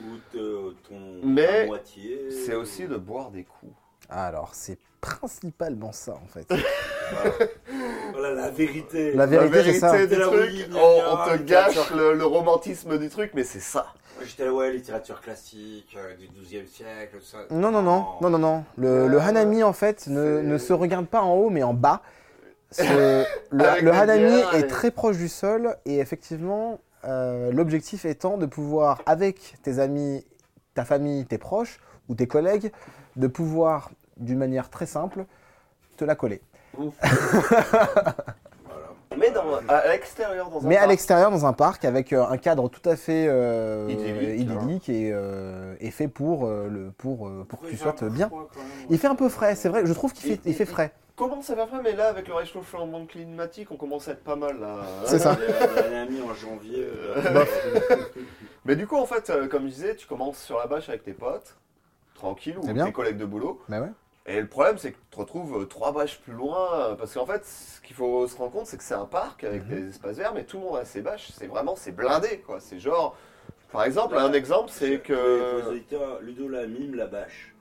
Speaker 1: Ou te- ton
Speaker 2: Mais
Speaker 1: à moitié.
Speaker 2: C'est aussi de boire des coups.
Speaker 3: Alors, c'est principalement ça, en fait.
Speaker 1: Voilà la vérité.
Speaker 3: La vérité, c'est ça. hein.
Speaker 2: du
Speaker 1: C'est la
Speaker 2: truc,
Speaker 1: Wikipédia,
Speaker 2: on, on te
Speaker 1: la
Speaker 2: gâche
Speaker 1: littérature.
Speaker 2: le, le romantisme du truc, mais c'est ça.
Speaker 1: Moi, J'étais là, ouais, littérature classique euh, du 12e siècle, tout ça.
Speaker 3: Non, non, non, non, non, non. Le, le hanami, en fait, ne, ne se regarde pas en haut, mais en bas. Ce- le,
Speaker 2: Avec
Speaker 3: le
Speaker 2: la
Speaker 3: hanami
Speaker 2: bière
Speaker 3: est
Speaker 2: et-
Speaker 3: très proche du sol, et effectivement, euh, l'objectif étant de pouvoir, avec tes amis, ta famille, tes proches ou tes collègues, de pouvoir, d'une manière très simple, te la coller.
Speaker 1: Voilà.
Speaker 2: Mais dans, à, à l'extérieur, dans un
Speaker 3: Mais à
Speaker 2: parc.
Speaker 3: l'extérieur, dans un parc, avec euh, un cadre tout à fait euh,
Speaker 2: Idyllique,
Speaker 3: idyllique et, euh, et fait pour, euh, le, pour, euh, pour que tu
Speaker 1: Il fait
Speaker 3: sortes
Speaker 1: un peu
Speaker 3: bien.
Speaker 1: froid, quand même.
Speaker 3: Il fait un peu frais, c'est vrai, je trouve qu'il fait, il fait frais.
Speaker 2: Comment ça va faire Mais là, avec le réchauffement climatique, on commence à être pas mal là.
Speaker 3: C'est ça.
Speaker 1: Il y a un ami en janvier. euh,
Speaker 2: Mais du coup, en fait, euh, comme je disais, tu commences sur la bâche avec tes potes, tranquille, ou
Speaker 3: C'est bien.
Speaker 2: tes collègues de boulot.
Speaker 3: Bah ouais.
Speaker 2: Et le problème, c'est que tu te retrouves euh, trois bâches plus loin, euh, parce qu'en fait, ce qu'il faut se rendre compte, c'est que c'est un parc avec des espaces verts, mais tout le monde a ses bâches. C'est vraiment, c'est blindé, quoi. C'est genre, par exemple, un exemple, c'est
Speaker 1: Les
Speaker 2: que,
Speaker 1: auditeurs, Ludo la mime la bâche.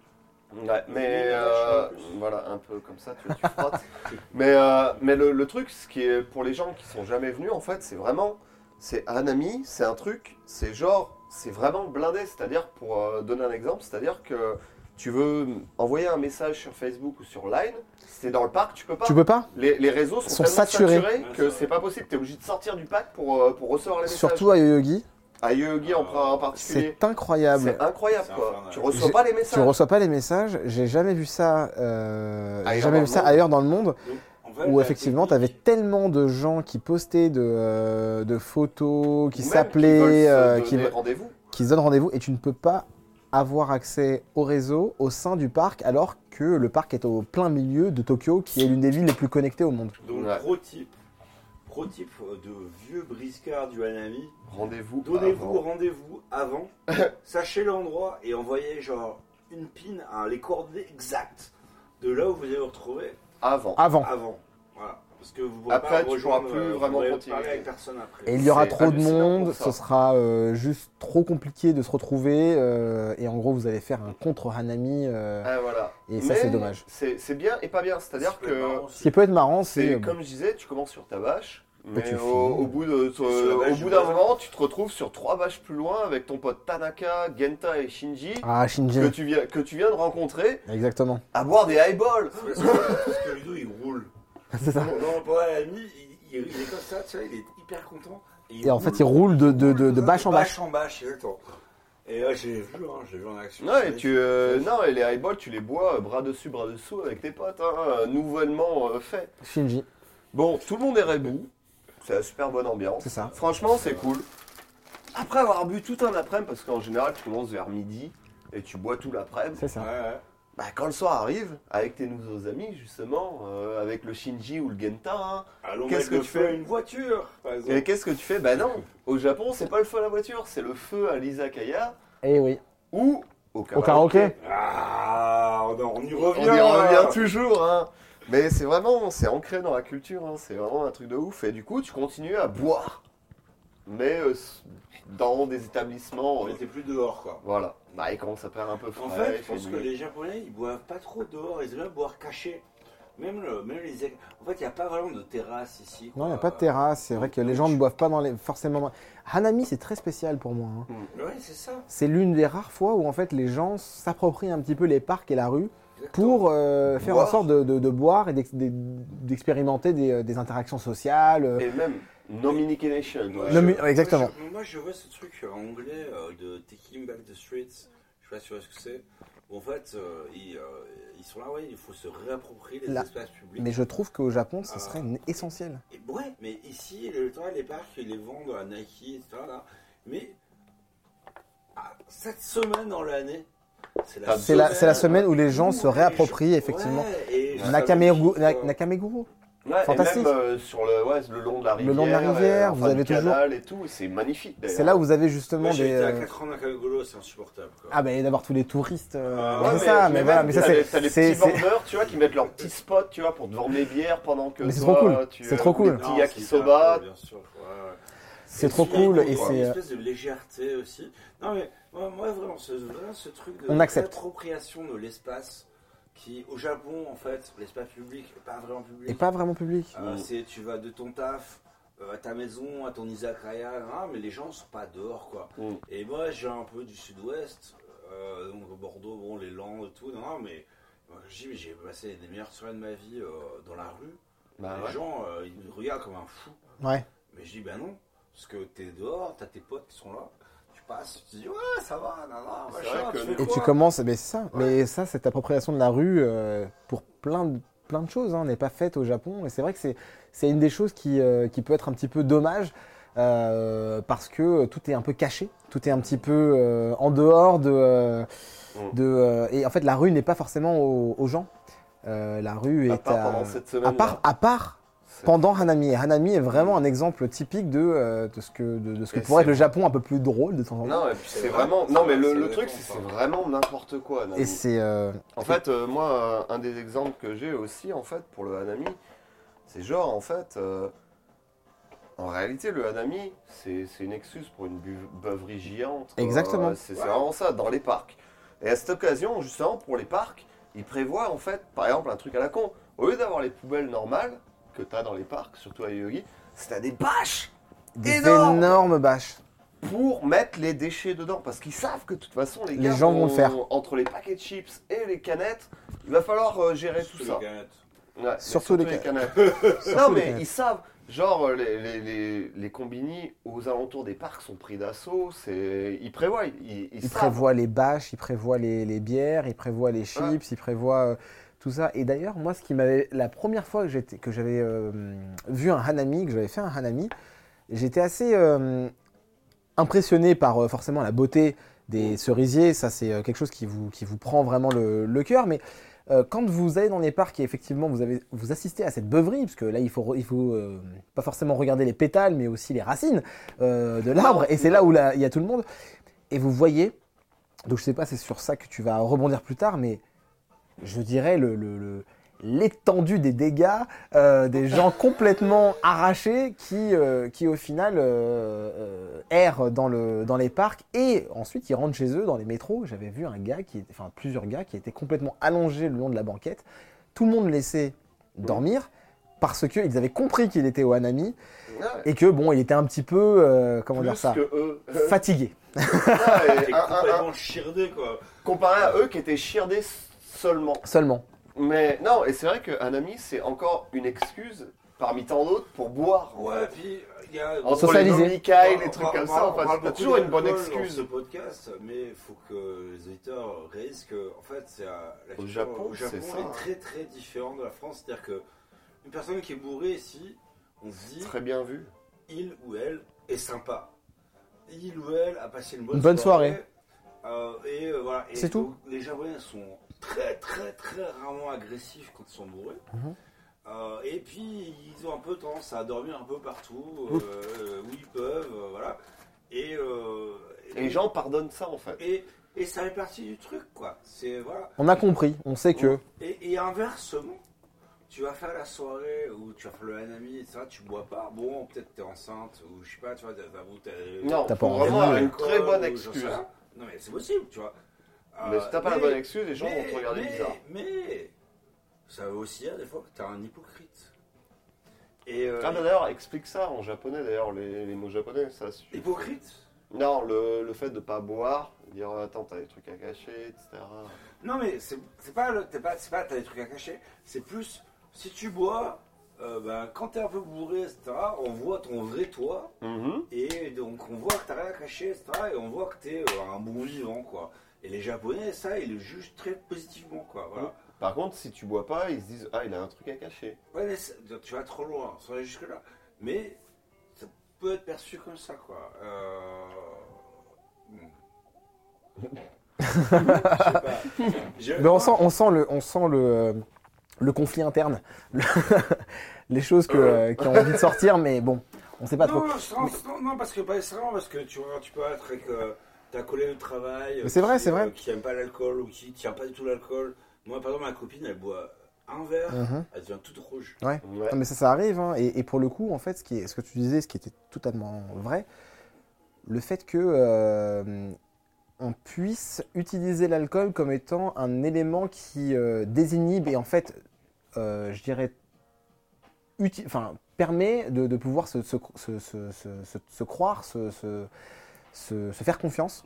Speaker 2: ouais, mais
Speaker 1: Les
Speaker 2: euh,
Speaker 1: bâches, en plus.
Speaker 2: voilà, un peu comme ça, tu, tu frottes. mais euh, mais le, le truc, ce qui est pour les gens qui sont jamais venus, en fait, c'est vraiment, c'est un ami, c'est un truc, c'est genre, c'est vraiment blindé. C'est-à-dire, pour euh, donner un exemple, c'est-à-dire que tu veux envoyer un message sur Facebook ou sur Line, si t'es dans le parc, tu peux pas.
Speaker 3: Tu peux pas
Speaker 2: Les, les réseaux sont,
Speaker 3: Sont
Speaker 2: tellement
Speaker 3: saturés.
Speaker 2: saturés,
Speaker 1: Ouais, c'est
Speaker 2: que
Speaker 1: vrai.
Speaker 2: c'est pas possible. T'es obligé de sortir du pack pour, euh, pour recevoir les messages.
Speaker 3: Surtout à Yoyogi,
Speaker 2: à Yogi en, en particulier.
Speaker 3: c'est incroyable.
Speaker 2: C'est incroyable
Speaker 1: Ah, C'est
Speaker 2: quoi.
Speaker 1: infernal.
Speaker 2: Tu reçois
Speaker 3: J'ai-
Speaker 2: pas les
Speaker 3: Tu
Speaker 2: messages.
Speaker 3: reçois pas les messages, j'ai jamais vu ça, euh, j'ai
Speaker 2: Ailleurs dans
Speaker 3: jamais vu
Speaker 2: le
Speaker 3: ça
Speaker 2: monde.
Speaker 3: ailleurs dans le monde.
Speaker 1: Donc, en fait, rappelle
Speaker 3: où
Speaker 1: la
Speaker 3: effectivement, tu avais
Speaker 1: technique.
Speaker 3: tellement de gens qui postaient de, euh, de photos, qui
Speaker 2: Ou même
Speaker 3: s'appelaient, euh,
Speaker 2: Qui
Speaker 3: qui,
Speaker 2: veulent se donner rendez-vous.
Speaker 3: qui se donnent rendez-vous, et tu ne peux pas avoir accès au réseau au sein du parc, alors que le parc est au plein milieu de Tokyo, qui est l'une des villes les plus connectées au monde.
Speaker 1: Donc,
Speaker 2: Ouais.
Speaker 1: pro type, pro type de vieux briscard du Hanami,
Speaker 2: Rendez-vous.
Speaker 1: donnez-vous
Speaker 2: avant.
Speaker 1: rendez-vous avant, sachez l'endroit et envoyez genre une pin à les coordonnées exactes de là où vous allez vous retrouver
Speaker 2: Avant.
Speaker 3: Avant.
Speaker 1: avant. Voilà. Parce que vous pourrez
Speaker 2: Après,
Speaker 1: pas
Speaker 2: tu
Speaker 1: rejoindre,
Speaker 2: pourras plus
Speaker 1: euh, vous
Speaker 2: vraiment
Speaker 1: pourrez
Speaker 2: continuer.
Speaker 1: parler avec personne après.
Speaker 3: Et il y aura
Speaker 2: C'est
Speaker 3: trop de
Speaker 2: hallucinant
Speaker 3: monde,
Speaker 2: pour ça.
Speaker 3: ce sera euh, juste trop compliqué de se retrouver, euh, et en gros, vous allez faire un contre Hanami, euh,
Speaker 2: Ah, voilà.
Speaker 3: et ça,
Speaker 2: Mais
Speaker 3: c'est dommage.
Speaker 2: C'est c'est bien et pas bien. C'est-à-dire
Speaker 1: peut être
Speaker 2: que.
Speaker 1: marrant aussi.
Speaker 3: Ce qui peut être marrant, c'est.
Speaker 2: C'est
Speaker 3: euh, Bah,
Speaker 2: comme je disais, tu commences sur ta vache, mais
Speaker 3: tu
Speaker 2: au,
Speaker 3: finis.
Speaker 2: au bout de- sur-
Speaker 1: Sur la vache
Speaker 2: au
Speaker 1: du
Speaker 2: bout d'un
Speaker 1: voisin.
Speaker 2: moment, tu te retrouves sur trois vaches plus loin avec ton pote Tanaka, Genta et Shinji
Speaker 3: Ah,
Speaker 2: que
Speaker 3: Shinji.
Speaker 2: tu viens que tu viens de rencontrer
Speaker 3: Exactement.
Speaker 2: à boire des highballs.
Speaker 1: Parce que parce que Ludo, il roule.
Speaker 3: C'est ça.
Speaker 1: Non, pendant la nuit, il, il- il est comme ça, tu vois, il est hyper content.
Speaker 3: Et en fait, il roule de, de, de, de bâche en bâche.
Speaker 1: en bâche, exactement. Et ouais, j'ai vu, hein, j'ai vu en action.
Speaker 2: Ouais, et tu euh, non, et les highballs, tu les bois euh, bras dessus, bras dessous avec tes potes, hein, euh, nouvellement euh, fait.
Speaker 3: Shinji,
Speaker 2: Bon, tout le monde est rebou, c'est la super bonne ambiance.
Speaker 3: c'est ça.
Speaker 2: Franchement, c'est cool. Après avoir bu tout un après-midi, parce qu'en général, tu commences vers midi et tu bois tout l'après-midi.
Speaker 3: C'est
Speaker 1: Ouais,
Speaker 3: ça.
Speaker 1: ouais.
Speaker 2: Bah, quand le soir arrive, avec tes nouveaux amis, justement, euh, avec le Shinji ou le Genta, hein,
Speaker 1: Allons mettre
Speaker 2: Qu'est-ce que
Speaker 1: le
Speaker 2: tu
Speaker 1: feu à
Speaker 2: fais
Speaker 1: une voiture, par exemple.
Speaker 2: et qu'est-ce que tu fais Bah non, au Japon, c'est pas le feu à la voiture, c'est le feu à l'izakaya
Speaker 3: Eh oui.
Speaker 2: ou au
Speaker 3: Au
Speaker 2: karaoké.
Speaker 3: karaoké
Speaker 1: Ah, on, en- on y
Speaker 2: On
Speaker 1: revient.
Speaker 2: y
Speaker 1: hein.
Speaker 2: revient toujours, hein Mais c'est vraiment, c'est ancré dans la culture, hein, c'est vraiment un truc de ouf. Et du coup, tu continues à boire, mais euh, dans des établissements...
Speaker 1: On
Speaker 2: euh,
Speaker 1: était plus dehors, quoi.
Speaker 2: voilà. Bah, il commence à perdre un peu frais.
Speaker 1: En fait,
Speaker 2: il
Speaker 1: je pense
Speaker 2: fait
Speaker 1: que
Speaker 2: nuit.
Speaker 1: les Japonais, ils boivent pas trop dehors, ils aiment bien boire caché. Même, le, même les... En fait, il n'y a pas vraiment de terrasse ici.
Speaker 3: Non, il n'y a
Speaker 1: quoi.
Speaker 3: pas de terrasse. C'est vrai que les gens ne boivent pas dans les... forcément. Hanami, c'est très spécial pour moi. hein.
Speaker 1: Ouais, c'est ça.
Speaker 3: C'est l'une des rares fois où en fait les gens s'approprient un petit peu les parcs et la rue
Speaker 1: exactement.
Speaker 3: pour euh, faire
Speaker 2: Boire.
Speaker 3: en sorte de, de- de boire et d'ex- d'ex- d'expérimenter des, euh, des interactions sociales. euh.
Speaker 2: Et même, Nominication.
Speaker 1: Moi,
Speaker 2: ouais.
Speaker 3: Le mu-
Speaker 1: moi,
Speaker 3: exactement.
Speaker 1: je- moi, je vois ce truc en anglais euh, de Taking Back the Streets. Je sais pas si tu vois ce que c'est. Où, en fait, euh, ils, euh, ils sont là, ouais, il faut se réapproprier les
Speaker 3: Là.
Speaker 1: espaces publics.
Speaker 3: Mais je trouve qu'au Japon, ce
Speaker 1: Ah.
Speaker 3: serait n- essentiel.
Speaker 1: Et ouais, mais ici, le, tu vois, les parcs, ils les vendent à Nike, etc. là. Mais ah, cette semaine dans l'année, c'est la,
Speaker 3: C'est la, c'est la semaine où les gens se réapproprient
Speaker 1: Ouais,
Speaker 3: effectivement.
Speaker 1: et je
Speaker 3: Nakameguro,
Speaker 1: savais
Speaker 2: euh,
Speaker 3: Na-
Speaker 1: plus,
Speaker 3: Nakameguro.
Speaker 2: Ouais,
Speaker 3: Fantastique.
Speaker 2: Et même euh, sur le, ouais, le long de la rivière.
Speaker 3: Le long de la rivière,
Speaker 2: euh,
Speaker 3: vous
Speaker 2: enfin,
Speaker 3: avez
Speaker 2: du
Speaker 3: toujours-
Speaker 2: canal et tout, c'est magnifique d'ailleurs.
Speaker 3: C'est là où vous avez
Speaker 1: quoi.
Speaker 3: justement
Speaker 1: Moi, j'ai
Speaker 3: des.
Speaker 1: été à
Speaker 3: euh,
Speaker 1: 4 ans Nakameguro, c'est insupportable. Quoi.
Speaker 3: Ah, bah d'avoir tous les touristes. euh,
Speaker 1: Ah,
Speaker 3: c'est
Speaker 1: ouais,
Speaker 3: ça, mais,
Speaker 2: même,
Speaker 3: voilà, mais ça
Speaker 2: t'as
Speaker 3: c'est.
Speaker 2: les- T'as les
Speaker 3: c'est-
Speaker 2: petits
Speaker 3: c'est-
Speaker 2: vendeurs, tu vois, qui mettent leurs petits spots, tu vois, pour te vendre des bières pendant que.
Speaker 3: Mais c'est
Speaker 2: toi,
Speaker 3: trop cool.
Speaker 2: tu,
Speaker 3: C'est
Speaker 2: euh,
Speaker 3: trop cool.
Speaker 2: Les petits
Speaker 1: Non,
Speaker 2: yakisoba.
Speaker 1: c'est bien sûr, ouais, ouais.
Speaker 3: C'est
Speaker 1: Et
Speaker 3: trop
Speaker 1: puis, il y a
Speaker 3: cool
Speaker 1: une-
Speaker 3: et
Speaker 1: une
Speaker 3: c'est. euh,
Speaker 1: espèce de légèreté aussi. Non mais moi, moi, vraiment, ce, vraiment ce truc de
Speaker 3: On accepte.
Speaker 1: appropriation de l'espace qui au Japon en fait l'espace public est pas vraiment public.
Speaker 3: Et pas vraiment public.
Speaker 2: Ah.
Speaker 1: Euh, c'est tu vas de ton taf euh, à ta maison, à ton izakaya, hein, mais les gens sont pas dehors quoi.
Speaker 2: Mm.
Speaker 1: Et moi j'ai un peu du sud-ouest, euh, donc Bordeaux, bon les Landes et tout, non mais moi, je dis, mais j'ai passé des meilleures semaines de ma vie euh, dans la rue.
Speaker 3: Ah
Speaker 2: Bah
Speaker 1: les
Speaker 2: ouais.
Speaker 1: gens euh, ils me regardent comme un fou.
Speaker 3: Ouais.
Speaker 1: Mais je dis, ben non, parce que t'es dehors, t'as tes potes qui sont là, tu passes, tu te dis, ouais, ça va, nan, nan,
Speaker 2: C'est
Speaker 1: machin,
Speaker 2: vrai que-
Speaker 1: tu fais
Speaker 3: Et
Speaker 1: quoi
Speaker 3: tu commences. Mais c'est ça.
Speaker 1: Ouais.
Speaker 3: Mais ça, cette appropriation de la rue euh, pour plein de, plein de choses hein, n'est pas faite au Japon. Et c'est vrai que c'est c'est une des choses qui, euh, qui peut être un petit peu dommage. euh, parce que tout est un peu caché, tout est un petit peu euh, en dehors de, euh,
Speaker 2: Mm.
Speaker 3: de euh, et en fait la rue n'est pas forcément aux, aux gens. Euh, la rue est
Speaker 2: À part
Speaker 3: à-
Speaker 2: pendant cette semaine.
Speaker 3: à part, à part pendant Hanami. Et Hanami est vraiment un exemple typique de, euh, de ce que, de, de ce que
Speaker 2: Et
Speaker 3: pourrait
Speaker 2: c'est
Speaker 3: être le Japon un peu plus drôle de temps en temps.
Speaker 2: Non, et puis c'est
Speaker 1: C'est
Speaker 2: vraiment.
Speaker 1: vrai,
Speaker 2: Non,
Speaker 1: c'est
Speaker 2: mais
Speaker 1: vrai,
Speaker 2: le,
Speaker 1: c'est
Speaker 2: le
Speaker 1: vrai
Speaker 2: truc,
Speaker 1: qu'on
Speaker 2: c'est c'est
Speaker 1: parle.
Speaker 2: vraiment n'importe quoi. Nami.
Speaker 3: Et c'est. euh,
Speaker 2: En fait, euh, moi, un un des exemples que j'ai aussi, en fait, pour le Hanami, c'est genre, en fait, euh, en réalité, le Hanami, c'est c'est une excuse pour une bu- beuverie géante. quoi. Euh,
Speaker 3: Exactement.
Speaker 2: C'est c'est vraiment ça, dans les parcs. Et à cette occasion, justement, pour les parcs, ils prévoient, en fait, par exemple, un truc à la con. Au lieu d'avoir les poubelles normales que t'as dans les parcs, surtout à Yogi, c'est à des bâches
Speaker 3: des
Speaker 2: Énorme
Speaker 3: énormes bâches.
Speaker 2: pour mettre les déchets dedans. Parce qu'ils savent que de toute façon, les,
Speaker 3: Les
Speaker 2: gars
Speaker 3: gens vont le faire.
Speaker 2: Entre les paquets de chips et les canettes, il va falloir euh, gérer tout
Speaker 1: Sous les
Speaker 2: ça.
Speaker 1: canettes.
Speaker 2: Ouais, mais
Speaker 3: Surtout les
Speaker 2: canettes. non,
Speaker 3: Surtout les
Speaker 2: mais
Speaker 3: canettes.
Speaker 2: ils savent. Genre, euh, les, les, les, les combinis aux alentours des parcs sont pris d'assaut. c'est- Ils prévoient. Ils, ils
Speaker 3: Ils
Speaker 2: savent.
Speaker 3: prévoient les bâches, ils prévoient les, les bières, ils prévoient les chips,
Speaker 2: Ouais.
Speaker 3: ils prévoient. euh, tout ça. Et d'ailleurs, moi, ce qui m'avait. La première fois que j'étais- que j'avais euh, vu un Hanami, que j'avais fait un Hanami, j'étais assez euh, impressionné par euh, forcément la beauté des cerisiers. Ça, c'est euh, quelque chose qui vous, qui vous prend vraiment le, le cœur. Mais euh, quand vous allez dans les parcs et effectivement vous, avez, vous assistez à cette beuverie, parce que là, il faut, re- il faut euh, pas forcément regarder les pétales, mais aussi les racines euh, de l'arbre. Et c'est là où la- il y a tout le monde. Et vous voyez. Donc, je sais pas, c'est sur ça que tu vas rebondir plus tard, mais je dirais, le- le- le- l'étendue des dégâts, euh, des gens complètement arrachés qui, euh, qui au final, euh, euh, errent dans, le, dans les parcs et ensuite ils rentrent chez eux dans les métros. J'avais vu un gars, qui, enfin plusieurs gars, qui étaient complètement allongés le long de la banquette. Tout le monde laissait dormir parce qu'ils avaient compris qu'il était au Hanami et que, bon, il était un petit peu, euh, comment dire
Speaker 2: Plus
Speaker 3: ça,
Speaker 2: que euh, eux.
Speaker 3: fatigué.
Speaker 2: Ah,
Speaker 1: T'es
Speaker 2: et un- un- un-
Speaker 1: complètement chirdé, quoi.
Speaker 2: comparé à eux qui étaient chirdés s- seulement.
Speaker 3: Seulement.
Speaker 2: Mais non, et c'est vrai qu'un ami, c'est encore une excuse parmi tant d'autres pour boire.
Speaker 1: Ouais, puis, il y a.
Speaker 2: Entre les
Speaker 3: Socialiser.
Speaker 2: nomicales,
Speaker 1: On
Speaker 2: les trucs
Speaker 1: parle-
Speaker 2: comme
Speaker 1: on parle-
Speaker 2: ça,
Speaker 1: on
Speaker 2: enfin,
Speaker 1: parle
Speaker 2: t'as
Speaker 1: beaucoup
Speaker 2: toujours une bonne
Speaker 1: d'alcool Dans ce
Speaker 2: excuse.
Speaker 1: podcast, mais il faut que les auditeurs réalisent que, en fait, c'est à- la culture
Speaker 2: Japon,
Speaker 1: au Japon
Speaker 2: c'est ça,
Speaker 1: est
Speaker 2: hein.
Speaker 1: très très différente de la France. C'est-à-dire que une personne qui est bourrée ici, on se dit,
Speaker 2: Très bien vu.
Speaker 1: il ou elle est sympa. Il ou elle a passé une bonne,
Speaker 3: Une bonne
Speaker 1: Euh, et euh, voilà. Et
Speaker 3: C'est tout.
Speaker 1: donc, Les Japonais sont très très très rarement agressifs quand ils sont bourrés.
Speaker 3: Mhm.
Speaker 1: Euh, et puis ils ont un peu tendance à dormir un peu partout euh, euh, où ils peuvent, euh, voilà. Et, euh,
Speaker 2: Et les gens pardonnent ça en fait.
Speaker 1: et, et ça fait partie du truc quoi. C'est voilà.
Speaker 3: On a compris, on sait que.
Speaker 1: Et, et inversement, tu vas faire la soirée ou tu vas faire le hanami, etc. Tu bois pas. Bon, peut-être t'es enceinte ou je sais pas, tu vois, t'as t'avoues, t'as-
Speaker 2: Non,
Speaker 3: T'as
Speaker 2: t'as
Speaker 3: pas envie
Speaker 2: vraiment
Speaker 3: de
Speaker 2: avoir
Speaker 3: dire.
Speaker 2: une très
Speaker 1: Alcool,
Speaker 2: bonne
Speaker 1: ou j'en Euh, sais
Speaker 2: excuse.
Speaker 1: rien. Non mais c'est possible, tu vois.
Speaker 2: Mais
Speaker 1: Euh,
Speaker 2: si t'as pas la
Speaker 1: mais-
Speaker 2: bonne excuse, les gens
Speaker 1: mais-
Speaker 2: vont te regarder
Speaker 1: mais-
Speaker 2: bizarre.
Speaker 1: Mais ça veut aussi dire des fois que t'es un hypocrite. Et euh,
Speaker 2: Ah bah d'ailleurs, explique ça en japonais d'ailleurs, les, les mots japonais, ça suffit.
Speaker 1: hypocrite.
Speaker 2: Non, le, le fait de pas boire, dire euh, attends, t'as des trucs à cacher, etc.
Speaker 1: Non mais c'est c'est pas le- t'es pas c'est pas t'as des trucs à cacher. C'est plus si tu bois, euh, ben, quand t'es un peu bourré, etc. On voit ton vrai toi.
Speaker 2: Mhm.
Speaker 1: Et donc on voit que t'as rien à cacher, etc. Et on voit que t'es euh, un bon vivant, quoi. Et les Japonais, ça, ils le jugent très positivement, quoi. Voilà.
Speaker 2: Par contre, si tu bois pas, ils se disent ah, il a un truc à cacher.
Speaker 3: Mm.
Speaker 1: Ouais, mais c'est- tu vas trop loin, sans aller jusque-là. Mais ça peut être perçu comme ça, quoi. Euh... hmm. Je sais pas. Je-
Speaker 3: Ben, on sent, on sent le, on sent le, euh, le conflit interne, Le- les choses que, euh, qui ont envie de sortir, mais bon, on sait pas
Speaker 1: non,
Speaker 3: trop.
Speaker 1: non, c'est vraiment- non, non, parce que pas c'est vraiment parce que tu vois, tu peux être avec euh, ta collègue de travail. euh,
Speaker 3: Mais c'est vrai,
Speaker 1: qui,
Speaker 3: c'est vrai.
Speaker 1: euh, qui aime pas l'alcool ou qui tient pas du tout l'alcool. Moi, par exemple, ma copine, elle boit un verre,
Speaker 3: Mhm.
Speaker 1: elle devient toute rouge.
Speaker 2: Ouais.
Speaker 3: Non, mais ça, ça arrive. hein. Et, et pour le coup, en fait, ce, qui est- ce que tu disais, ce qui était totalement vrai, le fait que euh, on puisse utiliser l'alcool comme étant un élément qui euh, désinhibe et en fait, euh, je dirais, uti- enfin, permet de, de pouvoir se, se- se- se- se- se- se croire, se- se- se- se faire confiance.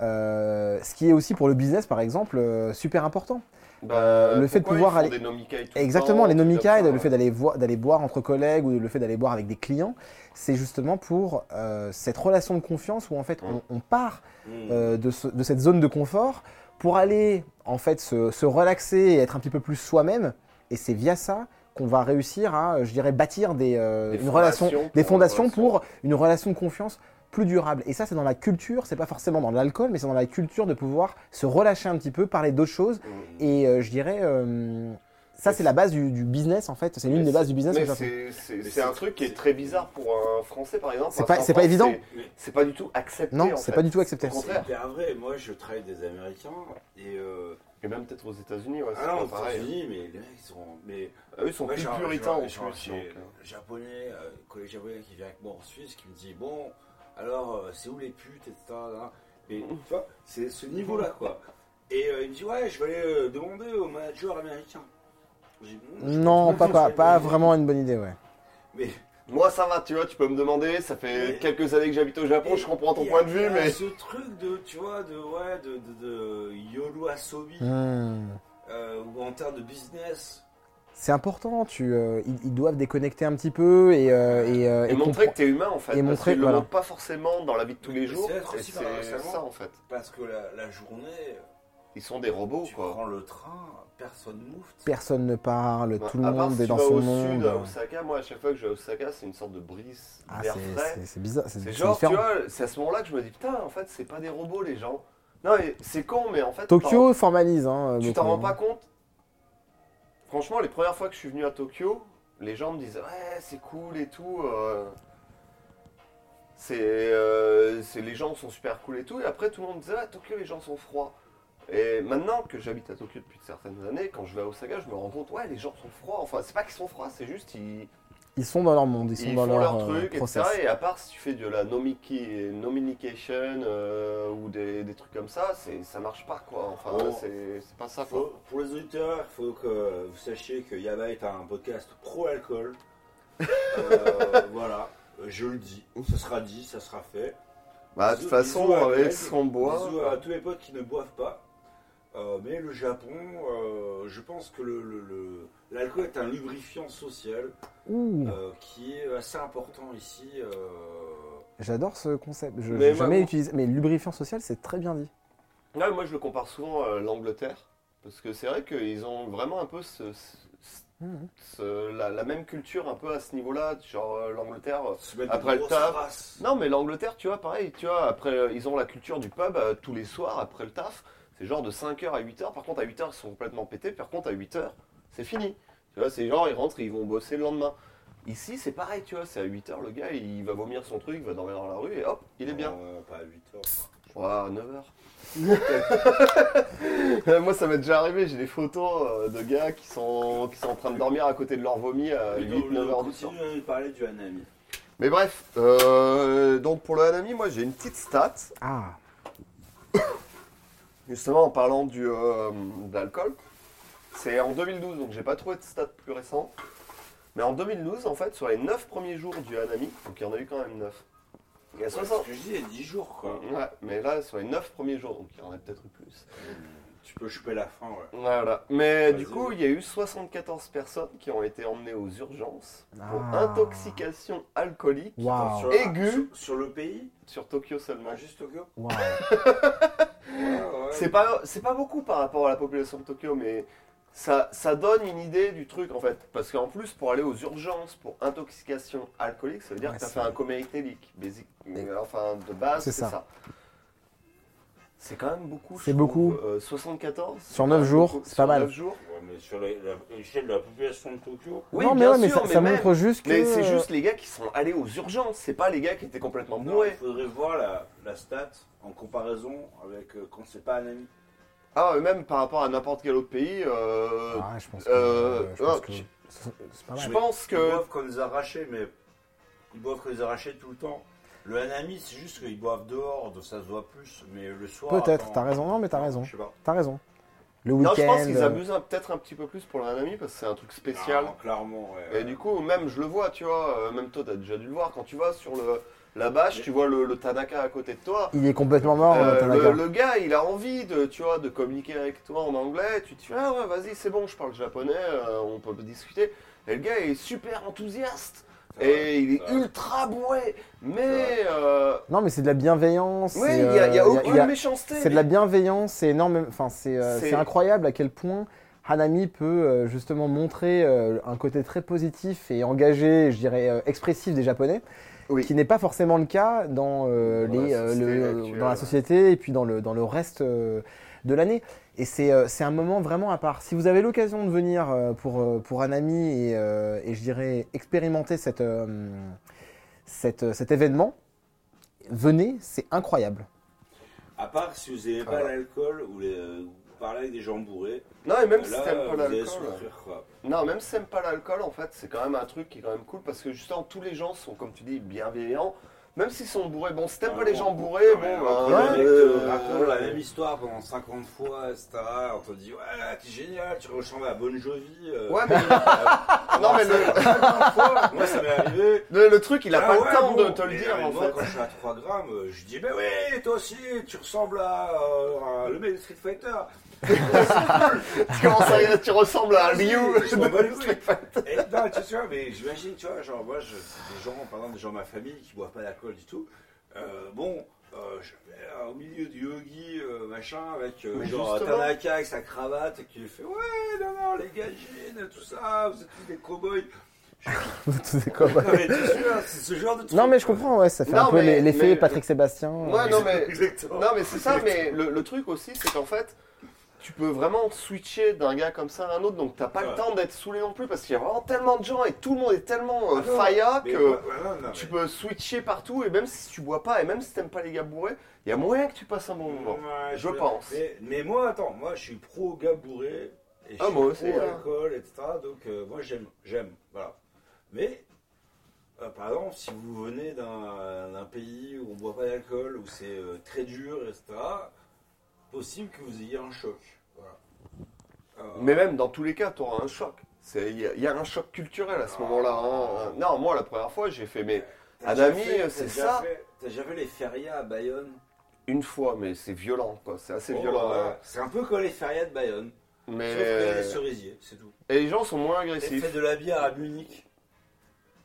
Speaker 3: Euh, ce qui est aussi pour le business, par exemple, euh, super important.
Speaker 2: Bah,
Speaker 3: le fait de
Speaker 2: pourquoi
Speaker 3: pouvoir
Speaker 2: ils font
Speaker 3: aller-
Speaker 2: Des nomikai tout
Speaker 3: Exactement, les
Speaker 2: nomikai,
Speaker 3: nomikai, le fait d'aller voir- d'aller boire entre collègues ou le fait d'aller boire avec des clients, c'est justement pour euh, cette relation de confiance où en fait on, on part
Speaker 2: Mmh.
Speaker 1: Mhm.
Speaker 3: euh, de, ce- de cette zone de confort pour aller en fait se, se relaxer et être un petit peu plus soi-même. Et c'est via ça qu'on va réussir à, euh, je dirais, bâtir des, euh, une relation, des fondations pour euh, une relation de confiance plus durable. Et ça, c'est dans la culture, c'est pas forcément dans l'alcool, mais c'est dans la culture de pouvoir se relâcher un petit peu, parler d'autres choses
Speaker 2: Mmh.
Speaker 3: et euh, je dirais, euh, ça
Speaker 2: Mais
Speaker 3: c'est la base du, du business en fait. C'est l'une
Speaker 2: Mais
Speaker 3: des bases du business.
Speaker 2: Mais
Speaker 3: au Japon.
Speaker 2: c'est- c'est c'est un truc qui est très bizarre pour un Français, par exemple.
Speaker 3: C'est
Speaker 2: Parce
Speaker 3: pas-
Speaker 2: qu'en
Speaker 3: c'est pas
Speaker 2: France,
Speaker 3: évident.
Speaker 2: c'est- C'est pas du tout accepté.
Speaker 3: Non,
Speaker 2: en
Speaker 3: c'est
Speaker 2: fait.
Speaker 3: pas du tout accepté.
Speaker 2: Au
Speaker 1: C'est
Speaker 2: contraire.
Speaker 1: hyper vrai. Moi, je travaille avec des Américains et euh...
Speaker 2: Et même peut-être aux États-Unis, ouais, c'est
Speaker 1: ah non,
Speaker 2: pas
Speaker 1: aux
Speaker 2: pareil.
Speaker 1: États-Unis, mais les mecs ils sont, mais
Speaker 2: Eux, ils sont
Speaker 1: Moi,
Speaker 2: plus
Speaker 1: j'ai un-
Speaker 2: puritains
Speaker 1: j'ai un-
Speaker 2: en
Speaker 1: j'ai un-
Speaker 2: Suisse.
Speaker 1: j'ai
Speaker 2: donc, euh.
Speaker 1: un japonais, euh, collègue japonais qui vient avec moi en Suisse, qui me dit bon, alors euh, c'est où les putes, etc. là. Mais
Speaker 2: Mmh.
Speaker 1: tu vois, c'est ce niveau-là, quoi. Et euh, il me dit ouais, je vais aller euh, demander au manager américain. Je dis, Bon, je
Speaker 3: Non,
Speaker 1: pense
Speaker 3: pas, pas,
Speaker 1: que
Speaker 3: pas
Speaker 1: c'est-
Speaker 3: vraiment une bonne idée, ouais.
Speaker 1: Mais
Speaker 2: Moi, ça va, tu vois, tu peux me demander. Ça fait
Speaker 1: Mais-
Speaker 2: quelques années que j'habite au Japon, je comprends ton
Speaker 1: il y a-
Speaker 2: point de vue,
Speaker 1: il y a
Speaker 2: mais.
Speaker 1: ce truc de, tu vois, de ouais, de, de, de yolo asobi,
Speaker 3: Hmm.
Speaker 1: euh, ou en termes de business.
Speaker 3: C'est important, tu, euh, ils, ils doivent déconnecter un petit peu et, euh, et, euh,
Speaker 2: Et,
Speaker 3: et
Speaker 2: montrer
Speaker 3: compre-
Speaker 2: que t'es humain en fait.
Speaker 3: et
Speaker 2: parce
Speaker 3: montrer-
Speaker 2: qu'ils le
Speaker 3: voilà.
Speaker 2: montrent pas forcément dans la hein. vie de tous les
Speaker 1: Mais
Speaker 2: jours.
Speaker 1: c'est être
Speaker 2: et
Speaker 1: aussi
Speaker 2: C'est
Speaker 1: paradoxalement.
Speaker 2: ça en fait.
Speaker 1: Parce que la, la journée,
Speaker 2: Ils sont des robots,
Speaker 1: Tu
Speaker 2: quoi.
Speaker 1: prends le train, personne moufte.
Speaker 3: Personne ne parle,
Speaker 2: Bah,
Speaker 3: tout le
Speaker 2: à part
Speaker 3: monde
Speaker 2: si
Speaker 3: est
Speaker 2: tu
Speaker 3: dans
Speaker 2: vas
Speaker 3: son
Speaker 2: au
Speaker 3: monde.
Speaker 2: sud, euh, à Osaka, moi, à chaque fois que je vais à Osaka, c'est une sorte de brise
Speaker 3: Ah,
Speaker 2: d'air
Speaker 3: c'est-
Speaker 2: frais.
Speaker 3: c'est- c'est bizarre, c'est
Speaker 2: C'est
Speaker 3: c'est
Speaker 2: genre,
Speaker 3: différent.
Speaker 2: tu vois, c'est à ce moment-là que je me dis, putain, en fait, c'est pas des robots, les gens. Non, mais c'est con, mais en fait.
Speaker 3: Tokyo formalise. Hein,
Speaker 2: t'en- Tu
Speaker 3: beaucoup,
Speaker 2: t'en rends
Speaker 3: hein.
Speaker 2: pas compte Franchement, les premières fois que je suis venu à Tokyo, les gens me disaient, ouais, c'est cool et tout. euh, C'est, euh, c'est- les gens sont super cool et tout. Et après, tout le monde me disait, ah, Tokyo, les gens sont froids. Et maintenant que j'habite à Tokyo depuis certaines années, quand je vais à Osaka, je me rends compte, ouais, les gens sont froids. Enfin, c'est pas qu'ils sont froids, c'est juste ils,
Speaker 3: Ils sont dans leur monde, ils sont
Speaker 2: ils
Speaker 3: dans
Speaker 2: font leur,
Speaker 3: euh,
Speaker 2: truc,
Speaker 3: process.
Speaker 2: etc. Et à part si tu fais de la nomiki, nominication euh, ou des, des trucs comme ça, c'est, ça marche pas quoi. Enfin,
Speaker 1: Oh.
Speaker 2: c'est, c'est pas ça quoi.
Speaker 1: Faut- pour les auditeurs, il faut que vous sachiez que Yaba est un podcast pro-alcool. Euh, voilà, je le dis. Ça sera dit, ça sera fait.
Speaker 2: Bah, de
Speaker 1: Bisous-
Speaker 2: toute façon,
Speaker 1: bisous à
Speaker 2: avec
Speaker 1: Greg,
Speaker 2: ce qu'on boit.
Speaker 1: Bisous à tous mes potes qui ne boivent pas. Euh, mais le Japon, euh, je pense que l'alcool le, le- l'alcool est un lubrifiant social
Speaker 3: Ouh,
Speaker 1: euh, qui est assez important ici. euh,
Speaker 3: j'adore ce concept. Je
Speaker 2: Mais
Speaker 3: n'ai
Speaker 2: moi,
Speaker 3: jamais
Speaker 2: moi-
Speaker 3: utilisé. Mais lubrifiant social, c'est très bien dit.
Speaker 2: Ouais, moi je le compare souvent à l'Angleterre. Parce que c'est vrai qu'ils ont vraiment un peu ce- ce-
Speaker 3: Mhm.
Speaker 2: ce- la, la même culture un peu à ce niveau-là. Genre euh, l'Angleterre.
Speaker 1: se mettre
Speaker 2: Après
Speaker 1: une
Speaker 2: le
Speaker 1: grosse
Speaker 2: taf.
Speaker 1: race.
Speaker 2: Non, mais l'Angleterre, tu vois, pareil, tu vois, après, euh, ils ont la culture du pub euh, tous les soirs après le taf. C'est genre de 5h à 8h. Par contre, à 8h, ils sont complètement pétés. Par contre, à 8h, c'est fini. Tu vois, c'est genre, ils rentrent, ils vont bosser le lendemain. Ici, c'est pareil, tu vois, c'est à 8h, le gars, il va vomir son truc, il va dormir dans la rue et hop, il est bien.
Speaker 1: Non, Euh, pas à 8 heures.
Speaker 2: Ouais, à 9h. Moi, ça m'est déjà arrivé, j'ai des photos euh, de gars qui sont, qui sont en train de dormir à côté de leur vomi euh, à
Speaker 1: Mais donc,
Speaker 2: 8-9h
Speaker 1: on
Speaker 2: du soir.
Speaker 1: continue à euh, parler du Hanami.
Speaker 2: Mais bref, euh, donc pour le Hanami, moi, j'ai une petite stat.
Speaker 3: Ah,
Speaker 2: Justement, en parlant du, euh, de l'alcool, c'est en 2012, donc j'ai pas trouvé de stats plus récents. Mais en 2012, en fait, sur les 9 premiers jours du Hanami, donc il y en a eu quand même 9. Il y a
Speaker 1: Ouais, ce
Speaker 2: 60.
Speaker 1: que je dis, il y a 10 jours quoi.
Speaker 2: Ouais, mais là, sur les 9 premiers jours, donc il y en a peut-être eu plus.
Speaker 1: Tu peux choper la fin, ouais.
Speaker 2: Voilà. Mais
Speaker 1: Vas-y.
Speaker 2: du coup, il y a eu 74 personnes qui ont été emmenées aux urgences pour
Speaker 3: Ah.
Speaker 2: intoxication alcoolique
Speaker 3: waouh.
Speaker 1: Sur-
Speaker 2: Ah. Aigu.
Speaker 1: Sur, sur le pays
Speaker 2: sur Tokyo seulement.
Speaker 1: Pas juste Tokyo
Speaker 3: waouh.
Speaker 2: C'est pas, c'est pas beaucoup par rapport à la population de Tokyo, mais ça, ça donne une idée du truc en fait. Parce qu'en plus, pour aller aux urgences pour intoxication alcoolique, ça veut dire
Speaker 3: Ouais,
Speaker 2: que t'as
Speaker 3: c'est-
Speaker 2: fait un coma éthylique, basic, mais enfin de base,
Speaker 3: C'est
Speaker 2: c'est
Speaker 3: ça.
Speaker 2: ça. C'est quand même beaucoup. je
Speaker 3: C'est
Speaker 2: trouve.
Speaker 3: beaucoup.
Speaker 2: Euh, 74
Speaker 3: Sur neuf jours, c'est pas mal.
Speaker 2: 9 jours.
Speaker 1: Ouais, mais sur la- la- l'échelle de la population de Tokyo,
Speaker 2: Oui,
Speaker 3: non, mais
Speaker 2: bien
Speaker 3: ouais, mais
Speaker 2: sûr,
Speaker 3: ça, ça
Speaker 2: même-
Speaker 3: montre juste que.
Speaker 2: Mais c'est juste les gars qui sont allés aux urgences, c'est pas les gars qui étaient complètement
Speaker 1: non, il
Speaker 2: bourrés.
Speaker 1: faudrait voir la, la stat en comparaison avec euh, quand c'est pas Hanami.
Speaker 2: Ah, et même par rapport à n'importe quel autre pays, euh,
Speaker 3: Ah, je pense que.
Speaker 2: euh,
Speaker 3: je pense
Speaker 2: ah,
Speaker 3: que-
Speaker 2: je-
Speaker 3: C'est pas
Speaker 2: je
Speaker 3: mal.
Speaker 2: pense
Speaker 1: Ils
Speaker 2: que.
Speaker 1: boivent quand ils arrachés, mais ils boivent quand ils arrachés tout le temps. Le Hanami, c'est juste qu'ils boivent dehors, donc ça se voit plus, mais le soir.
Speaker 3: Peut-être,
Speaker 1: quand-
Speaker 3: t'as raison. Non, mais t'as
Speaker 1: Non,
Speaker 3: raison.
Speaker 1: Je sais pas.
Speaker 3: T'as raison. Le
Speaker 2: Non,
Speaker 3: week-end.
Speaker 2: je pense qu'ils
Speaker 3: euh,
Speaker 2: abusent un- peut-être un petit peu plus pour le Hanami parce que c'est un truc spécial.
Speaker 1: Non, clairement, ouais.
Speaker 2: Et du coup, même je le vois, tu vois, euh, même toi t'as déjà dû le voir, quand tu vas sur le, la bâche, tu vois le, le Tanaka à côté de toi.
Speaker 3: Il est complètement mort,
Speaker 2: Euh,
Speaker 3: euh, Tanaka.
Speaker 2: le, le gars, il a envie de, tu vois, de communiquer avec toi en anglais. Tu te dis, ah ouais, vas-y, c'est bon, je parle japonais, euh, on peut discuter. Et le gars est super enthousiaste
Speaker 1: Ça
Speaker 2: et
Speaker 1: va.
Speaker 2: il est
Speaker 1: ça va.
Speaker 2: ultra bourré. Mais,
Speaker 1: C'est
Speaker 2: euh,
Speaker 3: Non, mais c'est de la bienveillance.
Speaker 2: oui,
Speaker 3: c'est,
Speaker 2: il n'y a,
Speaker 3: euh,
Speaker 2: il y a aucune
Speaker 3: il y a-
Speaker 2: méchanceté.
Speaker 3: C'est de la bienveillance, c'est énorme. Enfin, c'est euh,
Speaker 2: C'est-
Speaker 3: c'est incroyable à quel point Hanami peut euh, justement montrer euh, un côté très positif et engagé, je dirais euh, expressif des Japonais,
Speaker 2: Oui.
Speaker 3: qui n'est pas forcément le cas dans, euh,
Speaker 2: Dans la
Speaker 3: les, euh,
Speaker 2: société
Speaker 3: le-
Speaker 2: actuelle,
Speaker 3: dans la
Speaker 2: ouais.
Speaker 3: société et puis dans le, dans le reste euh, de l'année. Et c'est euh, c'est un moment vraiment à part. Si vous avez l'occasion de venir euh, pour, euh, pour Hanami et, euh, et je dirais expérimenter cette, euh, cette- euh, cet événement, venez, c'est incroyable.
Speaker 1: À part si vous n'avez pas
Speaker 2: Voilà.
Speaker 1: l'alcool ou les, vous parlez avec des gens bourrés,
Speaker 2: Non, et même si
Speaker 1: là,
Speaker 2: t'aimes pas
Speaker 1: vous allez
Speaker 2: l'alcool.
Speaker 1: souffrir, quoi.
Speaker 2: Non, même si t'aimes pas l'alcool, en fait, c'est quand même un truc qui est quand même cool parce que justement, tous les gens sont, comme tu dis, bienveillants. Même s'ils sont bourrés, bon, si t'aimes pas les gens bourrés,
Speaker 1: Ouais,
Speaker 2: bon,
Speaker 1: on
Speaker 2: ben,
Speaker 1: te met,
Speaker 2: euh,
Speaker 1: te bah, raconte la même histoire pendant 50 fois, etc. On te dit, ouais, t'es génial, tu ressembles à Bon Jovi. euh,
Speaker 2: Ouais, mais- Ah,
Speaker 1: euh,
Speaker 2: Non, mais le-
Speaker 1: 50 fois, moi, ça m'est arrivé.
Speaker 2: le, le truc, il a
Speaker 1: Ah
Speaker 2: pas
Speaker 1: ouais,
Speaker 2: le temps
Speaker 1: bon,
Speaker 2: de te le
Speaker 1: mais
Speaker 2: dire,
Speaker 1: non, mais
Speaker 2: en
Speaker 1: moi,
Speaker 2: fait.
Speaker 1: quand je suis à 3 grammes, euh, je dis, mais oui, toi aussi, tu ressembles à, euh, à le mec de Street Fighter.
Speaker 2: tu commences à dire, tu ressembles à
Speaker 1: Vas-y,
Speaker 2: Liu.
Speaker 1: je m'en bats les couilles. Et non, tu vois, mais j'imagine, tu vois, genre moi, je, des gens, par exemple, des gens de ma famille qui boivent pas d'alcool du tout. euh, bon, euh, je vais, euh, au milieu du yogi, euh, machin, avec euh,
Speaker 2: Mais
Speaker 1: genre
Speaker 2: justement.
Speaker 1: Tanaka avec sa cravate, et qui fait Ouais, non, non, les gagines, tout ça, vous êtes tous des cow-boys.
Speaker 3: C'est quoi, ouais.
Speaker 1: Non, mais t'es sûr, c'est ce genre de truc.
Speaker 3: Non, mais je comprends, ouais, ça fait
Speaker 2: Non,
Speaker 3: un peu
Speaker 2: mais-
Speaker 3: les- l'effet
Speaker 2: mais-
Speaker 3: Patrick Sébastien.
Speaker 2: Ouais,
Speaker 3: euh,
Speaker 2: non, mais-
Speaker 1: Exactement.
Speaker 2: Non, mais c'est ça, mais le, le truc aussi, c'est qu'en fait, tu peux vraiment switcher d'un gars comme ça à un autre, donc t'as pas
Speaker 1: Ouais.
Speaker 2: le temps d'être saoulé non plus, parce qu'il y a vraiment tellement de gens et tout le monde est tellement euh,
Speaker 1: Ah non,
Speaker 2: faya
Speaker 1: Mais
Speaker 2: que
Speaker 1: ouais, Ah ouais, non, non,
Speaker 2: tu
Speaker 1: mais-
Speaker 2: peux switcher partout, et même si tu bois pas, et même si t'aimes pas les gars bourrés, il y a moyen que tu passes un bon moment.
Speaker 1: Ouais,
Speaker 2: je
Speaker 1: veux dire,
Speaker 2: pense.
Speaker 1: Mais, mais moi, attends, moi je suis pro gars bourré, et je
Speaker 2: Ah,
Speaker 1: suis
Speaker 2: moi aussi,
Speaker 1: pro
Speaker 2: hein.
Speaker 1: alcool, etc. Donc euh, moi j'aime, j'aime, voilà. Mais, euh, par exemple, si vous venez d'un d'un pays où on boit pas d'alcool, où c'est euh, très dur, etc., possible que vous ayez un choc. Voilà. Euh,
Speaker 2: Mais même dans tous les cas, tu auras un choc. C'est- Il y, a- il y a un choc culturel à ce moment-là.
Speaker 1: Ah.
Speaker 2: hein. Non, moi, la première fois, j'ai fait, mais
Speaker 1: t'as
Speaker 2: à
Speaker 1: déjà
Speaker 2: Dami,
Speaker 1: fait- t'as
Speaker 2: c'est
Speaker 1: déjà
Speaker 2: ça.
Speaker 1: fait- T'as déjà vu les férias à Bayonne
Speaker 2: une fois, mais c'est violent, quoi. C'est assez
Speaker 1: Oh,
Speaker 2: violent.
Speaker 1: voilà.
Speaker 2: ouais.
Speaker 1: C'est un peu comme les férias de Bayonne.
Speaker 2: Mais... euh,
Speaker 1: Sauf qu'il y a des cerisiers, c'est tout.
Speaker 2: Et les gens sont moins
Speaker 1: T'as fait
Speaker 2: agressifs.
Speaker 1: de la bière à Munich.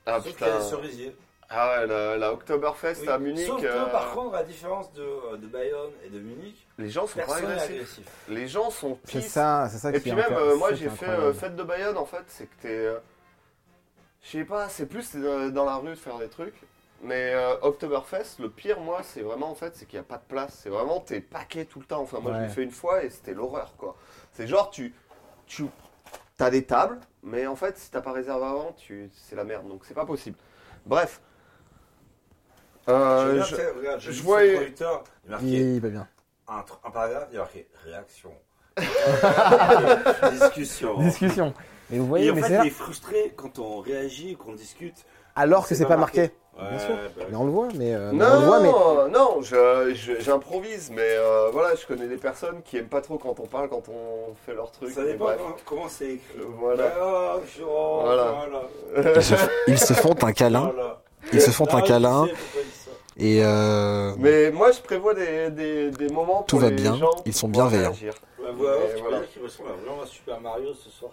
Speaker 2: Ah
Speaker 1: sauf qu'il y a
Speaker 2: putain.
Speaker 1: des cerisiers.
Speaker 2: Ah ouais, la, la Oktoberfest
Speaker 1: Oui.
Speaker 2: à Munich.
Speaker 1: Sauf que,
Speaker 2: euh,
Speaker 1: par contre, à la différence de, euh, de Bayonne et de Munich,
Speaker 2: les gens sont pas
Speaker 1: personne n'est
Speaker 2: agressifs.
Speaker 1: agressif.
Speaker 2: Les gens sont
Speaker 3: C'est
Speaker 2: pisses.
Speaker 3: ça, c'est ça
Speaker 2: Et
Speaker 3: qui
Speaker 2: puis
Speaker 3: est
Speaker 2: même,
Speaker 3: inter-
Speaker 2: euh, moi
Speaker 3: ça qui
Speaker 2: j'ai
Speaker 3: est
Speaker 2: fait
Speaker 3: incroyable.
Speaker 2: euh, fête de Bayonne en fait, c'est que t'es. euh, je sais pas, c'est plus t'es dans, dans la rue de faire des trucs. Mais euh, Oktoberfest, le pire moi, c'est vraiment en fait, c'est qu'il n'y a pas de place. C'est vraiment t'es paquet tout le temps. Enfin, moi je
Speaker 3: Ouais.
Speaker 2: l'ai fait une fois et c'était l'horreur quoi. C'est genre tu. tu t'as des tables, mais en fait si t'as pas réservé avant, tu, c'est la merde donc c'est pas possible. Bref. Euh,
Speaker 1: Regarde,
Speaker 2: je-
Speaker 1: c'est- regarde, je,
Speaker 2: je
Speaker 1: vois
Speaker 2: voyais-
Speaker 1: le producteur, il a marqué
Speaker 3: Il va bien.
Speaker 1: un, tr- un paragraphe, il a marqué réaction.
Speaker 2: Oh.
Speaker 1: Discussion.
Speaker 3: Discussion. Mais vous
Speaker 1: et
Speaker 3: voyez,
Speaker 1: en
Speaker 3: mais
Speaker 1: fait,
Speaker 3: c'est là.
Speaker 1: il est frustré quand on réagit, qu'on discute.
Speaker 3: Alors que c'est pas marqué.
Speaker 1: Ouais,
Speaker 3: Bien sûr.
Speaker 1: bah,
Speaker 3: Mais on le voit, mais. euh, mais
Speaker 2: Non,
Speaker 3: on le voit, mais.
Speaker 2: non, je- je- j'improvise, mais euh, voilà, je connais des personnes qui aiment pas trop quand on parle, quand on fait leur truc.
Speaker 1: ça
Speaker 2: mais
Speaker 1: dépend
Speaker 2: bref.
Speaker 1: comment- comment c'est écrit.
Speaker 2: Euh, Voilà.
Speaker 1: Ah, genre,
Speaker 2: Voilà.
Speaker 1: voilà.
Speaker 10: Ils se, ils se font un câlin.
Speaker 1: voilà.
Speaker 10: Ils se font
Speaker 1: Ah,
Speaker 10: un
Speaker 1: je
Speaker 10: câlin.
Speaker 1: sais pourquoi il dit ça.
Speaker 10: Et euh,
Speaker 2: mais moi, je prévois des, des, des moments pour
Speaker 10: Tout va
Speaker 2: les
Speaker 10: bien,
Speaker 2: gens
Speaker 10: ils sont
Speaker 2: qui vont
Speaker 10: bienveillants.
Speaker 2: réagir.
Speaker 1: La voix off,
Speaker 2: Et
Speaker 1: tu peux
Speaker 2: voilà.
Speaker 1: dire qu'il ressemble à vraiment à Super Mario ce soir.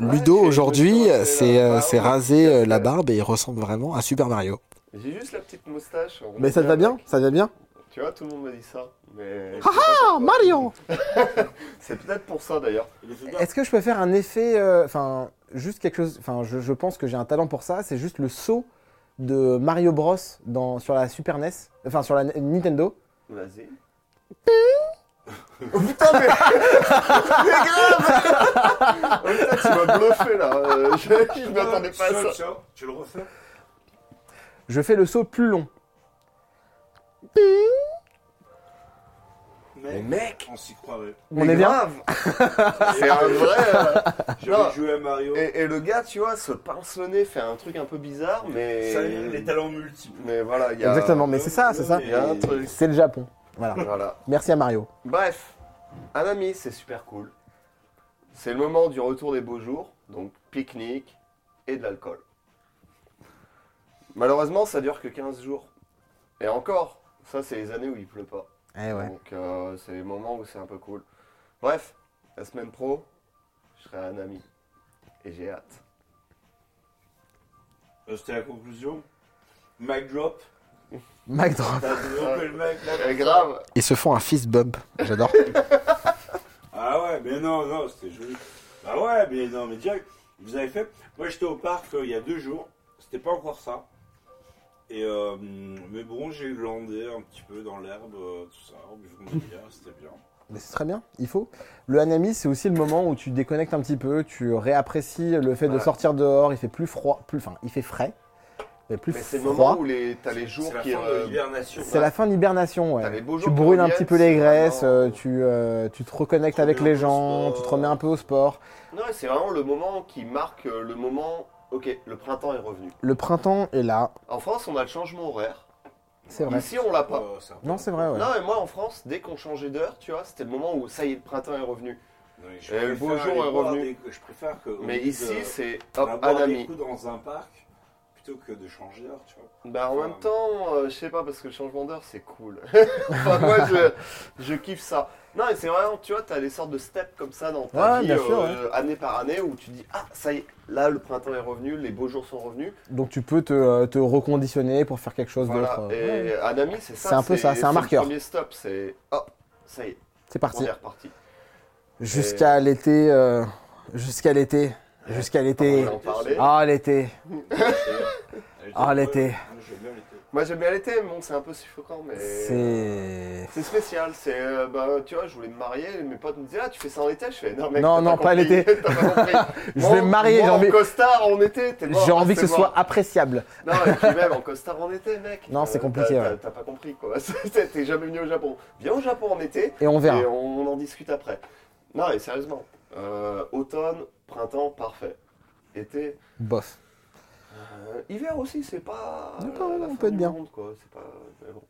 Speaker 10: Ludo,
Speaker 2: Ouais,
Speaker 10: aujourd'hui,
Speaker 2: je me suis
Speaker 10: c'est
Speaker 2: rassuré,
Speaker 10: euh,
Speaker 2: là.
Speaker 10: c'est raser euh, la barbe et il ressemble vraiment à Super Mario.
Speaker 2: J'ai juste la petite moustache. on
Speaker 3: Mais
Speaker 2: est
Speaker 3: ça te va bien Ça te va bien
Speaker 2: Tu vois, tout le monde m'a dit ça. Mais
Speaker 3: Ah, Marion
Speaker 2: c'est peut-être pour ça d'ailleurs.
Speaker 1: Il le fait pas.
Speaker 3: Est-ce que je peux faire un effet. euh, Enfin, juste quelque chose. Enfin, je, je pense que j'ai un talent pour ça. C'est juste le saut de Mario Bros dans, sur la Super NES. Enfin, sur la N- E Nintendo.
Speaker 2: Vas-y.
Speaker 3: Oh putain, mais.
Speaker 2: Oh, putain, tu m'as bluffé là. Euh, Je, je m'attendais pas à ça.
Speaker 1: Tiens, tiens, Tu le refais
Speaker 3: Je fais le saut plus long.
Speaker 1: Mec, on s'y croirait.
Speaker 3: On est bien
Speaker 2: grave. C'est un vrai. euh, Ah, Non.
Speaker 1: J'avais joué à Mario.
Speaker 2: Et, et le gars, tu vois, se pince le nez, fait un truc un peu bizarre, mais.
Speaker 1: Ça a eu les talents multiples.
Speaker 2: Mais voilà, il y a.
Speaker 3: Ah. Exactement, mais c'est ça, c'est ça.
Speaker 2: Il y a un truc.
Speaker 3: C'est le Japon. Voilà.
Speaker 2: Voilà.
Speaker 3: Merci à Mario.
Speaker 2: Bref, un ami, c'est super cool. C'est le moment du retour des beaux jours, donc pique-nique et de l'alcool. Malheureusement, ça dure que 15 jours. Et encore, ça, c'est les années où il pleut pas.
Speaker 3: Eh ouais.
Speaker 2: Donc, euh, c'est les moments où c'est un peu cool. Bref, la semaine pro, je serai à un ami. Et j'ai hâte.
Speaker 1: Euh, C'était la conclusion. Mac drop.
Speaker 3: Mac drop.
Speaker 1: T'as développé le mec là.
Speaker 2: Eh, grave
Speaker 10: Ils se font un fist bump. J'adore.
Speaker 1: Ah ouais, mais non, non, c'était joli. Ah ouais, mais non, mais direct, vous avez fait. Moi, j'étais au parc euh, il y a deux jours. C'était pas encore ça. Et euh, mais bon, j'ai glandé un petit peu dans l'herbe, euh, tout ça, en buvant des bières, c'était bien.
Speaker 3: Mais c'est très bien, il faut. Le hanami, c'est aussi le moment où tu déconnectes un petit peu, tu réapprécies le fait de
Speaker 2: Ouais.
Speaker 3: sortir dehors, il fait plus froid, plus, enfin, il fait frais, mais plus
Speaker 2: Mais c'est le moment
Speaker 3: froid.
Speaker 2: où les- t'as les jours
Speaker 1: C'est la
Speaker 2: qui.
Speaker 1: fin de
Speaker 2: euh,
Speaker 1: l'hibernation.
Speaker 3: C'est la fin de l'hibernation, ouais.
Speaker 2: T'as les beaux
Speaker 3: Tu
Speaker 2: jours qui
Speaker 3: brûles un
Speaker 2: reviennent,
Speaker 3: petit peu les
Speaker 2: c'est
Speaker 3: graisses,
Speaker 2: vraiment-
Speaker 3: euh, tu, euh, tu te reconnectes
Speaker 2: Tu te
Speaker 3: avec
Speaker 2: remets
Speaker 3: les
Speaker 2: un peu au
Speaker 3: gens,
Speaker 2: sport.
Speaker 3: tu te remets un peu au sport.
Speaker 2: Non, c'est vraiment le moment qui marque euh, le moment. Ok, le printemps est revenu.
Speaker 3: Le printemps est là,
Speaker 2: En France, on a le changement horaire.
Speaker 3: c'est vrai.
Speaker 2: Ici, on l'a pas.
Speaker 1: Euh, ça-
Speaker 3: Non, c'est vrai, Ah ouais.
Speaker 2: Non, mais moi en France, dès qu'on changeait d'heure, tu vois, c'était le moment où ça y est, le printemps est revenu.
Speaker 1: Oui, je
Speaker 2: Et le
Speaker 1: préfère
Speaker 2: beau jour
Speaker 1: aller
Speaker 2: est
Speaker 1: boire
Speaker 2: revenu.
Speaker 1: des- Je préfère que. au
Speaker 2: Mais
Speaker 1: lieu de-
Speaker 2: ici, c'est
Speaker 1: on
Speaker 2: hop,
Speaker 1: va
Speaker 2: un
Speaker 1: boire des
Speaker 2: ami.
Speaker 1: coups dans un parc, plutôt que de changer d'heure, tu vois.
Speaker 2: Bah en
Speaker 1: Enfin,
Speaker 2: même temps, euh, je sais pas, parce que le changement d'heure c'est cool. enfin, moi je, je kiffe ça. Non, mais c'est vraiment, tu vois, t'as des sortes de steps comme ça dans ta
Speaker 3: Ouais,
Speaker 2: vie, euh,
Speaker 3: bien sûr,
Speaker 2: année par année, où tu dis, ah, ça y est, là le printemps est revenu, les beaux jours sont revenus.
Speaker 3: Donc tu peux te, euh, te reconditionner pour faire quelque chose
Speaker 2: Voilà.
Speaker 3: d'autre. euh.
Speaker 2: Et
Speaker 3: Ouais.
Speaker 2: un ami, c'est ça.
Speaker 3: C'est un peu ça, c'est un marqueur.
Speaker 2: Le premier stop, c'est, ah, ça y est,
Speaker 3: C'est
Speaker 2: on
Speaker 3: parti.
Speaker 2: est reparti.
Speaker 3: Jusqu'à l'été, euh, jusqu'à l'été, jusqu'à
Speaker 2: On
Speaker 3: l'été.
Speaker 2: va en parler.
Speaker 3: Ah l'été, Ah, l'été.
Speaker 1: Moi, j'aime bien l'été.
Speaker 2: Moi j'aime bien l'été, mais bon, c'est un peu suffocant, mais.
Speaker 3: c'est.
Speaker 2: C'est spécial, c'est euh, bah tu vois, je voulais me marier, mes potes me disaient ah tu fais ça en été, je fais non mec,
Speaker 3: Non,
Speaker 2: t'as
Speaker 3: non, pas
Speaker 2: compris,
Speaker 3: l'été.
Speaker 2: t'as pas compris.
Speaker 3: Je
Speaker 2: Moi,
Speaker 3: vais me marier,
Speaker 2: moi,
Speaker 3: j'ai envie,
Speaker 2: En costard en été, t'es mort. hein,
Speaker 3: j'ai envie que ce
Speaker 2: c'est mort.
Speaker 3: soit appréciable.
Speaker 2: Non, et puis même en costard en été, mec.
Speaker 3: Non,
Speaker 2: euh,
Speaker 3: c'est compliqué,
Speaker 2: t'as-
Speaker 3: ouais.
Speaker 2: T'as t'as pas compris quoi. C'est- T'es jamais venu au Japon. Viens au Japon en été
Speaker 3: Et on
Speaker 2: et
Speaker 3: verra.
Speaker 2: on en discute après. Non, et sérieusement, euh, automne, printemps, parfait. Été,
Speaker 3: Bof.
Speaker 2: euh, hiver aussi, c'est pas.
Speaker 3: Non,
Speaker 2: euh,
Speaker 3: pas vraiment,
Speaker 2: la
Speaker 3: on
Speaker 2: fin
Speaker 3: peut être
Speaker 2: du
Speaker 3: bien.
Speaker 2: monde, quoi. C'est pas. mais bon.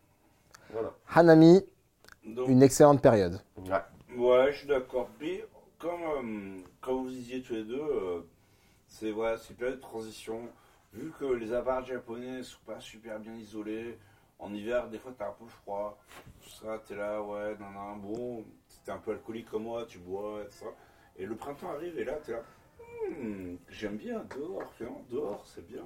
Speaker 2: Voilà.
Speaker 3: Hanami,
Speaker 1: Donc,
Speaker 3: une excellente période.
Speaker 2: Ouais.
Speaker 1: Ouais, je suis d'accord. Puis, comme, euh, comme vous disiez tous les deux, euh, c'est voilà, c'est une période de transition. Vu que les apparts japonais sont pas super bien isolés, en hiver, des fois, t'as un peu froid. Tout ça, t'es là, ouais, nan, nan, bon, t'es un peu alcoolique comme moi, tu bois, et tout ça. Et le printemps arrive, et là, t'es là, Hmm, j'aime bien, dehors, finalement, dehors, c'est bien.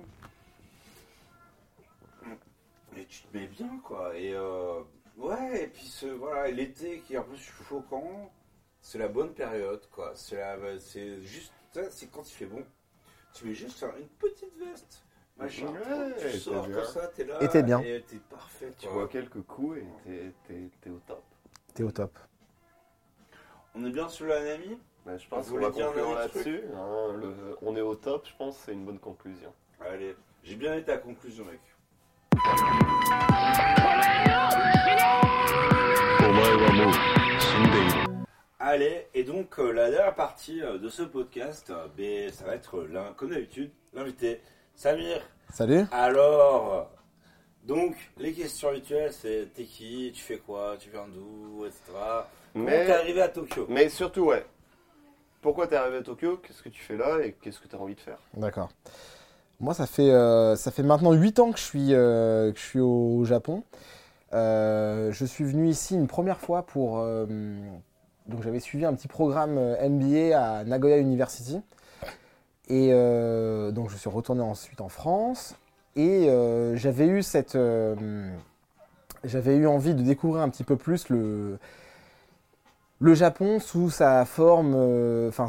Speaker 1: Et tu te mets bien, quoi. Et euh, ouais, et puis ce, voilà, l'été qui est un peu suffocant, c'est la bonne période, quoi. C'est la- c'est juste, ça, c'est quand il fait bon. Tu mets juste un- une petite veste, machin.
Speaker 2: Ouais,
Speaker 1: tu
Speaker 2: t'es
Speaker 1: sors
Speaker 2: bien.
Speaker 1: comme ça, t'es là.
Speaker 3: Et t'es bien.
Speaker 1: Et Eh, t'es parfait,
Speaker 2: Tu
Speaker 1: quoi.
Speaker 2: vois quelques coups et t'es- t'es t'es au top.
Speaker 3: T'es au top.
Speaker 1: On est bien sur l'anami
Speaker 2: Ben, je pense
Speaker 1: Vous
Speaker 2: qu'on
Speaker 1: voulez
Speaker 2: va
Speaker 1: dire un
Speaker 2: conclure
Speaker 1: dernier truc
Speaker 2: là-dessus. hein, le- on est au top, je pense, c'est une bonne conclusion.
Speaker 1: Allez, j'ai bien aimé ta conclusion, mec.
Speaker 5: お前はもう死んでいる。
Speaker 1: Allez, et donc euh, la dernière partie euh, de ce podcast, euh, ben, ça va être, euh, l'in- comme d'habitude, l'invité Samir.
Speaker 3: Salut.
Speaker 1: Alors, euh, donc, les questions habituelles, c'est t'es qui, tu fais quoi, tu viens d'où, etc. Comment t'es
Speaker 2: Mais,
Speaker 1: arrivé à Tokyo
Speaker 2: mais surtout, ouais. Pourquoi t'es arrivé à Tokyo Qu'est-ce que tu fais là et qu'est-ce que t'as envie de faire
Speaker 3: D'accord. Moi, ça fait, euh, ça fait maintenant 8 ans que je suis, euh, que je suis au Japon. Euh, je suis venu ici une première fois pour. euh, donc, j'avais suivi un petit programme euh, MBA à Nagoya University. Et euh, donc, je suis retourné ensuite en France. Et euh, j'avais eu cette. euh, j'avais eu envie de découvrir un petit peu plus le. Le Japon sous sa forme, euh, enfin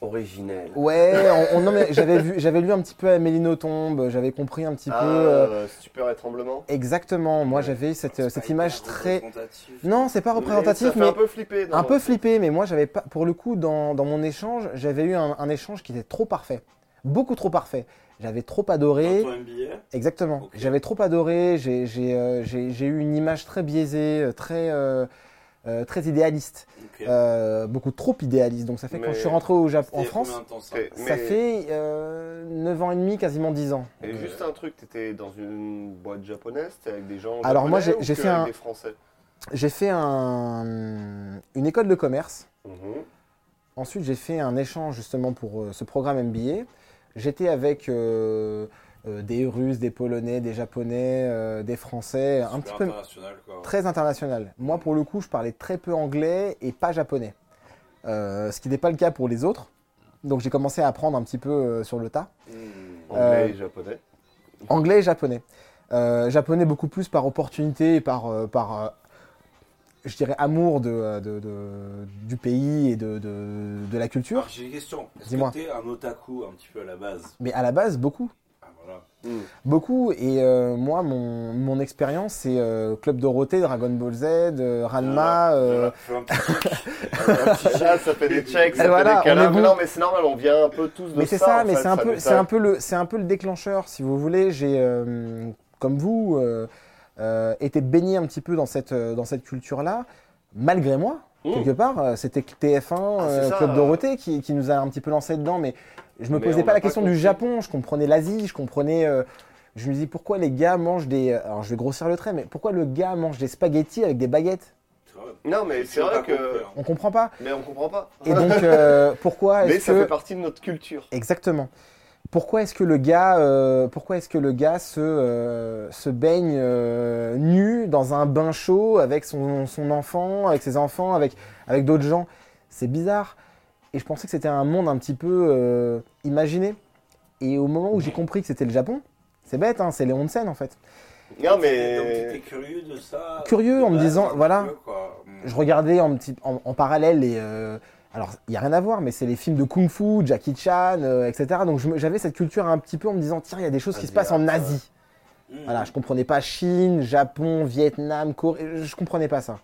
Speaker 2: Originel.
Speaker 3: Ouais, on, on- non mais j'avais vu, j'avais lu un petit peu Amélie Nothomb, j'avais compris un petit
Speaker 2: Ah,
Speaker 3: peu. euh,
Speaker 2: euh, stupeur et tremblement.
Speaker 3: exactement, moi j'avais cette, euh,
Speaker 1: C'est
Speaker 3: cette
Speaker 1: pas
Speaker 3: image
Speaker 1: hyper
Speaker 3: très.
Speaker 1: représentatif.
Speaker 3: Non, c'est pas
Speaker 2: ça
Speaker 3: représentatif,
Speaker 2: fait
Speaker 3: mais
Speaker 2: un peu flipper. non
Speaker 3: un peu flippé. Mais moi j'avais pas, pour le coup, dans, dans mon échange, j'avais eu un, un échange qui était trop parfait, beaucoup trop parfait. J'avais trop adoré.
Speaker 1: Dans ton MBA
Speaker 3: Exactement.
Speaker 1: Ok.
Speaker 3: J'avais trop adoré, j'ai j'ai, euh, j'ai- j'ai eu une image très biaisée, euh, très, euh, euh, très idéaliste,
Speaker 1: Ok.
Speaker 3: euh, beaucoup trop idéaliste. Donc ça fait que quand
Speaker 2: Mais
Speaker 3: je suis rentré au Japon,
Speaker 1: C'était il
Speaker 3: en
Speaker 1: y a
Speaker 3: France.
Speaker 1: combien de temps, ça
Speaker 2: Et- mais-
Speaker 3: Ça fait euh, 9 ans et demi, quasiment 10 ans.
Speaker 2: Et juste
Speaker 3: euh,
Speaker 2: un truc, t'étais dans une boîte japonaise, t'étais avec des gens.
Speaker 3: Alors moi,
Speaker 2: japonais
Speaker 3: j'ai-
Speaker 2: ou
Speaker 3: j'ai
Speaker 2: que
Speaker 3: fait
Speaker 2: avec
Speaker 3: un-
Speaker 2: des Français.
Speaker 3: J'ai fait un- une école de commerce.
Speaker 2: Mhm.
Speaker 3: Ensuite, j'ai fait un échange justement pour euh, ce programme MBA. J'étais avec euh, euh, des Russes, des Polonais, des Japonais, euh, des Français, un
Speaker 1: Super
Speaker 3: petit peu
Speaker 1: international, quoi.
Speaker 3: très international. Moi, pour le coup, je parlais très peu anglais et pas japonais, Euh, ce qui n'est pas le cas pour les autres. Donc, j'ai commencé à apprendre un petit peu euh, sur le tas.
Speaker 1: Hmm.
Speaker 2: Anglais
Speaker 3: Euh,
Speaker 2: et japonais.
Speaker 3: Anglais et japonais. Euh, japonais beaucoup plus par opportunité et par, euh, par euh, je dirais, amour de, euh, de- de- du pays et de, de- de la culture.
Speaker 1: Alors, j'ai une question. Est-ce
Speaker 3: Dis-moi.
Speaker 1: que t'es un otaku un petit peu à la base
Speaker 3: Mais à la base, beaucoup.
Speaker 1: Ah, voilà.
Speaker 3: Beaucoup. Et euh, moi, mon, mon expérience, c'est euh, Club Dorothée, Dragon Ball Z, euh, Ranma.
Speaker 1: Voilà,
Speaker 3: euh,
Speaker 1: fais un petit-
Speaker 2: Là, Ah, ça fait des checks, ça
Speaker 3: Et voilà,
Speaker 2: fait des
Speaker 3: on
Speaker 2: câlins.
Speaker 3: est
Speaker 2: Mais
Speaker 3: bon.
Speaker 2: non, mais c'est normal, on vient un peu tous de
Speaker 3: Mais c'est ça,
Speaker 2: en
Speaker 3: mais
Speaker 2: fait,
Speaker 3: c'est un, peu-
Speaker 2: nous
Speaker 3: c'est un, peu le- c'est un peu le déclencheur, si vous voulez. J'ai, euh, comme vous, euh, euh, été baigné un petit peu dans cette, euh, dans cette culture-là, malgré moi.
Speaker 2: Mmh.
Speaker 3: Quelque part, Euh, c'était TF1,
Speaker 2: Ah, c'est
Speaker 3: euh,
Speaker 2: ça,
Speaker 3: Club
Speaker 2: euh.
Speaker 3: Dorothée qui, qui nous a un petit peu lancé dedans, mais je me
Speaker 2: Mais
Speaker 3: posais
Speaker 2: on
Speaker 3: pas
Speaker 2: n'a
Speaker 3: la
Speaker 2: pas
Speaker 3: question du
Speaker 2: compris.
Speaker 3: Japon, je comprenais l'Asie, je comprenais. euh, je me dis pourquoi les gars mangent des. euh, Alors je vais grossir le trait, mais pourquoi le gars mange des spaghettis avec des baguettes
Speaker 1: C'est vrai.
Speaker 2: Non, mais
Speaker 1: J'ai
Speaker 2: c'est vrai
Speaker 1: pas
Speaker 2: que.
Speaker 1: compris, hein.
Speaker 3: On comprend pas.
Speaker 2: Mais on comprend pas.
Speaker 3: Et donc, euh, pourquoi
Speaker 2: Mais
Speaker 3: est-ce
Speaker 2: ça
Speaker 3: que.
Speaker 2: fait partie de notre culture.
Speaker 3: Exactement. Pourquoi est-ce que le gars, euh, pourquoi est-ce que le gars se, euh, se baigne euh, nu dans un bain chaud avec son, son enfant, avec ses enfants, avec, avec d'autres gens C'est bizarre. Et je pensais que c'était un monde un petit peu euh, imaginé. Et au moment où j'ai compris que c'était le Japon, c'est bête, hein, c'est les Onsen en fait.
Speaker 2: Non,
Speaker 1: Donc
Speaker 2: mais.
Speaker 1: t'étais curieux de ça
Speaker 3: Curieux,
Speaker 1: de
Speaker 3: en me
Speaker 1: base,
Speaker 3: disant,
Speaker 1: un
Speaker 3: voilà.
Speaker 1: peu, quoi. Mm.
Speaker 3: je regardais en, petit- en- en parallèle les. euh, alors, il n'y a rien à voir, mais c'est les films de Kung Fu, Jackie Chan, euh, etc. Donc, je me- j'avais cette culture un petit peu en me disant, tiens, il y a des choses qui se passent en
Speaker 2: Asiate,
Speaker 3: Asie.
Speaker 1: Mm.
Speaker 3: Voilà, je comprenais pas Chine, Japon, Vietnam, Corée, je comprenais pas ça.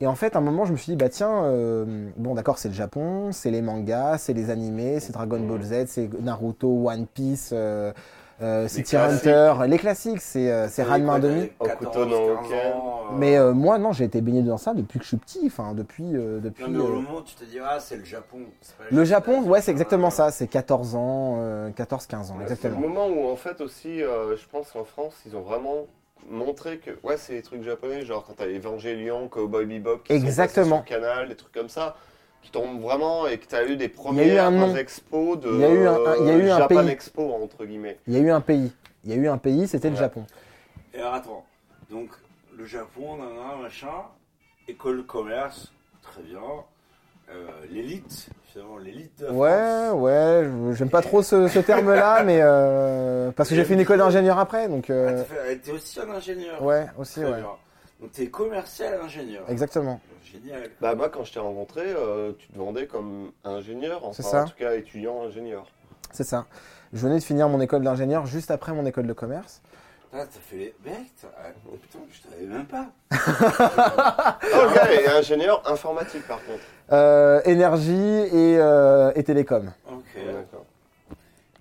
Speaker 3: Et en fait, à un moment, je me suis dit, bah tiens, euh, bon d'accord, c'est le Japon, c'est les mangas, c'est les animés, c'est Dragon Ball
Speaker 1: Mm.
Speaker 3: Z, c'est Naruto, One Piece, euh, euh, City
Speaker 2: classiques.
Speaker 3: Hunter, les classiques, c'est euh, c'est
Speaker 1: T'avais
Speaker 3: Ranma
Speaker 1: quoi,
Speaker 3: 1,5.
Speaker 1: t'avais 14,
Speaker 2: Au couteau dans
Speaker 1: 15
Speaker 2: lequel.
Speaker 1: ans, euh,
Speaker 3: Mais euh, moi, non, j'ai été baigné dans ça depuis que je suis petit, enfin, depuis... euh, depuis
Speaker 1: Non, mais au
Speaker 3: euh,
Speaker 1: moment où tu te dis, ah, c'est le Japon. c'est pas
Speaker 3: le Japon, ouais, c'est exactement ça, c'est 14 ans, euh, 14-15 ans,
Speaker 2: C'est le
Speaker 3: exactement.
Speaker 2: moment où, en fait, aussi, euh, je pense qu'en France, ils ont vraiment montré que, ouais, c'est des trucs japonais, genre quand t'as Evangelion, Cowboy Bebop, qui sont passés
Speaker 3: Exactement.
Speaker 2: sur le canal, des trucs comme ça, qui tombent vraiment et que t'as eu des
Speaker 3: a eu un
Speaker 2: premières
Speaker 3: nom.
Speaker 2: expos de
Speaker 3: Il y a eu un- un- il y a eu un
Speaker 2: Japan
Speaker 3: pays.
Speaker 2: Expo, entre guillemets.
Speaker 3: Il y a eu un pays, il y a eu un pays, c'était le
Speaker 2: Ouais.
Speaker 3: Japon.
Speaker 1: Et alors, attends. Donc, le Japon, nanana, machin, école de commerce, très bien. Euh, l'élite, finalement, l'élite de la
Speaker 3: Ouais,
Speaker 1: France.
Speaker 3: ouais, je- j'aime pas trop ce, ce terme-là, mais euh, parce que j'ai fait une école d'ingénieur après, donc
Speaker 1: Ah,
Speaker 3: euh,
Speaker 1: t'as fait- t'es aussi un ingénieur.
Speaker 3: ouais, aussi,
Speaker 1: Très
Speaker 3: ouais,
Speaker 1: bien. Donc, t'es commercial ingénieur.
Speaker 3: exactement.
Speaker 1: Génial.
Speaker 2: Bah, moi, quand je t'ai rencontré, euh, tu te vendais comme ingénieur, enfin,
Speaker 3: C'est ça.
Speaker 2: en tout cas, étudiant ingénieur.
Speaker 3: C'est ça. Je venais de finir mon école d'ingénieur juste après mon école de commerce.
Speaker 1: Ah, t'as fait les bêtes. Ah, putain, je t'avais même pas.
Speaker 2: Ah, Ok, et ingénieur informatique, par contre.
Speaker 3: Euh, énergie et, euh, et télécom.
Speaker 1: Ok.
Speaker 2: D'accord.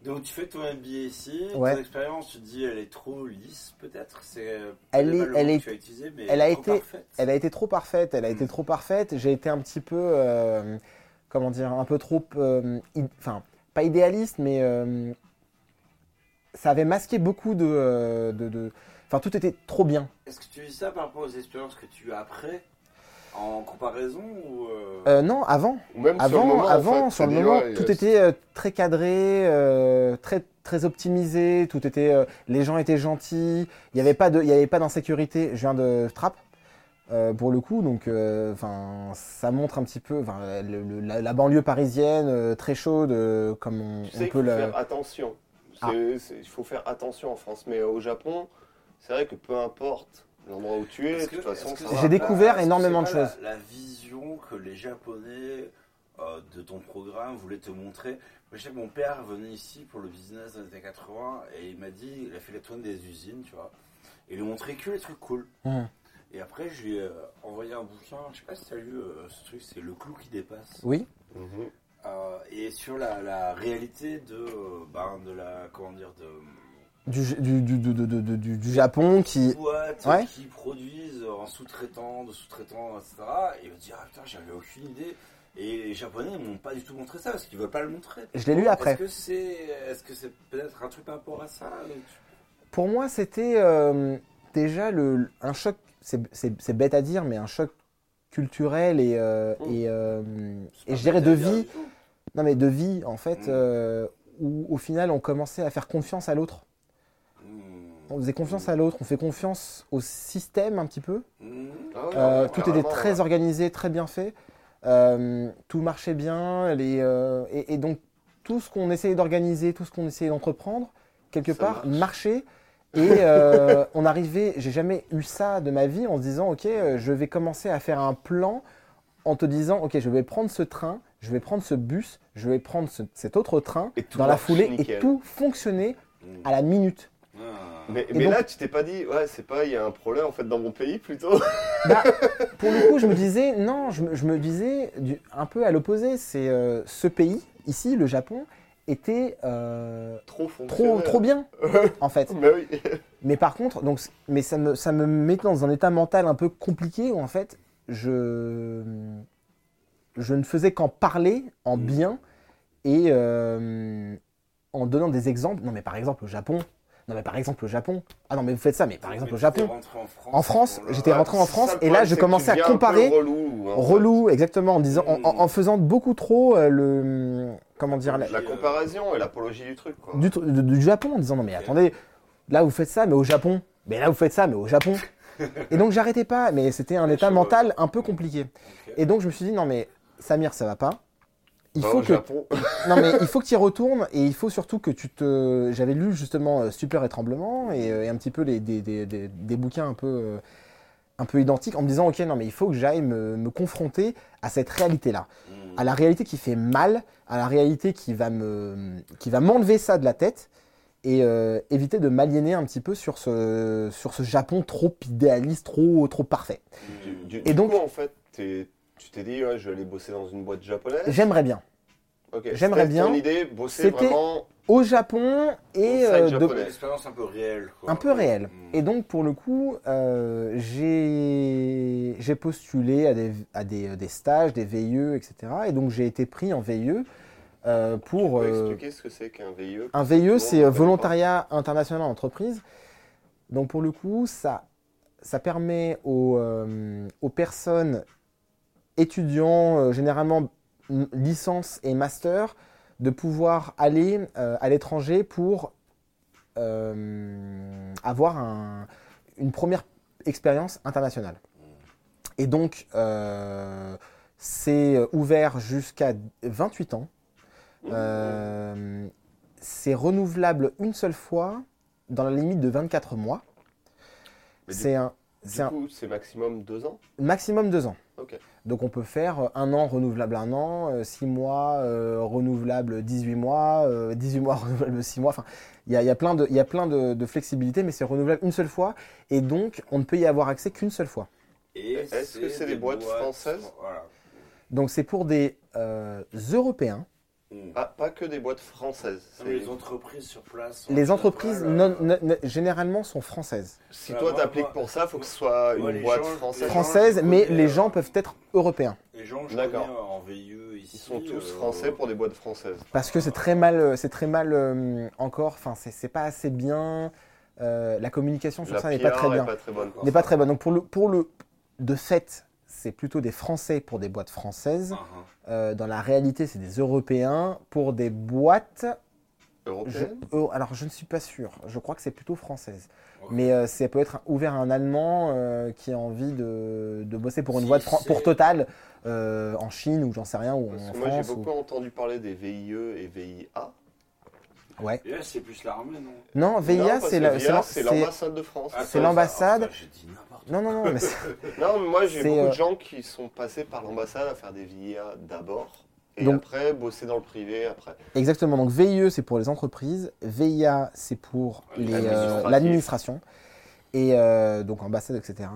Speaker 1: Donc tu fais ton MBA ici,
Speaker 3: Ouais.
Speaker 1: ton expérience, tu te dis elle est trop lisse peut-être, c'est euh,
Speaker 3: Elle
Speaker 1: le
Speaker 3: est-
Speaker 1: mal
Speaker 3: elle
Speaker 1: que
Speaker 3: est-
Speaker 1: tu as utilisé, mais
Speaker 3: elle a
Speaker 1: trop
Speaker 3: été-
Speaker 1: parfaite.
Speaker 3: Elle a été trop parfaite, elle a été trop parfaite. J'ai été un petit peu, euh, comment dire, un peu trop, euh, id- enfin, pas idéaliste, mais euh, ça avait masqué beaucoup de, euh, de, de- enfin, tout était trop bien.
Speaker 1: Est-ce que tu dis ça par rapport aux expériences que tu as après, en comparaison ou euh,
Speaker 3: Euh, non, avant.
Speaker 2: Ou Même sur
Speaker 3: Avant,
Speaker 2: le moment, en
Speaker 3: avant,
Speaker 2: fait,
Speaker 3: sur le
Speaker 2: tu dis,
Speaker 3: moment,
Speaker 2: ouais,
Speaker 3: tout
Speaker 2: euh,
Speaker 3: était euh, très cadré, euh, très très optimisé. Tout était, euh, les gens étaient gentils. Il n'y avait pas de, il y avait pas d'insécurité. Je viens de Trappe. euh, pour le coup, donc, euh, enfin, ça montre un petit peu, 'fin, le- le- la, la banlieue parisienne euh, très chaude, euh, comme on,
Speaker 2: Tu
Speaker 3: on
Speaker 2: sais qu'il
Speaker 3: peut
Speaker 2: faut
Speaker 3: le.
Speaker 2: faire attention. C'est-
Speaker 3: Ah.
Speaker 2: c'est- Il faut faire attention en France. Mais au Japon, c'est vrai que peu importe l'endroit où tu es,
Speaker 1: est-ce
Speaker 2: de
Speaker 1: que-
Speaker 2: toute façon,
Speaker 1: est-ce que
Speaker 2: ça
Speaker 1: c'est
Speaker 2: va.
Speaker 3: J'ai des- découvert
Speaker 1: est-ce que
Speaker 3: énormément
Speaker 1: c'est
Speaker 3: de
Speaker 1: pas la-
Speaker 3: choses.
Speaker 1: La, vision que les Japonais euh, de ton programme voulaient te montrer. Je sais que mon père venait ici pour le business dans les années 80 et il m'a dit, il a fait la tournée des usines, tu vois, et il lui montrait que les trucs cool.
Speaker 3: Mhm.
Speaker 1: Et après, je lui ai euh, envoyé un bouquin, je sais pas si t'as lu euh, ce truc, c'est Le clou qui dépasse.
Speaker 3: Oui.
Speaker 2: Mhm.
Speaker 1: Euh, et sur la, la réalité de, euh, ben, de la, comment dire, de
Speaker 3: Du, du, du, du, du- du- du- du Japon qui.
Speaker 1: boîtes
Speaker 3: Ouais.
Speaker 1: qui produisent en sous-traitant, de sous-traitants, etc. Et il me dit, ah putain, j'avais aucune idée. Et les Japonais ils m'ont pas du tout montré ça parce qu'ils veulent pas le montrer.
Speaker 3: Je l'ai lu après.
Speaker 1: Est-ce que c'est, est-ce que c'est peut-être un truc par rapport à ça donc tu-
Speaker 3: Pour moi, c'était euh, déjà le, un choc, c'est- c'est c'est bête à dire, mais un choc culturel et, euh,
Speaker 2: Mm.
Speaker 3: et, euh,
Speaker 1: c'est pas
Speaker 3: et je dirais de
Speaker 1: bien dire
Speaker 3: vie,
Speaker 1: du tout.
Speaker 3: non mais de vie en fait,
Speaker 1: Mm.
Speaker 3: euh, où au final on commençait à faire confiance à l'autre.
Speaker 1: Mmh.
Speaker 3: On faisait confiance à l'autre, on fait confiance au système un petit peu.
Speaker 1: Mmh.
Speaker 2: Ah ouais,
Speaker 3: Euh,
Speaker 2: ouais,
Speaker 3: tout était
Speaker 2: carrément,
Speaker 3: très
Speaker 2: ouais.
Speaker 3: organisé, très bien fait. Euh, tout marchait bien. Les, euh, et, et donc, tout ce qu'on essayait d'organiser, tout ce qu'on essayait d'entreprendre, quelque
Speaker 2: Ça
Speaker 3: part,
Speaker 2: marche.
Speaker 3: marchait. Et euh, on arrivait, j'ai jamais eu ça de ma vie en se disant, OK, euh, je vais commencer à faire un plan en te disant, OK, je vais prendre ce train, je vais prendre ce bus, je vais prendre ce- cet autre train
Speaker 2: Et tout
Speaker 3: dans la
Speaker 2: marche
Speaker 3: foulée et
Speaker 2: nickel.
Speaker 3: tout fonctionnait
Speaker 1: Mmh.
Speaker 3: à la minute.
Speaker 1: Ah.
Speaker 2: Mais,
Speaker 3: Et
Speaker 2: mais
Speaker 3: donc-
Speaker 2: là, tu t'es pas dit, ouais, c'est pas, il y a un problème en fait dans mon pays plutôt.
Speaker 3: Pour le coup, je me disais, non, je me, je me disais du- un peu à l'opposé. C'est euh, ce pays, ici, le Japon, était euh,
Speaker 2: trop
Speaker 3: trop,
Speaker 2: fonctionnel.
Speaker 3: trop bien, en fait.
Speaker 2: Mais oui.
Speaker 3: Mais par contre, donc, c- mais ça me, ça me mettait dans un état mental un peu compliqué où, en fait, je, je ne faisais qu'en parler en
Speaker 1: Mm.
Speaker 3: bien et euh, en donnant des exemples. Non, mais par exemple, au Japon. Non, mais par exemple, au Japon. Ah non, mais vous faites ça, mais par exemple, au
Speaker 1: Mais t'es
Speaker 3: Japon.
Speaker 1: rentré En France,
Speaker 3: En France,
Speaker 1: pour le-
Speaker 3: j'étais rentré en
Speaker 2: C'est
Speaker 3: France
Speaker 2: ça, le
Speaker 3: et
Speaker 2: problème,
Speaker 3: là, je
Speaker 2: c'est que
Speaker 3: commençais
Speaker 2: tu
Speaker 3: à
Speaker 2: deviens un peu
Speaker 3: comparer
Speaker 2: relou. hein, en fait. Hmm.
Speaker 3: Relou, exactement, en, disant, en, en-
Speaker 1: Mm.
Speaker 3: en faisant beaucoup trop euh, le, comment dire, la-
Speaker 2: La comparaison et l'apologie du truc, quoi.
Speaker 3: du, tr- de- du Japon en disant non mais attendez, là vous faites ça mais au Japon, mais là vous faites ça mais au Japon. et donc j'arrêtais pas, mais c'était un état
Speaker 1: je-
Speaker 3: mental un peu compliqué. Et donc je me suis dit non mais Samir ça va pas. Il
Speaker 2: Enfin, Bah,
Speaker 3: faut
Speaker 2: au
Speaker 3: que
Speaker 2: Japon.
Speaker 3: non mais il faut que tu y retournes et il faut surtout que tu te. J'avais lu justement euh, Stupeur et Tremblement et, euh, et un petit peu les- des, des- des- des bouquins un peu euh, un peu identiques en me disant ok non mais il faut que j'aille me, me confronter à cette réalité là,
Speaker 1: Hmm.
Speaker 3: à la réalité qui fait mal, à la réalité qui va me qui va m'enlever ça de la tête et euh, éviter de m'aliéner un petit peu sur ce sur ce Japon trop idéaliste, trop trop parfait.
Speaker 2: Du,
Speaker 1: Hmm.
Speaker 2: du-
Speaker 3: Et
Speaker 2: du
Speaker 3: donc-
Speaker 2: coup, en fait, t'es- tu t'es dit, ouais, je vais aller bosser dans une boîte japonaise.
Speaker 3: J'aimerais bien
Speaker 2: Ok,
Speaker 3: j'aimerais
Speaker 2: c'était
Speaker 3: bien.
Speaker 2: Ton idée, bosser
Speaker 3: C'était-
Speaker 2: vraiment.
Speaker 3: au Japon et
Speaker 2: Inside
Speaker 3: euh, de,
Speaker 2: japonais.
Speaker 1: Une expérience un peu réelle. quoi.
Speaker 3: un peu réel.
Speaker 1: Mm.
Speaker 3: Et donc, pour le coup, euh, j'ai j'ai postulé à, des, à des, euh, des stages, des VIE, etc. Et donc, j'ai été pris en VIE euh,
Speaker 2: Tu
Speaker 3: pour...
Speaker 2: peux
Speaker 3: euh,
Speaker 2: expliquer ce que c'est qu'un E VIE
Speaker 3: un VIE,
Speaker 2: Non, on
Speaker 3: c'est
Speaker 2: peut
Speaker 3: euh, volontariat international en entreprise. Donc, pour le coup, ça, ça permet aux, euh, aux personnes étudiants, euh, généralement m- licence et master, de pouvoir aller euh, à l'étranger pour euh, avoir un- une première expérience internationale. Et donc, euh, c'est ouvert jusqu'à 28 ans. Euh, c'est renouvelable une seule fois dans la limite de 24 mois.
Speaker 2: Mais du-
Speaker 3: C'est un,
Speaker 2: Du
Speaker 3: c'est un
Speaker 2: coup, c'est maximum deux ans.
Speaker 3: maximum deux ans.
Speaker 2: Ok.
Speaker 3: Donc on peut faire euh, un an renouvelable un an, euh, six mois euh, renouvelable 18 mois, euh, 18 mois renouvelable six mois. Enfin, il y a, il y a plein de, il y a plein de, de flexibilité, mais c'est renouvelable une seule fois. Et donc on ne peut y avoir accès qu'une seule fois.
Speaker 1: Et
Speaker 2: Est-ce que c'est des boîtes françaises
Speaker 1: Voilà.
Speaker 3: Donc c'est pour des euh, Européens.
Speaker 1: Mm.
Speaker 2: Pas, pas que des boîtes
Speaker 1: Non,
Speaker 2: françaises. Ah, c'est-
Speaker 1: mais les entreprises sur place. sont
Speaker 2: Ah,
Speaker 3: Les
Speaker 1: en
Speaker 3: entreprises
Speaker 1: général,
Speaker 3: non-
Speaker 1: euh,
Speaker 3: non- non- généralement sont françaises.
Speaker 2: Si
Speaker 1: Ouais,
Speaker 2: toi
Speaker 1: Ah, moi-
Speaker 2: t'appliques
Speaker 1: moi-
Speaker 2: pour ça, faut que ce soit
Speaker 1: moi,
Speaker 2: une
Speaker 1: les
Speaker 2: boîte
Speaker 1: gens-
Speaker 2: française.
Speaker 1: les gens-
Speaker 3: Françaises,
Speaker 1: je
Speaker 3: mais
Speaker 1: connais,
Speaker 3: les
Speaker 1: euh,
Speaker 3: gens peuvent être européens.
Speaker 1: Les gens, je
Speaker 2: D'accord.
Speaker 1: connais, euh, en VIE ici.
Speaker 2: Ils sont tous
Speaker 1: euh,
Speaker 2: français pour des boîtes françaises.
Speaker 3: Parce que c'est très mal, euh, c'est très mal euh, encore. Enfin, c'est c'est pas assez bien. euh, la communication sur
Speaker 2: La
Speaker 3: ça n'est pas
Speaker 2: PR
Speaker 3: très
Speaker 2: est
Speaker 3: bien.
Speaker 2: pas très bonne.
Speaker 3: N'est pas très bonne. Donc pour le, pour le, de fait, c'est plutôt des Français pour des boîtes françaises.
Speaker 1: Ah, ah.
Speaker 3: Euh, dans la réalité, c'est des Européens pour des boîtes. je-
Speaker 2: Européenne
Speaker 3: oh, alors je ne suis pas sûr. Je crois que c'est plutôt française.
Speaker 1: Ok.
Speaker 3: Mais euh, ça peut être un- ouvert à un Allemand euh, qui a envie de, de bosser pour une
Speaker 1: Si
Speaker 3: boîte fran-
Speaker 1: c'est-
Speaker 3: pour Total euh, en Chine ou j'en sais rien ou
Speaker 2: Parce
Speaker 3: en
Speaker 2: que moi j'ai
Speaker 3: France. ou-
Speaker 2: beaucoup entendu parler des VIE et VIA.
Speaker 3: Ouais.
Speaker 1: Et là, c'est plus l'armée, non
Speaker 3: Non,
Speaker 2: Non,
Speaker 3: VIA,
Speaker 2: parce
Speaker 3: c'est
Speaker 2: que
Speaker 3: la-
Speaker 2: VIA,
Speaker 3: c'est la-
Speaker 2: c'est
Speaker 3: c'est-
Speaker 2: l'ambassade de France.
Speaker 1: Attends,
Speaker 3: c'est l'ambassade.
Speaker 1: attends, J'ai dit n'importe
Speaker 3: Non, non, non, mais c'est-
Speaker 2: Non, mais moi j'ai
Speaker 3: C'est,
Speaker 2: beaucoup
Speaker 3: euh,
Speaker 2: de gens qui sont passés par l'ambassade à faire des VIA d'abord et
Speaker 3: Donc-
Speaker 2: après bosser dans le privé après.
Speaker 3: exactement. Donc VIE, c'est pour les entreprises, VIA, c'est pour les, euh,
Speaker 2: L'administratif.
Speaker 3: l'administration, et euh, donc ambassade, etc.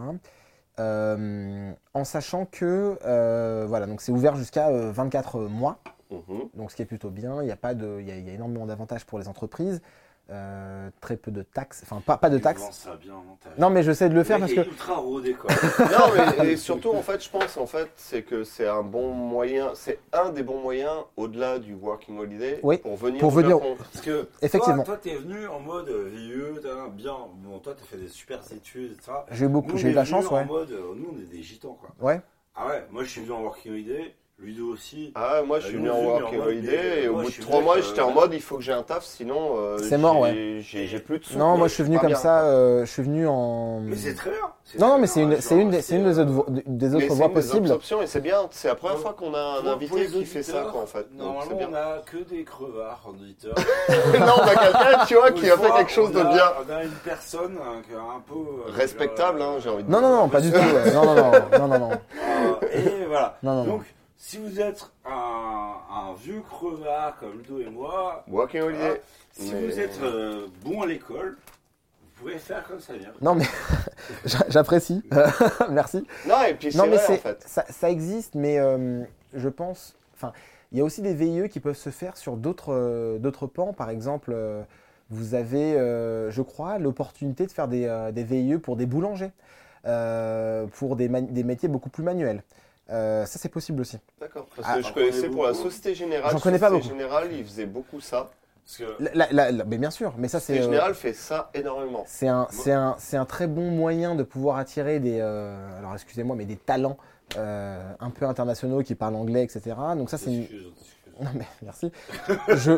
Speaker 3: Euh, en sachant que euh, voilà, donc c'est ouvert jusqu'à euh, 24 mois,
Speaker 2: Mhm.
Speaker 3: donc ce qui est plutôt bien. Il y a pas de, il y a, il y a énormément d'avantages pour les entreprises, euh, très peu de taxes, enfin pas pas de
Speaker 1: Tu
Speaker 3: taxes.
Speaker 1: vends ça bien, non, t'as-
Speaker 3: Non, mais j'essaie de le faire
Speaker 1: mec
Speaker 3: parce
Speaker 1: est
Speaker 3: que
Speaker 1: ultra rodé, quoi.
Speaker 2: Non, mais et surtout, en fait, je pense, en fait, c'est que c'est un bon moyen, c'est un des bons moyens, au-delà du working holiday,
Speaker 3: Oui,
Speaker 2: pour venir
Speaker 3: pour
Speaker 2: au
Speaker 3: venir-
Speaker 2: Japon.
Speaker 1: Parce que
Speaker 3: Effectivement.
Speaker 1: Toi, toi, t'es venu en mode euh, vieux, t'as bien. Bon, toi, t'as fait des super études, etc.
Speaker 3: j'ai eu beaucoup,
Speaker 1: Nous,
Speaker 3: j'ai
Speaker 1: on
Speaker 3: eu de la
Speaker 1: est venus
Speaker 3: chance,
Speaker 1: En
Speaker 3: ouais.
Speaker 1: mode, euh, nous, on est des gitans, quoi.
Speaker 3: Ouais.
Speaker 1: Ah ouais, moi, je suis venu en working holiday, Ludo aussi.
Speaker 2: Ah, moi, je
Speaker 1: Bah,
Speaker 2: suis
Speaker 1: nous,
Speaker 2: venu
Speaker 1: on
Speaker 2: en
Speaker 1: est venu
Speaker 2: working
Speaker 1: en mode, mais,
Speaker 2: holiday, et
Speaker 1: euh, moi,
Speaker 2: au bout
Speaker 1: je
Speaker 2: de
Speaker 1: suis
Speaker 2: trois
Speaker 1: venu
Speaker 2: mois,
Speaker 1: avec,
Speaker 2: j'étais en
Speaker 1: euh,
Speaker 2: mode, il faut que j'ai un taf, sinon, euh,
Speaker 3: C'est mort,
Speaker 2: j'ai-
Speaker 3: ouais.
Speaker 2: J'ai j'ai plus de sous.
Speaker 3: Non,
Speaker 2: quoi,
Speaker 3: moi
Speaker 2: c'est
Speaker 3: je suis venu
Speaker 2: pas
Speaker 3: comme
Speaker 2: bien.
Speaker 3: ça, euh, je suis venu en.
Speaker 1: Mais c'est très bien. c'est
Speaker 3: Non, non,
Speaker 1: très bien,
Speaker 3: mais
Speaker 1: hein.
Speaker 3: c'est une,
Speaker 1: genre, euh,
Speaker 3: c'est une, des- c'est une des autres, vo- des
Speaker 2: Mais
Speaker 3: autres
Speaker 2: c'est
Speaker 3: voies
Speaker 2: une des
Speaker 3: possibles.
Speaker 2: options, et c'est bien, c'est la première
Speaker 1: Pour-
Speaker 2: fois qu'on a un
Speaker 1: Pour- pour
Speaker 2: invité
Speaker 1: les
Speaker 2: qui fait ça,
Speaker 1: auditeurs,
Speaker 2: quoi, en fait. Donc, c'est
Speaker 1: Normalement,
Speaker 2: bien.
Speaker 1: on a que des crevards en auditeur.
Speaker 2: non, on a quelqu'un, tu vois, qui a fait
Speaker 1: Soit
Speaker 2: quelque chose
Speaker 1: on
Speaker 2: de
Speaker 1: a-
Speaker 2: bien.
Speaker 1: On a une personne hein, qui est un peu. euh,
Speaker 2: Respectable, hein, j'ai envie de
Speaker 3: Non, non, non, pas du tout. ouais. Non, non, non, non, non, non.
Speaker 1: Euh, et voilà.
Speaker 3: Non, non, non.
Speaker 1: Donc, si vous êtes un, un vieux crevard comme Ludo et moi,
Speaker 2: Working
Speaker 1: voilà,
Speaker 2: holiday.
Speaker 1: si
Speaker 2: Mais-
Speaker 1: vous êtes euh, bon à l'école, vous pouvez faire comme ça vient.
Speaker 3: Non, mais j'a- j'apprécie. Merci.
Speaker 2: Non, et puis c'est
Speaker 3: Non, mais
Speaker 2: vrai, en
Speaker 3: c'est
Speaker 2: fait.
Speaker 3: ça, ça existe, mais euh, je pense. Enfin, il y a aussi des VIE qui peuvent se faire sur d'autres euh, d'autres pans. Par exemple, euh, vous avez, euh, je crois, l'opportunité de faire des, euh, des VIE pour des boulangers, euh, pour des, man- des métiers beaucoup plus manuels. Euh, ça, c'est possible aussi.
Speaker 2: D'accord, parce
Speaker 3: Ah,
Speaker 2: que je
Speaker 1: j'en
Speaker 2: connaissais
Speaker 1: connais
Speaker 2: pour la
Speaker 1: beaucoup.
Speaker 2: Société Générale.
Speaker 3: J'en connais pas
Speaker 2: Société Générale, ils faisaient beaucoup ça.
Speaker 1: Parce que
Speaker 3: La- la- la- la- mais bien sûr, mais ça, c'est.
Speaker 2: Société
Speaker 3: euh,
Speaker 2: Générale fait ça énormément.
Speaker 3: C'est un, c'est un, c'est un très bon moyen de pouvoir attirer des, euh, alors excusez-moi, mais des talents euh, un peu internationaux qui parlent anglais, etc. Donc ça, c'est une-
Speaker 1: Excuse, excuse.
Speaker 3: Non mais merci. Je,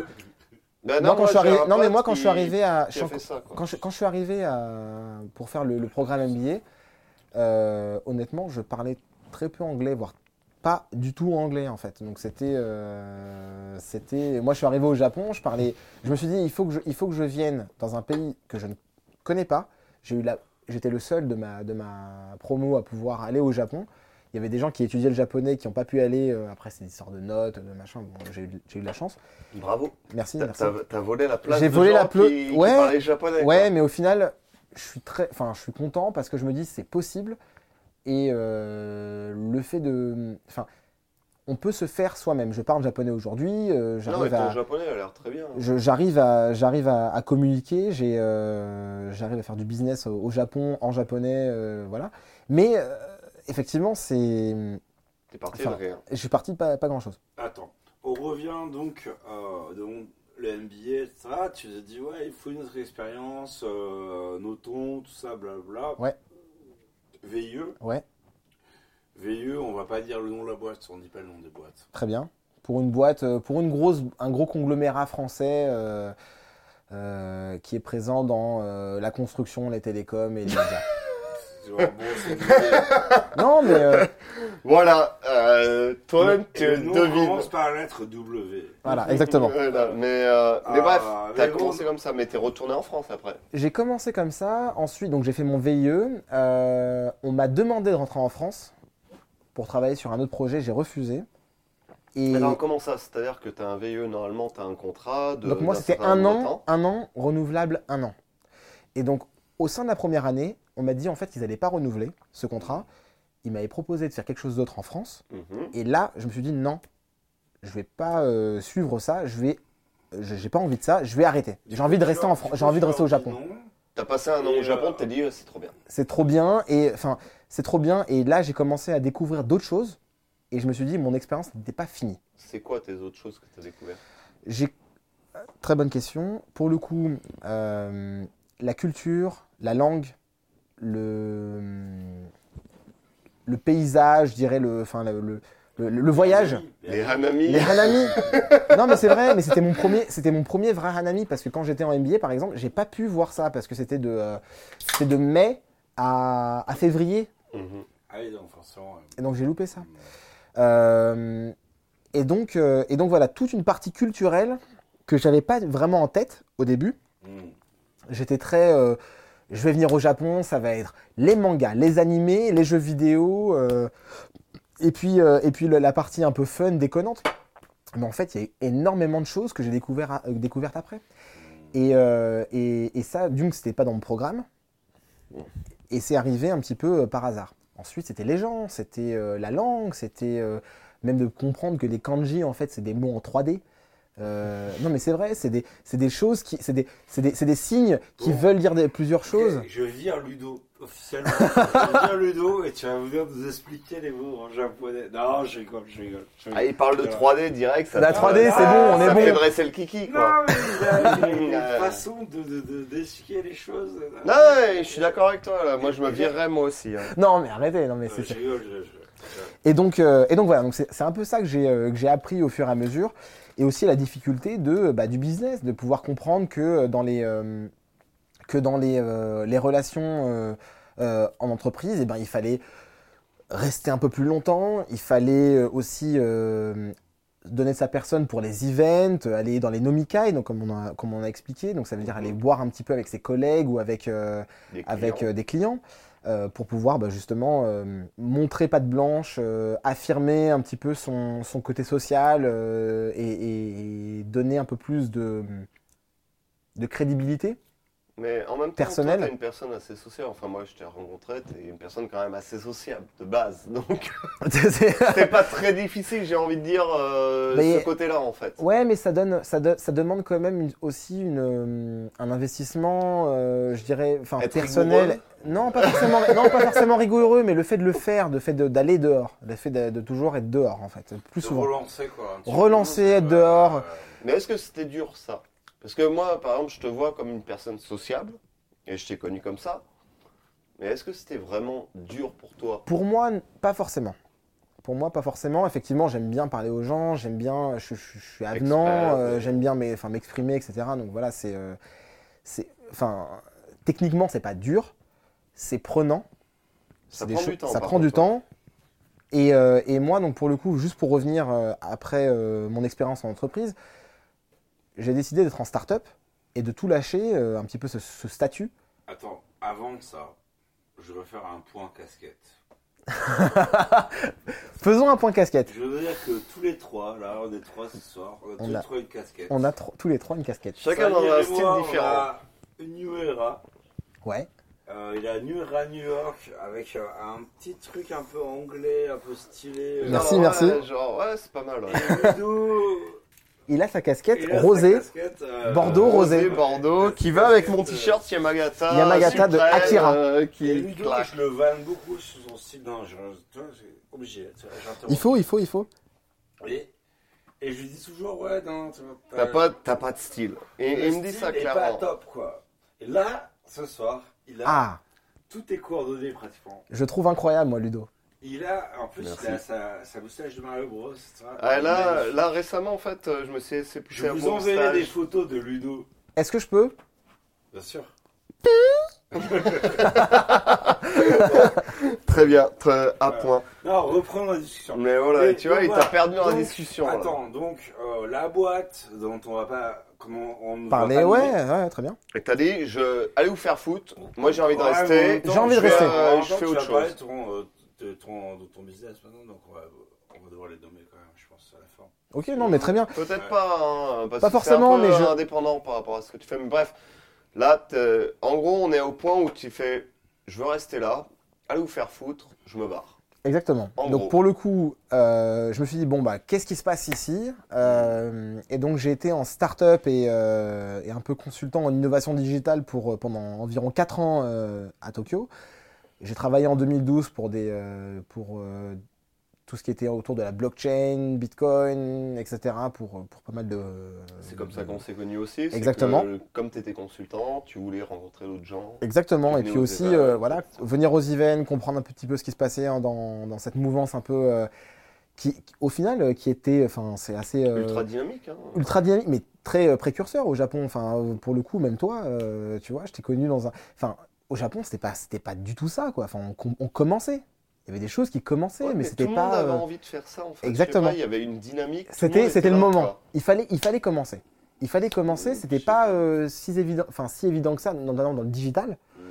Speaker 2: Ben
Speaker 3: moi, quand je suis
Speaker 2: j'ai
Speaker 3: arrivé,
Speaker 2: un
Speaker 3: non mais
Speaker 2: pote
Speaker 3: moi quand je suis
Speaker 2: qui-
Speaker 3: arrivé à,
Speaker 2: qui a
Speaker 3: quand-
Speaker 2: fait ça, quoi.
Speaker 3: quand, je, quand je suis arrivé à, pour faire le, le programme MBA, euh, honnêtement, je parlais très peu anglais, voire pas du tout anglais en fait. Donc c'était, euh, c'était, moi je suis arrivé au Japon, je parlais, je me suis dit il faut que je, il faut que je vienne dans un pays que je ne connais pas. J'ai eu la, j'étais le seul de ma, de ma promo à pouvoir aller au Japon. Il y avait des gens qui étudiaient le japonais qui n'ont pas pu aller. euh, après, c'est une histoire de notes, de machin. Bon, j'ai eu, j'ai eu de la chance.
Speaker 2: Bravo.
Speaker 3: Merci,
Speaker 2: T'as-
Speaker 3: merci.
Speaker 2: T'as t'as volé la place.
Speaker 3: J'ai
Speaker 2: de
Speaker 3: volé
Speaker 2: gens
Speaker 3: la ple-
Speaker 2: qui- qui
Speaker 3: Ouais.
Speaker 2: parlaient japonais.
Speaker 3: Ouais,
Speaker 2: quoi.
Speaker 3: mais au final, je suis très, enfin, je suis content parce que je me dis c'est possible et euh, le fait de, enfin, on peut se faire soi-même. Je parle japonais aujourd'hui, euh,
Speaker 2: Non, mais
Speaker 3: j'arrive
Speaker 2: ton
Speaker 3: à,
Speaker 2: japonais a l'air très bien.
Speaker 3: je- j'arrive à, j'arrive à, à communiquer, j'ai, euh, j'arrive à faire du business au, au Japon en japonais, euh, voilà. Mais euh, effectivement, c'est,
Speaker 2: T'es parti
Speaker 3: Enfin,
Speaker 2: de rien.
Speaker 3: je suis parti de pas, pas grand-chose.
Speaker 11: Attends, on revient donc euh, donc, le MBA, ça, tu te dis ouais, il faut une autre expérience, euh, notons, tout ça, blabla.
Speaker 3: Ouais.
Speaker 11: VIE,
Speaker 3: Ouais,
Speaker 11: VIE, on va pas dire le nom de la boîte, on dit pas le nom des boîtes.
Speaker 3: très bien. Pour une boîte, euh, pour une grosse, un gros conglomérat français. euh, euh, qui est présent dans euh, la construction, les télécoms et les médias.
Speaker 11: C'est genre, bon, c'est l'idée.
Speaker 3: Non, mais euh,
Speaker 2: Voilà, euh, toi-même, tu
Speaker 11: Et le nom
Speaker 2: devines.
Speaker 11: commence par la lettre W.
Speaker 3: voilà, exactement.
Speaker 2: Voilà, mais, euh, mais
Speaker 11: Ah,
Speaker 2: bref,
Speaker 11: mais
Speaker 2: t'as
Speaker 11: bon.
Speaker 2: commencé comme ça, mais t'es retourné en France après.
Speaker 3: J'ai commencé comme ça. Ensuite, donc j'ai fait mon VIE. Euh, on m'a demandé de rentrer en France pour travailler sur un autre projet. J'ai refusé. Et
Speaker 2: Alors comment ça C'est-à-dire que t'as un VIE, normalement t'as un contrat de.
Speaker 3: donc moi,
Speaker 2: d'un
Speaker 3: c'était
Speaker 2: certain
Speaker 3: un
Speaker 2: nombre de
Speaker 3: an,
Speaker 2: temps.
Speaker 3: un an renouvelable, un an. Et donc au sein de la première année, on m'a dit en fait qu'ils n'allaient pas renouveler ce contrat. Ils m'avaient proposé de faire quelque chose d'autre en France.
Speaker 2: Mhm.
Speaker 3: Et là, je me suis dit non, je vais pas euh, suivre ça, je vais je- j'ai pas envie de ça, je vais arrêter. J'ai envie de rester en France, j'ai envie de rester au Japon.
Speaker 11: Non.
Speaker 2: T'as passé un an
Speaker 11: Et,
Speaker 2: au Japon,
Speaker 11: euh,
Speaker 2: t'as dit euh, c'est trop bien.
Speaker 3: C'est trop bien et enfin, c'est trop bien et là, j'ai commencé à découvrir d'autres choses et je me suis dit mon expérience n'était pas finie.
Speaker 2: C'est quoi tes autres choses que t'as découvert
Speaker 3: J'ai très bonne question. Pour le coup, euh, la culture, la langue, le le paysage, je dirais le enfin le- le- le- le voyage.
Speaker 2: Les Hanami
Speaker 3: Les Hanami Non mais c'est vrai, mais c'était mon premier, c'était mon premier vrai Hanami parce que quand j'étais en MBA par exemple, j'ai pas pu voir ça parce que c'était de, euh, c'était de mai à, à février
Speaker 2: Mhm.
Speaker 11: Ah oui, donc forcément.
Speaker 3: et donc j'ai loupé ça. Euh, et donc euh, et donc voilà toute une partie culturelle que j'avais pas vraiment en tête au début.
Speaker 11: Mm.
Speaker 3: J'étais très, euh, je vais venir au Japon, ça va être les mangas, les animés, les jeux vidéo, euh, et puis euh, et puis le- la partie un peu fun, déconnante. Mais en fait, il y a eu énormément de choses que j'ai découvert à- euh, découvertes après. Et, euh, et, et ça, d'une, c'était pas dans mon programme. Et c'est arrivé un petit peu euh, par hasard. Ensuite, c'était les gens, c'était euh, la langue, c'était euh, même de comprendre que les kanji, en fait, c'est des mots en 3D. Euh, non, mais c'est vrai, c'est des, c'est des choses qui. C'est des, c'est des, c'est des signes qui
Speaker 11: Bon.
Speaker 3: veulent dire des, plusieurs choses.
Speaker 11: Ok, Je vire Ludo, officiellement. je vire Ludo et tu vas venir nous expliquer les mots en japonais. Non, je rigole, je rigole. je rigole.
Speaker 2: Ah, il parle de 3D direct, ça
Speaker 3: La
Speaker 2: te-
Speaker 3: 3D, c'est bon, on est
Speaker 2: ça
Speaker 3: bon.
Speaker 2: fait dresser le kiki,
Speaker 11: Non,
Speaker 2: quoi.
Speaker 11: mais il a il a
Speaker 2: Euh.
Speaker 11: une façon de, de, de- d'expliquer les choses.
Speaker 2: Non, ouais, je suis d'accord avec toi, là. Moi, je me virerais, moi aussi. hein.
Speaker 3: Non, mais arrêtez, non, mais
Speaker 11: Euh,
Speaker 3: c'est.
Speaker 11: Je
Speaker 3: c'est-
Speaker 11: rigole, je, je-
Speaker 3: Et donc, euh, et donc voilà, donc c'est c'est un peu ça que j'ai euh, que j'ai appris au fur et à mesure, et aussi la difficulté de bah, du business, de pouvoir comprendre que euh, dans les euh, que dans les, euh, les relations euh, euh, en entreprise, eh ben il fallait rester un peu plus longtemps, il fallait euh, aussi euh, donner de sa personne pour les events, euh, aller dans les nomikai, donc comme on a comme on a expliqué, donc ça veut dire aller boire un petit peu avec ses collègues ou avec euh,
Speaker 2: Des
Speaker 3: avec
Speaker 2: clients.
Speaker 3: euh, des clients euh, pour pouvoir bah, justement euh, montrer patte blanche, euh, affirmer un petit peu son, son côté social euh, et, et donner un peu plus de, de crédibilité.
Speaker 2: Mais en même temps,
Speaker 3: personnel.
Speaker 2: toi, t'es une personne assez sociable. Enfin, moi, je t'ai rencontré, t'es une personne quand même assez sociable, de base. Donc,
Speaker 3: C'est-
Speaker 2: c'est pas très difficile, j'ai envie de dire, euh,
Speaker 3: Mais-
Speaker 2: ce côté-là, en fait.
Speaker 3: ouais, mais ça, donne, ça, do- ça demande quand même une- aussi une, euh, un investissement, euh, je dirais, enfin
Speaker 2: Être
Speaker 3: personnel.
Speaker 2: rigoureux
Speaker 3: Non pas, forcément, non, pas forcément rigoureux, mais le fait de le faire, le fait de- d'aller dehors, le fait de, de toujours être dehors, en fait, plus
Speaker 11: de
Speaker 3: souvent.
Speaker 11: relancer quoi. un petit peu.
Speaker 3: Relancer,
Speaker 11: Ouais,
Speaker 1: Euh,
Speaker 3: être dehors.
Speaker 11: ouais,
Speaker 2: Mais est-ce que c'était dur ça Parce que moi, par exemple, je te vois comme une personne sociable, et je t'ai connu comme ça. Mais est-ce que c'était vraiment dur pour toi
Speaker 3: Pour moi, n- pas forcément. Pour moi, pas forcément. Effectivement, j'aime bien parler aux gens, j'aime bien, je, je- je suis avenant,
Speaker 2: Expert,
Speaker 3: euh,
Speaker 2: ouais.
Speaker 3: j'aime bien mes- enfin, m'exprimer, etc. Donc voilà, c'est, euh, c'est, enfin, techniquement, c'est pas dur, c'est prenant.
Speaker 2: Ça
Speaker 3: C'est des
Speaker 2: prend
Speaker 3: cho-
Speaker 2: du temps,
Speaker 3: Ça
Speaker 2: par
Speaker 3: prend du
Speaker 2: contre,
Speaker 3: temps. Et, euh, et moi, donc pour le coup, juste pour revenir euh, après euh, mon expérience en entreprise, j'ai décidé d'être en start-up et de tout lâcher, euh, un petit peu ce, ce statut.
Speaker 1: Attends, avant ça, je vais faire un point casquette.
Speaker 3: Faisons un point casquette.
Speaker 1: Je veux dire que tous les trois, là, on est trois ce soir, on a tous
Speaker 3: On
Speaker 1: les
Speaker 3: a-
Speaker 1: trois une casquette.
Speaker 3: On a tro- tous les trois une casquette.
Speaker 2: Chacun dans
Speaker 1: Samir
Speaker 2: un
Speaker 1: et
Speaker 2: style
Speaker 1: moi, on
Speaker 2: différent.
Speaker 1: a Une New Era.
Speaker 3: Ouais.
Speaker 1: Euh, il a New Era New York avec euh, un petit truc un peu anglais, un peu stylé. euh,
Speaker 3: Merci,
Speaker 2: Genre,
Speaker 3: merci.
Speaker 2: Ah ouais, genre, ouais, c'est pas mal. ouais.
Speaker 1: Et Ludo,
Speaker 3: Il a sa casquette
Speaker 1: il a sa
Speaker 3: rosée.
Speaker 1: casquette, euh,
Speaker 3: Bordeaux, rosé.
Speaker 2: Bordeaux, qui va avec mon t-shirt Yamagata.
Speaker 3: Yamagata de
Speaker 2: Supreme,
Speaker 3: Akira.
Speaker 2: euh,
Speaker 1: Et
Speaker 2: qui
Speaker 1: Ludo,
Speaker 2: claque.
Speaker 1: je le vanne beaucoup sur son style d'un jeu. Tu vois, c'est Obligé. tu vois, j'interromps.
Speaker 12: Il faut, il faut, il faut.
Speaker 1: Et, et je lui dis toujours, ouais, non, tu vois,
Speaker 2: T'as pas, t'as pas de style. Et
Speaker 1: le
Speaker 2: et il me dit
Speaker 1: style
Speaker 2: ça
Speaker 1: est
Speaker 2: clairement.
Speaker 1: pas top, quoi. Et là, ce soir, il a
Speaker 3: Ah,
Speaker 1: toutes tes coordonnées pratiquement.
Speaker 3: je trouve incroyable, moi, Ludo.
Speaker 1: Il a, en plus,
Speaker 2: Merci.
Speaker 1: il a sa, sa moustache de Mario Bros. tu vois.
Speaker 2: Ah, là,
Speaker 1: Magnifique.
Speaker 2: là, récemment, en fait, euh, je me suis laissé pousser
Speaker 1: je
Speaker 2: un
Speaker 1: vous
Speaker 2: bon
Speaker 1: enverrai des
Speaker 2: stage.
Speaker 1: photos de Ludo.
Speaker 3: Est-ce que je peux
Speaker 1: Bien sûr.
Speaker 2: Très bien, très- à point.
Speaker 1: Non, reprends la discussion.
Speaker 2: Mais voilà,
Speaker 1: Et
Speaker 2: tu vois,
Speaker 1: donc,
Speaker 2: il t'a
Speaker 1: voilà.
Speaker 2: perdu dans la
Speaker 1: Donc,
Speaker 2: discussion. là.
Speaker 1: Attends, donc, euh, la boîte dont on va pas. Comment on ne va
Speaker 3: Parler,
Speaker 1: pas
Speaker 3: ouais,
Speaker 1: nommer.
Speaker 3: ouais, très bien.
Speaker 2: Et t'as dit, je... allez vous faire foutre, moi j'ai envie de
Speaker 1: Ouais, mais en même
Speaker 2: rester.
Speaker 1: temps,
Speaker 3: J'ai envie de
Speaker 1: tu vas-
Speaker 3: rester.
Speaker 1: en même
Speaker 2: Euh, je
Speaker 1: temps,
Speaker 2: fais
Speaker 1: tu
Speaker 2: autre
Speaker 1: vas parler de
Speaker 2: chose.
Speaker 1: ton, euh, de ton, de ton business maintenant, donc on va, on va devoir les nommer quand même, je pense, à la fin.
Speaker 3: Ok, non, mais très bien.
Speaker 2: Peut-être
Speaker 1: Ouais.
Speaker 2: pas, hein, parce
Speaker 3: Pas
Speaker 2: que
Speaker 3: forcément,
Speaker 2: c'est un peu
Speaker 3: mais je-
Speaker 2: indépendant par rapport à ce que tu fais. Mais bref, là, t'es- en gros, on est au point où tu fais, je veux rester là, allez vous faire foutre, je me barre.
Speaker 3: Exactement.
Speaker 2: En
Speaker 3: donc
Speaker 2: gros.
Speaker 3: pour le coup, euh, je me suis dit bon bah qu'est-ce qui se passe ici Euh, Et donc j'ai été en start-up et, euh, et un peu consultant en innovation digitale pour euh, pendant environ 4 ans euh, à Tokyo. J'ai travaillé en 2012 pour des euh, pour euh, tout ce qui était autour de la blockchain, Bitcoin, etc. pour pour pas mal de.
Speaker 2: C'est comme ça qu'on s'est connus aussi. c'est que,
Speaker 3: Exactement.
Speaker 2: comme tu étais consultant, tu voulais rencontrer d'autres gens.
Speaker 3: Exactement,
Speaker 2: Qui
Speaker 3: et
Speaker 2: venaient
Speaker 3: puis
Speaker 2: aux
Speaker 3: aussi,
Speaker 2: événements.
Speaker 3: euh, voilà, venir aux events, comprendre un petit peu ce qui se passait hein, dans, dans cette mouvance un peu euh, qui, qui- au final, euh, qui était, enfin, c'est assez euh,
Speaker 2: Ultra dynamique. Hein.
Speaker 3: ultra dynamique, mais très euh, précurseur au Japon. Enfin, euh, pour le coup, même toi, euh, tu vois, je t'ai connu dans un, enfin, au Japon, c'était pas, c'était pas du tout ça, quoi. Enfin, on, com- on commençait. Il y avait des choses qui commençaient,
Speaker 2: Ouais,
Speaker 3: mais,
Speaker 2: mais
Speaker 3: c'était
Speaker 2: tout le
Speaker 3: pas.
Speaker 2: monde
Speaker 3: euh,
Speaker 2: avait envie de faire ça en fait. Je sais
Speaker 3: exactement.
Speaker 2: pas, Il y avait une dynamique. tout le monde
Speaker 3: C'était,
Speaker 2: était
Speaker 3: c'était le
Speaker 2: là,
Speaker 3: moment.
Speaker 2: quoi.
Speaker 3: Il fallait, il fallait commencer. Il fallait commencer. C'était pas euh, si évident, enfin, si évident que ça, notamment dans le digital,
Speaker 2: Hmm.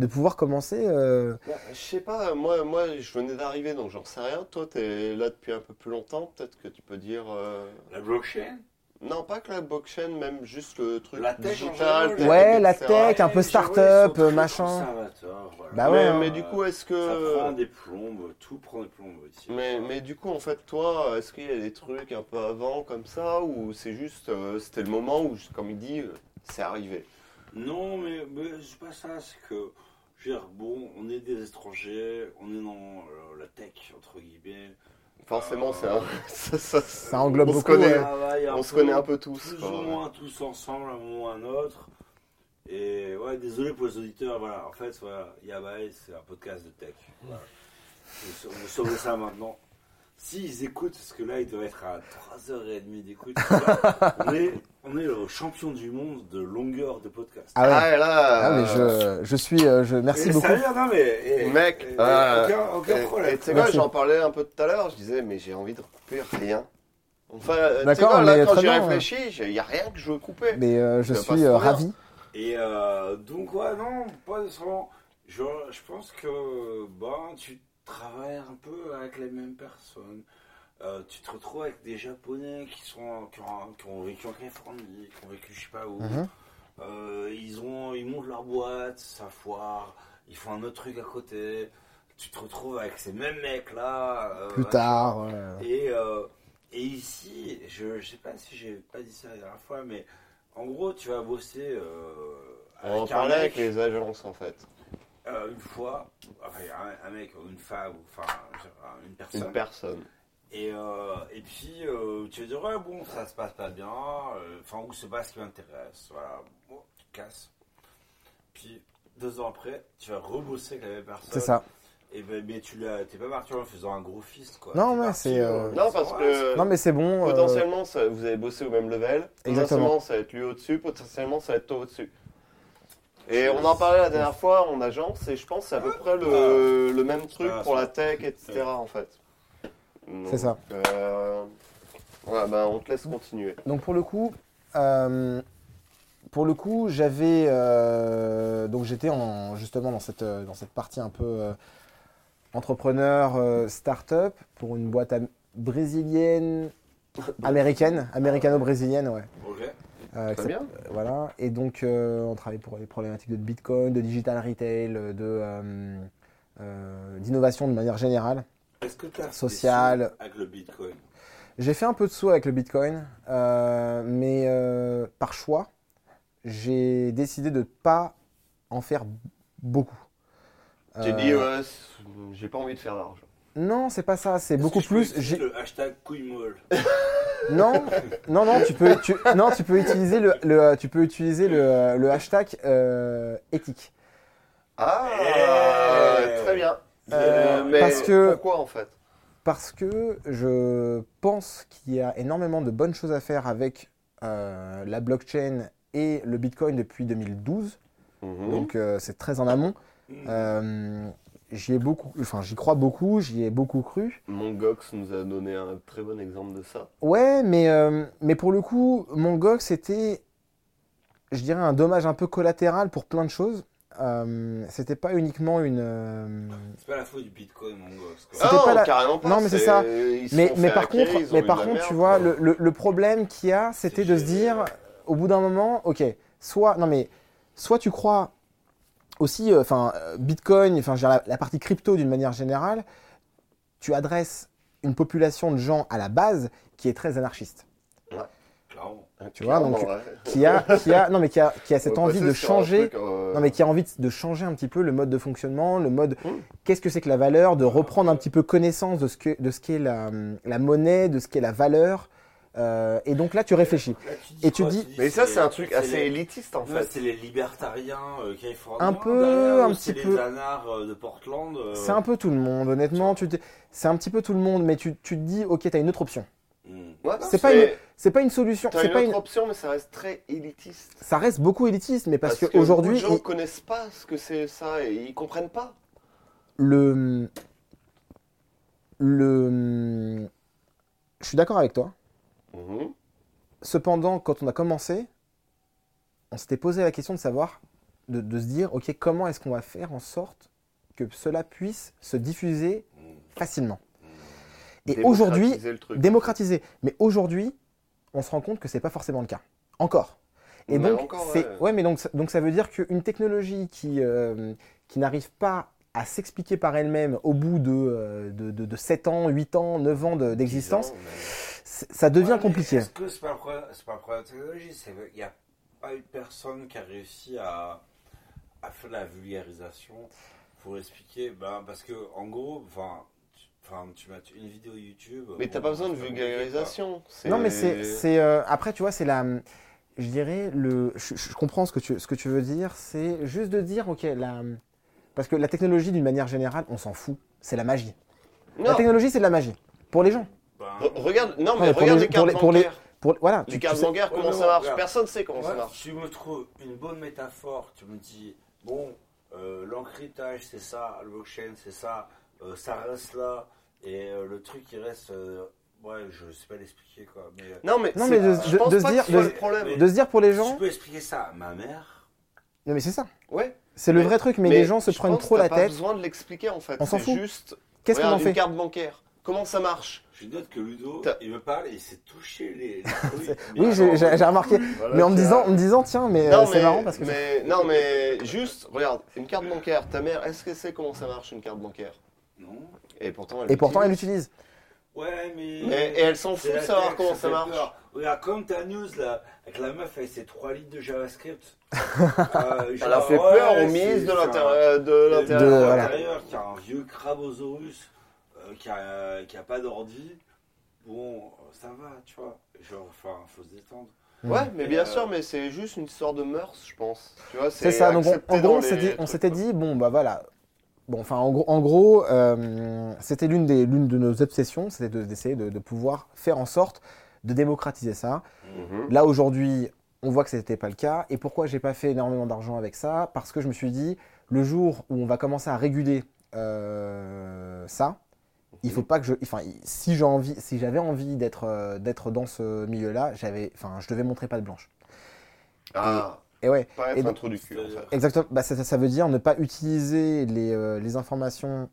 Speaker 3: de pouvoir commencer. euh,
Speaker 2: Ouais, Bah, Je sais pas, moi, moi je venais d'arriver donc j'en sais rien. Toi t'es là depuis un peu plus longtemps, peut-être que tu peux dire. euh,
Speaker 1: La blockchain
Speaker 2: Non, pas que la blockchain, même juste le truc
Speaker 1: La tech en
Speaker 2: digital.
Speaker 1: général,
Speaker 2: tech,
Speaker 3: Ouais, la
Speaker 2: etc.
Speaker 3: tech, un peu
Speaker 1: Ouais,
Speaker 3: start-up,
Speaker 1: les gens, ils sont
Speaker 3: machin.
Speaker 1: très conservateurs, voilà.
Speaker 3: Bah Ah
Speaker 2: mais,
Speaker 3: ouais,
Speaker 2: mais
Speaker 1: hein.
Speaker 2: du coup, est-ce
Speaker 1: Ça prend
Speaker 2: que.
Speaker 1: des plombes, tout prend des plombes aussi.
Speaker 2: Mais, mais du coup, en fait, toi, est-ce qu'il y a des trucs un peu avant comme ça ou c'est juste. euh, c'était le moment où, comme il dit, euh, c'est arrivé
Speaker 1: Non, mais, mais c'est pas ça, c'est que, je veux dire, bon, on est des étrangers, on est dans euh, la tech, entre guillemets.
Speaker 2: Forcément, c'est un- ça, ça-
Speaker 3: Ça
Speaker 2: on
Speaker 3: englobe
Speaker 2: se
Speaker 3: beaucoup,
Speaker 2: connaît.
Speaker 3: ouais.
Speaker 1: travaille
Speaker 2: On se connaît un peu tous.
Speaker 1: Plus
Speaker 2: quoi.
Speaker 1: ou moins tous ensemble, à un moment ou à un autre. Et ouais, désolé pour les auditeurs, voilà, en fait, voilà, Yabai, c'est un podcast de tech. Voilà. Vous- Vous sauvez ça maintenant. S'ils écoutent, parce que là, ils doivent être à 3h30 d'écoute. on, est, on est le champion du monde de longueur de podcast.
Speaker 3: Ah ouais.
Speaker 2: Ah, et là,
Speaker 3: Ah, mais je, je suis, euh, je, merci
Speaker 1: Et
Speaker 3: beaucoup.
Speaker 1: Sérieux, non, mais. eh,
Speaker 2: Mec,
Speaker 1: eh,
Speaker 2: euh,
Speaker 1: aucun, aucun
Speaker 2: Et-
Speaker 1: problème.
Speaker 2: Et tu sais quoi,
Speaker 3: Merci.
Speaker 2: j'en parlais un peu tout à l'heure, je disais, mais j'ai envie de couper rien. Enfin, euh, tu sais
Speaker 3: D'accord,
Speaker 2: quoi, là,
Speaker 3: mais
Speaker 2: quand
Speaker 3: très
Speaker 2: j'y
Speaker 3: bien,
Speaker 2: réfléchis, il n'y a rien que je veux couper.
Speaker 3: Mais euh, je
Speaker 2: Ça passe
Speaker 3: suis euh,
Speaker 2: trop bien.
Speaker 3: ravi.
Speaker 1: Et euh, donc, ouais, non, pas nécessairement. Je, je pense que ben, tu travailles un peu avec les mêmes personnes. Euh, tu te retrouves avec des Japonais qui, sont, qui, ont, qui ont vécu en Californie, qui ont vécu je sais pas où.
Speaker 3: Mhm.
Speaker 1: Euh, ils, ont, ils montent leur boîte, ça foire, ils font un autre truc à côté. Tu te retrouves avec ces mêmes mecs-là. euh,
Speaker 3: Plus tard. euh,
Speaker 1: et, euh, et ici, je, je sais pas si j'ai pas dit ça la dernière fois, mais en gros, tu vas bosser euh,
Speaker 2: On en
Speaker 1: avec un
Speaker 2: parlait avec
Speaker 1: mec
Speaker 2: les agences, en fait.
Speaker 1: euh, une fois, enfin un, un mec ou une femme, ou enfin une personne.
Speaker 2: Une personne.
Speaker 1: Et, euh, et puis, euh, tu vas dire, ouais, bon, ça se passe pas bien, euh, enfin, ou c'est pas ce qui m'intéresse, voilà, bon, tu te casses. Puis, deux ans après, tu vas rebosser avec la même personne.
Speaker 3: C'est ça.
Speaker 1: Et ben, mais tu l'as, t'es pas martyr en faisant un gros fist, quoi.
Speaker 3: Non,
Speaker 1: T'es
Speaker 3: ouais,
Speaker 1: parti,
Speaker 3: c'est, euh,
Speaker 2: Non, parce que
Speaker 3: Non, mais c'est bon. euh,
Speaker 2: potentiellement, ça- vous avez bossé au même level.
Speaker 3: Exactement.
Speaker 2: Potentiellement, ça va être lui au-dessus. Potentiellement, ça va être toi au-dessus. Et on en parlait la dernière fois en agence, et je pense que c'est à peu près le, le même truc
Speaker 1: Ah,
Speaker 2: pour
Speaker 1: ça.
Speaker 2: la tech, etc. en fait. Donc,
Speaker 3: C'est ça.
Speaker 2: euh, ouais, bah, on te laisse continuer.
Speaker 3: Donc pour le coup, euh, pour le coup, j'avais euh, donc j'étais en- justement dans cette euh, dans cette partie un peu euh, entrepreneur euh, start-up pour une boîte am- brésilienne américaine, américano-brésilienne, ouais.
Speaker 1: Ok.
Speaker 3: Euh,
Speaker 2: Très
Speaker 3: qui
Speaker 2: bien.
Speaker 3: voilà. Et donc, euh, on travaille pour les problématiques de Bitcoin, de digital retail, de euh, euh, d'innovation de manière générale.
Speaker 1: Est-ce que t'as
Speaker 3: Social.
Speaker 1: des sous avec le Bitcoin
Speaker 3: J'ai fait un peu de saut avec le Bitcoin, euh, mais euh, par choix, j'ai décidé de ne pas en faire beaucoup.
Speaker 2: J'ai
Speaker 3: Euh,
Speaker 2: dit, ouais, c'est- j'ai pas envie de faire d'argent.
Speaker 3: Non, c'est pas ça. C'est
Speaker 1: Est-ce
Speaker 3: beaucoup
Speaker 1: que je peux
Speaker 3: plus.
Speaker 1: utiliser
Speaker 3: j'ai-
Speaker 1: Le hashtag couille molle.
Speaker 3: Non, non, non, tu peux, tu, non, tu peux utiliser le, le, euh, tu peux utiliser le, euh, le hashtag euh, éthique.
Speaker 2: Ah,
Speaker 1: Eh.
Speaker 2: très bien.
Speaker 3: Euh,
Speaker 2: mais
Speaker 3: parce que-
Speaker 2: Pourquoi en fait
Speaker 3: parce que je pense qu'il y a énormément de bonnes choses à faire avec euh, la blockchain et le Bitcoin depuis 2012.
Speaker 2: Mhm.
Speaker 3: Donc euh, c'est très en amont.
Speaker 1: Hmm. Mhm.
Speaker 3: Euh, j'y ai beaucoup, enfin j'y crois beaucoup, j'y ai beaucoup cru.
Speaker 2: Mon Gox nous a donné un très bon exemple de ça.
Speaker 3: Ouais, mais euh, mais pour le coup, mon GOG c'était, je dirais un dommage un peu collatéral pour plein de choses. Euh, c'était pas uniquement une euh,
Speaker 1: C'est pas la faute du Bitcoin, mon gosse. quoi.
Speaker 3: C'était
Speaker 2: Ah non,
Speaker 3: pas la-
Speaker 2: carrément pas.
Speaker 3: Non, mais c'est ça.
Speaker 2: ils se
Speaker 3: mais,
Speaker 2: sont
Speaker 3: mais
Speaker 2: fait
Speaker 3: par
Speaker 2: hacker,
Speaker 3: contre,
Speaker 2: ils ont
Speaker 3: mais
Speaker 2: eu
Speaker 3: par
Speaker 2: de la
Speaker 3: contre, tu
Speaker 2: merde,
Speaker 3: vois,
Speaker 2: quoi.
Speaker 3: le, le- le problème qu'il y a, c'était de se dire, au bout d'un moment, ok, soit, non mais, soit tu crois aussi, euh, enfin, Bitcoin, enfin, je veux dire, la, la partie crypto d'une manière générale, tu adresses une population de gens à la base qui est très anarchiste,
Speaker 1: Clairement.
Speaker 3: tu vois, donc,
Speaker 2: Ah, Clairement, ouais.
Speaker 3: qui a, qui a, non mais qui a, qui a
Speaker 2: On
Speaker 3: cette
Speaker 2: va
Speaker 3: envie
Speaker 2: passer
Speaker 3: de
Speaker 2: sur un
Speaker 3: changer.
Speaker 2: truc, euh,
Speaker 3: Non, mais qui a envie de- de changer un petit peu le mode de fonctionnement, le mode
Speaker 2: Mm.
Speaker 3: qu'est-ce que c'est que la valeur, de reprendre un petit peu connaissance de ce que- de ce qu'est la, la monnaie, de ce qu'est la valeur. Euh, et donc là, tu réfléchis.
Speaker 1: Là, tu
Speaker 3: Et tu
Speaker 1: quoi,
Speaker 3: dis-
Speaker 2: Mais ça, c'est un truc
Speaker 1: c'est
Speaker 2: assez
Speaker 1: les-
Speaker 2: élitiste en
Speaker 1: Ouais,
Speaker 2: fait.
Speaker 1: c'est les libertariens euh, californiens.
Speaker 3: Un peu,
Speaker 1: derrière,
Speaker 3: un
Speaker 1: ou c'est
Speaker 3: petit
Speaker 1: les
Speaker 3: peu.
Speaker 1: anards euh, de Portland. euh,
Speaker 3: C'est un peu tout le monde, honnêtement. Tu t'es- c'est un petit peu tout le monde, mais tu, tu te dis, ok, t'as une autre option.
Speaker 1: hmm.
Speaker 2: Voilà,
Speaker 3: c'est pas
Speaker 2: mais
Speaker 3: C'est pas une solution.
Speaker 2: T'as
Speaker 3: C'est
Speaker 2: une
Speaker 3: pas
Speaker 2: autre
Speaker 3: une.
Speaker 2: option, mais ça reste très élitiste.
Speaker 3: Ça reste beaucoup élitiste, mais parce,
Speaker 2: que
Speaker 3: qu'aujourd'hui,
Speaker 2: beaucoup de gens connaissent pas ce que c'est ça et ils comprennent pas.
Speaker 3: le le je suis d'accord avec toi.
Speaker 2: Mhm.
Speaker 3: Cependant, quand on a commencé, on s'était posé la question de savoir, de, de se dire, ok, comment est-ce qu'on va faire en sorte que cela puisse se diffuser
Speaker 1: Hmm.
Speaker 3: facilement Et aujourd'hui,
Speaker 2: Démocratiser le truc.
Speaker 3: démocratiser. Mais aujourd'hui, on se rend compte que c'est pas forcément le cas. Encore. Et
Speaker 2: On a
Speaker 3: donc,
Speaker 2: Bah, encore,
Speaker 3: c'est-
Speaker 2: ouais.
Speaker 3: ouais, mais donc, ça- donc ça veut dire qu'une technologie qui, euh, qui n'arrive pas à s'expliquer par elle-même au bout de, euh, de, de- de 7 ans, 8 ans, 9 ans de- d'existence, c'est- ça devient
Speaker 1: Ouais, mais
Speaker 3: compliqué.
Speaker 1: Est-ce que c'est pas, le problème- c'est pas le problème de la technologie C'est qu'il n'y a pas une personne qui a réussi à, à faire de la vulgarisation pour expliquer. Ben, parce que, en gros, enfin. tu- Enfin, tu mets une vidéo YouTube.
Speaker 2: Mais
Speaker 1: bon,
Speaker 2: t'as pas besoin de
Speaker 1: c'est compliqué,
Speaker 2: vulgarisation. c'est-
Speaker 3: Non, mais c'est. c'est, euh, après, tu vois, c'est la. Je dirais, le, je, je comprends ce que, tu, ce que tu veux dire. C'est juste de dire, OK, la, parce que la technologie, d'une manière générale, on s'en fout. C'est la magie. La
Speaker 2: Non,
Speaker 3: technologie, c'est de la magie. Pour les gens.
Speaker 1: quoi.
Speaker 2: re-
Speaker 1: Ben,
Speaker 2: regarde, non,
Speaker 3: Non,
Speaker 2: mais
Speaker 3: mais pour
Speaker 2: regarde
Speaker 3: les-
Speaker 2: les cartes
Speaker 3: pour les- pour les-
Speaker 2: bancaires.
Speaker 3: Pour, voilà.
Speaker 2: Les
Speaker 3: tu- tu
Speaker 2: cartes
Speaker 3: sais-
Speaker 2: bancaires,
Speaker 1: Ouais,
Speaker 2: comment
Speaker 1: mais
Speaker 2: ça
Speaker 1: on
Speaker 2: marche
Speaker 1: regarde.
Speaker 2: Personne sait comment
Speaker 1: Moi,
Speaker 2: ça marche.
Speaker 1: Tu me trouves une bonne métaphore. Tu me dis, bon, euh, l'encryptage, c'est ça, le blockchain, c'est ça, euh, ça reste là, et euh, le truc, il reste. euh, ouais, je sais pas l'expliquer, quoi. Mais, euh,
Speaker 2: Non, mais,
Speaker 3: Non,
Speaker 2: c'est-
Speaker 3: mais de-
Speaker 2: je
Speaker 3: de-
Speaker 2: pense
Speaker 3: de se
Speaker 2: pas que
Speaker 3: dire-
Speaker 2: ce soit
Speaker 3: de-
Speaker 2: le problème.
Speaker 3: de se dire pour les gens.
Speaker 1: tu peux expliquer ça à ma mère
Speaker 3: Non, mais c'est ça.
Speaker 2: Ouais.
Speaker 3: C'est le
Speaker 2: Mais-
Speaker 3: vrai truc. Mais, les gens se
Speaker 2: je
Speaker 3: prennent
Speaker 2: pense que
Speaker 3: trop la
Speaker 2: T'as pas
Speaker 3: tête.
Speaker 2: besoin de l'expliquer en fait.
Speaker 3: On s'en
Speaker 2: C'est
Speaker 3: fout.
Speaker 2: Juste,
Speaker 3: Qu'est-ce qu'on en
Speaker 2: regarde, une
Speaker 3: fait
Speaker 2: carte bancaire. Comment ça marche
Speaker 1: Je note que Ludo,
Speaker 2: T'as-
Speaker 1: il me parle et il s'est touché les.
Speaker 3: Oui, j'ai j'ai- j'ai remarqué. Mais en me disant, en me disant tiens, mais euh,
Speaker 2: Non,
Speaker 3: c'est
Speaker 2: mais-
Speaker 3: marrant parce que.
Speaker 2: mais- non mais juste regarde une carte bancaire. Ta mère, est-ce qu'elle sait comment ça marche une carte bancaire
Speaker 1: Non.
Speaker 2: Et pourtant elle.
Speaker 3: Et pourtant, elle
Speaker 2: l'utilise.
Speaker 3: l'utilise.
Speaker 1: Ouais, mais.
Speaker 2: Et, et elle s'en
Speaker 1: C'est
Speaker 2: fout de
Speaker 1: la
Speaker 2: savoir
Speaker 1: tech,
Speaker 2: comment
Speaker 1: fait
Speaker 2: ça marche.
Speaker 1: peur. Regarde, comme ta news là, avec la meuf avec ses 3 lignes de JavaScript. Euh,
Speaker 2: Elle a
Speaker 1: genre,
Speaker 2: fait peur
Speaker 1: ouais,
Speaker 2: au ministre de
Speaker 1: c'est-
Speaker 2: l'intérieur. De
Speaker 1: c'est un-
Speaker 2: l'intérieur.
Speaker 1: de
Speaker 3: voilà.
Speaker 1: l'intérieur, qui a un vieux crabosaurus euh, qui, a, qui a pas d'ordi. Bon, euh, ça va, tu vois. Genre, enfin, faut se détendre.
Speaker 2: Ouais, mais bien
Speaker 1: Euh,
Speaker 2: sûr, mais c'est juste une histoire de mœurs, je pense. Tu vois,
Speaker 3: C'est ça. Donc, on-
Speaker 2: accepté
Speaker 3: en gros,
Speaker 2: dans
Speaker 3: on s'est
Speaker 2: les
Speaker 3: dit- on
Speaker 2: trucs,
Speaker 3: s'était
Speaker 2: quoi.
Speaker 3: dit, bon, bah voilà, Bon, enfin, en gros, en gros euh, c'était l'une des- l'une de nos obsessions, c'était de- d'essayer de, de pouvoir faire en sorte de démocratiser ça.
Speaker 2: Mhm.
Speaker 3: Là, aujourd'hui, on voit que ce n'était pas le cas. Et pourquoi j'ai pas fait énormément d'argent avec ça Parce que je me suis dit, le jour où on va commencer à réguler euh, ça, il faut pas que je. Enfin, si j'ai envie, si j'avais envie d'être euh, d'être dans ce milieu-là, j'avais, enfin, je devais montrer pas de blanche.
Speaker 2: Ah,
Speaker 3: Et ouais,
Speaker 2: pas
Speaker 3: Et
Speaker 2: être un
Speaker 3: donc-
Speaker 2: trou du cul. en
Speaker 1: Euh,
Speaker 2: fait.
Speaker 3: Exactement. Bah, ça, ça- ça veut dire ne pas utiliser les, euh, les informations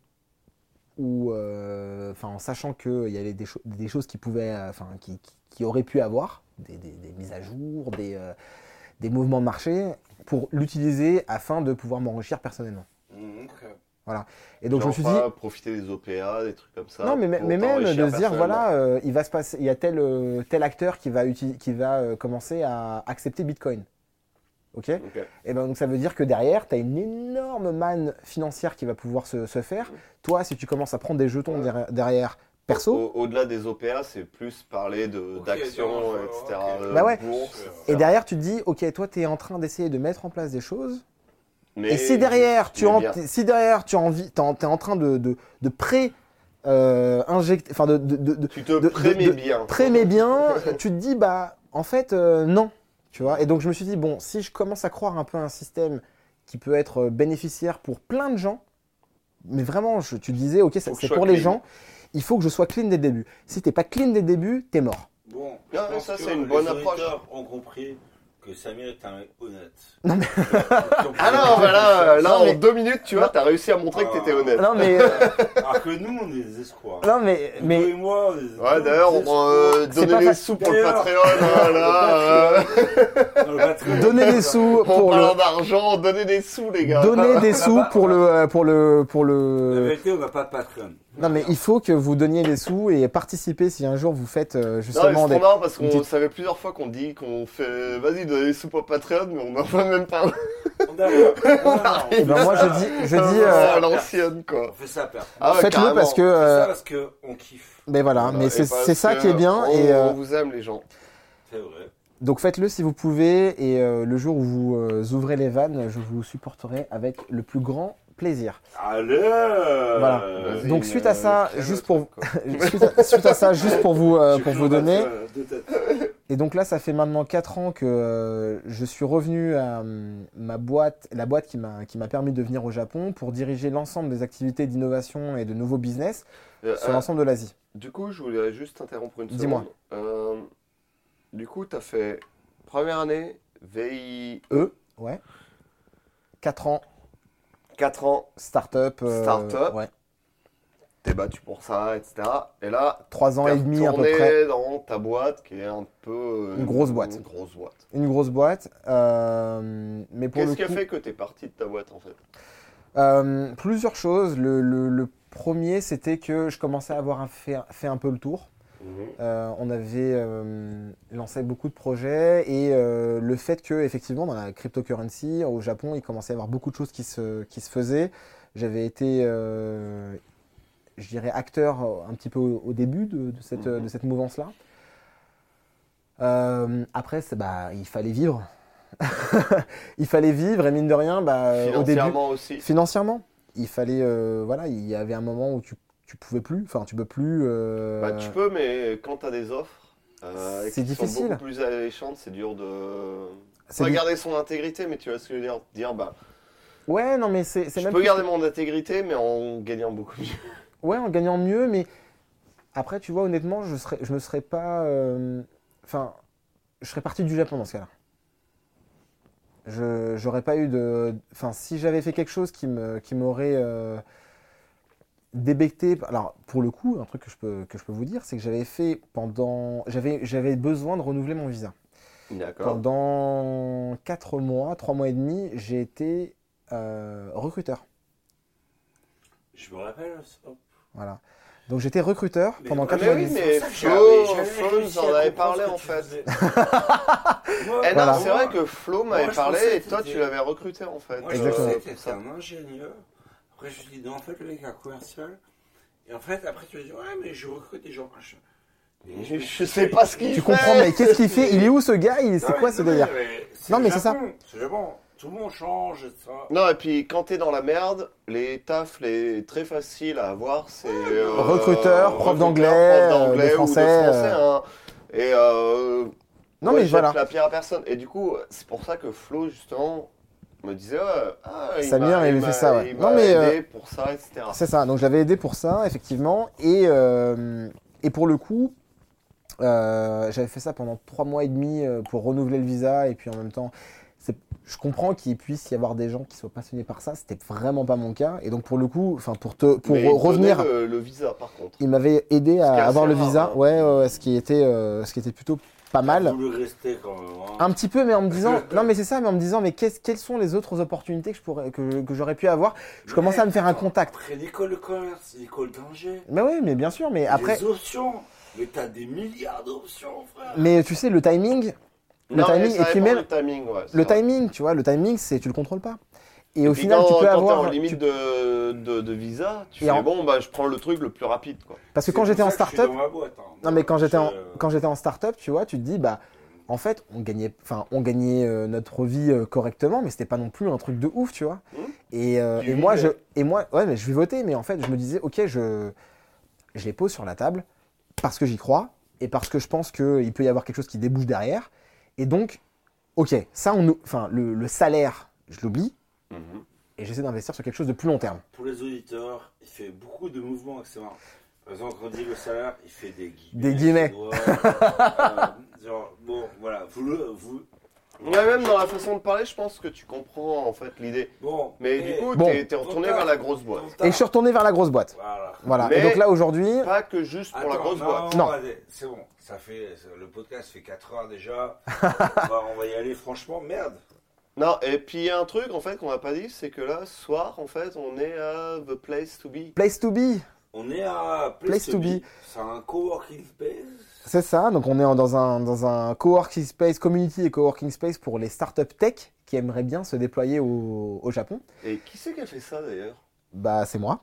Speaker 3: ou euh, enfin en sachant qu'il y avait des, cho- des choses qui pouvaient, euh, enfin qui, qui- qui auraient pu avoir des, des- des mises à jour, des, euh, des mouvements de marché pour l'utiliser afin de pouvoir m'enrichir personnellement.
Speaker 1: Mhm, ok.
Speaker 3: Et donc je me
Speaker 2: Genre
Speaker 3: suis dit
Speaker 2: pas profiter des OPA, des trucs comme ça.
Speaker 3: non mais, mais-
Speaker 2: pour
Speaker 3: mais même
Speaker 2: t'enrichir
Speaker 3: de se dire
Speaker 2: personnellement.
Speaker 3: voilà euh, il va se passer il y a tel euh, tel acteur qui va uti- qui va euh, commencer à accepter Bitcoin. OK
Speaker 2: Ok.
Speaker 3: Et ben donc ça veut dire que derrière, tu as une énorme manne financière qui va pouvoir se, se faire. Toi, si tu commences à prendre des jetons
Speaker 2: Ouais.
Speaker 3: derrière, derrière perso,
Speaker 2: Au- Au-delà des OPA, c'est plus parler de-
Speaker 11: Ok,
Speaker 2: d'action,
Speaker 11: d'accord,
Speaker 2: etc.
Speaker 11: ok.
Speaker 2: euh,
Speaker 3: Bah ouais.
Speaker 2: bourse,
Speaker 3: et derrière tu te dis, ok, toi tu es en train d'essayer de mettre en place des choses.
Speaker 2: Mais
Speaker 3: Et, si derrière tu
Speaker 2: mais
Speaker 3: en,
Speaker 2: bien.
Speaker 3: si derrière tu as envie, t'es en, t'es en train de, de, de pré euh, injecter, enfin de, de, de, de
Speaker 2: tu te
Speaker 3: de-
Speaker 2: prémets
Speaker 3: de-
Speaker 2: bien.
Speaker 3: prémets bien, tu te dis bah en fait euh, non, tu vois. Et donc je me suis dit bon, si je commence à croire un peu à un système qui peut être euh, bénéficiaire pour plein de gens, mais vraiment, je, tu disais ok, ça-
Speaker 2: Faut que
Speaker 3: c'est
Speaker 2: je sois
Speaker 3: pour les
Speaker 2: clean.
Speaker 3: gens, il faut que je sois clean dès le début. Si t'es pas clean dès le début, t'es mort.
Speaker 11: Bon,
Speaker 2: Non,
Speaker 11: je
Speaker 2: mais
Speaker 11: pense
Speaker 2: ça,
Speaker 11: que
Speaker 2: c'est une
Speaker 11: les
Speaker 2: bonne approche.
Speaker 11: auditeurs ont compris que Samir est un mec honnête. Euh,
Speaker 3: Non, mais-
Speaker 2: Ah non, voilà, là
Speaker 3: Non, Ah. mais-
Speaker 2: en deux minutes, tu vois, t'as réussi à montrer que t'étais honnête.
Speaker 3: Non mais
Speaker 11: Alors que nous, on est des escrocs.
Speaker 3: non mais
Speaker 11: Mais...
Speaker 3: mais
Speaker 11: et moi, on est des
Speaker 2: Ouais, d'ailleurs,
Speaker 11: des escrocs.
Speaker 2: euh,
Speaker 3: C'est pas
Speaker 2: donnez les
Speaker 3: facile.
Speaker 2: sous pour le
Speaker 11: D'ailleurs,
Speaker 2: Patreon, hein, là. euh,
Speaker 11: Non, le Patreon,
Speaker 3: donnez des sous
Speaker 2: en
Speaker 3: pour le
Speaker 2: parlant d'argent, donnez des sous, les gars.
Speaker 3: donnez des sous pour le euh, pour le pour
Speaker 11: La
Speaker 3: le
Speaker 11: vérité, on n'a pas de Patreon.
Speaker 3: non mais il faut que vous donniez des sous et participez si un jour vous faites euh,
Speaker 2: Non, mais c'est
Speaker 3: justement
Speaker 2: trop
Speaker 3: des
Speaker 2: marrant parce
Speaker 3: une
Speaker 2: qu'on
Speaker 3: petite-
Speaker 2: savait plusieurs fois qu'on dit qu'on fait vas-y donnez des sous pour Patreon mais on n'en fait même pas
Speaker 11: On arrive. On arrive.
Speaker 3: Eh ben moi je dis je dis euh,
Speaker 2: à l'ancienne quoi.
Speaker 11: On fait ça à perte.
Speaker 2: Ah ouais,
Speaker 3: faites-le
Speaker 2: carrément.
Speaker 3: parce que
Speaker 11: On fait
Speaker 3: euh,
Speaker 11: ça parce qu'on kiffe.
Speaker 3: Mais voilà,
Speaker 2: Voilà,
Speaker 3: mais
Speaker 2: et
Speaker 3: c'est
Speaker 2: parce
Speaker 3: c'est ça
Speaker 2: que oh.
Speaker 3: qui est bien.
Speaker 2: On,
Speaker 3: Et, euh,
Speaker 2: on vous aime les gens.
Speaker 11: C'est vrai.
Speaker 3: donc faites-le si vous pouvez. Et euh, le jour où vous euh, ouvrez les vannes, je vous supporterai avec le plus grand plaisir.
Speaker 11: Allez
Speaker 3: Voilà.
Speaker 2: Vas-y,
Speaker 3: donc
Speaker 2: mais,
Speaker 3: suite à ça,
Speaker 2: crée le
Speaker 3: juste
Speaker 2: truc,
Speaker 3: pour-
Speaker 2: quoi.
Speaker 3: suite, à, suite à ça, juste pour vous, euh,
Speaker 11: J'ai
Speaker 3: pour
Speaker 11: cru
Speaker 3: vous
Speaker 11: en fait,
Speaker 3: donner.
Speaker 11: euh, deux têtes.
Speaker 3: Et donc là, ça fait maintenant 4 ans que euh, je suis revenu à hum, ma boîte, la boîte qui m'a qui m'a permis de venir au Japon pour diriger l'ensemble des activités d'innovation et de nouveaux business
Speaker 2: Euh,
Speaker 3: sur
Speaker 2: euh,
Speaker 3: l'ensemble de l'Asie.
Speaker 2: du coup, je voulais juste t'interrompre une seconde.
Speaker 3: Dis-moi.
Speaker 2: Euh, du coup, t'as fait première année VI
Speaker 3: Eux, ouais. 4 ans,
Speaker 2: 4 ans,
Speaker 3: start-up. euh,
Speaker 2: Start-up.
Speaker 3: ouais.
Speaker 2: t'es battu pour ça, etc. Et là,
Speaker 3: 3 ans
Speaker 2: t'es
Speaker 3: et demi à peu
Speaker 2: retourné
Speaker 3: près.
Speaker 2: dans ta boîte qui est un peu euh,
Speaker 3: Une grosse boîte.
Speaker 2: Une grosse boîte.
Speaker 3: une grosse boîte. euh, mais pour
Speaker 2: Qu'est-ce
Speaker 3: le
Speaker 2: qui a
Speaker 3: coup,
Speaker 2: fait que t'es parti de ta boîte en fait
Speaker 3: euh, plusieurs choses. Le, le- le premier, c'était que je commençais à avoir un- fait, fait un peu le tour.
Speaker 11: Mhm.
Speaker 3: Euh, on avait euh, lancé beaucoup de projets et euh, le fait que effectivement dans la cryptocurrency au Japon, il commençait à y avoir beaucoup de choses qui se, qui se faisaient. J'avais été, euh, je dirais, acteur euh, un petit peu au, au début de, de cette,
Speaker 2: Mhm.
Speaker 3: de cette mouvance-là. Euh, après, c'est- bah, il fallait vivre. il fallait vivre et mine de rien, bah, au début,
Speaker 2: Financièrement aussi.
Speaker 3: financièrement, il fallait, euh, voilà, il y avait un moment où tu, tu pouvais plus, enfin, tu peux plus. euh,
Speaker 2: Bah, tu peux, mais quand t'as des offres, euh, et
Speaker 3: c'est
Speaker 2: qui sont
Speaker 3: difficile.
Speaker 2: beaucoup plus alléchantes, c'est dur de.
Speaker 3: c'est
Speaker 2: Pas
Speaker 3: di-
Speaker 2: garder son intégrité, mais tu vas se dire, dire bah,
Speaker 3: Ouais, non, mais c'est c'est
Speaker 2: je
Speaker 3: même.
Speaker 2: peux
Speaker 3: plus-
Speaker 2: garder mon intégrité, mais en gagnant beaucoup mieux.
Speaker 3: Ouais, en gagnant mieux, mais après, tu vois, honnêtement, je serais, je me serais pas. euh, Enfin, je serais parti du Japon dans ce cas-là. Je j'aurais pas eu de. Enfin, si j'avais fait quelque chose qui me qui m'aurait euh, débecté. Alors, pour le coup, un truc que je peux que je peux vous dire, c'est que j'avais fait pendant. J'avais j'avais besoin de renouveler mon visa.
Speaker 2: D'accord.
Speaker 3: Pendant 4 mois, 3 mois et demi, j'ai été euh, recruteur.
Speaker 11: Je me rappelle. hop.
Speaker 3: Voilà. Donc j'étais recruteur
Speaker 11: Mais
Speaker 3: pendant
Speaker 11: ouais,
Speaker 3: 4
Speaker 2: mais
Speaker 3: mois
Speaker 2: oui,
Speaker 3: et demi.
Speaker 2: mais
Speaker 11: C'est pour ça que
Speaker 2: Flo,
Speaker 11: j'avais- j'avais
Speaker 2: Flo nous
Speaker 11: réussi à
Speaker 2: en avait
Speaker 11: comprendre
Speaker 2: parlé
Speaker 11: ce que
Speaker 2: en
Speaker 11: tu
Speaker 2: fait.
Speaker 11: faisais.
Speaker 2: Eh
Speaker 11: Moi,
Speaker 3: Voilà.
Speaker 2: non, c'est vrai que Flo m'avait
Speaker 11: Moi, je
Speaker 2: parlé
Speaker 11: pensais
Speaker 2: et toi
Speaker 11: qu'il
Speaker 2: tu
Speaker 11: était-
Speaker 2: l'avais recruté en fait.
Speaker 11: Moi,
Speaker 3: Exactement.
Speaker 11: je
Speaker 2: Euh,
Speaker 11: pensais que t'étais un ingénieur. Après, je me suis dit, non, en fait, le mec est un commercial. Et en fait, après, tu me dis, ouais, mais je recrute des gens. Je-
Speaker 2: Je, je sais pas ce qu'il fait.
Speaker 3: Tu comprends, mais qu'est-ce qu'il fait Il est où ce gars Il- C'est
Speaker 1: Non,
Speaker 3: quoi
Speaker 1: mais-
Speaker 3: ce
Speaker 1: non,
Speaker 3: délire
Speaker 1: mais
Speaker 3: Non,
Speaker 1: le
Speaker 3: mais c'est ça.
Speaker 1: Japon, C'est le Japon. Tout le monde change, etc.
Speaker 2: Non, et puis quand t'es dans la merde, les tafs les très faciles à avoir, c'est. euh,
Speaker 3: Recruteur, prof
Speaker 2: recruteur,
Speaker 3: d'anglais,
Speaker 2: prof
Speaker 3: euh, de
Speaker 2: d'anglais ou
Speaker 3: français,
Speaker 2: de
Speaker 3: euh.
Speaker 2: hein. Et. euh,
Speaker 3: Non,
Speaker 2: ouais,
Speaker 3: mais
Speaker 2: jette
Speaker 3: voilà.
Speaker 2: la pierre à personne. Et du coup, c'est pour ça que Flo, justement, me disait. ouais, ah, il
Speaker 3: Samir
Speaker 2: m'a-
Speaker 3: avait
Speaker 2: il
Speaker 3: fait
Speaker 2: m'a-
Speaker 3: ça, ouais.
Speaker 2: Il
Speaker 3: Non,
Speaker 2: m'a
Speaker 3: mais, euh,
Speaker 2: aidé pour ça, etc.
Speaker 3: C'est ça, donc je l'avais aidé pour ça, effectivement. Et, euh, et pour le coup, euh, j'avais fait ça pendant trois mois et demi euh, pour renouveler le visa. Et puis en même temps, c'est- je comprends qu'il puisse y avoir des gens qui soient passionnés par ça. C'était vraiment pas mon cas. Et donc pour le coup, enfin pour, te, pour
Speaker 2: Mais il
Speaker 3: revenir,
Speaker 2: donnait Le, le visa, par contre.
Speaker 3: il m'avait aidé
Speaker 2: qui est
Speaker 3: à
Speaker 2: assez
Speaker 3: avoir le
Speaker 2: rare,
Speaker 3: visa.
Speaker 2: hein.
Speaker 3: Ouais, ouais, ouais, ce, qui était, euh, ce qui était plutôt pas mal. Ah,
Speaker 1: T'as voulu rester quand même. hein.
Speaker 3: Un petit peu, mais en me disant,
Speaker 2: euh,
Speaker 3: non, mais c'est ça, mais en me disant, mais qu'est-ce- quelles sont les autres opportunités que je pourrais, que, que j'aurais pu avoir Je commençais à me faire un contact.
Speaker 1: Après l'école de commerce, l'école d'ingé.
Speaker 3: Mais oui, mais bien sûr, mais après,
Speaker 1: Des options. Mais t'as des milliards d'options, frère.
Speaker 3: mais tu sais, le timing, Le
Speaker 2: Non, mais
Speaker 3: timing,
Speaker 2: ça
Speaker 3: et puis
Speaker 2: dépend
Speaker 3: même-
Speaker 2: du timing, ouais, c'est
Speaker 3: le
Speaker 2: vrai.
Speaker 3: timing, tu vois, le timing, c'est tu le contrôles pas. Et, au
Speaker 2: Puis
Speaker 3: final,
Speaker 2: quand-
Speaker 3: tu peux
Speaker 2: quand t'es
Speaker 3: avoir,
Speaker 2: en limite
Speaker 3: tu-
Speaker 2: de, de, de visa, tu
Speaker 3: Et
Speaker 2: fais
Speaker 3: en-
Speaker 2: bon, bah je prends le truc le plus rapide, quoi.
Speaker 3: parce que quand j'étais en start-up,
Speaker 1: hein.
Speaker 3: non, mais quand j'étais en,
Speaker 2: euh,
Speaker 1: euh,
Speaker 3: quand j'étais en start-up, tu vois, tu te dis, bah, en fait, on gagnait, enfin, on gagnait euh, notre vie euh, correctement, mais c'était pas non plus un truc de ouf, tu vois.
Speaker 2: Mhm.
Speaker 3: Et, euh,
Speaker 2: Tu
Speaker 3: et moi, je,
Speaker 2: vivais.
Speaker 3: et moi, ouais, mais je vivotais, mais en fait, je me disais, ok, je, je les pose sur la table parce que j'y crois et parce que je pense qu'il peut y avoir quelque chose qui débouche derrière. Et donc, ok, ça, on, nous- enfin, le, le salaire, je l'oublie
Speaker 2: Mmh.
Speaker 3: et j'essaie d'investir sur quelque chose de plus long terme.
Speaker 1: Pour les auditeurs, il fait beaucoup de mouvements avec ses mains. Par exemple, quand on dit le salaire, il fait des guillemets.
Speaker 3: Des guillemets.
Speaker 1: ses doigts, euh, genre, bon, voilà. Vous le. Vous...
Speaker 2: Ouais, même dans la façon de parler, je pense que tu comprends en fait l'idée.
Speaker 1: Bon.
Speaker 2: Mais
Speaker 1: eh,
Speaker 2: du coup,
Speaker 3: Bon.
Speaker 2: t'es t'es retourné vers la grosse boîte.
Speaker 1: ton
Speaker 3: Et je suis
Speaker 1: taf.
Speaker 3: retourné vers la grosse boîte.
Speaker 1: Voilà.
Speaker 3: Voilà.
Speaker 2: Ah. Mais-
Speaker 3: Et donc là, aujourd'hui,
Speaker 2: Pas que juste pour la
Speaker 1: Attends,
Speaker 2: grosse
Speaker 1: non,
Speaker 2: boîte.
Speaker 3: Non.
Speaker 1: allez, C'est bon, ça fait le podcast fait 4 heures déjà. on, va, on va y aller franchement, merde.
Speaker 2: Non, et puis il y a un truc en fait qu'on n'a pas dit, c'est que là, ce soir, en fait, on est à The Place to Be.
Speaker 3: place to be.
Speaker 1: On est à
Speaker 3: Place to be.
Speaker 1: C'est un coworking space.
Speaker 3: C'est ça, donc on est en- dans un, dans un coworking space, community et coworking space pour les startups tech qui aimeraient bien se déployer au, au Japon.
Speaker 2: Et qui c'est qui a fait ça d'ailleurs
Speaker 3: Bah c'est moi.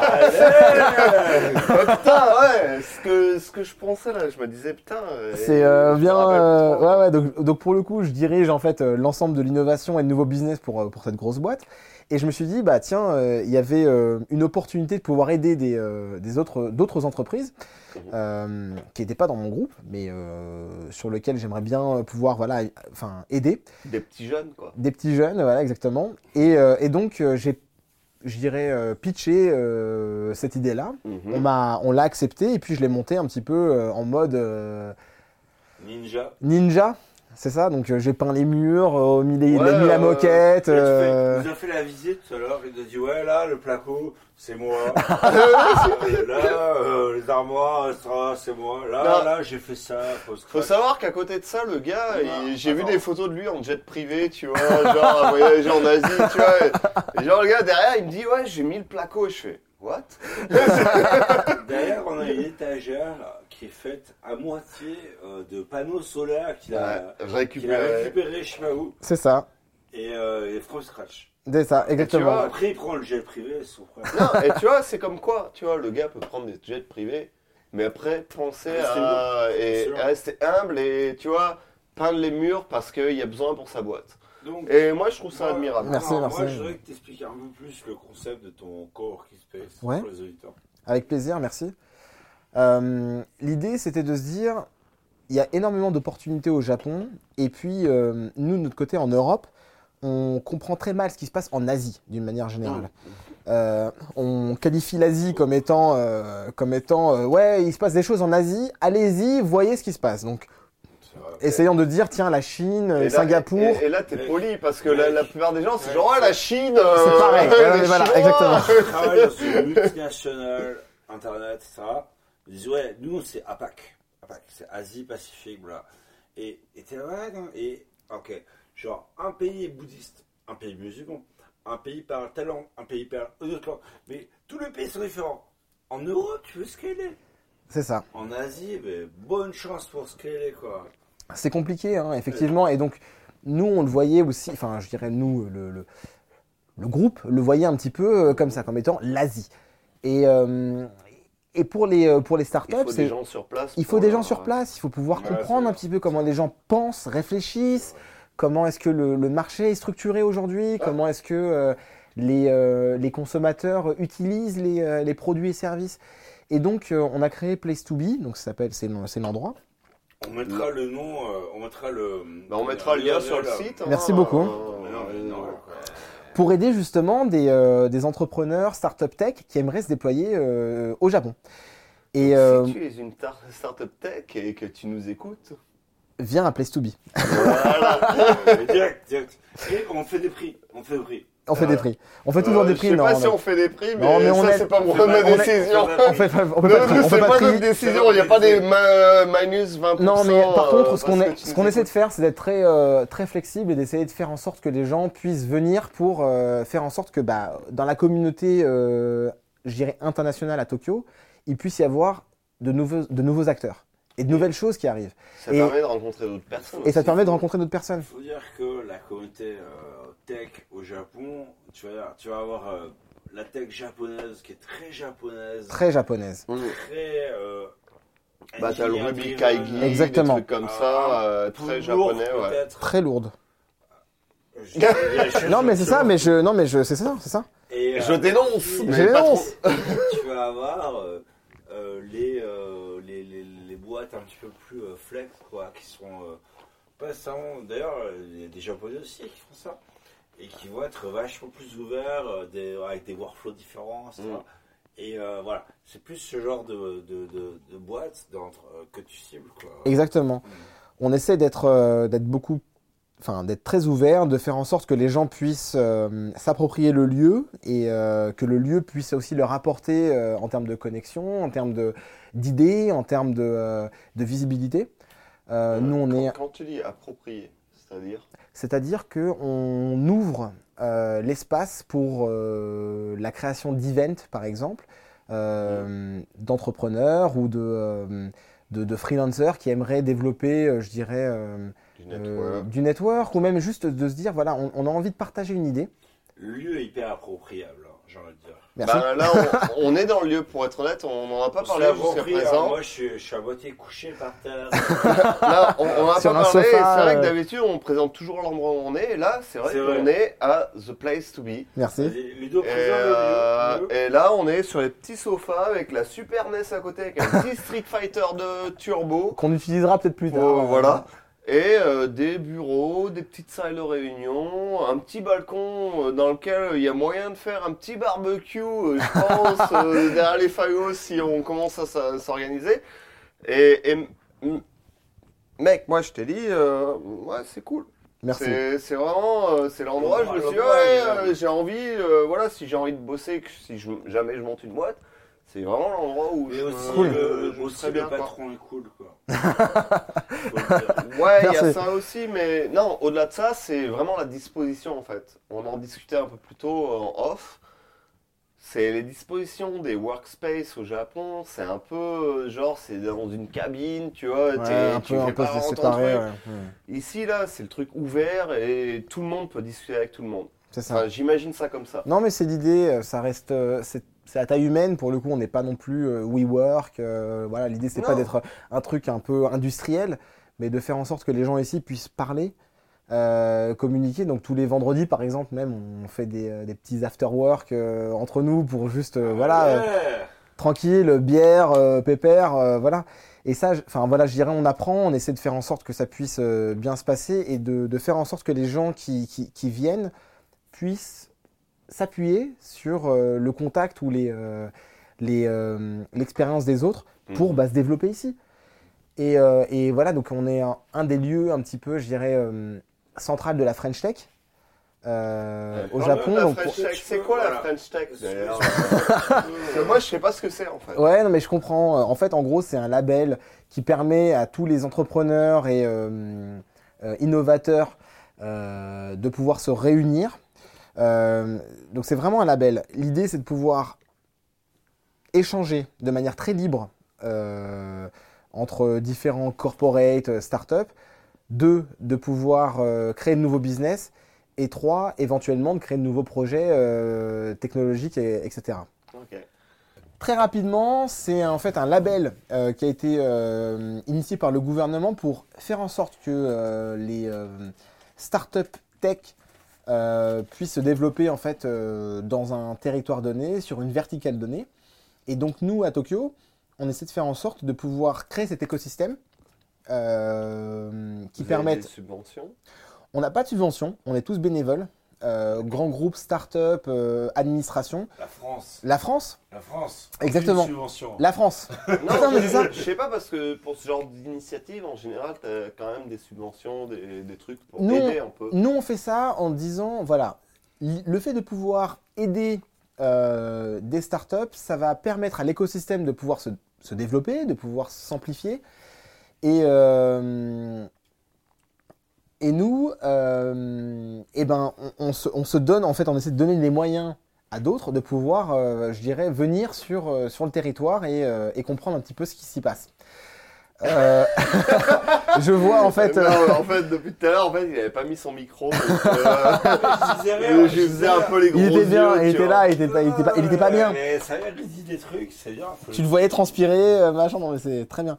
Speaker 2: Ah, Putain, ouais, ce que, ce que je pensais là, je me disais putain. euh,
Speaker 3: C'est euh,
Speaker 2: je me
Speaker 3: bien...
Speaker 2: rappelle
Speaker 3: euh,
Speaker 2: plus trop.
Speaker 3: ouais, ouais, donc, donc pour le coup, je dirige en fait euh, l'ensemble de l'innovation et de nouveaux business pour, euh, pour cette grosse boîte. Et je me suis dit, bah tiens, euh, il y avait euh, une opportunité de pouvoir aider des, euh, des autres, d'autres entreprises
Speaker 2: Mhm.
Speaker 3: euh, qui n'étaient pas dans mon groupe, mais euh, sur lequel j'aimerais bien euh, pouvoir voilà, euh, enfin, aider.
Speaker 2: Des petits jeunes quoi.
Speaker 3: Des petits jeunes, voilà, exactement. Et, euh, et donc, euh, j'ai, je dirais, euh, pitché euh, cette idée-là.
Speaker 2: Mhm.
Speaker 3: On, m'a, on l'a acceptée et puis je l'ai montée un petit peu euh, en mode euh,
Speaker 1: Ninja.
Speaker 3: ninja. C'est ça, donc euh, j'ai peint les murs, euh, mis, les-
Speaker 2: Ouais,
Speaker 3: mis la
Speaker 2: euh,
Speaker 3: moquette.
Speaker 1: Il nous
Speaker 3: euh,
Speaker 1: a fait la visite tout à l'heure, il nous a dit ouais là le placo c'est moi,
Speaker 3: Bah,
Speaker 1: Euh, là euh, les armoires ça c'est moi, là
Speaker 2: Non.
Speaker 1: là j'ai fait ça. Faut, se
Speaker 2: Faut savoir qu'à côté de ça, le gars,
Speaker 1: Ouais,
Speaker 2: il- j'ai vu
Speaker 1: Ah, attends.
Speaker 2: des photos de lui en jet privé, tu vois, genre à voyager en Asie, tu vois. Et, et genre le gars derrière, il me dit ouais, j'ai mis le placo, je fais what
Speaker 1: Derrière, on a une étagère qui est faite à moitié euh, de panneaux solaires qu'il a,
Speaker 2: Ouais,
Speaker 1: qu'il a
Speaker 2: récupéré.
Speaker 1: récupéré je sais pas où
Speaker 3: C'est ça,
Speaker 1: et, euh, et from scratch.
Speaker 3: c'est ça, exactement.
Speaker 2: vois,
Speaker 1: Après, il prend le jet privé, son frère.
Speaker 2: Non, et tu vois, c'est comme quoi, tu vois, le gars peut prendre des jets privés, mais après penser
Speaker 1: Rester
Speaker 2: à, et,
Speaker 1: Excellent.
Speaker 2: à rester humble et tu vois, peindre les murs parce qu'il y a besoin pour sa boîte.
Speaker 1: Donc,
Speaker 2: Et moi, je trouve ça
Speaker 1: moi-
Speaker 2: admirable.
Speaker 3: Merci,
Speaker 1: non, Moi,
Speaker 3: merci.
Speaker 1: je voudrais que tu expliques un peu plus le concept de ton corps qui se pèse
Speaker 3: Ouais.
Speaker 1: pour les auditeurs.
Speaker 3: Avec plaisir, merci. Euh, L'idée, c'était de se dire, il y a énormément d'opportunités au Japon, et puis euh, nous, de notre côté, en Europe, on comprend très mal ce qui se passe en Asie, d'une manière générale. Euh, on qualifie l'Asie comme étant, euh, comme étant, euh, ouais, il se passe des choses en Asie, allez-y, voyez ce qui se passe. Donc,
Speaker 1: C'est vrai.
Speaker 3: essayant de dire, tiens, la Chine,
Speaker 2: Et là-
Speaker 3: Singapour,
Speaker 2: Et, et là, t'es poli parce que la, la plupart des gens, c'est genre, ah, la Chine.
Speaker 3: c'est
Speaker 2: euh,
Speaker 3: pareil.
Speaker 2: les
Speaker 3: Voilà, mais voilà,
Speaker 2: Chinois.
Speaker 3: exactement.
Speaker 1: Je travaille dans une multinationale, internet, etc. Ils disent, ouais, nous, c'est APAC. APAC, c'est Asie-Pacifique, voilà. Et, et t'es ouais, non, et, ok, genre, un pays est bouddhiste, un pays musulman, un pays parle ta langue, un pays parle une autre langue, mais tous les pays sont différents. En Europe, tu veux scaler.
Speaker 3: C'est ça.
Speaker 1: En Asie, mais bonne chance pour scaler, quoi.
Speaker 3: C'est compliqué, hein, effectivement. Et donc, nous, on le voyait aussi, enfin, je dirais, nous, le, le- le groupe le voyait un petit peu euh, comme ça, comme étant l'Asie. Et, euh, et pour les, euh, pour les
Speaker 2: Il
Speaker 3: startups,
Speaker 2: faut des
Speaker 3: c'est.
Speaker 2: gens sur place.
Speaker 3: Il faut
Speaker 2: pour euh,
Speaker 3: des gens
Speaker 2: leur-
Speaker 3: sur place, il faut pouvoir
Speaker 1: Ouais,
Speaker 3: comprendre
Speaker 1: c'est-
Speaker 3: un petit peu comment les gens pensent, réfléchissent, comment est-ce que le, le marché est structuré aujourd'hui,
Speaker 2: Ah.
Speaker 3: comment est-ce que euh, les, euh, les consommateurs utilisent les, euh, les produits et services. Et donc, euh, on a créé Place to Be, donc ça s'appelle, c'est le- c'est l'endroit.
Speaker 1: On mettra le nom, euh, on mettra le.
Speaker 2: Bah, on mettra le lien sur le site. hein,
Speaker 3: Merci beaucoup.
Speaker 1: Mais non, mais non, quoi.
Speaker 3: pour aider justement des, euh, des entrepreneurs start-up tech qui aimeraient se déployer euh, au Japon. Et euh,
Speaker 2: Si tu es une tar- start-up tech et que tu nous écoutes,
Speaker 3: viens à Place to Be.
Speaker 1: Mais direct, direct. Et on fait des prix, on fait des prix.
Speaker 3: On fait des
Speaker 1: Voilà.
Speaker 3: prix. On fait toujours
Speaker 2: Ah Euh,
Speaker 3: des prix.
Speaker 2: Je sais
Speaker 3: non,
Speaker 2: pas
Speaker 3: on
Speaker 2: si
Speaker 3: a-
Speaker 2: on fait des prix, mais,
Speaker 3: Non, mais on
Speaker 2: ça,
Speaker 3: est-
Speaker 2: c'est pas
Speaker 1: on
Speaker 2: mon
Speaker 1: fait pas-
Speaker 2: ma
Speaker 1: on est-
Speaker 2: décision.
Speaker 1: on
Speaker 3: on fait, on fait pas de prix,
Speaker 2: Non,
Speaker 3: on fait
Speaker 2: c'est
Speaker 3: pas de
Speaker 2: pas
Speaker 3: prix.
Speaker 2: notre décision, il n'y a pas des ma- minus 20%.
Speaker 3: Non, mais par
Speaker 2: euh,
Speaker 3: contre, ce qu'on
Speaker 2: parce
Speaker 3: est-
Speaker 2: que tu
Speaker 3: ce qu'on
Speaker 2: nous
Speaker 3: essaie de
Speaker 2: écoutes.
Speaker 3: faire, c'est d'être très, euh, très flexible et d'essayer de faire en sorte que les gens puissent venir pour euh, faire en sorte que bah, dans la communauté, euh, je dirais, internationale à Tokyo, il puisse y avoir de nouveaux, de nouveaux acteurs et de nouvelles choses qui arrivent.
Speaker 2: Ça
Speaker 3: et-
Speaker 2: permet de rencontrer d'autres personnes.
Speaker 3: Et
Speaker 2: aussi.
Speaker 3: ça te permet de rencontrer d'autres personnes.
Speaker 1: Il faut dire que la communauté euh, tech au Japon, tu vas, dire- tu vas avoir euh, la tech japonaise qui est très japonaise,
Speaker 3: Très japonaises.
Speaker 2: Mmh.
Speaker 1: très. euh,
Speaker 2: Battle
Speaker 1: engineer
Speaker 2: Bah, Ruby,
Speaker 1: driven,
Speaker 2: Kaigi,
Speaker 3: Exactement.
Speaker 2: des trucs comme
Speaker 1: Ah,
Speaker 2: ça, euh,
Speaker 1: tout
Speaker 2: très
Speaker 1: lourd,
Speaker 2: japonais. Ouais.
Speaker 1: peut-être.
Speaker 3: Très lourdes.
Speaker 1: Je- je- je-
Speaker 3: Non mais c'est ça, mais je, non mais je, c'est ça, c'est ça.
Speaker 1: Et,
Speaker 2: Je
Speaker 1: euh,
Speaker 2: dénonce,
Speaker 1: tu-
Speaker 2: mais
Speaker 3: Je
Speaker 2: pas trop.
Speaker 3: dénonce.
Speaker 1: tu vas avoir euh, euh, les, euh, les, les, les boîtes un petit peu plus euh, flex, quoi, qui sont euh, pas nécessairement- D'ailleurs, euh, il y a des Japonais aussi qui font ça. Et qui vont être vachement plus ouverts, euh, des- avec des workflows différents, etc.
Speaker 2: Mm.
Speaker 1: Et euh, voilà, c'est plus ce genre de, de, de, de boîte d'entre- euh, que tu cibles, quoi.
Speaker 3: Exactement. On essaie d'être, euh, d'être beaucoup, enfin d'être très ouvert, de faire en sorte que les gens puissent euh, s'approprier le lieu et euh, que le lieu puisse aussi leur apporter euh, en termes de connexion, en termes de d'idées, en termes de, euh, de visibilité. Euh, nous on
Speaker 2: Quand-
Speaker 3: est,
Speaker 2: Quand tu dis approprié, c'est-à-dire.
Speaker 3: c'est-à-dire que on ouvre euh, l'espace pour euh, la création d'events par exemple, euh, d'entrepreneurs ou de euh, de, de freelancers qui aimeraient développer, euh, je dirais, euh,
Speaker 2: du
Speaker 3: euh,
Speaker 2: network.
Speaker 3: du network ou même juste de se dire voilà, on, on a envie de partager une idée.
Speaker 1: Le lieu est hyper appropriable, hein, j'ai envie de dire.
Speaker 3: Merci.
Speaker 2: Bah, là, on, on est dans le lieu, pour être honnête, on n'en a pas
Speaker 1: Parce que
Speaker 2: parlé
Speaker 1: j'ai
Speaker 2: jusqu'à
Speaker 1: compris, hein,
Speaker 2: présent.
Speaker 1: moi, je, suis- je suis à moitié couché par terre.
Speaker 2: Là, on, on en a
Speaker 3: Sur
Speaker 2: pas
Speaker 3: un
Speaker 2: parlé. et
Speaker 3: sofa,
Speaker 2: C'est vrai
Speaker 3: euh.
Speaker 2: que d'habitude, on présente toujours l'endroit où on est. Et là, c'est vrai
Speaker 1: C'est
Speaker 2: qu'on est à The Place to Be.
Speaker 3: Merci.
Speaker 1: Ludo,
Speaker 2: Et,
Speaker 1: présente
Speaker 2: euh,
Speaker 1: le lieu.
Speaker 2: et là, on est sur les petits sofas avec la Super NES à côté, avec un petit Street Fighter de Turbo.
Speaker 3: Qu'on utilisera peut-être plus tard.
Speaker 2: Oh,
Speaker 3: euh,
Speaker 2: voilà. Et euh, des bureaux, des petites salles de réunion, un petit balcon euh, dans lequel il y a moyen de faire un petit barbecue, euh, je pense, euh, derrière les fagots si on commence à s'a- s'organiser. Et, et m- m- mec, moi je t'ai dit, euh, ouais, c'est cool.
Speaker 3: Merci.
Speaker 2: C'est c'est vraiment euh, c'est l'endroit. Je me suis dit, ouais,
Speaker 1: L'endroit, l'endroit,
Speaker 2: euh, j'ai envie, euh, voilà, si j'ai envie de bosser, que si je, jamais je monte une boîte, c'est vraiment l'endroit où
Speaker 1: Mais
Speaker 2: je
Speaker 1: aussi,
Speaker 2: me-
Speaker 3: Cool.
Speaker 1: le,
Speaker 2: je me
Speaker 1: aussi
Speaker 2: serais bien,
Speaker 1: le
Speaker 2: quoi.
Speaker 1: patron est cool, Euh, quoi. Faut le dire.
Speaker 2: Ouais, il y
Speaker 3: Merci.
Speaker 2: a ça aussi, mais non, au-delà de ça, c'est vraiment la disposition en fait. On en discutait un peu plus tôt euh, en off. C'est les dispositions des workspaces au Japon, c'est un peu euh, genre, c'est dans une cabine, tu vois,
Speaker 3: Ouais,
Speaker 2: t'es-
Speaker 3: un
Speaker 2: tu
Speaker 3: peu,
Speaker 2: fais
Speaker 3: un peu
Speaker 2: pas
Speaker 3: se
Speaker 2: rentrer ton
Speaker 3: séparer.
Speaker 2: truc.
Speaker 3: ouais. Ouais.
Speaker 2: Ici, là, c'est le truc ouvert et tout le monde peut discuter avec tout le monde.
Speaker 3: C'est ça.
Speaker 2: Enfin, j'imagine ça comme ça.
Speaker 3: Non, mais c'est l'idée, euh, ça reste. euh, c'est c'est à taille humaine, pour le coup, on n'est pas non plus euh, WeWork. euh, voilà, l'idée, c'est pas
Speaker 2: Non.
Speaker 3: d'être un truc un peu industriel, mais de faire en sorte que les gens ici puissent parler, euh, communiquer. Donc, tous les vendredis, par exemple, même, on fait des, euh, des petits after-work euh, entre nous pour juste, euh,
Speaker 2: Ah
Speaker 3: voilà, euh,
Speaker 1: Ouais.
Speaker 3: tranquille, bière, euh, pépère, euh, voilà. Et ça, je- enfin voilà, je dirais, on apprend, on essaie de faire en sorte que ça puisse euh, bien se passer et de, de faire en sorte que les gens qui, qui, qui viennent puissent s'appuyer sur euh, le contact ou les euh, les, euh, l'expérience des autres
Speaker 2: Mhm.
Speaker 3: pour bah, se développer ici. Et, euh, et voilà, donc on est un, un des lieux un petit peu, je dirais, euh, central de la French Tech euh, au
Speaker 2: Parle-nous
Speaker 3: Japon.
Speaker 2: de la
Speaker 3: donc,
Speaker 2: French
Speaker 1: pour-
Speaker 2: Tech. C'est quoi la
Speaker 1: Voilà.
Speaker 2: French Tech
Speaker 1: Parce que-
Speaker 2: d'ailleurs Parce que Moi, je sais pas ce que c'est en fait.
Speaker 3: Ouais, non, mais je comprends. Euh, En fait, en gros, c'est un label qui permet à tous les entrepreneurs et euh, euh, innovateurs euh, de pouvoir se réunir. Euh, donc, c'est vraiment un label. L'idée, c'est de pouvoir échanger de manière très libre euh, entre différents corporates, euh, startups. Deux, de pouvoir euh, créer de nouveaux business. Et trois, éventuellement, de créer de nouveaux projets euh, technologiques, et, etc.
Speaker 2: Ok.
Speaker 3: Très rapidement, c'est en fait un label euh, qui a été euh, initié par le gouvernement pour faire en sorte que euh, les euh, startups tech euh, puissent se développer en fait euh, dans un territoire donné, sur une verticale donnée. Et donc nous, à Tokyo, on essaie de faire en sorte de pouvoir créer cet écosystème euh, qui
Speaker 2: Vous avez
Speaker 3: permette
Speaker 2: Des subventions.
Speaker 3: on n'a pas de subvention, on est tous bénévoles. Euh, grands groupes, start-up, euh, administration.
Speaker 1: La France.
Speaker 3: La France
Speaker 1: La France.
Speaker 3: Exactement.
Speaker 1: Une subvention.
Speaker 3: La France
Speaker 2: Non,
Speaker 3: Non, mais c'est ça.
Speaker 2: Je sais pas, parce que pour ce genre d'initiative, en général, t'as quand même des subventions, des, des trucs pour
Speaker 3: Non.
Speaker 2: aider un peu.
Speaker 3: Nous, on fait ça en disant voilà, l- le fait de pouvoir aider euh, des startups, ça va permettre à l'écosystème de pouvoir se, se développer, de pouvoir s'amplifier. Et, euh, et nous, euh, eh ben, on, on se, on se donne, en fait, on essaie de donner les moyens à d'autres de pouvoir, euh, je dirais, venir sur, euh, sur le territoire et, euh, et comprendre un petit peu ce qui s'y passe. Euh, je vois en fait.
Speaker 2: Non,
Speaker 3: euh,
Speaker 2: en fait, depuis tout à l'heure, en fait, il avait pas mis son micro. donc, euh,
Speaker 1: Je disais rien,
Speaker 2: je faisais un peu les gros
Speaker 3: Il était
Speaker 2: yeux,
Speaker 3: bien, il
Speaker 2: tu
Speaker 3: était
Speaker 2: vois.
Speaker 3: là, il était pas, il était pas, il était pas bien.
Speaker 1: Mais ça vient de dire des trucs, c'est bien. faut
Speaker 3: Tu le voyais transpirer, euh, machin, non mais c'est très bien.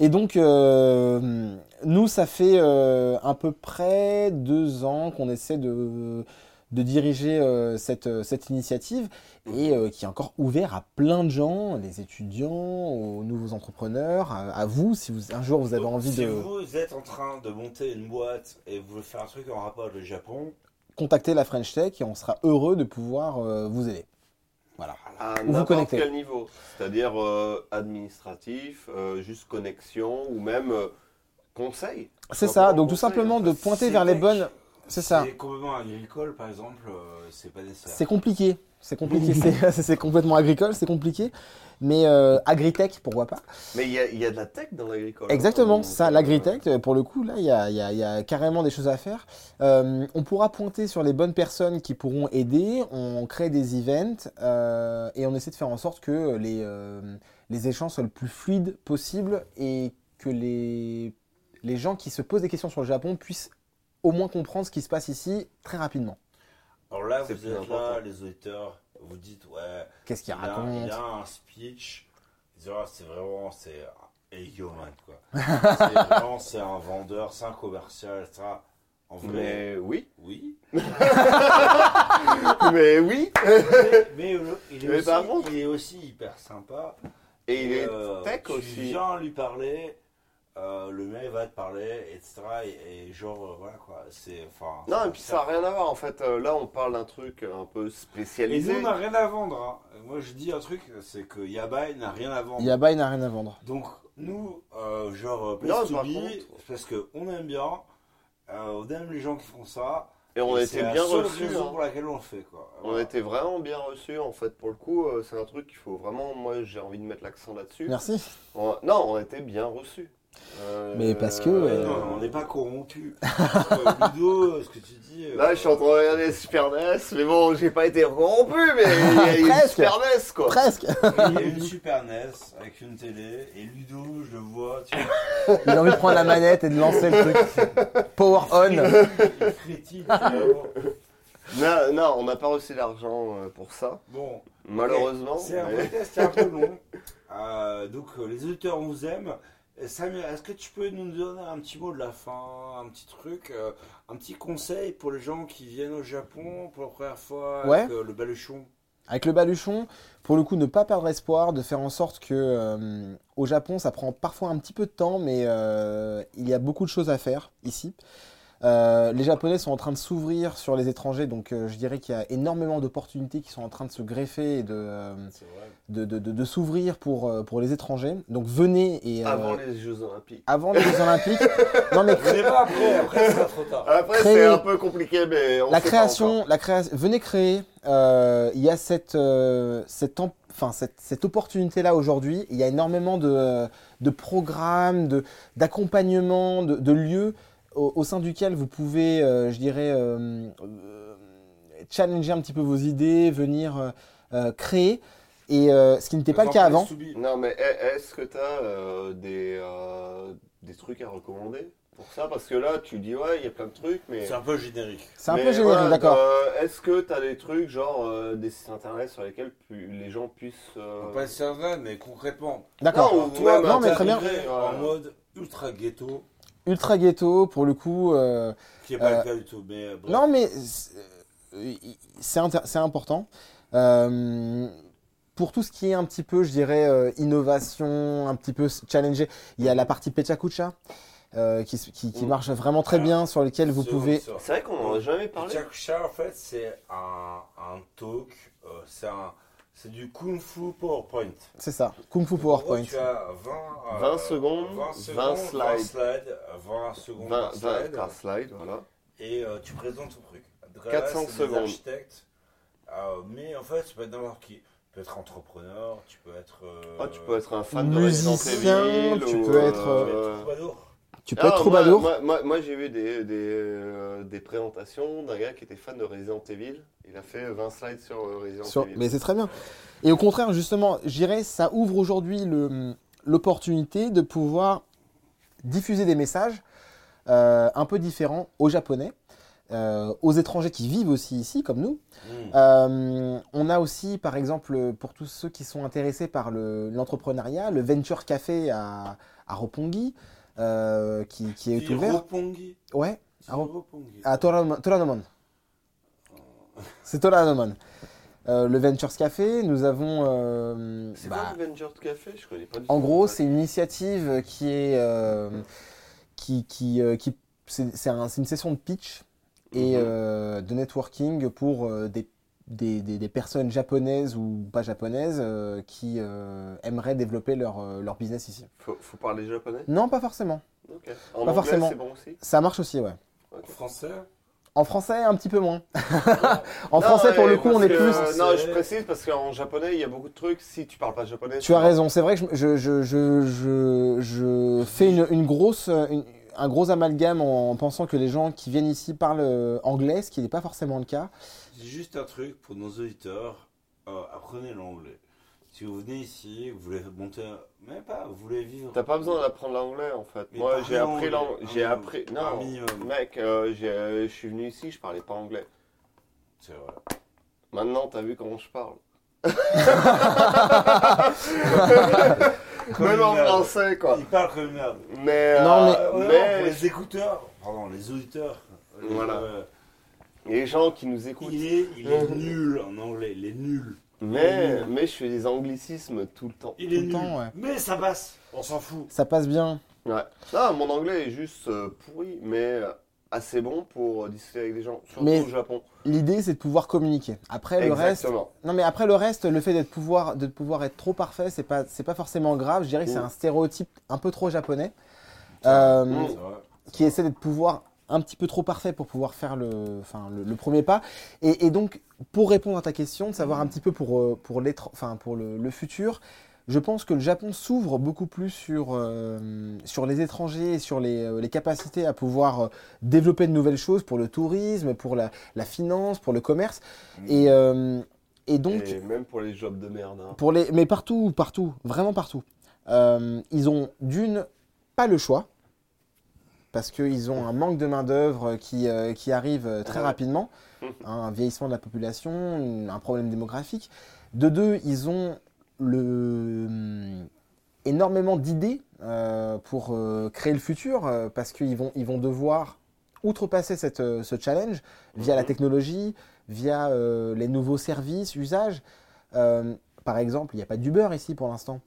Speaker 3: Et donc, euh, nous, ça fait euh, à peu près deux ans qu'on essaie de, de diriger euh, cette, euh, cette initiative et euh, qui est encore ouvert à plein de gens, les étudiants, aux nouveaux entrepreneurs, à, à vous, si vous, un jour vous avez
Speaker 1: Donc,
Speaker 3: envie
Speaker 1: Oh, si
Speaker 3: de
Speaker 1: vous êtes en train de monter une boîte et vous voulez faire un truc en rapport avec le Japon,
Speaker 3: contacter la French Tech et on sera heureux de pouvoir euh, vous aider.
Speaker 2: À
Speaker 3: vous
Speaker 2: n'importe
Speaker 3: connectez.
Speaker 2: quel niveau. C'est-à-dire euh, administratif, euh, juste connexion ou même euh, conseil.
Speaker 3: C'est
Speaker 1: Bah,
Speaker 2: Un
Speaker 3: ça,
Speaker 2: bon
Speaker 3: donc tout
Speaker 2: conseil,
Speaker 3: simplement
Speaker 2: en
Speaker 3: de
Speaker 2: fait.
Speaker 3: pointer
Speaker 1: C'est
Speaker 3: vers les
Speaker 1: tech.
Speaker 3: bonnes. C'est ça.
Speaker 1: C'est complètement agricole, par exemple, euh, c'est pas nécessaire.
Speaker 3: C'est compliqué. C'est compliqué. c'est- c'est complètement agricole, c'est compliqué. Mais euh, agritech, pourquoi pas
Speaker 2: Mais il y a, il y a de la tech dans l'agricole.
Speaker 3: Exactement,
Speaker 2: hein,
Speaker 3: c'est
Speaker 2: donc,
Speaker 3: ça,
Speaker 2: euh,
Speaker 3: l'agritech, euh, pour le coup, là, il y a, il y a- il y a carrément des choses à faire. Euh, on pourra pointer sur les bonnes personnes qui pourront aider, on crée des events euh, et on essaie de faire en sorte que les, euh, les échanges soient le plus fluides possible et que les, les gens qui se posent des questions sur le Japon puissent au moins comprendre ce qui se passe ici très rapidement.
Speaker 1: Alors là, vous
Speaker 2: C'est
Speaker 1: êtes
Speaker 2: plus
Speaker 1: là,
Speaker 2: important.
Speaker 1: les auditeurs, vous dites, ouais,
Speaker 3: Qu'est-ce qu'il
Speaker 1: il a,
Speaker 3: raconte
Speaker 1: il a un speech, ils disent, ah, c'est vraiment, c'est un Eggoman, quoi. c'est vraiment, c'est un vendeur, c'est un commercial, ça. En vrai,
Speaker 2: Mais oui.
Speaker 1: oui.
Speaker 2: Mais oui.
Speaker 1: Mais, mais le- il, est
Speaker 2: Mais
Speaker 1: aussi,
Speaker 2: par contre-
Speaker 1: il est aussi hyper sympa.
Speaker 2: Et il est
Speaker 1: Euh,
Speaker 2: tech
Speaker 1: tu
Speaker 2: aussi.
Speaker 1: viens lui parler, euh, le mec va te parler, etc. Et, et genre, euh, voilà quoi. C'est, enfin,
Speaker 2: Non,
Speaker 1: c'est
Speaker 2: et puis ça n'a rien à voir en fait. Euh, là, on parle d'un truc un peu
Speaker 1: Et nous,
Speaker 2: spécialisé.
Speaker 1: on n'a rien à vendre. hein. Moi, je dis un truc, c'est que Yabai n'a rien à vendre.
Speaker 3: Yaba, il n'a rien à vendre.
Speaker 1: Donc, nous, euh, genre, euh,
Speaker 2: Non,
Speaker 1: Place to
Speaker 2: par
Speaker 1: Be,
Speaker 2: contre-
Speaker 1: parce qu'on aime bien, euh, on aime les gens qui font ça.
Speaker 2: Et on
Speaker 1: et
Speaker 2: était
Speaker 1: c'est la
Speaker 2: bien
Speaker 1: seule
Speaker 2: reçus.
Speaker 1: raison
Speaker 2: hein.
Speaker 1: pour laquelle on le fait, quoi.
Speaker 2: On était vraiment bien reçus en fait. Pour le coup, euh, c'est un truc qu'il faut vraiment. Moi, j'ai envie de mettre l'accent là-dessus.
Speaker 3: Merci.
Speaker 2: On- Non, on était bien reçus. Euh,
Speaker 3: Mais parce que,
Speaker 1: Ouais,
Speaker 3: euh,
Speaker 1: non, on n'est pas corrompu. Euh, Ludo, ce que tu dis. euh,
Speaker 2: Là, je suis en train de regarder Super NES, mais bon, j'ai pas été corrompu, mais il y a eu
Speaker 3: Presque.
Speaker 2: Super NES, quoi.
Speaker 3: Presque.
Speaker 1: Il y a une Super NES avec une télé et Ludo, je le vois, tu vois,
Speaker 3: Il a envie de prendre la manette et de lancer le truc. Power on.
Speaker 1: il critique. vraiment.
Speaker 2: Non, non, on n'a pas reçu l'argent euh, pour ça,
Speaker 1: Bon,
Speaker 2: malheureusement.
Speaker 1: c'est un
Speaker 2: mais-
Speaker 1: vrai test, c'est un peu long. Euh, donc euh, les auditeurs, on vous aime. Euh, Samuel, est-ce que tu peux nous donner un petit mot de la fin, un petit truc, euh, un petit conseil pour les gens qui viennent au Japon pour la première fois avec
Speaker 3: Ouais.
Speaker 1: euh, le baluchon
Speaker 3: Avec le baluchon, pour le coup, ne pas perdre espoir, de faire en sorte que euh, au Japon, ça prend parfois un petit peu de temps, mais euh, il y a beaucoup de choses à faire ici. Euh, les Japonais sont en train de s'ouvrir sur les étrangers, donc euh, je dirais qu'il y a énormément d'opportunités qui sont en train de se greffer et de, euh,
Speaker 1: C'est vrai.
Speaker 3: de, de- de- de s'ouvrir pour, euh, pour les étrangers. Donc venez et euh,
Speaker 2: Avant les Jeux Olympiques.
Speaker 3: avant les Jeux Olympiques. non mais
Speaker 1: On n'est pas après, après ce sera trop tard.
Speaker 2: Après,
Speaker 3: Créer.
Speaker 2: c'est un peu compliqué, mais on
Speaker 3: la
Speaker 2: sait pas encore.
Speaker 3: création, la création, venez créer. Euh, il y a cette, euh, cette, em- enfin, cette, cette opportunité-là aujourd'hui. Il y a énormément de, euh, de programmes, de, d'accompagnements, de, de lieux au, au sein duquel vous pouvez, euh, je dirais, euh, euh, challenger un petit peu vos idées, venir euh, euh, créer. Et euh, ce qui n'était pas le cas avant.
Speaker 1: Soubi.
Speaker 2: Non, mais e- est-ce que t'as euh, des, euh, des trucs à recommander pour ça parce que là, tu dis ouais, il y a plein de trucs, mais.
Speaker 11: C'est un peu générique.
Speaker 3: C'est un
Speaker 2: Mais
Speaker 3: peu générique,
Speaker 2: voilà,
Speaker 3: d'accord.
Speaker 2: euh, Est-ce que tu as des trucs, genre euh, des sites internet sur lesquels pu- les gens puissent. euh,
Speaker 11: Pas sur ça, mais concrètement.
Speaker 3: D'accord.
Speaker 1: Oh,
Speaker 2: Non,
Speaker 11: Alors,
Speaker 2: ouais,
Speaker 1: bah,
Speaker 3: non, mais
Speaker 11: t'es
Speaker 3: très bien.
Speaker 11: arrivé En
Speaker 2: Ouais.
Speaker 11: mode ultra ghetto,
Speaker 3: Ultra ghetto, pour le coup. euh,
Speaker 11: qui est pas
Speaker 3: Euh,
Speaker 11: le cas du tout, mais euh, bref.
Speaker 3: Non, mais c'est- euh, c'est inter- c'est important. Euh, pour tout ce qui est un petit peu, je dirais, euh, innovation, un petit peu s- challenger, il y a la partie Pecha Kucha, euh, qui, s- qui- qui
Speaker 2: Mm.
Speaker 3: marche vraiment très
Speaker 11: Alors,
Speaker 3: bien, sur lequel vous
Speaker 11: Sur-
Speaker 3: pouvez...
Speaker 11: sur-
Speaker 2: C'est vrai qu'on en a jamais parlé.
Speaker 11: Chakusha, en fait, c'est un, un talk, euh, c'est un- c'est du Kung Fu PowerPoint.
Speaker 3: C'est ça, Kung
Speaker 11: Donc,
Speaker 3: Fu
Speaker 11: en gros,
Speaker 3: PowerPoint.
Speaker 11: Tu as euh, 20,
Speaker 2: 20 secondes,
Speaker 11: 20
Speaker 2: 20
Speaker 11: slides, 20
Speaker 2: slides.
Speaker 11: slides, 20 secondes
Speaker 2: 20,
Speaker 11: par slide,
Speaker 2: par slide, voilà.
Speaker 11: et euh, tu présentes ton truc. Donc là,
Speaker 2: 400
Speaker 11: c'est Des
Speaker 2: secondes.
Speaker 11: architectes, euh, mais en fait, tu peux être n'importe qui. Tu peux être entrepreneur, tu peux être. euh,
Speaker 2: Ah, tu peux être un fan
Speaker 3: musicien,
Speaker 2: de Resident Evil,
Speaker 3: tu
Speaker 2: ou,
Speaker 11: tu
Speaker 3: peux être,
Speaker 11: peux être
Speaker 2: euh,
Speaker 11: troubadour.
Speaker 8: Tu peux
Speaker 2: Ah,
Speaker 8: être
Speaker 2: moi-
Speaker 8: troubadour
Speaker 11: bah,
Speaker 2: Moi, moi- moi, j'ai vu des, des, euh, des présentations d'un gars qui était fan de Resident Evil. Il a fait 20 slides sur euh, Resident
Speaker 3: Sur-
Speaker 2: Evil.
Speaker 3: Mais c'est très bien. Et au contraire, justement, j'irais, ça ouvre aujourd'hui le- l'opportunité de pouvoir diffuser des messages euh, un peu différents aux Japonais, euh, aux étrangers qui vivent aussi ici, comme nous.
Speaker 11: Mm.
Speaker 3: Euh, on a aussi, par exemple, pour tous ceux qui sont intéressés par le- l'entrepreneuriat, le, Venture Café à, à Roppongi, euh, qui, qui est ouvert.
Speaker 11: Hiropongi.
Speaker 3: Ouais, Ah bon
Speaker 11: Hiropongi.
Speaker 3: à Toranomon. Toranomon. C'est Toranomon. Euh, le Ventures Café, nous avons. euh,
Speaker 2: C'est
Speaker 3: bah,
Speaker 2: quoi le Venture Café Je connais pas du
Speaker 3: en
Speaker 2: tout.
Speaker 3: gros, c'est une initiative qui est. euh, qui, qui, euh, qui- c'est c'est un- c'est une session de pitch et
Speaker 2: Mhm.
Speaker 3: euh, de networking pour euh, des, des, des- des personnes japonaises ou pas japonaises euh, qui euh, aimeraient développer leur, euh, leur business ici.
Speaker 2: Faut, faut parler japonais
Speaker 3: Non, pas forcément.
Speaker 2: Ok. En anglais,
Speaker 3: forcément.
Speaker 2: c'est bon aussi
Speaker 3: Ça marche aussi, ouais.
Speaker 11: Français
Speaker 3: En français, un petit peu moins. en français, pour le coup, on est
Speaker 2: parce
Speaker 3: plus.
Speaker 2: que- Non, je précise parce qu'en japonais, il y a beaucoup de trucs. Si tu parles pas japonais.
Speaker 3: Tu as raison, c'est vrai que je, je, je, je, je fais une, une grosse, une- un gros amalgame en pensant que les gens qui viennent ici parlent euh, anglais, ce qui n'est pas forcément le cas.
Speaker 11: J'ai juste un truc pour nos auditeurs. euh, apprenez l'anglais. Si vous venez ici, vous voulez monter, un- même pas, vous voulez vivre.
Speaker 2: T'as pas besoin d'apprendre l'anglais en fait.
Speaker 11: Mais
Speaker 2: Moi
Speaker 11: parlez
Speaker 2: j'ai appris
Speaker 11: anglais,
Speaker 2: l'anglais.
Speaker 11: un
Speaker 2: J'ai
Speaker 11: minimum,
Speaker 2: appris.
Speaker 11: un
Speaker 2: Non,
Speaker 11: minimum.
Speaker 2: mec, euh, j'ai- euh, je suis venu ici, je parlais pas anglais.
Speaker 11: C'est vrai.
Speaker 2: Maintenant, t'as vu comment je parle.
Speaker 11: Comme
Speaker 2: Même en
Speaker 11: une merde.
Speaker 2: français quoi.
Speaker 11: Ils parlent comme une merde.
Speaker 2: Mais.
Speaker 3: Non,
Speaker 2: euh,
Speaker 11: Euh, non, pour
Speaker 2: mais
Speaker 11: les écouteurs, pardon, les auditeurs. euh,
Speaker 2: Voilà.
Speaker 11: euh,
Speaker 2: les gens qui nous écoutent.
Speaker 11: il est, il est nul en anglais, il est nul.
Speaker 2: Mais, mais je fais des anglicismes tout le temps.
Speaker 11: Il est
Speaker 3: Tout le
Speaker 11: nul.
Speaker 3: temps, ouais.
Speaker 11: Mais ça passe, on s'en fout.
Speaker 3: Ça passe bien.
Speaker 2: Ouais. Non, mon anglais est juste euh, pourri, mais euh, assez bon pour euh, discuter avec des gens, surtout
Speaker 3: Mais-
Speaker 2: au Japon.
Speaker 3: L'idée, c'est de pouvoir communiquer. Après le reste,
Speaker 2: Exactement.
Speaker 3: non mais après le reste, le fait d'être pouvoir, de pouvoir être trop parfait, c'est pas, c'est pas forcément grave. Je dirais que c'est
Speaker 2: Mm.
Speaker 3: un stéréotype un peu trop japonais, euh,
Speaker 2: Mm.
Speaker 11: C'est vrai.
Speaker 3: qui essaie d'être pouvoir un petit peu trop parfait pour pouvoir faire le, enfin, le, le premier pas. Et, et donc, pour répondre à ta question, de savoir un petit peu pour, euh, pour, l'étr- enfin, pour le, le futur, je pense que le Japon s'ouvre beaucoup plus sur, euh, sur les étrangers et sur les, euh, les capacités à pouvoir euh, développer de nouvelles choses pour le tourisme, pour la, la finance, pour le commerce. Et, euh, et donc,
Speaker 2: Et même pour les jobs de merde. hein.
Speaker 3: pour les, mais partout, partout, vraiment partout. Euh, ils ont d'une pas le choix parce qu'ils ont un manque de main d'œuvre qui, euh, qui arrive euh, très
Speaker 2: Ouais.
Speaker 3: rapidement, hein, un vieillissement de la population, une- un problème démographique. De deux, ils ont le hum, énormément d'idées euh, pour euh, créer le futur euh, parce qu'ils vont ils vont devoir outrepasser cette, euh, ce challenge via la
Speaker 2: Mhm.
Speaker 3: technologie, via euh, les nouveaux services, usages. Euh, par exemple, il n'y a pas d'Uber ici pour l'instant.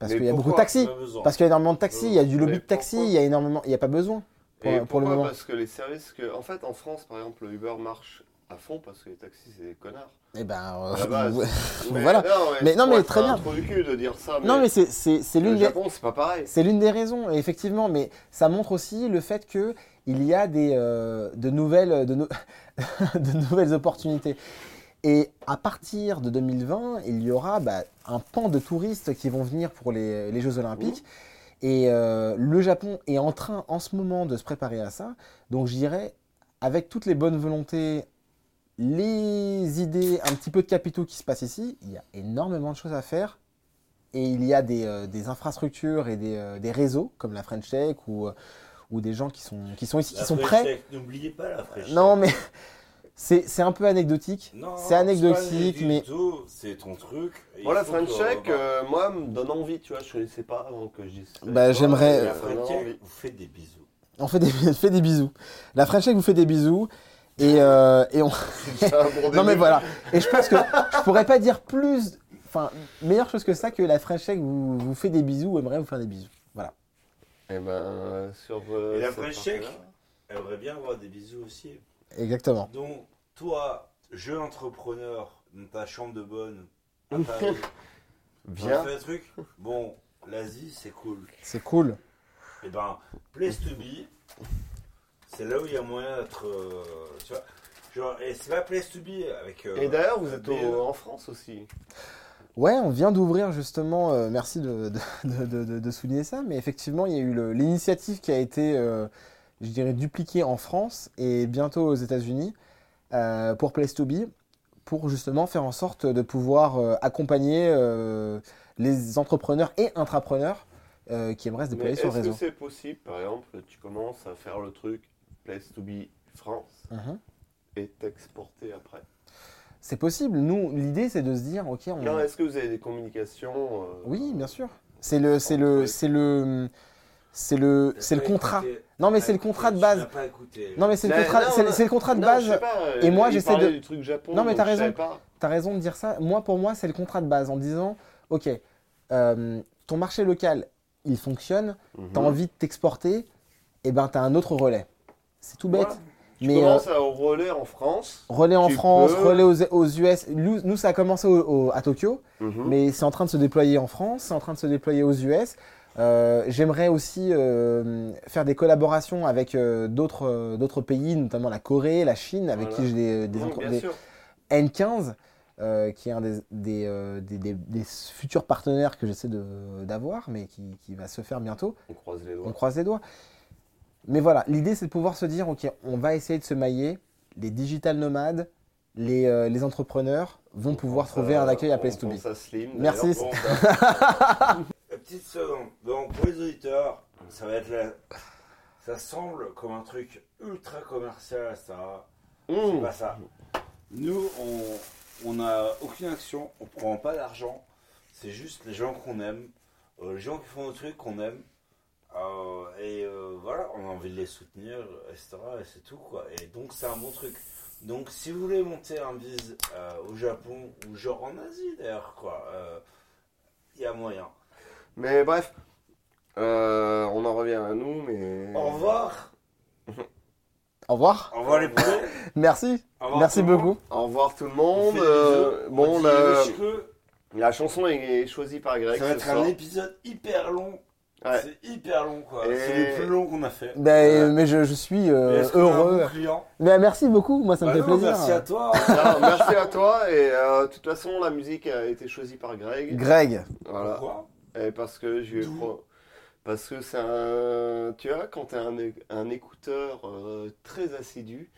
Speaker 3: Parce
Speaker 2: Mais
Speaker 3: qu'il y a beaucoup de
Speaker 2: pourquoi Euh,
Speaker 3: taxis.
Speaker 11: Pas besoin.
Speaker 3: Parce qu'il y a énormément de taxis, il y a du lobby
Speaker 2: Mais
Speaker 3: de taxis,
Speaker 2: pourquoi
Speaker 3: il y a énormément. Il n'y a pas besoin. pour-
Speaker 2: Et
Speaker 3: pour le
Speaker 2: pourquoi
Speaker 3: moment.
Speaker 2: Parce que les services que. En fait, en France, par exemple, le Uber marche à fond parce que les taxis, c'est des connards.
Speaker 3: Eh ben. euh,
Speaker 2: Là-bas,
Speaker 3: ouais.
Speaker 2: c'est-
Speaker 3: Voilà.
Speaker 2: Non,
Speaker 3: Mais non,
Speaker 2: pour
Speaker 3: mais
Speaker 2: être
Speaker 3: très
Speaker 2: un
Speaker 3: bien.
Speaker 2: trou du cul de dire ça. Mais
Speaker 3: non, mais c'est- c'est c'est
Speaker 2: le
Speaker 3: l'une des.
Speaker 2: Japon, c'est pas pareil.
Speaker 3: C'est l'une des raisons, effectivement, mais ça montre aussi le fait que il y a des, euh, de, nouvelles, de, no- de nouvelles opportunités. Et à partir de 2020, il y aura bah, un pan de touristes qui vont venir pour les, les Jeux Olympiques. Et euh, le Japon est en train en ce moment de se préparer à ça. Donc je dirais, avec toutes les bonnes volontés, les idées, un petit peu de capitaux qui se passent ici, il y a énormément de choses à faire. Et il y a des, euh, des infrastructures et des, euh, des réseaux, comme la French Tech ou, euh, ou des gens qui sont, qui sont ici, qui
Speaker 1: La
Speaker 3: sont
Speaker 1: fraîche
Speaker 3: prêts.
Speaker 1: tech, N'oubliez pas la fraîche.
Speaker 3: Non,
Speaker 1: tech.
Speaker 3: mais c'est c'est un peu anecdotique.
Speaker 1: Non,
Speaker 3: c'est anecdotique,
Speaker 1: pas du
Speaker 3: mais-
Speaker 1: tout, C'est ton truc. et
Speaker 2: Moi, la
Speaker 1: il faut
Speaker 2: French
Speaker 1: que-
Speaker 2: Check,
Speaker 1: bah,
Speaker 2: euh, moi, me donne envie, tu vois. Je ne sais pas avant que je dise. ça.
Speaker 3: Bah,
Speaker 2: Toi,
Speaker 3: j'aimerais-
Speaker 1: la
Speaker 2: ça
Speaker 1: French
Speaker 2: donne
Speaker 1: Tech
Speaker 2: envie.
Speaker 1: vous fait des bisous.
Speaker 3: On fait des, fait des bisous. La French Tech vous fait des bisous. Et, euh, et on...
Speaker 2: Ah, bon,
Speaker 3: non mais
Speaker 2: début.
Speaker 3: voilà. Et je pense que je pourrais pas dire plus, enfin meilleure chose que ça que la French Tech vous, vous fait des bisous ou aimerait vous faire des bisous.
Speaker 2: Eh ben, euh, sur. euh,
Speaker 1: Et la
Speaker 2: cette
Speaker 1: French Ah, Tech
Speaker 2: partie-là.
Speaker 1: aimerait bien avoir des bisous aussi.
Speaker 3: Exactement.
Speaker 1: Donc, toi, jeu entrepreneur, dans ta chambre de bonne, à Paris,
Speaker 2: Viens.
Speaker 1: t'as fait un truc Bon, l'Asie, c'est cool.
Speaker 3: C'est cool.
Speaker 1: Et ben, place to be, c'est là où il y a moyen d'être. euh, tu vois Genre, et c'est pas place to be avec. euh,
Speaker 2: Et d'ailleurs, vous êtes
Speaker 1: des-
Speaker 2: au- en France aussi.
Speaker 3: Ouais, on vient d'ouvrir justement, euh, merci de, de- de- de- de- de souligner ça, mais effectivement, il y a eu le- l'initiative qui a été, euh, je dirais, dupliquée en France et bientôt aux États-Unis euh, pour Place to Be, pour justement faire en sorte de pouvoir euh, accompagner euh, les entrepreneurs et intrapreneurs euh, qui aimeraient se
Speaker 2: Mais
Speaker 3: déployer
Speaker 2: est-ce
Speaker 3: sur le
Speaker 2: que
Speaker 3: réseau.
Speaker 2: c'est possible, par exemple, tu commences à faire le truc Place to be France
Speaker 3: Mhm.
Speaker 2: et t'exporter après
Speaker 3: C'est possible. Nous, l'idée, c'est de se dire, ok, on,
Speaker 2: Non, est-ce que vous avez des communications euh,
Speaker 3: Hmm. oui, bien sûr. C'est le, c'est le, c'est le, c'est le,
Speaker 1: t'as
Speaker 3: c'est le
Speaker 1: pas
Speaker 3: contrat.
Speaker 1: écouté,
Speaker 3: Non, mais
Speaker 1: t'as
Speaker 3: c'est le
Speaker 1: écouté,
Speaker 3: contrat de
Speaker 1: tu
Speaker 3: base.
Speaker 1: n'as pas écouté.
Speaker 3: Non mais c'est le
Speaker 2: Mais
Speaker 3: contrat,
Speaker 2: non,
Speaker 3: c'est le-
Speaker 2: non.
Speaker 3: c'est le contrat de
Speaker 2: Non, je sais
Speaker 3: base.
Speaker 2: pas, euh,
Speaker 3: Et moi,
Speaker 2: il
Speaker 3: j'essaie
Speaker 2: parlait
Speaker 3: de-
Speaker 2: du truc Japon.
Speaker 3: Non, mais
Speaker 2: donc
Speaker 3: t'as
Speaker 2: je
Speaker 3: raison.
Speaker 2: savais pas.
Speaker 3: T'as raison de dire ça. Moi pour moi c'est le contrat de base en disant ok euh, ton marché local il fonctionne,
Speaker 2: Mhm.
Speaker 3: t'as envie de t'exporter, et ben t'as un autre relais. C'est tout bête.
Speaker 2: Voilà. Tu
Speaker 3: Mais
Speaker 2: commences à au relais en France.
Speaker 3: euh, relais en
Speaker 2: tu
Speaker 3: France,
Speaker 2: peux.
Speaker 3: relais aux, aux US. Nous, nous, ça a commencé au- au- à Tokyo,
Speaker 2: Mhm.
Speaker 3: Mmh. mais c'est en train de se déployer en France, c'est en train de se déployer aux US. Euh, J'aimerais aussi euh, faire des collaborations avec euh, d'autres euh, d'autres pays, notamment la Corée, la Chine, avec
Speaker 2: Voilà.
Speaker 3: qui j'ai des, des,
Speaker 2: Donc,
Speaker 3: entre-
Speaker 2: bien
Speaker 3: des-
Speaker 2: sûr.
Speaker 3: N15, euh, qui est un des, des, euh, des- des- des futurs partenaires que j'essaie de- d'avoir, mais qui, qui va se faire bientôt.
Speaker 2: On croise les
Speaker 3: On
Speaker 2: doigts.
Speaker 3: croise les doigts. Mais voilà, l'idée, c'est de pouvoir se dire, OK, on va essayer de se mailler. Les digital nomades, les, euh, les entrepreneurs vont pouvoir
Speaker 2: Ça,
Speaker 3: trouver un accueil à
Speaker 2: on
Speaker 3: Place to Be.
Speaker 2: pense à Slim,
Speaker 3: Merci.
Speaker 2: d'ailleurs.
Speaker 1: Bon,
Speaker 2: Bon,
Speaker 1: La Euh, petite seconde. Donc, pour les auditeurs, ça va être la... Ça semble comme un truc ultra commercial, ça. C'est
Speaker 2: Mmh.
Speaker 1: pas ça. Nous, on- on n'a aucune action, on prend pas d'argent. C'est juste les gens qu'on aime, euh, les gens qui font nos trucs qu'on aime. Euh, et euh, voilà, on a envie de les soutenir, etc. Et c'est tout, quoi. Et donc, c'est un bon truc. Donc, si vous voulez monter un biz euh, au Japon, ou genre en Asie, d'ailleurs, quoi, il y a moyen.
Speaker 2: Mais bref, euh, on en revient à nous, mais.
Speaker 1: Au revoir.
Speaker 3: Au revoir.
Speaker 1: Au revoir les poulets.
Speaker 3: Merci.
Speaker 1: Au revoir
Speaker 3: Merci
Speaker 1: tout le monde.
Speaker 3: beaucoup. euh,
Speaker 2: Au revoir tout le
Speaker 1: On
Speaker 2: monde.
Speaker 1: fait des
Speaker 2: euh,
Speaker 1: bisous. On
Speaker 2: bon,
Speaker 1: dit
Speaker 2: la,
Speaker 1: wesh que.
Speaker 2: la chanson est choisie par Greg.
Speaker 1: Ça va
Speaker 2: ce
Speaker 1: être
Speaker 2: soir.
Speaker 1: un épisode hyper long.
Speaker 2: Ouais.
Speaker 1: C'est hyper long, quoi.
Speaker 2: Et-
Speaker 1: C'est le plus long qu'on a fait.
Speaker 3: Ben, mais je, je suis euh,
Speaker 1: Et est-ce qu'on a un
Speaker 3: heureux.
Speaker 1: bon client
Speaker 3: Mais merci beaucoup. Moi, ça
Speaker 1: Bah
Speaker 3: me fait
Speaker 1: non,
Speaker 3: plaisir.
Speaker 1: Merci à toi. hein.
Speaker 2: Alors, Ah, merci à toi. Et euh, de toute façon, la musique a été choisie par Greg.
Speaker 3: Greg.
Speaker 2: Voilà.
Speaker 1: Pourquoi
Speaker 2: Et parce que je lui ai
Speaker 1: D'où
Speaker 2: pro- Parce que c'est un. Tu vois, quand t'es un, é- un écouteur euh, très assidu,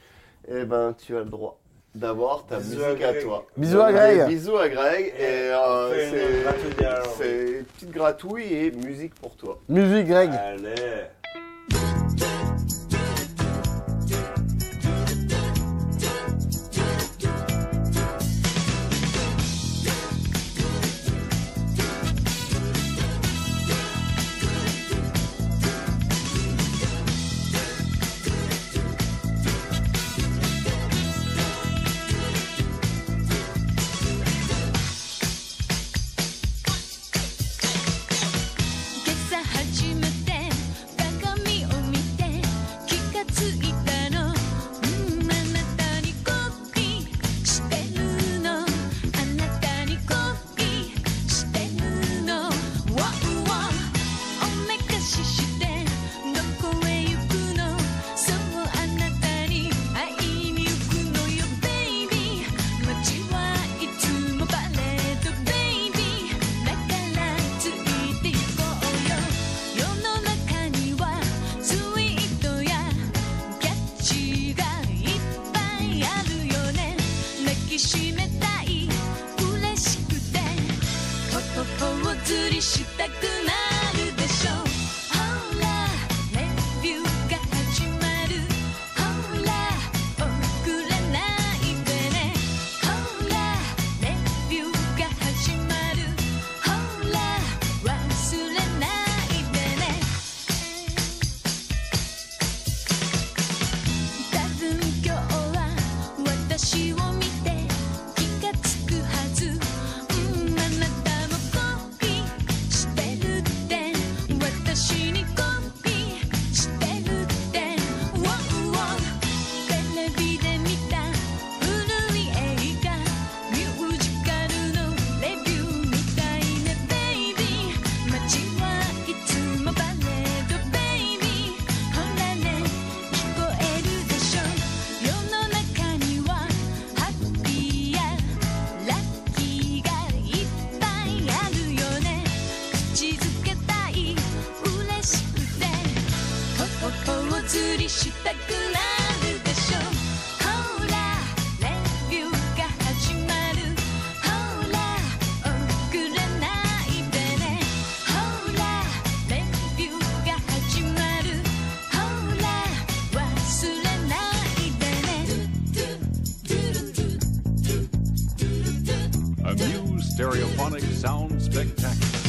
Speaker 2: eh ben, tu as le droit d'avoir ta
Speaker 1: Bisous à
Speaker 2: musique à,
Speaker 1: Greg.
Speaker 2: toi.
Speaker 3: Bisous à
Speaker 2: Allez,
Speaker 3: Greg.
Speaker 2: Bisous à Greg. Et,
Speaker 1: Et
Speaker 2: euh,
Speaker 1: fais une
Speaker 2: c'est-
Speaker 1: gratouille derrière l'oreille.
Speaker 2: c'est une petite gratouille et musique pour toi.
Speaker 3: Musique, Greg.
Speaker 1: Allez.
Speaker 4: 「今朝初めて鏡を見て気がついたの」「うんあなたにコピーしてるの」「あなたにコピーしてるの」「ワンワンおめかししてどこへ行くの」「そうあなたに会いに行くのよベイビー」「街はいつもバレードベイビー」「だからついていこうよ」「世の中にはツイートやキャッチがいっぱいあるよね」「抱きしめたい嬉しくて」「男を釣りしたくなるでしょ」「ほらレビュー私を見て気がつくはずうんあなたもコピーしてるって私にコピーしてるってウォウウォテレビで見た古い映画ミュージカルのレビューみたいねベイビー街はいつもバレードベイビーほらね聞こえるでしょ世の中にはハッピーやラッキーがいっぱいあるよね口づけたい嬉しくてポポポを釣りしたくなるでしょほらレビューが始まるほら遅れないでねほらレビューが始まるほら忘れないでね
Speaker 5: A new stereophonic sound spectacular.